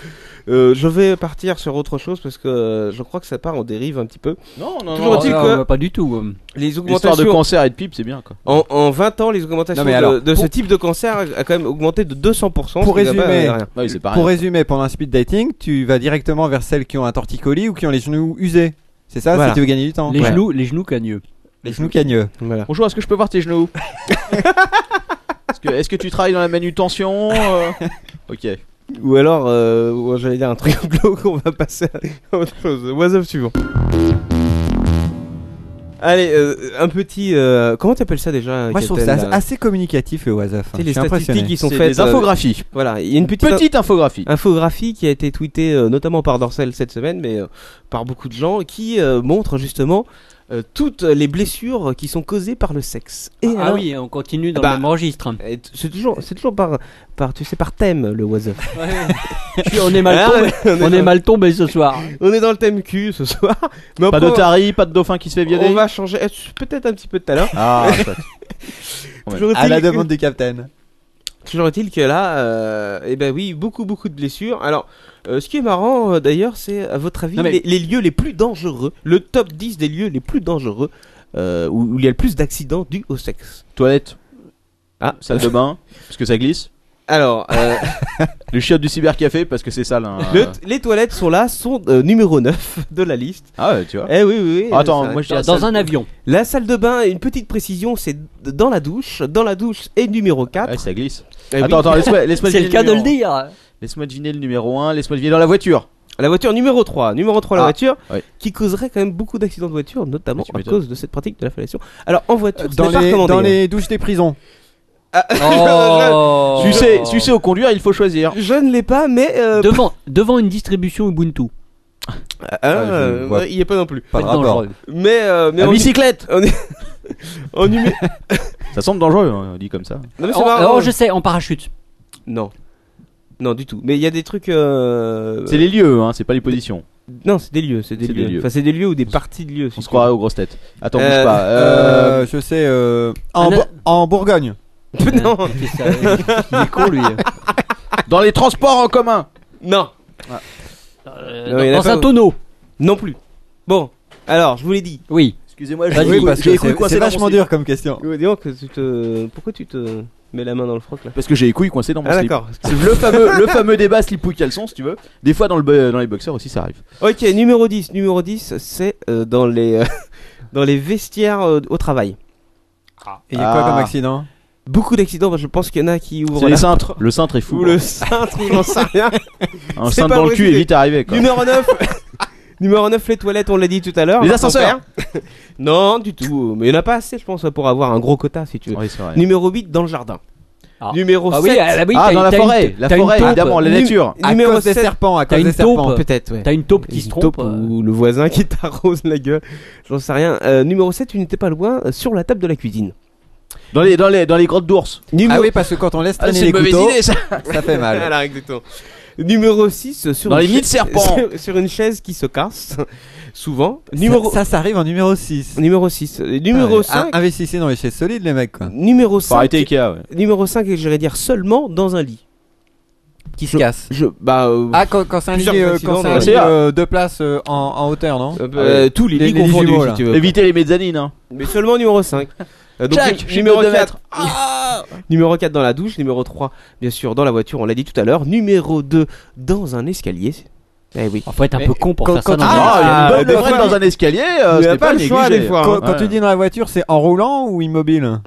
H: Euh, je vais partir sur autre chose parce que euh, je crois que ça part en dérive un petit peu.
F: Non, non,
H: Toujours
F: non.
H: dit-
F: non.
H: dit quoi
G: Pas du tout. euh,
H: Les
F: L'histoire
H: augmentations
F: de cancer et de pipe, c'est bien quoi.
H: En, en 20 ans, les augmentations
I: Non, mais
H: de- de,
I: alors,
H: ce
I: pour-
H: type de cancer a quand même augmenté de 200%.
I: Pour
H: ce qui n'est pas,
I: résumer,
H: euh, rien.
F: Ah oui, c'est pareil.
I: Pour résumer, pendant un speed dating, tu vas directement vers celles qui ont un torticolis ou qui ont les genoux usés. C'est ça,
H: Voilà.
I: si tu veux gagner du temps.
G: Les
I: Ouais.
G: genoux, les genoux cagneux.
I: les genoux cagneux.
H: Voilà.
F: Bonjour, est-ce que je peux voir tes genoux Est-ce que, est-ce que tu travailles dans la manutention euh Ok.
H: Ou alors, euh, ouais, j'allais dire un truc glauque, on va passer à autre chose. What's up suivant. Allez, euh, un petit. euh, comment t'appelles ça déjà
I: Moi, je trouve ça
F: euh,
H: Captain, là
I: assez communicatif le WhatsApp.
H: Tu
I: Je
H: sais, les
I: suis
H: statistiques
I: impressionné.
H: qui sont
F: C'est
H: faites.
F: des
H: euh,
F: infographies.
H: voilà, il y a une petite.
F: Petite infographie.
H: infographie qui a été tweetée euh, notamment par Dorsel cette semaine, mais euh, par beaucoup de gens, qui euh, montre justement euh, toutes les blessures qui sont causées par le sexe. Et
G: ah
H: alors-
G: oui, on continue dans
H: Bah,
G: le même registre.
H: Et t- C'est toujours, c'est toujours par, par, tu sais, par thème le was up.
G: Puis on est mal
H: Ah,
G: tombé,
H: on est
G: on est
H: dans-
G: mal tombé ce soir.
H: On est dans le thème cul ce soir. Mais
F: Pas
H: après,
F: d'otarie, pas de dauphin qui se fait
H: on,
F: violer.
H: on va changer eh, peut-être un petit peu tout à l'heure.
F: Ah, chouette.
H: Toujours
I: À
H: est-il
I: la
H: que-
I: demande du capitaine.
H: Toujours est-il que là, euh, eh ben oui, beaucoup beaucoup de blessures. Alors, euh, ce qui est marrant euh, d'ailleurs, c'est à votre avis
G: Non, mais-
H: les, les lieux les plus dangereux, le top 10 des lieux les plus dangereux euh, où, où il y a le plus d'accidents dus au sexe.
F: Toilette,
H: Ah,
F: salle de bain, parce que ça glisse.
H: Alors, euh,
F: Le chiottes du cybercafé, parce que c'est sale. hein.
H: le- les toilettes sont là, sont euh, numéro 9 de la liste.
F: Ah ouais, tu vois.
H: Eh oui, oui, oui.
F: Attends,
H: ça-
F: moi je
G: Dans,
F: dirais
G: dans
F: ça-
G: un avion.
H: La salle de bain, une petite précision, c'est d- dans la douche. Dans la douche est numéro 4.
F: Ouais, ça glisse.
H: Eh oui.
F: attends, attends, laisse-moi laisse
G: C'est le cas de le dire.
F: Laisse-moi deviner le numéro 1, laisse-moi deviner dans la voiture.
H: La voiture numéro 3, numéro 3 la
F: Ah,
H: voiture,
F: ouais.
H: qui causerait quand même beaucoup d'accidents de voiture, notamment
F: Tu
H: à
F: m'étonnes.
H: cause de cette pratique de la fellation. Alors en voiture, c'est
I: Dans
H: pas
I: les,
H: recommandé.
I: dans
H: hein.
I: les douches des prisons.
G: Oh.
F: Sucer, sucer au conduire, il faut choisir.
H: Je ne l'ai pas, mais euh,
G: Devant, devant une distribution Ubuntu.
H: ah,
I: je
H: euh,
I: vois.
H: il y est pas non plus.
I: Pas de
G: Faites
I: rapport.
G: dangereux.
H: Mais euh, mais
F: La
H: en-
F: bicyclette
H: en- en numé-
F: Ça semble dangereux, hein, on dit comme ça.
H: Non mais c'est
G: En-
H: marrant.
G: oh, je sais, en parachute.
H: Non, non du tout. Mais il y a des trucs. euh,
F: C'est les lieux, hein, c'est pas les positions.
H: Non, c'est des lieux, c'est des,
F: C'est des
H: lieux.
F: lieux.
H: Enfin, c'est des lieux ou des parties de lieux.
F: On se croirait aux grosses têtes. Attends,
H: Euh,
F: bouge pas. Euh,
I: je sais, euh, en,
H: Anna-
I: Bo- en Bourgogne.
H: non.
G: Il fait Hein, ça, il est con, lui.
F: Dans les transports en commun.
H: Non.
G: Euh,
H: Non, il y en a
G: dans
H: pas
G: un
H: où-
G: tonneau.
H: Non plus. Bon, alors, je vous l'ai dit.
G: Oui.
F: Excusez-moi,
G: Vas-y,
F: j'ai
I: oui, parce
F: j'ai
I: que
F: les couilles
I: c'est-
F: coincées
I: c'est
F: dans mon
I: vachement
F: slip.
I: dur comme question.
H: Dis donc, tu te... pourquoi tu te mets la main dans le froc là
F: Parce que j'ai les couilles coincées dans mon
H: Ah
F: slip.
H: d'accord.
F: C'est le fameux, le fameux débat slip ou caleçon, si tu veux. Des fois, dans, le, bo- dans les boxeurs aussi, ça arrive.
H: Ok, numéro 10. Numéro 10, c'est euh, dans, les, euh, dans les vestiaires euh, au travail.
I: Et il y a quoi
F: Ah.
I: comme accident
H: Beaucoup d'accidents, parce que je pense qu'il y en a qui ouvrent
F: C'est les
H: la-
F: cintres. Le cintre est fou.
H: Ou
F: quoi.
H: le cintre, ou j'en sais rien.
F: Un
H: c'est
F: cintre
H: pas
F: dans le
H: vrai,
F: cul est
H: c'est-
F: vite arrivé. Quoi.
H: Numéro 9. Numéro 9, les toilettes, on l'a dit tout à l'heure.
F: Les
H: Ton
F: ascenseurs.
H: père. Non, du tout. Mais il n'y en a pas assez, je pense, pour avoir un gros quota, si tu veux.
F: Oui, c'est vrai.
H: Numéro 8, dans le jardin.
G: Ah.
H: Numéro
G: Ah
H: 7.
G: oui, ah, oui,
F: Ah,
G: t'as-
F: dans la
G: t'as une-
F: forêt. La
G: t'as une
F: forêt,
G: taupe.
F: évidemment, la
H: Nu-
F: nature.
I: À
H: numéro
I: cause des
H: 7.
I: serpents, à
G: T'as
I: cause
G: une
I: des serpents.
G: taupe.
H: Peut-être, ouais.
G: T'as une taupe qui
H: Une
G: se
H: taupe
G: trompe. euh,
H: Ou le voisin qui t'arrose la gueule. J'en sais rien. Euh, numéro 7, tu n'étais pas loin, euh, sur la table de la cuisine.
F: Dans les, dans les, dans les grottes d'ours.
I: Ah
H: Numéro...
I: oui, parce que quand on laisse
F: Ah,
I: traîner
F: c'est
I: les
F: une mauvaise
I: couteaux,
F: idée, ça.
I: ça fait mal.
H: Voilà, exactement. Numéro 6, sur
F: Dans
H: une
F: les nids de
H: chaise-
F: serpents.
H: sur, sur une chaise qui se casse, souvent. Numéro,
I: Ça, ça, ça arrive en numéro 6.
H: numéro 6. Euh, Numéro 5.
I: Investissez dans les chaises solides, les mecs, quoi.
H: Numéro
F: Faut
H: 5.
F: arrêter Ikea, ouais.
H: Numéro 5, et j'irais dire seulement dans un lit.
I: Qui se cassent.
H: Je, bah, euh,
I: Ah, quand, quand c'est un lit,
H: Plusieurs
I: euh,
H: accidents
I: quand c'est
H: dans
I: un
F: la
I: lit,
F: vie.
I: euh, de place euh, en, en hauteur, non
H: euh, euh, tous les,
I: Les-
H: lits
I: les lits
H: confondus,
I: jumeaux,
H: si
I: là.
H: tu veux.
F: Éviter les mezzanines. Hein.
H: Mais seulement numéro 5. Euh, donc,
F: Jack,
H: nu-
F: j'ai
H: numéro
F: peur de Ah
H: 4. numéro 4 dans la douche, numéro 3 bien sûr dans la voiture, on l'a dit tout à l'heure, numéro 2 dans un escalier. Eh oui.
G: Oh, faut être un
I: Mais
G: peu con pour
I: quand-
G: faire
I: quand
G: ça dans
I: on-
G: un-
F: Ah, il y a
I: Ah,
F: une bonne
I: des
F: levrette
I: fois,
F: dans un escalier. euh,
H: il y a
F: c'était
H: pas le
F: négligé.
H: choix, des fois.
I: Quand,
H: hein.
I: quand tu dis dans la voiture, c'est en roulant ou immobile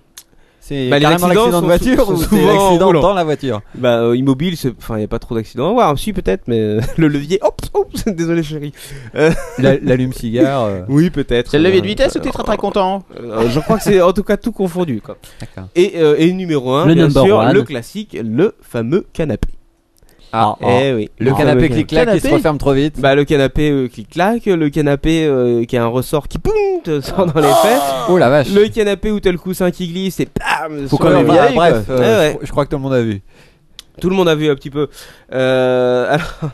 I: C'est
H: Bah, les
I: carrément
H: accidents
I: l'accident de
H: sont sou-
I: voiture
H: sont
I: ou c'est
H: souvent en
I: l'accident
H: roulant.
I: dans la voiture
H: Bah euh, immobile, c'est- enfin il n'y a pas trop d'accidents à voir, si peut-être, mais euh, le levier, hop, hop, désolé chérie.
I: La- L'allume-cigare. euh,
H: Oui peut-être.
F: C'est le levier de
H: Euh,
F: vitesse ou t'es très très content hein.
H: euh, je crois que c'est en tout cas tout confondu. Quoi.
I: D'accord.
H: Et, euh, et numéro 1,
G: Le
H: bien
G: number
H: sûr,
G: one.
H: le classique, le fameux canapé.
I: Ah,
H: Eh oui.
I: Le
H: Ah,
I: canapé clic-clac qui se
F: Canapé
I: referme trop vite.
H: Bah le canapé euh, clic-clac, le canapé euh, qui a un ressort qui poum te sort dans les fesses,
I: Oh la vache.
H: le canapé où t'as le coussin qui glisse et bam
I: Faut
H: sur
I: quand
H: le-
I: même
F: vieille,
I: Bref,
H: quoi. Eh
I: euh,
H: Ouais,
I: je- je crois que tout le monde a vu.
H: Tout le monde a vu un petit peu. Euh, alors,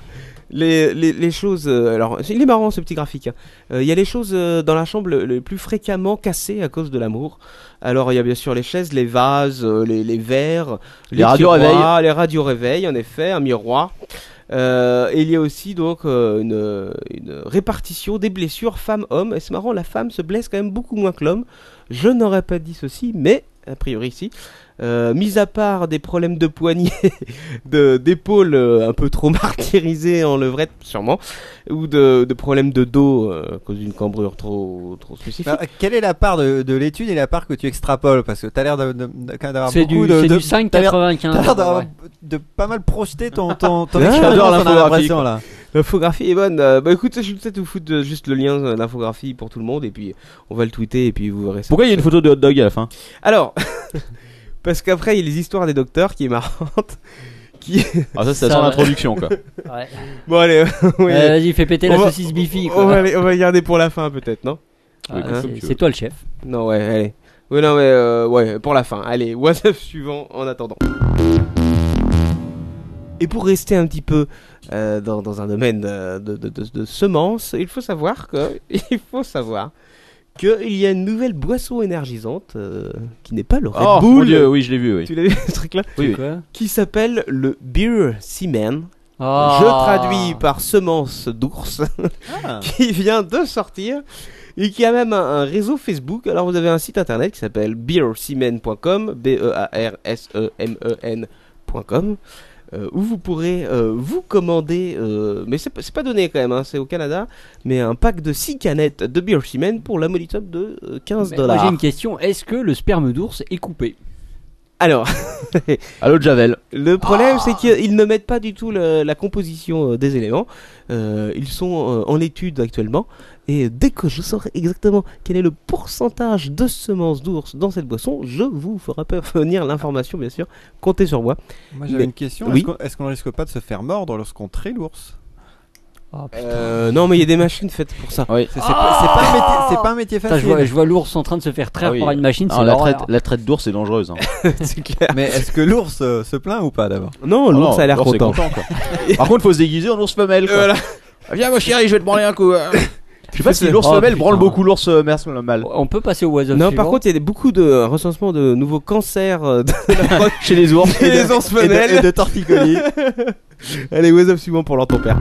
H: les, les, les choses... euh, alors il est marrant ce petit graphique. hein. Euh, Il y a les choses euh, dans la chambre le, le plus fréquemment cassées à cause de l'amour. Alors il y a bien sûr les chaises, les vases, euh, les, les verres,
F: Les radios-réveils.
H: tiroirs, Les radios réveil en effet, un miroir. Euh, et il y a aussi donc euh, une, une répartition des blessures femme-homme. Et c'est marrant, la femme se blesse quand même beaucoup moins que l'homme. Je n'aurais pas dit ceci, mais a priori si. Euh, mis à part des problèmes de poignet, de- d'épaule euh, un peu trop martyrisée en levrette sûrement, ou de, de problèmes de dos euh, à cause d'une cambrure trop, trop spécifique.
I: Bah, quelle est la part de, de l'étude et la part que tu extrapoles Parce que t'as l'air de- de- de- d'avoir
G: C'est
I: beaucoup
G: du,
I: de,
G: c'est
I: de-
G: du
I: t'as l'air- t'as
G: 5,95.
I: l'air d'avoir
G: ouais.
I: de pas mal projeter ton, ton, ton
H: Ah,
I: expérience,
F: j'adore
I: on a
F: l'infographie,
I: l'impression, là.
H: L'infographie est bonne. Euh, bah écoute, je vais peut-être vous foutre euh, juste le lien euh, d'infographie pour tout le monde et puis on va le tweeter et puis vous verrez ça.
F: Pourquoi il y a une photo de hot dog à la fin
H: Alors, parce qu'après il y a les histoires des docteurs qui est marrante. Qui...
F: Ah, ça, c'est
G: Ça,
F: sans
G: ouais.
F: l'introduction quoi.
G: Ouais.
H: Bon allez, on, va y
G: Euh,
H: aller.
G: Vas-y, fais péter
H: On
G: la
H: va-
G: saucisse bifi.
H: on va, aller- on va garder pour la fin peut-être, non
G: Ah,
H: hein,
G: c'est-
H: si
G: c'est toi le chef.
H: Non, ouais, allez. Ouais, non, mais euh, ouais, pour la fin. Allez, WhatsApp suivant en attendant. Et pour rester un petit peu euh, dans, dans un domaine euh, de, de- de- de semences, il faut savoir que il faut savoir qu'il y a une nouvelle boisson énergisante euh, qui n'est pas le Red
F: Oh, mon
H: Bull.
F: Dieu, oui, je l'ai vu, oui.
H: Tu l'as vu ce truc-là
F: Oui, oui.
G: Quoi
H: Qui s'appelle le Beer Seaman.
F: Oh.
G: Ah.
H: Je traduis par semence d'ours
I: Ah,
H: qui vient de sortir et qui a même un, un réseau Facebook. Alors vous avez un site internet qui s'appelle beersemen.com, E B-E-A-R-S-E-M-E-N.com, euh, où vous pourrez euh, vous commander, euh, mais c'est pas- c'est pas donné quand même, hein, c'est au Canada, mais un pack de 6 canettes de Beer Seaman pour la molitope de euh, 15
G: Mais moi,
H: dollars.
G: J'ai une question. Est-ce que le sperme d'ours est coupé
H: Alors,
F: Allô, Javel.
H: Le problème,
F: Ah.
H: c'est qu'ils ne mettent pas du tout le- la composition euh, des éléments. Euh, ils sont euh, en étude actuellement. Et dès que je saurai exactement quel est le pourcentage de semences d'ours dans cette boisson, je vous ferai parvenir l'information, bien sûr. Comptez sur moi.
I: Moi,
H: j'avais
I: j'avais
H: une
I: une question.
H: Oui.
I: Est-ce qu'on- Est-ce qu'on risque pas de se faire mordre lorsqu'on traîne l'ours
G: Ah, putain.
H: Euh, non, mais il y a des machines faites pour ça.
F: Oui.
I: C'est c'est pas, c'est pas un
H: Oh
I: métier- c'est pas un métier
G: Putain, je
I: facile.
G: vois, je vois l'ours en train de se faire traire
F: Ah oui.
G: par une machine.
F: Ah,
G: C'est
F: la, traite,
G: l'horreur.
F: la traite d'ours, c'est dangereuse. Hein.
H: C'est clair.
I: Mais est-ce que l'ours euh, se plaint ou pas d'abord
H: Non, Oh, l'ours
F: Ah non,
H: a l'air
F: l'ours est
H: content.
F: quoi. Par contre, faut se déguiser en ours femelle. Quoi.
H: Voilà.
F: Viens, mon chéri, je vais te branler un coup.
J: euh,
F: Je sais pas si
H: Oh,
F: l'ours femelle branle beaucoup l'ours euh, mers- mâle.
G: On peut passer au oiseau
H: Non, par contre, il y a des- beaucoup de euh, recensements de nouveaux cancers euh, de la proche-
F: chez les ours
H: chez les ours femelles.
I: et de torticolis.
H: Allez, oiseau suivant pour leur ton père.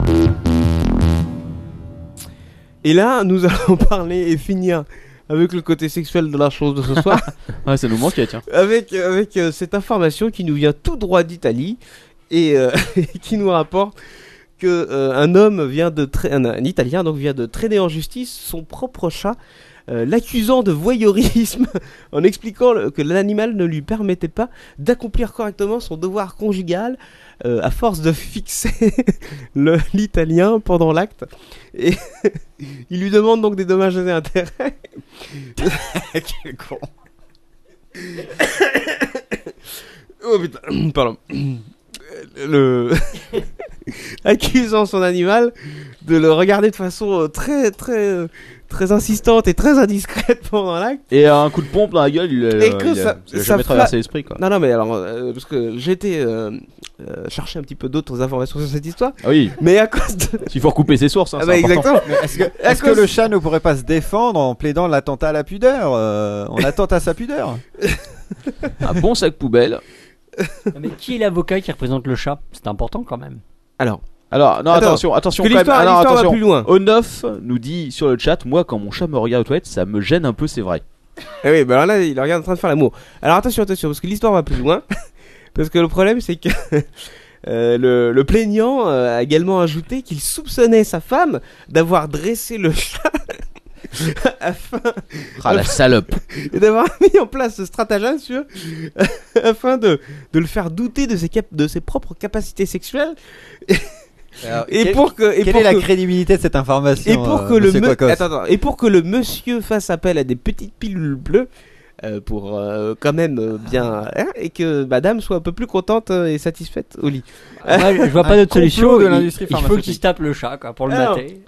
H: Et là, nous allons parler et finir avec le côté sexuel de la chose de ce soir.
F: Ouais, ça nous manquait, tiens.
H: avec avec euh, cette information qui nous vient tout droit d'Italie et euh, qui nous rapporte que euh, un homme vient de tra- un, un Italien donc vient de traîner en justice son propre chat. euh, l'accusant de voyeurisme en expliquant le- que l'animal ne lui permettait pas d'accomplir correctement son devoir conjugal euh, à force de fixer le- l'italien pendant l'acte et il lui demande donc des dommages et intérêts
F: Quel con.
H: Oh putain, pardon. Le... Accusant son animal de le regarder de façon euh, très très euh, très insistante et très indiscrète pendant l'acte.
F: Et euh, un coup de pompe dans la gueule, il, euh,
H: Et que
F: il,
H: ça,
F: a- il a
H: ça
F: jamais
H: fla-
F: traversé l'esprit, quoi.
H: Non, non, mais alors, euh, parce que j'étais euh, euh, chercher un petit peu d'autres informations sur cette histoire,
F: Ah oui,
H: mais à cause de.
F: s'il faut recouper ses sources, hein,
H: Ah
F: c'est
H: bah
F: important.
H: exactement.
I: Mais Est-ce que,
H: À
I: est-ce que
H: cause-
I: le chat ne pourrait pas se défendre en plaidant l'attentat à la pudeur euh, On attente à sa pudeur.
F: Un bon sac poubelle.
G: Mais qui est l'avocat qui représente le chat C'est important quand même.
H: Alors,
F: Alors, non,
H: Attends,
F: attention, attention,
H: que
F: quand même.
H: l'histoire
F: Ah non,
H: l'histoire va
F: attention.
H: plus loin.
F: Onof nous dit sur le chat, moi quand mon chat me regarde aux toilettes, ça me gêne un peu, c'est vrai.
H: Eh oui, bah alors là, il est en train de faire l'amour. Alors attention, attention, parce que l'histoire va plus loin. parce que le problème, c'est que euh, le, le plaignant euh, a également ajouté qu'il soupçonnait sa femme d'avoir dressé le chat afin
F: Ah la salope.
H: et d'avoir mis en place ce stratagème sur euh, afin de, de le faire douter de ses cap- de ses propres capacités sexuelles. Et pour que et
I: Quelle
H: pour
I: est la
H: que-
I: crédibilité de cette information
H: et pour
I: euh,
H: que le
I: monsieur
H: me-
I: Quacos
H: attends, attends. et pour que le monsieur fasse appel à des petites pilules bleues euh, pour euh, quand même euh, bien hein, et que madame soit un peu plus contente euh, et satisfaite au lit.
G: Moi, je vois
I: Un
G: pas d'autre
I: complot
G: solution.
I: de
G: il-
I: l'industrie
G: il faut qu'il
I: pharmaceutique.
G: se tape le chat quoi, pour le
H: Alors,
G: mater.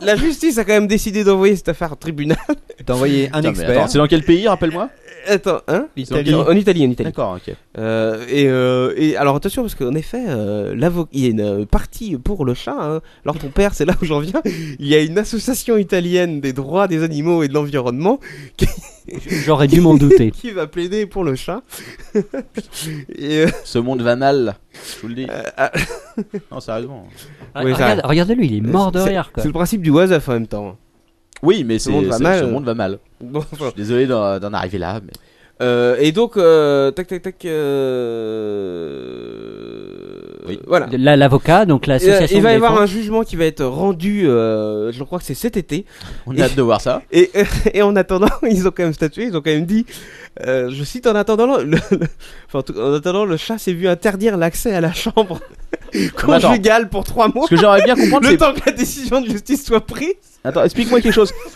H: La justice a quand même décidé d'envoyer cette affaire au tribunal.
I: D'envoyer un
F: Putain, mais
I: expert.
F: attends, c'est dans quel pays, rappelle-moi
H: Attends, hein
I: L'Italie.
H: En Italie, en Italie.
F: D'accord, ok.
H: Euh, et, euh, et alors attention parce qu'en effet, euh, l'avo- il y a une euh, partie pour le chat. Hein. Alors ton père, c'est là où j'en viens. Il y a une association italienne des droits des animaux et de l'environnement
G: J'aurais dû m'en douter.
H: qui va plaider pour le chat. et euh,
F: Ce monde va mal, je vous le dis.
H: euh, ah,
F: Non, sérieusement.
G: Ah,
H: Oui, ça-
G: regarde- Regardez-le, il est mort de
H: c'est-
G: rire. quoi.
H: C'est le principe du oiseau en même temps.
F: Oui, mais c'est-
H: monde va
F: c'est-
H: mal.
F: ce monde va mal.
H: Bon, enfin.
F: Je suis Désolé d'en d'en arriver là, mais.
H: Euh, et donc, euh, tac, tac, tac. euh,
F: Oui.
H: Voilà.
G: De- Là, l'avocat, donc
H: Euh,
G: l'association.
H: Il va
G: de
H: y avoir
G: défense.
H: un jugement qui va être rendu, euh, je crois que c'est cet été.
F: On a hâte de voir ça.
H: Et, et en attendant, ils ont quand même statué, ils ont quand même dit, euh, je cite, en attendant, le, le- enfin, en tout- en attendant, le chat s'est vu interdire l'accès à la chambre
F: attends.
H: conjugale pour trois mois,
F: Ce que j'aimerais bien comprendre,
H: le
F: c'est.
H: temps que la décision de justice soit prise.
F: Attends, explique-moi quelque chose. Que-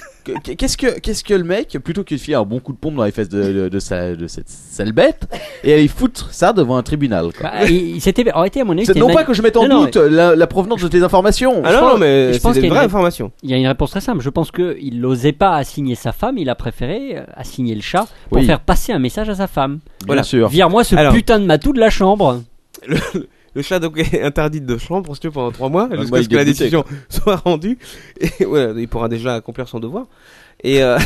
F: Qu'est-ce que, qu'est-ce que le mec, plutôt que de filer un bon coup de pompe dans les fesses de, de, de sa- de cette sale bête, et aller foutre ça devant un tribunal quoi.
G: Bah, il- il s'était arrêté à mon avis.
F: C'est-
G: c'était
F: non
G: une-
F: pas que je mette en
G: Non, non,
F: doute la, la provenance de tes informations.
H: Ah non, non, mais
G: je pense qu'il
H: c'est
G: y a
H: des
G: une
H: vraies
G: ré-
H: informations.
G: Il y a une réponse très simple. Je pense qu'il n'osait pas assigner sa femme, il a préféré euh, assigner le chat pour
F: Oui.
G: faire passer un message à sa femme.
F: Bien
H: voilà.
F: sûr.
G: Vire-moi ce
H: Alors-
G: putain de matou de la chambre.
H: Le chat donc est interdit de chambre si tu veux, pendant trois mois
G: Bah,
F: Ah,
H: jusqu'à
F: moi,
H: ce
F: il
H: que la
F: dégoûtait,
H: décision soit rendue. Et voilà, il pourra déjà accomplir son devoir. Et, euh,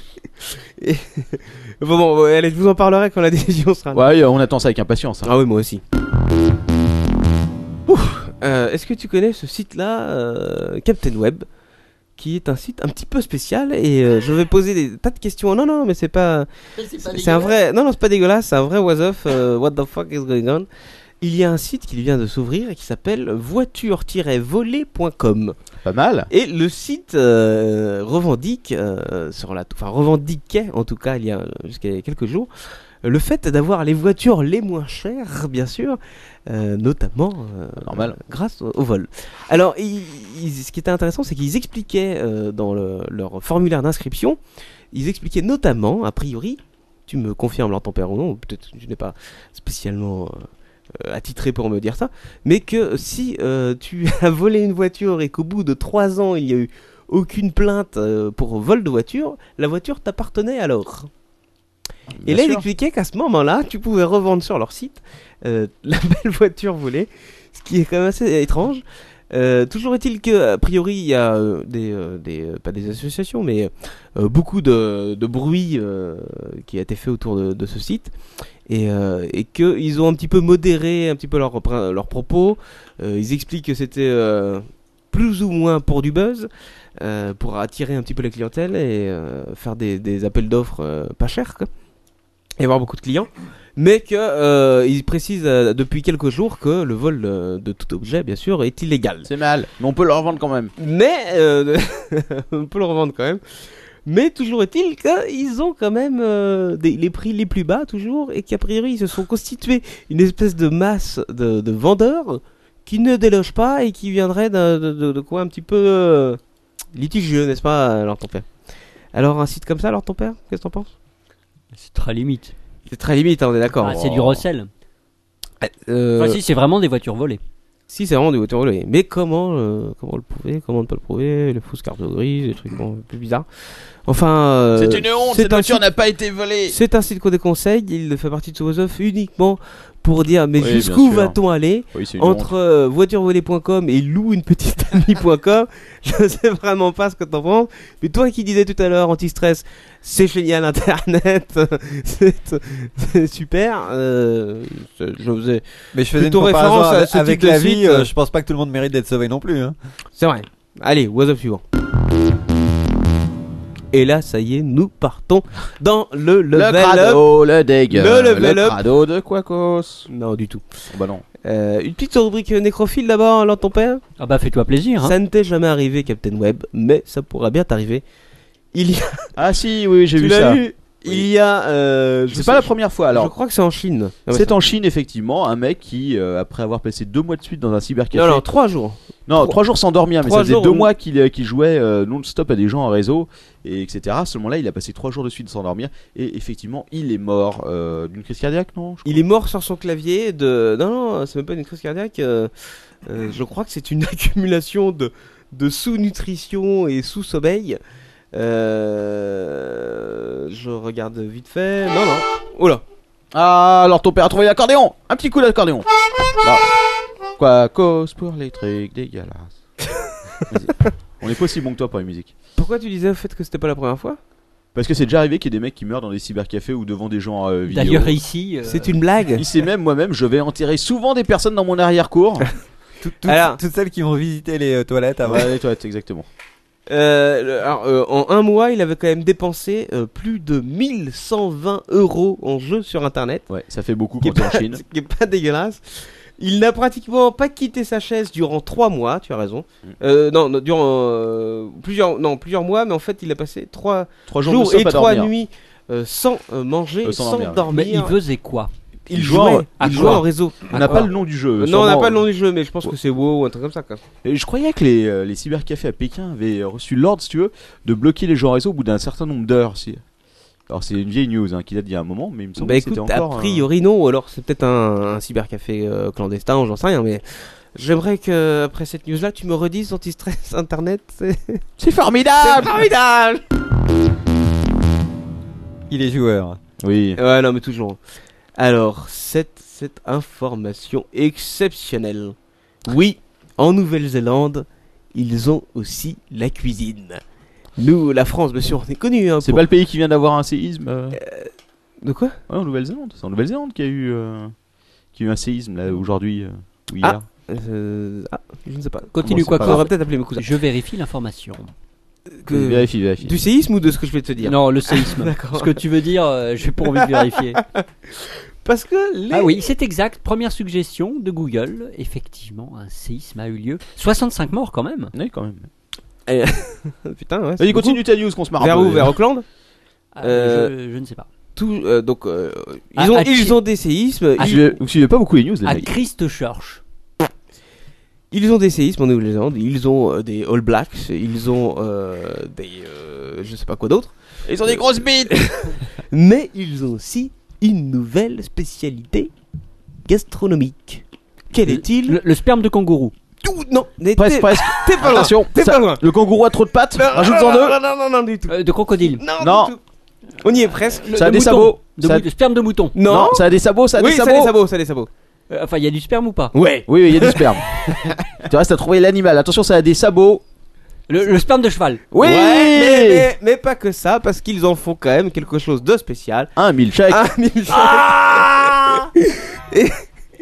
H: et- bon, bon, allez, je vous en parlerai quand la décision sera. là.
F: Ouais, on attend ça avec impatience. hein.
H: Ah oui, moi aussi. Ouh, euh, Est-ce que tu connais ce site-là, euh, Captain Web, qui est un site un petit peu spécial et euh, je vais poser des tas de questions. Non, non, mais c'est pas. C'est un vrai. Non, non, c'est pas dégueulasse. C'est un vrai was of. euh, what the fuck is going on? Il y a un site qui vient de s'ouvrir et qui s'appelle voiture-voler.com.
F: Pas mal.
H: Et le site euh, revendique, euh, sur la, enfin revendiquait en tout cas il y a euh, jusqu'à il y a quelques jours, euh, le fait d'avoir les voitures les moins chères, bien sûr, euh, notamment euh,
F: Normal.
H: euh, grâce au, au vol. Alors, ils- ils- ce qui était intéressant, c'est qu'ils expliquaient euh, dans le- leur formulaire d'inscription, ils expliquaient notamment, a priori, tu me confirmes leur tempère ou non, ou peut-être que tu n'es pas spécialement euh, euh, attitré pour me dire ça, mais que si euh, tu as volé une voiture et qu'au bout de 3 ans il n'y a eu aucune plainte euh, pour vol de voiture, la voiture t'appartenait alors. et
F: Bien
H: là, il
F: sûr.
H: expliquait qu'à ce moment-là, tu pouvais revendre sur leur site euh, la belle voiture volée, ce qui est quand même assez étrange. Euh, toujours est-il que a priori il y a euh, des, euh, des euh, pas des associations mais euh, beaucoup de, de bruit euh, qui a été fait autour de, de ce site et, euh, et que ils ont un petit peu modéré un petit peu leurs repre- leurs propos. Euh, ils expliquent que c'était euh, plus ou moins pour du buzz, euh, pour attirer un petit peu la clientèle et euh, faire des, des appels d'offres euh, pas chers. quoi et avoir beaucoup de clients, mais que euh, il précise euh, depuis quelques jours que le vol euh, de tout objet, bien sûr, est illégal.
F: C'est mal, mais on peut le revendre quand même.
H: Mais euh, on peut le revendre quand même. Mais toujours est-il qu'ils ont quand même euh, des- les prix les plus bas toujours et qu'a priori ils se sont constitués une espèce de masse de, de vendeurs qui ne délogent pas et qui viendraient de, de- de- de quoi un petit peu euh, litigieux, n'est-ce pas, alors ton père Alors un site comme ça, alors ton père, qu'est-ce que t'en penses
G: C'est très limite.
H: C'est très limite, hein, on est d'accord.
G: Ah, c'est du
H: Oh.
G: recel.
H: Euh,
G: Enfin, si, c'est vraiment des voitures volées.
H: Si, c'est vraiment des voitures volées. Mais comment, euh, comment le prouver Comment ne pas le prouver Les fausses cartes grises, des trucs bon, plus bizarres. Enfin. euh,
F: C'est une honte,
H: c'est
F: cette
H: un
F: voiture
H: site-
F: n'a pas été volée.
H: C'est un site qu'on déconseille. Il fait partie de ce Wasoff uniquement pour dire mais
F: Oui,
H: jusqu'où
F: bien sûr.
H: va-t-on aller
F: Oui, c'est une
H: Entre euh, voiturevolée.com et loue une petite amie.com, je sais vraiment pas ce que t'en penses. Mais toi qui disais tout à l'heure, anti-stress, c'est génial internet, c'est c'est super. euh, je je faisais,
I: Mais je faisais une
H: plutôt
I: comparaison
H: référence à
I: avec,
H: ce type
I: avec
H: de
I: la
H: site,
I: vie,
H: euh,
I: euh, je pense pas que tout le monde mérite d'être sauvé non plus. hein.
H: C'est vrai. Allez, what's up suivant. Et là, ça y est, nous partons dans le
F: Le,
H: level up.
F: crado, le deg.
H: Le level
F: le
H: up.
F: crado de Quacos.
H: Non, du tout.
F: Bah non.
H: Euh, une petite rubrique nécrophile d'abord, hein, alors ton père
G: Ah bah fais-toi plaisir. hein.
H: Ça ne t'est jamais arrivé, Captain Web, mais ça pourrait bien t'arriver. Il y a...
F: Ah si, oui, j'ai
H: Tu
F: vu
H: l'as
F: ça.
H: lu Il y a... euh, je
F: C'est
H: sais-
F: pas la première fois
H: Je
F: alors.
H: crois que c'est en Chine. Ah ouais,
F: C'est en Chine effectivement, un mec qui, euh, après avoir passé deux mois de suite dans un cybercafé,
H: Non, non, trois jours.
F: Non, trois jours sans dormir, mais
H: trois
F: ça faisait
H: jours
F: deux
H: au-
F: mois qu'il euh, qu'il jouait euh, non-stop à des gens en réseau, et etc. Seulement là, il a passé trois jours de suite sans dormir, et effectivement, il est mort euh, d'une crise cardiaque, non je crois.
H: Il est mort sur son clavier de. Non, non, c'est même pas une crise cardiaque. euh, euh, je crois que c'est une accumulation de, de sous-nutrition et sous-sommeil. Euh, Je regarde vite fait. Non, non. Oh là
F: Ah, alors ton père a trouvé l'accordéon Un petit coup d'accordéon Non. Quoi, cause pour les trucs dégueulasses. Vas-y. On est pas aussi bon que toi pour la musique.
H: Pourquoi tu disais au fait que c'était pas la première fois
F: Parce que c'est déjà arrivé qu'il y ait des mecs qui meurent dans des cybercafés ou devant des gens euh, vidéo.
G: D'ailleurs ici, euh,
H: C'est une blague
F: Il sait même moi-même, je vais enterrer souvent des personnes dans mon arrière-cour.
I: Tout- tout-
H: Alors-
I: Toutes celles qui vont visiter les euh, toilettes
H: Ah
I: avant.
F: ouais, les toilettes, exactement.
H: Euh, le- alors, euh, en un mois, il avait quand même dépensé euh, plus de 1120 euros en jeux sur internet.
F: Ouais, ça fait beaucoup
H: qui est
F: quand t'es en
H: pas-
F: Chine.
H: qui est pas dégueulasse. Il n'a pratiquement pas quitté sa chaise durant trois mois, tu as raison.
F: Mm.
H: Euh, non, non, durant euh, plusieurs, non, plusieurs mois, mais en fait, il a passé trois
F: Trois jours,
H: jours
F: non-stop
H: et
F: à
H: trois
F: dormir.
H: nuits euh, sans euh, manger,
F: Euh, sans
H: sans,
F: dormir, oui.
H: dormir.
G: mais il faisait quoi
H: Il
F: Il
H: jouait,
F: jouait,
G: à
H: il
G: quoi
H: jouait en réseau.
F: On n'a
G: D'accord.
F: pas le nom du jeu.
H: non, on n'a
F: sûrement.
H: pas le nom du jeu, mais je pense que c'est WoW ou un truc comme ça. quoi.
F: Et Je croyais que les, euh, les cybercafés à Pékin avaient euh, reçu l'ordre, si tu veux, de bloquer les gens réseau au bout d'un certain nombre d'heures. Si... Alors c'est une vieille news hein, qui date d'il y a un moment, mais il me semble
H: Bah
F: que c'était
H: écoute, a
F: encore. un-
H: priori non, ou alors c'est peut-être un, un cybercafé euh, clandestin, j'en sais rien, mais j'aimerais que après cette news-là, tu me redises anti-stress internet. C'est
F: euh, C'est formidable
H: Ah, formidable
I: Il est joueur.
F: Oui.
H: Ouais, non, mais toujours. Alors, cette, cette information exceptionnelle. Oui, en Nouvelle-Zélande, ils ont aussi la cuisine. Nous, la France, bien sûr, on est connu. Hein,
F: C'est
H: pour-
F: pas le pays qui vient d'avoir un séisme euh,
H: De quoi
F: ouais, en Nouvelle-Zélande. C'est en Nouvelle-Zélande qu'il y a eu, euh, qu'il y a eu un séisme là aujourd'hui euh, ou
H: Ah.
F: hier.
H: Euh, Ah, je ne sais pas.
G: Continue
F: Bon, c'est
G: quoi
F: pas
H: On
G: quoi
H: aurait peut-être appelé mes cousins. Euh,
G: Je vérifie l'information.
H: Que-
F: Vérifie, vérifie.
H: Du séisme ou de ce que je vais te dire
G: Non, le séisme.
H: D'accord.
G: Ce que tu veux dire, euh, j'ai pas envie de vérifier.
H: Parce que les...
G: Ah oui, c'est exact. Première suggestion de Google. Effectivement, un séisme a eu lieu. 65 morts quand même.
F: Ouais, quand même.
H: Ah, Putain, ouais, c'est
F: Vas-y,
H: beaucoup.
F: continue ta news qu'on se marre. un
H: Vers
F: peu.
H: où Vers Auckland
G: Ah,
H: Euh,
G: je, je ne sais pas.
H: Tout, euh, donc, euh, ils,
G: Ah,
H: ont,
G: à
H: ils
G: Chi-
H: ont des séismes.
G: à
H: ils-
F: Vous suivez- Ah, Vous suivez pas beaucoup les news, les
G: À
F: mecs.
G: Christchurch.
H: Ils ont des séismes en Nouvelle-Zélande, ils ont euh, des All Blacks, ils ont euh, des. euh, je sais pas quoi d'autre.
F: Ils ont des grosses bites
H: Mais ils ont aussi une nouvelle spécialité gastronomique. Quel
G: Le-
H: est-il
G: Le, le sperme de kangourou.
H: Tout Non, mais
F: Presque,
H: t'es-
F: presque.
H: t'es pas loin
F: Attention,
H: T'es
F: ça-
H: pas loin
F: Le kangourou a trop de pattes, rajoute-en deux.
H: Non, non, non, non, du tout.
G: Euh, de crocodile.
H: Non,
F: Non.
H: du tout. On y est presque.
F: Ça a des
G: de mouton.
F: sabots.
G: De
F: Ça-
G: mou- de sperme de mouton.
H: Non,
F: ça a des sabots, ça a
H: Oui,
F: des
H: ça a
F: sabots.
H: des sabots, ça a des sabots.
G: Euh, Enfin, il y a du sperme ou pas
F: Oui, oui, il y a du sperme. tu restes à trouver l'animal. Attention, ça a des sabots.
G: Le, le sperme de cheval.
F: Oui
H: Ouais, mais, mais- mais pas que ça, parce qu'ils en font quand même quelque chose de spécial. Ah,
F: Un milkshake.
H: Un milkshake.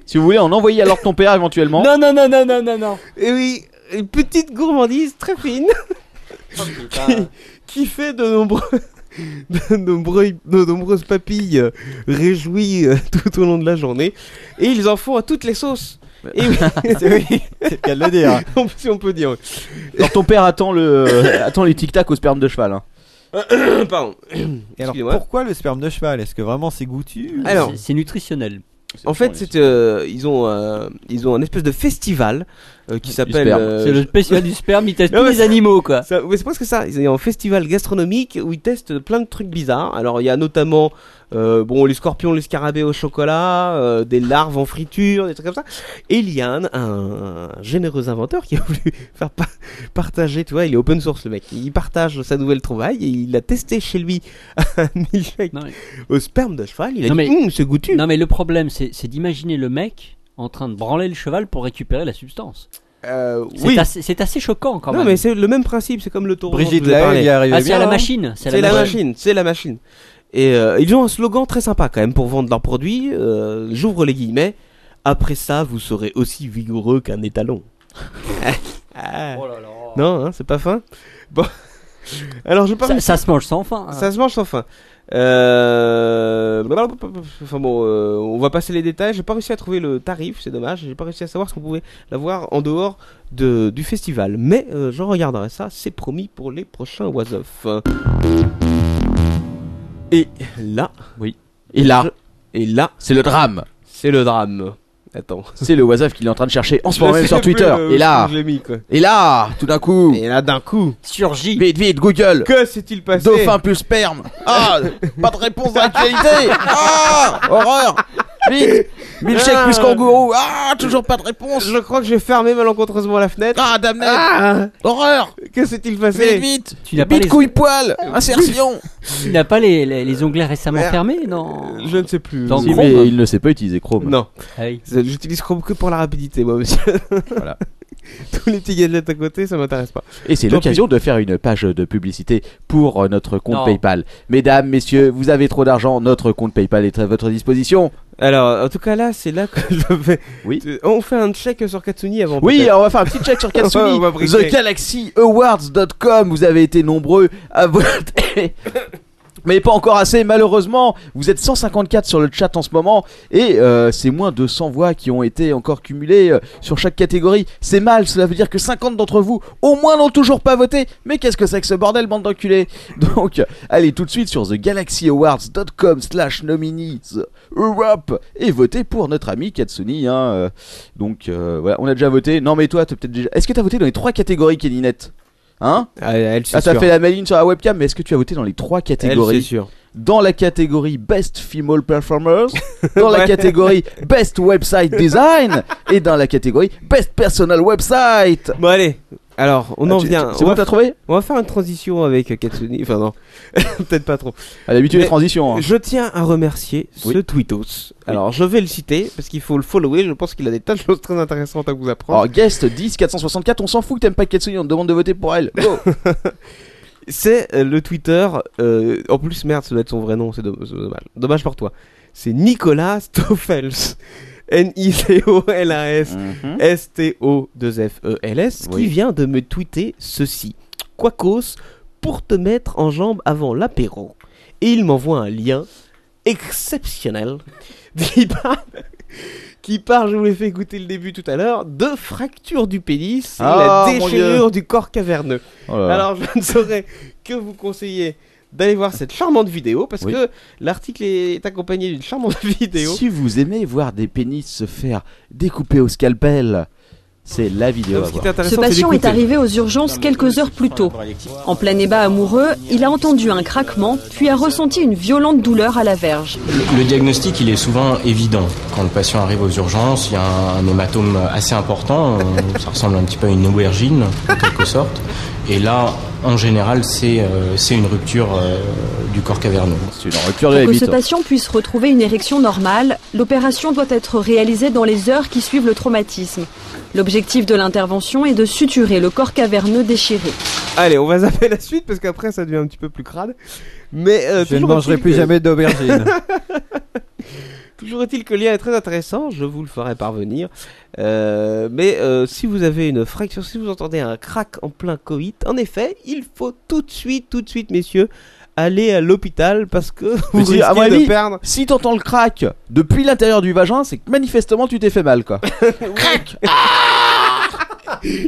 F: Si vous voulez en envoyer alors ton père éventuellement.
G: Non, non, non, non, non, non, non.
H: Et oui, une petite gourmandise très fine Oh, qui, qui fait de nombreux. De, nombreux- de nombreuses papilles euh, réjouies euh, tout au long de la journée et ils en font à toutes les sauces. Et oui,
I: oui, c'est le cas de le dire.
H: On- si on peut dire. oui.
F: Alors ton père attend le euh, attend les tic tac au sperme de cheval. hein.
H: Pardon.
I: Et alors,
H: Excusez-moi.
I: pourquoi le sperme de cheval Est-ce que vraiment c'est goûtu
H: Alors,
G: C'est- C'est nutritionnel.
H: en fait, c'est euh, ils ont euh, ils ont un espèce de festival euh, qui s'appelle
F: sperme.
H: euh,
G: C'est le spécial du sperme, il teste
H: Non,
G: tous
H: mais
G: les
H: c'est-
G: animaux, quoi.
H: Ça- ouais, c'est presque ça. Ils ont un festival gastronomique où ils testent plein de trucs bizarres. Alors, il y a notamment euh, bon, les scorpions, les scarabées au chocolat, euh, des larves en friture, des trucs comme ça. Et il y a un, un généreux inventeur qui a voulu faire pa- partager, tu vois, il est open source le mec. Il partage sa nouvelle trouvaille et il a testé chez lui un milkshake
G: Non, mais-
H: au sperme de cheval. Il a
G: Non, mais-
H: dit, Hum, c'est goûtu.
G: Non mais le problème c'est c'est d'imaginer le mec en train de branler le cheval pour récupérer la substance.
H: Euh,
G: C'est
H: oui.
G: assez, c'est assez choquant quand
H: Non,
G: même.
H: mais c'est le même principe, c'est comme le taureau. dont je
I: Brigitte
H: vous ai parlé.
I: Lahaye y arrivait
G: ah, c'est
I: bien.
G: à la
I: hein
G: machine.
H: C'est la, machine, c'est la machine. Et euh, ils ont un slogan très sympa quand même pour vendre leurs produits. euh, J'ouvre les guillemets. Après ça, vous serez aussi vigoureux qu'un étalon. Ah. Non, hein, c'est pas fin. Bon. Alors je
G: Ça,
H: parle.
G: ça se mange sans fin. hein.
H: Ça se mange sans fin. Euh, blablabla. Enfin bon, euh, on va passer les détails. J'ai pas réussi à trouver le tarif, c'est dommage. J'ai pas réussi à savoir ce qu'on pouvait l'avoir en dehors de, du festival. Mais euh, j'en regarderai ça, c'est promis pour les prochains Was Off. Et là,
F: Et là,
H: et là,
F: c'est le drame.
H: c'est le drame. Attends.
F: C'est le Wazaf qu'il est en train de chercher en ce moment
H: Je
F: même
H: sais
F: sur
H: plus,
F: Twitter.
H: euh,
F: et là,
H: où je l'ai mis, quoi.
F: et là, tout d'un coup,
H: Et là, d'un coup,
G: Surgit.
F: vite, vite, Google.
H: que s'est-il passé
F: Dauphin plus sperme. Ah, pas de réponse d'actualité. Ah, horreur. Vite, milkshake plus kangourou. Ah, toujours pas de réponse.
H: Je crois que j'ai fermé malencontreusement la fenêtre.
F: Ah, damné.
H: Ah
F: Horreur.
H: Que s'est-il
F: Vite,
H: passé
F: vite.
G: Tu n'as pas,
F: Bite
G: les,
F: couille poil. Insertion.
G: tu n'as pas les, les, les onglets récemment
H: Merde. Euh.
G: fermés non
H: Je ne sais plus.
G: Dans
H: Si,
G: le Chrome. mais
F: il ne sait pas utiliser Chrome.
H: Non.
G: Ah oui.
H: C'est- J'utilise Chrome que pour la rapidité, moi, monsieur.
F: Voilà.
H: Tous les petits gadgets à côté, ça m'intéresse pas.
F: Et c'est
H: Tant
F: l'occasion de faire une page de publicité pour euh, notre compte
G: Non.
F: PayPal. Mesdames, messieurs, vous avez trop d'argent, notre compte PayPal est à votre disposition.
H: Alors, en tout cas, là, c'est là que je vais.
F: Oui.
H: On fait un check sur Katsuni avant.
F: Oui,
H: peut-être.
F: alors on va faire un petit check sur Katsuni.
H: On va briquer.
F: TheGalaxyAwards.com, vous avez été nombreux à voter. Mais pas encore assez, malheureusement. Vous êtes 154 sur le chat en ce moment. Et euh, c'est moins de 100 voix qui ont été encore cumulées euh, sur chaque catégorie. C'est mal, cela veut dire que 50 d'entre vous, au moins, n'ont toujours pas voté. Mais qu'est-ce que c'est que ce bordel, bande d'enculés Donc, allez tout de suite sur TheGalaxyAwards.com slash nominees Europe et votez pour notre ami Katsuni. Hein, euh, donc euh, voilà, on a déjà voté. Non mais toi, t'as peut-être déjà. Est-ce que t'as voté dans les trois catégories, Kélinette Hein
H: Ah, elle, c'est
F: Ah, t'as
H: sûr.
F: fait la maline sur la webcam, mais est-ce que tu as voté dans les trois
H: Elle, c'est
F: catégories
H: sûr.
F: Dans la catégorie Best Female Performers, dans la
H: Ouais.
F: catégorie Best Website Design et dans la catégorie Best Personal Website.
H: Bon, allez. Alors, on
F: oh. Ah,
H: en
F: tu-
H: vient.
F: C'est
H: On
F: bon,
H: va,
F: t'as trouvé
H: on va faire une transition avec Katsuni. Enfin, non. Peut-être pas trop.
F: À l'habitude des
H: Mais-
F: transitions. hein.
H: Je tiens à remercier
F: Oui.
H: ce tweetos. Alors, je vais le citer parce qu'il faut le follower. Je pense qu'il a des tas de choses très intéressantes à vous apprendre.
F: Alors, guest 10 464, on s'en fout que t'aimes pas Katsuni, on te demande de voter pour elle. Go.
H: C'est euh, le Twitter. euh, en plus, merde, ça doit être son vrai nom, c'est do- c'est dommage. Dommage pour toi. C'est Nicolas Stoffels. N-I-C-O-L-A-S.
F: Mhm.
H: S-T-O-2-F-E-L-S.
F: Oui.
H: E Qui vient de me tweeter ceci. Quacos, pour te mettre en jambe avant l'apéro. Et il m'envoie un lien exceptionnel qui parle, qui parle, je vous l'ai fait écouter le début tout à l'heure, de fracture du pénis et
F: Ah,
H: la
F: mon
H: déchirure du corps caverneux.
F: Oh là là.
H: Alors, je ne saurais que vous conseiller d'aller voir cette charmante vidéo parce
F: Oui.
H: que l'article est accompagné d'une charmante vidéo.
F: Si vous aimez voir des pénis se faire découper au scalpel, c'est la vidéo à
H: Donc, ce qui est
F: voir.
L: Ce
H: intéressant, c'est
L: patient est
H: d'écouter.
L: arrivé aux urgences quelques heures plus tôt. En plein ébat amoureux, il a entendu un craquement, puis a ressenti une violente douleur à la verge.
M: Le diagnostic, il est souvent évident. Quand le patient arrive aux urgences, il y a un hématome assez important, euh, ça ressemble un petit peu à une aubergine, en quelque sorte. Et là, en général, c'est euh, c'est une rupture euh, du corps caverneux.
F: C'est une rupture
L: Pour que ce patient puisse retrouver une érection normale, l'opération doit être réalisée dans les heures qui suivent le traumatisme. L'objectif de l'intervention est de suturer le corps caverneux déchiré.
H: Allez, on va zapper la suite parce qu'après ça devient un petit peu plus crade. Mais euh,
I: Je ne
H: toujours
I: mangerai
H: est-il
I: plus
H: que-
I: jamais d'aubergine.
H: toujours est-il que le lien est très intéressant, je vous le ferai parvenir. Euh, mais euh, si vous avez une fracture, si vous entendez un crack en plein Covid, en effet, il faut tout de suite, tout de suite, messieurs, aller à l'hôpital parce que vous
F: Vous
H: risquez
F: à mon
H: de
F: avis,
H: perdre.
F: si t'entends le crack depuis l'intérieur du vagin, c'est que manifestement tu t'es fait mal quoi.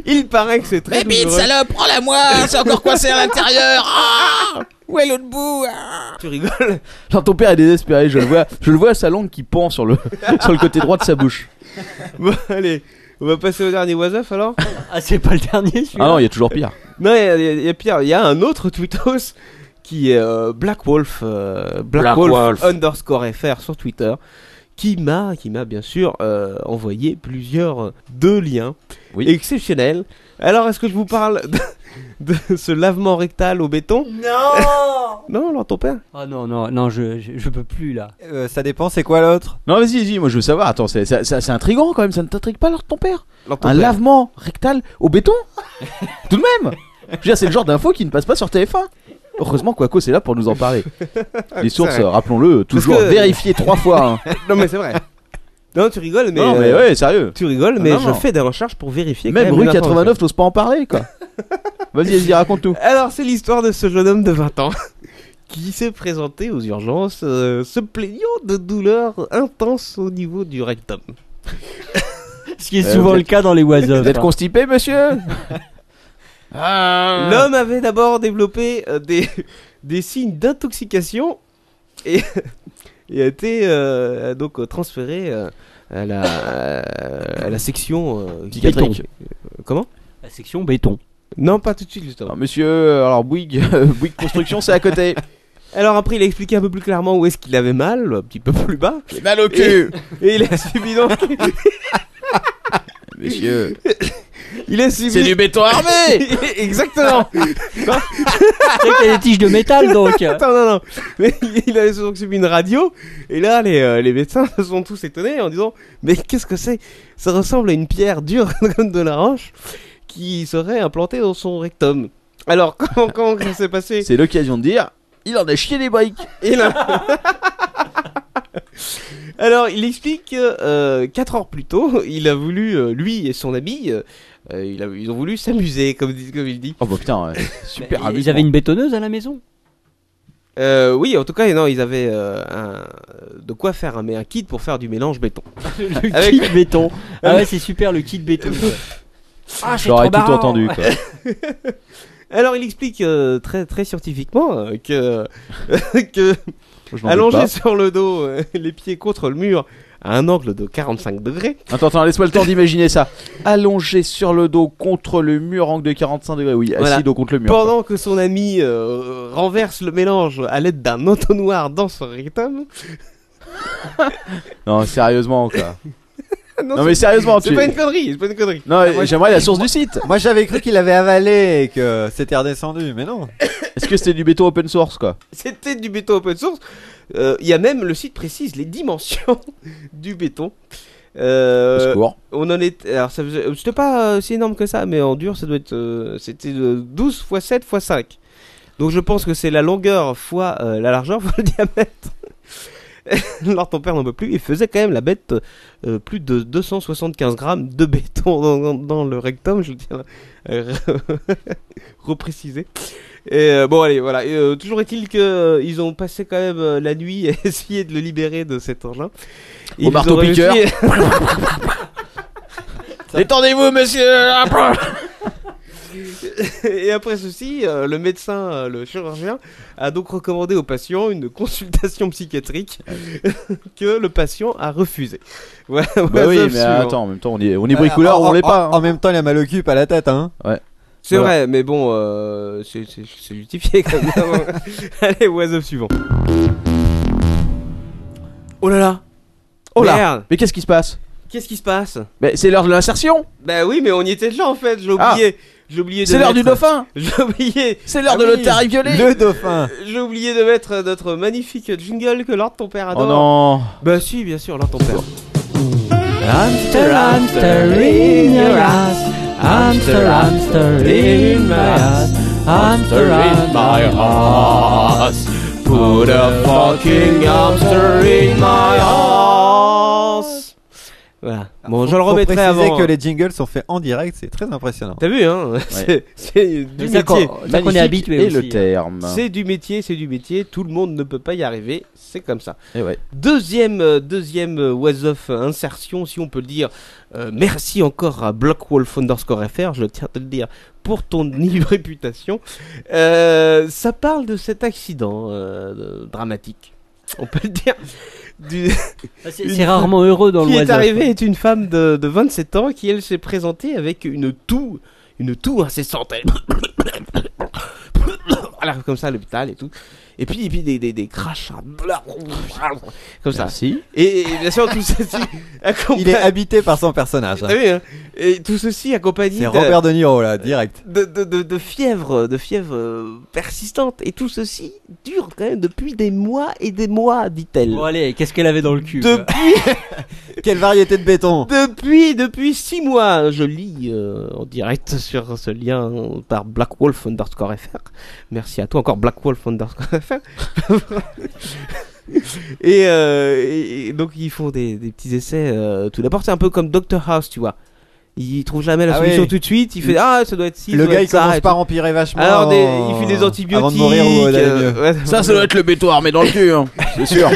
H: Il paraît que c'est très
F: Eh,
J: Mais bite,
H: douloureux.
J: salope, prends-la moi C'est encore coincé à l'intérieur Ah Où est l'autre bout Ah
H: Tu rigoles
F: Genre ton père est désespéré, je le vois, je le vois à sa langue qui pend sur le, sur le côté droit de sa bouche.
H: Bon, allez, on va passer au dernier Wasaf alors
G: Ah, c'est pas le dernier
F: Ah non, il y a toujours pire.
H: Non, il y, a- il y a- il y a pire. Il y a un autre tweetos qui est euh, Black Wolf, euh, Black,
E: Black
H: Wolf,
E: Wolf.
H: underscore fr sur Twitter, qui m'a, qui m'a bien sûr euh, envoyé plusieurs euh, deux liens exceptionnels. Alors, est-ce que je vous parle de, de ce lavement rectal au béton
G: Non
H: Non, alors ton père
G: Ah non, non, non, je, je, je peux plus là.
I: Euh, ça dépend, c'est quoi l'autre
F: Non, vas-y, vas-y, moi je veux savoir. Attends, c'est, c'est, c'est- c'est intriguant quand même, ça ne t'intrigue pas alors ton père
H: Alors, ton
F: Un
H: père.
F: lavement rectal au béton Tout de même Je veux dire, c'est le genre d'info qui ne passe pas sur TF1. Heureusement, Quaco c'est là pour nous en parler. Les sources,
H: vrai.
F: euh, rappelons-le, toujours
H: que-
F: vérifiées trois fois. hein.
H: Non, mais c'est vrai. Non, tu rigoles, mais.
F: Non, mais
H: euh,
F: ouais, sérieux.
H: Tu rigoles,
F: Non,
H: mais
F: non,
H: je
F: non.
H: fais des recherches pour vérifier.
F: Même
H: quand
F: rue
H: les informations.
F: 89, t'oses pas en parler quoi. Vas-y, vas-y, raconte tout.
H: Alors, c'est l'histoire de ce jeune homme de 20 ans qui s'est présenté aux urgences euh, se plaignant de douleurs intenses au niveau du rectum.
G: Ce qui est souvent le cas dans les oiseaux.
H: Vous êtes constipé,
F: monsieur Ah.
H: L'homme avait d'abord développé euh, des, des signes d'intoxication et, et a été euh, donc euh, transféré euh, à, la, à la section euh,
F: Psychiatrique.
H: Euh, Comment
G: La section béton.
H: Non, pas tout de suite, justement.
F: Alors, monsieur, euh, alors Bouygues, euh, Bouygues Construction, c'est à côté.
H: Alors après, il a expliqué un peu plus clairement où est-ce qu'il avait mal, un petit peu plus bas.
F: J'ai mal au cul.
H: Et, et il a subi donc.
F: Monsieur.
H: Il a subi.
F: C'est du béton armé
H: Exactement
G: C'est qu'il y a des tiges de métal donc. Euh,
H: Attends, non, non. Mais il avait donc subi une radio, et là, les, euh, les médecins se sont tous étonnés en disant Mais qu'est-ce que c'est Ça ressemble à une pierre dure comme de la roche qui serait implantée dans son rectum. Alors, comment, comment ça s'est passé
F: C'est l'occasion de dire il en a chié des briques.
H: Et là- Alors, il explique que 4 heures plus tôt, il a voulu, euh, lui et son ami, euh, euh, il a- ils ont voulu s'amuser, comme, dit- comme il dit.
F: Oh bah putain, ouais. super
G: Ils
F: amusant.
G: avaient une bétonneuse à la maison.
H: Euh, oui, en tout cas, non, ils avaient euh, un- de quoi faire un, mais un kit pour faire du mélange béton.
G: Le kit béton. Ah ouais, c'est super le kit béton. quoi. Ah, c'est
F: J'aurais
G: trop
F: tout
G: marrant.
F: entendu, quoi.
H: Alors, il explique euh, très, très scientifiquement euh, que, que
F: Je n'en doute
H: allongé
F: pas.
H: sur le dos, euh, les pieds contre le mur, à un angle de 45 degrés,
F: Attends, attends, laisse-moi le temps d'imaginer ça. Allongé sur le dos contre le mur, angle de 45 degrés. Oui,
H: Voilà.
F: assis dos contre le mur. quoi.
H: Pendant que son ami euh, renverse le mélange à l'aide d'un entonnoir dans son rectum.
F: Non, sérieusement, quoi.
H: Ah Non,
F: mais
H: c'est-
F: sérieusement,
H: c'est
F: tu-
H: pas une connerie, c'est pas une connerie.
F: Non,
H: moi,
F: j'aimerais la source du site.
I: Moi j'avais cru qu'il avait avalé et que c'était redescendu, mais non.
F: Est-ce que c'était du béton open source, quoi
H: C'était du béton open source. Euh, Il y a même le site précise les dimensions du béton.
F: Au
H: Euh,
F: secours.
H: on en est. Alors, ça faisait- c'était pas euh, si énorme que ça, mais en dur, ça doit être. euh, c'était de 12 x 7 x 5. Donc, je pense que c'est la longueur fois euh, la largeur fois le diamètre. Alors, ton père n'en peut plus. Il faisait quand même la bête euh, plus de 275 grammes de béton dans, dans- dans le rectum, je le tiens à re- repréciser. Et euh, bon, allez, voilà. Et, euh, toujours est-il que euh, ils ont passé quand même euh, la nuit à essayer de le libérer de cet engin.
F: Au marteau
H: auraient
F: piqueur.
H: réussi-
J: Détendez-vous, monsieur
H: Et après ceci, euh, le médecin, euh, le chirurgien, a donc recommandé au patient une consultation psychiatrique
F: Ah
H: que le patient a refusé. Voilà,
F: Bah
H: voilà,
F: oui,
H: ça,
F: mais
H: absolument. Oh,
F: attends, en même temps, on est, on est bricoleur,
I: Ah,
F: on
I: en-
F: l'est pas. hein.
I: En, en même temps, il a mal au cul, pas à la tête, hein.
F: Ouais.
H: C'est vrai, mais bon, euh, c'est c'est- c'est justifié quand même. Allez, oiseau suivant. Oh là là
F: Oh là
H: Merde. oh
F: Oh Mais qu'est-ce qui se passe
H: Qu'est-ce qui se passe
F: Mais c'est l'heure de l'insertion
H: Bah oui, mais on y était déjà en fait, j'ai oublié. J'ai oublié de
F: Ah. C'est l'heure du
H: mettre- Ah
F: dauphin
H: J'ai oublié.
F: C'est l'heure de l'otarie violée.
I: Le dauphin.
H: J'ai oublié de mettre notre magnifique jingle que Lord ton père adore.
F: Oh non
H: Bah si, bien sûr, Lord ton père.
I: Hamster,
H: hamster
I: in your
H: ass.
I: Hamster, hamster in my ass. Hamster in my ass. Put a fucking hamster in my ass.
H: Voilà. Bon, je le remettrai
I: Ah, faut préciser
H: avant. hein.
I: que les jingles sont faits en direct, c'est très impressionnant.
H: T'as vu, hein C'est- C'est du
I: Ça qu'on-
H: métier.
F: Bah,
I: ça qu'on est Magnifique habitué et aussi, le hein. terme.
H: C'est du métier, c'est du métier. Tout le monde ne peut pas y arriver. C'est comme ça.
F: Et Eh ouais.
H: Deuxième, euh, deuxième euh, was of euh, insertion, si on peut le dire. Euh, merci encore à Blockwolf underscore FR, je tiens à te le dire, pour ton réputation. Euh, ça parle de cet accident euh, de- dramatique. On peut le dire. Du-
G: C'est-
H: une
G: c'est
H: femme
G: rarement heureux dans le
H: Qui
G: was
H: est
G: of.
H: arrivée est une femme de, de 27 ans qui, elle, s'est présentée avec une toux, une toux incessante. Elle arrive comme ça à l'hôpital et tout. Et puis, et puis des, des, des crachats. Comme ça.
F: Merci.
H: Et, et bien sûr, tout ceci accompagné.
I: Il est habité par son personnage. hein.
H: T'as vu, hein Et tout ceci accompagné.
I: C'est
H: de-
I: Robert De Niro là, direct.
H: de, de, de, de fièvre, de fièvre euh, persistante. Et tout ceci dure quand même depuis des mois et des mois, dit-elle.
G: Bon allez, qu'est-ce qu'elle avait dans le cul quoi
H: Depuis,
I: Quelle variété de béton
H: depuis, depuis six mois, je lis euh, en direct sur ce lien par Black Wolf underscore FR. Merci à toi encore Black Wolf underscore FR. et, euh, et- et donc ils font des, des petits essais. euh, tout d'abord, c'est un peu comme Doctor House, tu vois. Il trouve jamais la
I: Ah
H: solution
I: oui.
H: tout de suite. Il
I: Le-
H: fait ah ça doit être ci,
I: le
H: ça doit
I: gars,
H: être
I: il
H: ça,
I: commence
H: et
I: par
H: tout.
I: empirer vachement
H: Alors des-
I: en-
H: il fait des antibiotiques.
I: avant de mourir ou d'aller
H: euh,
I: mieux.
H: ouais.
F: Ça, ça doit être le bétoir, mais dans le cul, hein. c'est sûr.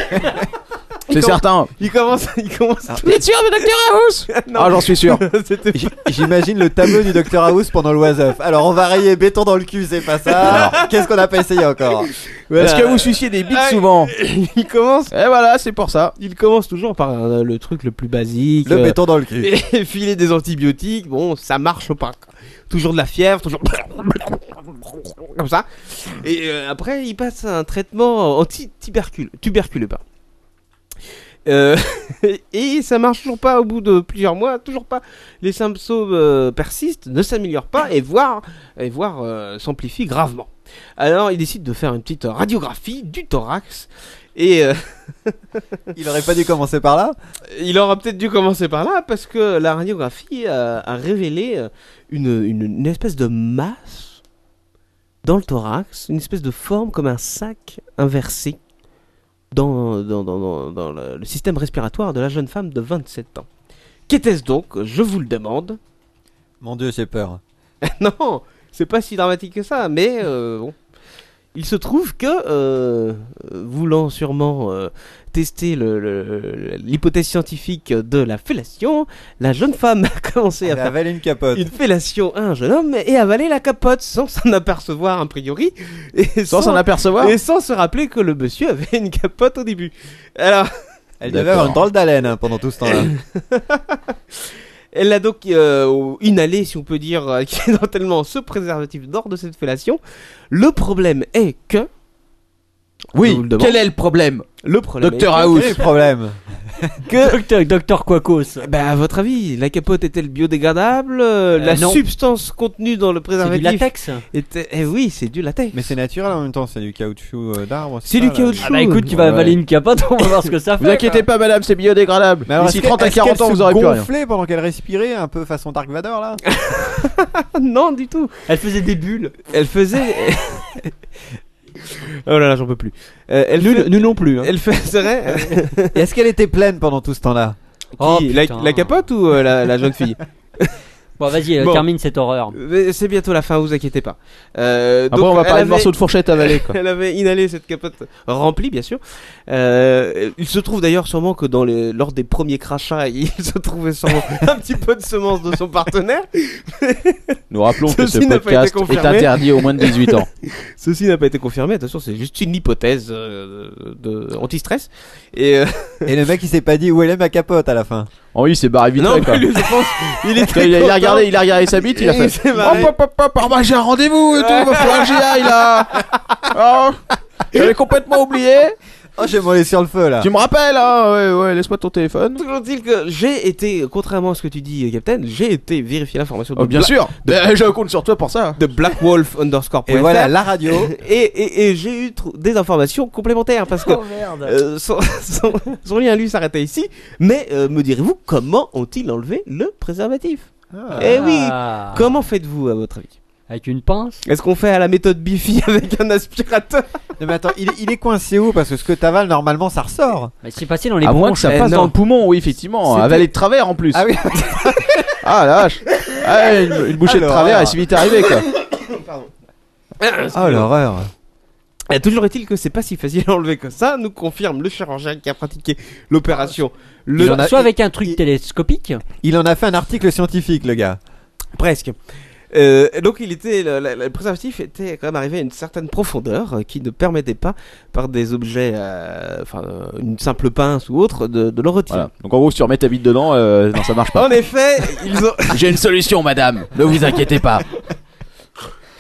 H: Il
F: C'est
H: commence-
F: certain.
H: Il commence, il commence.
F: sûr, mais Docteur House
H: Non.
F: Ah, j'en suis sûr.
H: C'était-
I: J- J'imagine le tableau du Dr House pendant le was Up. Alors on va rayer béton dans le cul, c'est pas ça. Qu'est-ce qu'on n'a pas essayé encore
F: Est-ce que vous suciez des bites
H: Ah,
F: souvent
H: il commence.
F: Et voilà, c'est pour ça.
H: Il commence toujours par euh, le truc le plus basique.
I: Le
H: euh,
I: béton dans le cul.
H: et filer des antibiotiques, bon, ça marche pas. quoi. Toujours de la fièvre, toujours comme ça. Et euh, après, il passe à un traitement anti-tubercule, tuberculeux, pas. et ça marche toujours pas au bout de plusieurs mois, toujours pas. Les symptômes euh, persistent, ne s'améliorent pas et voire, et voire euh, s'amplifient gravement. Alors, il décide de faire une petite radiographie du thorax et euh,
I: Il aurait pas dû commencer par là
H: il aura peut-être dû commencer par là parce que la radiographie euh, a révélé euh, une, une- une espèce de masse dans le thorax, une espèce de forme comme un sac inversé dans, dans- dans- dans- dans le, le système respiratoire de la jeune femme de 27 ans. Qu'était-ce donc Je vous le demande.
I: Mon dieu, j'ai peur.
H: non, c'est pas si dramatique que ça, mais euh, bon. Il se trouve que, euh, euh, voulant sûrement euh, tester le- le- l'hypothèse scientifique de la fellation, la jeune femme a commencé
F: Ah,
H: à
I: Elle
H: faire
I: avale une capote.
H: une fellation à un jeune homme et avaler la capote sans s'en apercevoir a priori. Et
F: Sans s'en apercevoir
H: Et sans se rappeler que le monsieur avait une capote au début. Alors...
I: Elle devait avoir une drôle d'haleine hein, pendant tout ce temps-là.
H: Elle l'a donc euh, inhalé, si on peut dire, euh, accidentellement ce préservatif d'or de cette fellation. Le problème est que. Je
F: Oui,
H: vous le demande.
F: quel est le problème
H: Le problème
F: Docteur
H: est
I: Quel est
F: House
I: le problème
H: que.
G: Docteur, docteur Quacos.
H: que- Bah, à votre avis, la capote est-elle biodégradable Euh, La
G: non.
H: substance contenue dans le
G: C'est du
H: préservatif.
G: latex
H: était- Eh oui, c'est du latex.
I: Mais c'est naturel en même temps, c'est du caoutchouc euh, d'arbre.
H: C'est
I: ça,
H: du
I: là.
H: caoutchouc.
G: Ah bah écoute, tu vas
F: Ouais.
G: avaler une capote, on va voir ce que ça fait.
F: Vous inquiétez pas, madame, c'est biodégradable.
I: Mais alors,
F: D'ici
I: est-ce que-
F: 30 à
I: est-ce
F: 40
I: qu'elle
F: ans,
I: se
F: vous aurez plus rien.
I: gonflait pendant qu'elle respirait, un peu façon Dark Vador là
H: non, du tout.
G: Elle faisait des bulles.
H: Elle faisait. oh là là, j'en peux plus. Euh, elle fait-
G: non plus. hein.
H: Elle faisait.
I: Et Est-ce qu'elle était pleine pendant tout ce temps-là
G: Oh,
H: Qui, la,
G: putain.
H: la capote ou euh, la- la jeune fille
G: Bon vas-y, euh,
H: Bon.
G: termine cette horreur.
H: Mais C'est bientôt la fin, vous inquiétez pas. Euh,
F: Après, Ah on va
H: elle
F: parler de
H: avait-
F: morceaux de fourchette avalés, quoi.
H: Elle avait inhalé cette capote remplie, bien sûr. Euh, il se trouve d'ailleurs sûrement que dans les- lors des premiers crachats, il se trouvait sûrement un petit peu de semence de son partenaire.
F: Nous rappelons que
H: Ceci
F: ce
H: n'a pas été
F: podcast est
H: confirmé.
F: interdit aux moins de 18 ans.
H: Ceci n'a pas été confirmé. Attention, c'est juste une hypothèse euh, de anti-stress. Et euh,
I: Et le mec il s'est pas dit où elle est ma capote à la fin.
F: Oh oui, c'est barré vite
H: non,
F: fait, quoi.
H: mais lui, je pense, il
F: Il a,
H: était.
F: il a
H: content.
F: regardé, il a regardé sa bite, il a
H: Il
F: fait.
H: s'est marré.
F: hop, hop, hop, oh, bah, j'ai un rendez-vous et tout, va falloir que j'y aille là. Oh, J'avais complètement oublié.
I: Oh, j'ai mollet sur le feu là.
F: Tu me rappelles, hein Ouais, ouais, laisse-moi ton téléphone.
H: Toujours est-il que j'ai été, contrairement à ce que tu dis, euh, Captain, j'ai été vérifier l'information de.
F: Oh, bien
H: Bla-
F: sûr.
H: de-
F: Ben, je compte sur toi pour ça.
H: De Black Wolf underscore.
F: Et voilà, la radio.
H: et et- et j'ai eu tr- des informations complémentaires parce que
F: Oh, merde.
H: euh, son, son- son lien lui s'arrêtait ici. Mais euh, me direz-vous comment ont-ils enlevé le préservatif Eh oui.
G: Ah.
H: Comment faites-vous à votre avis
G: Avec une pince
H: Est-ce qu'on fait à la méthode Bifi avec un aspirateur
I: Non, mais attends, il, est- il est coincé où Parce que ce que t'avales, normalement, ça ressort.
G: Mais c'est passé dans les
F: À moins que ça passe dans le poumon, oui, effectivement.
I: C'était-
F: Avalé de travers en plus.
I: Ah oui.
F: Ah la vache. Ah, une, une bouchée
I: Ah,
F: de travers
I: l'horreur.
F: et c'est vite arrivé quoi.
I: Oh l'horreur.
H: Et Eh, toujours est-il que c'est pas si facile à enlever que ça, nous confirme le chirurgien qui a pratiqué l'opération. Le...
I: Il en a-
G: Soit avec un truc télescopique.
I: Il en a fait un article scientifique, le gars.
H: Presque. Euh, donc il était le, le- le préservatif était quand même arrivé à une certaine profondeur euh, qui ne permettait pas par des objets, euh, enfin euh, une simple pince ou autre, de, de le retirer.
F: Voilà. Donc en gros, si tu remets ta bite dedans, euh, non, ça marche pas.
H: En effet, ils ont.
F: J'ai une solution, madame. Ne vous inquiétez pas.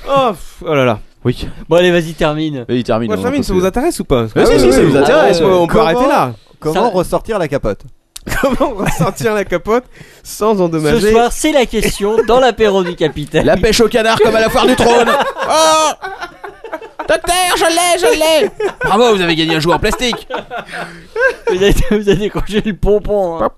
H: Oh, pff, oh là là.
F: Oui.
G: Bon, allez, vas-y, termine.
F: Et il termine.
H: Moi,
F: on en
H: termine,
F: peut
H: ça
F: plus.
H: vous intéresse ou pas
F: Ah, si, si, ça vous intéresse.
H: on peut- on peut
I: Comment-
H: arrêter là.
I: Comment
H: Ça-
I: ressortir la capote
H: Comment ressortir la capote sans endommager
G: Ce soir, c'est la question dans l'apéro du capitaine.
F: La pêche au canard comme à la foire du trône.
J: Oh Docteur, je l'ai, je l'ai
F: Bravo, vous avez gagné un jouet en plastique.
G: Vous avez, vous avez décroché le pompon. hein.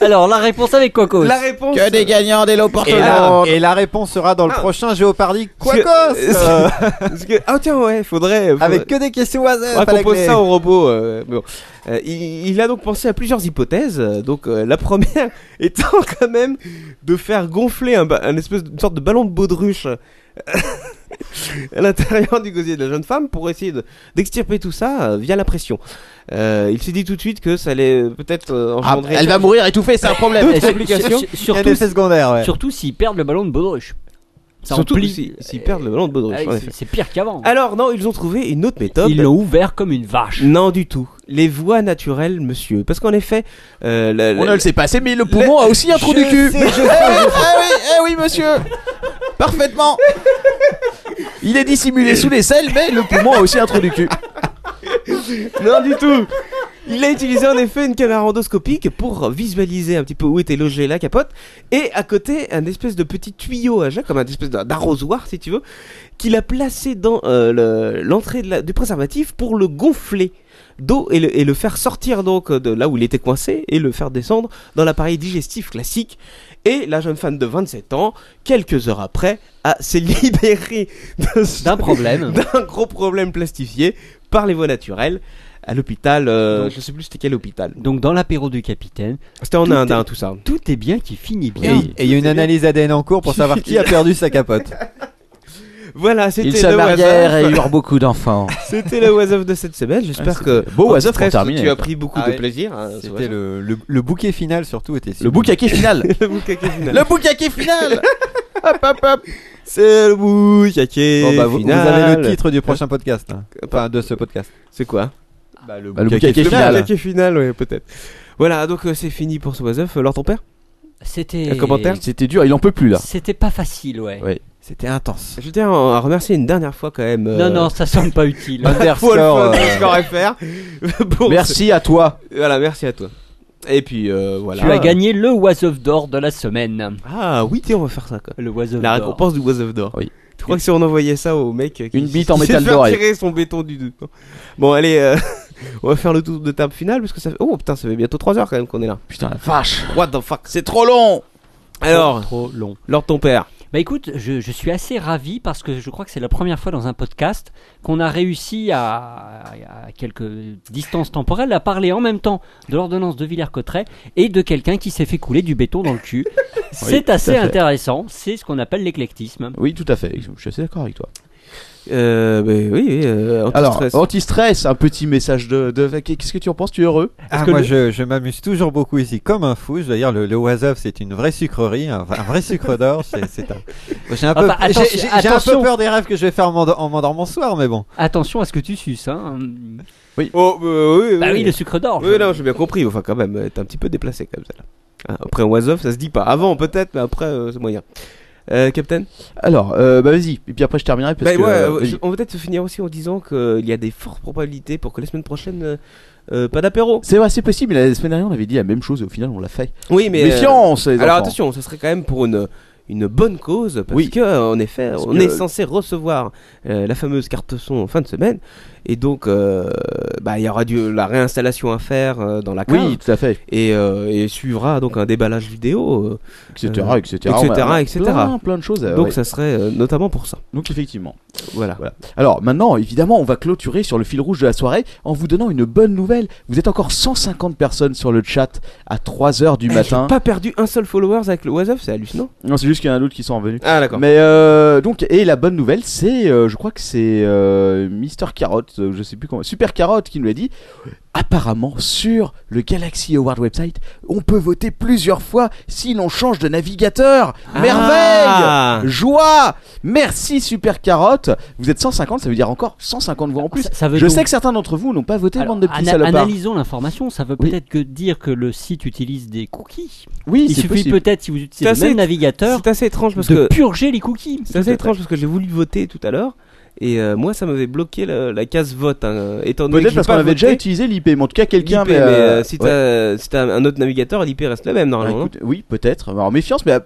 G: Alors, la réponse avec Eh, Coco.
H: La réponse.
J: Que des gagnants, des lots pour
I: et
J: tout le
I: la,
J: monde.
I: et la réponse sera
H: Ah.
I: dans le prochain Géopardy
H: Parce que-
I: Quacos euh,
H: parce que- Ah tiens ouais, faudrait. faudrait-
I: Avec que des questions au hasard,
H: Faudrait qu'on
I: fallait que
H: pose
I: les-
H: ça au robot. euh, mais bon. Euh, il, il a donc pensé à plusieurs hypothèses. euh, Donc euh, la première étant quand même de faire gonfler un, ba- un espèce de- une sorte de ballon de baudruche euh, à l'intérieur du gosier de la jeune femme pour essayer de- d'extirper tout ça euh, via la pression. Euh, il s'est dit tout de suite que ça allait euh, peut-être euh,
F: Ah,
H: engendrer.
F: elle va mourir étouffée, c'est un problème.
H: D'autres
G: Sur- sur-
H: complications.
I: Il y a
G: surtout,
I: des effets secondaires, ouais.
G: surtout s'ils perdent le ballon de Baudruche. Ça
H: Surtout
G: emplit.
H: s'ils s'ils perdent le ballon de
F: Ah
H: baudruche.
G: Ouais,
H: en
G: c'est-
H: effet.
G: c'est pire qu'avant.
H: Alors non, ils ont trouvé une autre méthode.
G: Ils l'ont ouvert comme une vache.
H: Non du tout. Les voies naturelles, monsieur. Parce qu'en effet, euh, la-
F: On
H: la-
F: ne le sait pas assez, mais le poumon a aussi un trou
I: Je
F: du cul.
I: sais, je sais.
F: Ah oui, eh oui, monsieur. Parfaitement. Il est dissimulé sous les selles, mais le poumon a aussi un trou du cul.
H: non du tout. Il a utilisé en effet une caméra endoscopique pour visualiser un petit peu où était logée la capote et à côté un espèce de petit tuyau à jet comme un espèce d'un- d'arrosoir si tu veux qu'il a placé dans euh, le- l'entrée de la- du préservatif pour le gonfler d'eau et le, et le faire sortir donc de là où il était coincé et le faire descendre dans l'appareil digestif classique et la jeune femme de 27 ans quelques heures après a s'est libérée de ce-
G: D'un problème.
H: d'un gros problème plastifié par les voies naturelles à l'hôpital, euh,
G: Donc-
H: je sais plus c'était quel hôpital.
G: Donc, dans l'apéro du capitaine,
H: C'était en
G: Tout
H: Inde,
G: est-
H: hein, tout ça.
G: tout est bien qui finit
I: Et
G: bien.
I: et il y a une analyse ADN en cours pour savoir qui a perdu sa capote.
G: Ah,
H: Voilà, c'était
F: Ah, Il se
H: le
F: marièrent et
H: was-of.
F: eurent beaucoup d'enfants.
H: C'était le was of de cette semaine. J'espère
F: Ah,
H: que
F: c'était beau
H: en
F: was of
H: stress,
F: pour terminer.
H: Tu as pris beaucoup
I: Ah
H: de
I: ouais.
H: plaisir. hein, ce
I: C'était
H: was-of.
I: le, le, le bouquet final surtout était
F: Le boucaquet final. Bah,
H: le boucaquet final.
F: Le boucaquet final. Hop, hop, hop.
H: C'est le boucaquet
I: Bon, bah, vous, vous
H: final.
I: avez le titre du prochain podcast. hein. Enfin, de ce podcast.
H: C'est quoi
I: Bah, le
F: Bah, le boucaquet
H: Le
F: final.
H: boucaquet final, ouais, peut-être. Voilà, donc euh, c'est fini pour ce was of. Alors ton père
G: C'était.
H: Un commentaire
F: C'était dur, il en peut plus là.
G: C'était pas facile, ouais.
F: Ouais.
I: C'était intense.
H: Je tiens à remercier une dernière fois quand même. euh,
G: Non, non, ça semble pas utile.
H: Wolf
I: Underscore, euh,
H: underscore FR. pour ce-
F: Merci à toi.
H: Voilà, merci à toi. Et puis euh, voilà.
G: Tu as gagné le Was of d'or de la semaine.
H: Ah oui, tiens, on va faire ça quoi.
G: Le Was of
H: La
G: d'or.
H: récompense du Was of d'or.
F: Oui.
H: Tu crois que si on envoyait ça au mec euh, qui
F: Une bite en
H: qui
F: métal
H: sait faire
F: doré.
H: tirer son béton du du- Bon, allez, euh, on va faire le tour de table finale parce que ça fait Oh putain, ça fait bientôt 3 heures quand même qu'on est là.
F: Putain, la vache.
H: What the fuck
F: C'est trop long.
H: Alors,
G: Trop long.
H: Lord ton père.
G: Bah écoute, je, je suis assez ravi parce que je crois que c'est la première fois dans un podcast qu'on a réussi à, à quelques distances temporelles à parler en même temps de l'ordonnance de Villers-Cotterêts et de quelqu'un qui s'est fait couler du béton dans le cul. c'est assez
F: fait.
G: intéressant, c'est ce qu'on appelle l'éclectisme.
F: Oui, tout à fait. Je suis assez d'accord avec toi.
H: Euh, bah, oui, oui, euh,
F: Alors,
H: anti-stress.
F: anti-stress, un petit message de. de... Qu'est-ce que tu en penses Tu es heureux
I: Ah,
G: que
I: moi,
G: le-
I: je, je m'amuse toujours beaucoup ici, comme un fou. Je- D'ailleurs, le, le Wasaf, c'est une vraie sucrerie, un, un vrai sucre d'or. c'est- c'est un- J'ai un, peu-
G: Enfin, Ah, bah, attention-
I: j'ai- j'ai- j'ai un peu
G: attention.
I: peur des rêves que je vais faire en m'endo- en m'endormant ce soir, mais bon.
G: Attention à ce que tu suces. Hein.
H: Oh, bah, oui, oui.
G: Bah oui, le sucre d'orge.
H: Oui, non, j'ai bien compris. Enfin, quand Ah, même, euh, t'es un petit peu déplacé comme ça. Là. Hein, Après, un was off, ça se dit pas. Avant, peut-être, mais après, euh, c'est moyen. Euh, Captain
F: Alors, euh, bah vas-y, et puis après je terminerai parce
H: Bah
F: que.
H: ouais,
F: euh,
H: euh,
F: vas-y.
H: je- on va peut-être finir aussi en disant qu'il y a des fortes probabilités pour que la semaine prochaine, euh, euh, pas d'apéro.
F: C'est vrai, c'est possible, mais la semaine dernière on avait dit la même chose et au final on l'a fait.
H: Oui, mais.
F: Méfiance,
H: euh,
F: les
H: Alors
F: enfants.
H: attention, ce serait quand même pour une, une bonne cause, parce
F: Oui.
H: que, euh, en effet,
F: Parce
H: on
F: que-
H: est censé recevoir euh, la fameuse carte son en fin de semaine, et donc, euh, bah, il y aura du, la réinstallation à faire euh, dans la cave.
F: Oui, tout à fait.
H: Et, euh, et suivra donc un déballage vidéo, euh,
F: Etc.,
H: euh,
F: etc.
H: etc.,
F: On va-
H: etc.
F: Plein, plein de choses, euh,
H: donc,
F: ouais.
H: ça serait euh, notamment pour ça.
F: Donc effectivement.
H: Voilà.
F: Alors maintenant, évidemment, on va clôturer sur le fil rouge de la soirée en vous donnant une bonne nouvelle. Vous êtes encore 150 personnes sur le chat à 3h du
H: Eh,
F: matin.
H: J'ai pas perdu un seul follower avec le WhatsApp, c'est hallucinant.
F: Non, c'est juste qu'il y en a d'autres qui sont revenus.
H: Ah, d'accord.
F: Mais euh, donc, et la bonne nouvelle, c'est, euh, je crois que c'est euh, Mister Carotte, euh, je sais plus comment, Super Carotte qui nous l'a dit. Apparemment, sur le Galaxy Award website, on peut voter plusieurs fois si l'on change de navigateur.
H: Ah.
F: Merveille, joie, merci Super Carotte. Vous êtes 150, ça veut dire encore 150 voix en plus.
G: Ah, veut
F: je
G: donc-
F: sais que certains d'entre vous n'ont pas voté,
G: Alors,
F: bande de petits
G: ana-
F: salopards.
G: analysons l'information, ça veut peut-être que dire que le site utilise des cookies.
F: Oui,
G: il
F: c'est
G: suffit
F: possible.
G: peut-être si vous
H: C'est
G: utilisez le
H: assez-
G: même navigateur.
H: C'est assez étrange parce
G: de
H: que
G: purger les cookies.
H: C'est assez étrange parce que j'ai voulu voter tout à l'heure et euh, moi ça m'avait bloqué la, la case vote hein, étant donné que
F: Peut-être
H: j'ai
F: parce qu'on
H: pas
F: avait déjà
H: voté,
F: utilisé l'IP, mais en tout cas quelqu'un.
H: l'IP, mais,
F: euh,
H: euh, si t'as
F: ouais.
H: si t'as un autre navigateur, l'IP reste le même normalement.
F: Écoute, oui, peut-être. Alors méfiance, mais euh,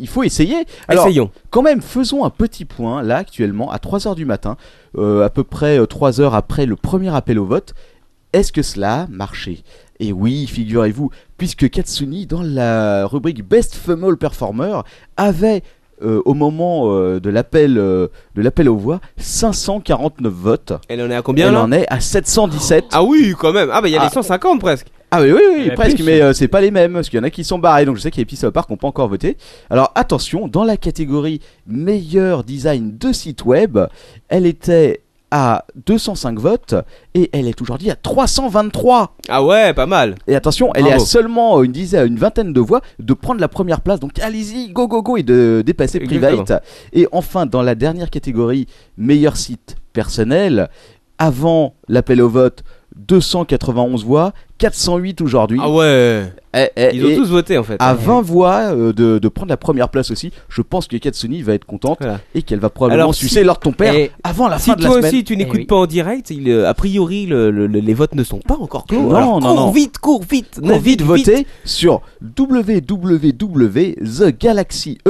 F: il faut essayer. Alors,
H: Essayons.
F: Quand même, faisons un petit point là actuellement à 3h du matin, euh, à peu près 3h après le premier appel au vote. Est-ce que cela a marché Et oui, figurez-vous, puisque Katsuni, dans la rubrique Best Female Performer, avait euh, au moment euh, de l'appel euh, de l'appel aux voix 549 votes.
H: Elle en est à combien
F: Elle
H: là
F: en est à 717.
H: Ah oui, quand même. Ah bah il y a
F: Ah.
H: les 150 presque.
F: Ah oui, oui, oui,
H: Il y en a
F: presque,
H: plus.
F: mais euh, c'est pas les mêmes, parce qu'il y en a qui sont barrés, donc je sais qu'il y a des petits salopards qui n'ont pas encore voté. Alors attention, dans la catégorie meilleur design de site web, elle était à 205 votes, et elle est aujourd'hui à 323
H: Ah ouais, pas mal.
F: et attention, elle est à
H: Bravo.
F: seulement une dizaine, une vingtaine de voix de prendre la première place. Donc allez-y, go go go et de dépasser
H: Exactement.
F: Private. Et enfin, dans la dernière catégorie, meilleur site personnel, avant l'appel au vote, 291 voix, 408 aujourd'hui.
H: Ah ouais.
F: Eh, eh,
H: Ils ont
F: et
H: tous voté, en fait.
F: À
H: Ouais.
F: 20 voix euh, de, de prendre la première place aussi. Je pense que Katsuni va être contente et qu'elle va probablement
H: Alors, si-
F: sucer l'or de ton père
H: Et-
F: avant la
H: si
F: fin de la
H: toi
F: semaine. Eh
H: aussi tu n'écoutes pas en direct, il, euh, a priori le- le- le- les votes ne sont pas encore clos.
F: Non,
H: Alors,
F: non,
H: cours
F: non.
H: vite, cours vite,
F: Cours vite
H: voter
F: voter sur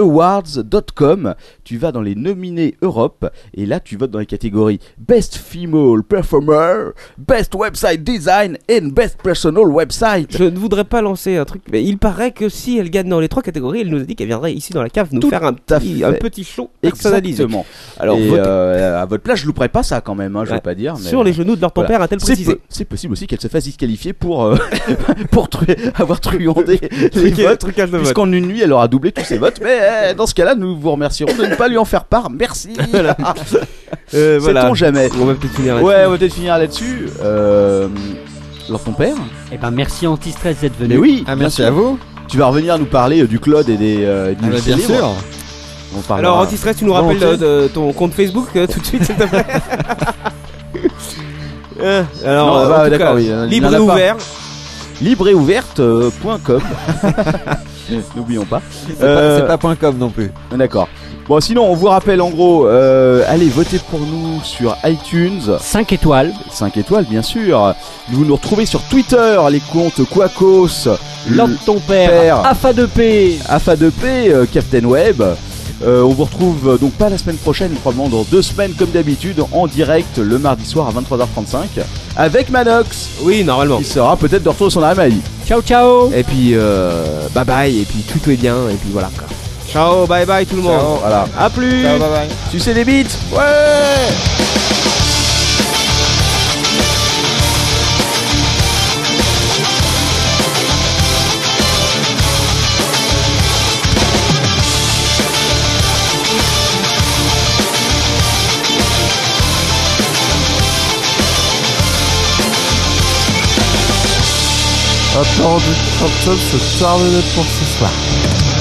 F: www.thegalaxyawards.com. Tu vas dans les nominés Europe et là tu votes dans les catégories Best Female Performer, Best Website Design and Best Personal Website.
H: Je ne voudrais pas lancer un truc, mais il paraît que si elle gagne dans les trois catégories, elle nous a dit qu'elle viendrait ici dans la cave nous
F: Tout
H: faire un
F: à
H: petit,
F: fait.
H: un petit show personnalisé.
F: Exactement. euh,
H: Alors,
F: Alors,
H: votez.
F: à votre place, je louperai pas ça quand même, hein, je
H: Ouais.
F: veux pas dire. mais-
H: Sur les genoux de leur ton père, a-t-elle
F: C'est
H: précisé
F: po- C'est possible aussi qu'elle se fasse disqualifier pour, euh, pour tru- avoir truandé les
H: Truqué-
F: votes.
H: trucage de vote.
F: Puisqu'en une nuit, elle aura doublé tous ses votes. Mais euh, dans ce cas-là, nous vous remercierons de ne pas lui en faire part. Merci.
H: Euh, voilà.
F: Sait-on jamais.
H: On va peut-être finir là-dessus.
F: Ouais, on va peut-être finir là-dessus. Euh, alors, ton père
G: Eh ben merci Antistress d'être venu.
F: Mais oui.
H: Ah,
F: bien
I: Ah, merci
F: sûr.
I: à vous.
F: Tu vas revenir nous parler euh, du cloud et des. euh, et du
I: Ah bah, bien
F: logiciel libre.
I: sûr.
F: On parlera-
H: Alors, Antistress, tu nous rappelles
F: Volontiers.
H: euh, de ton compte Facebook euh, tout de suite, s'il te plaît Euh, Alors,
F: Non,
H: euh,
F: bah,
H: en tout
F: d'accord,
H: cas,
F: oui, il y en a- il y en
H: libre
F: a
H: et
F: pas.
H: ouvert.
F: libreouverte.com euh, N'oublions pas.
I: C'est
F: Euh,
I: pas, c'est pas .com non plus.
F: Ah, D'accord. Bon, sinon, on vous rappelle en gros, euh, allez voter pour nous sur iTunes.
G: 5 étoiles.
F: 5 étoiles, bien sûr. Vous nous retrouvez sur Twitter, les comptes Quacos,
G: L'homme de ton père. Afa de paix.
F: AFA2P, euh, Captain Web. Euh, on vous retrouve euh, donc pas la semaine prochaine, mais probablement dans deux semaines comme d'habitude, en direct le mardi soir à 23h35 avec Manox.
H: Oui, normalement.
F: Il sera peut-être de retour de son arrêt maladie.
G: Ciao ciao.
H: Et puis, euh, bye bye, et puis tout est bien, et puis voilà. quoi. Ciao, bye bye tout le monde.
F: Voilà.
H: A plus.
F: Ciao, bye
H: bye.
F: Tu sais des bites Ouais
N: Rapport du Phantom se termine pour ce soir.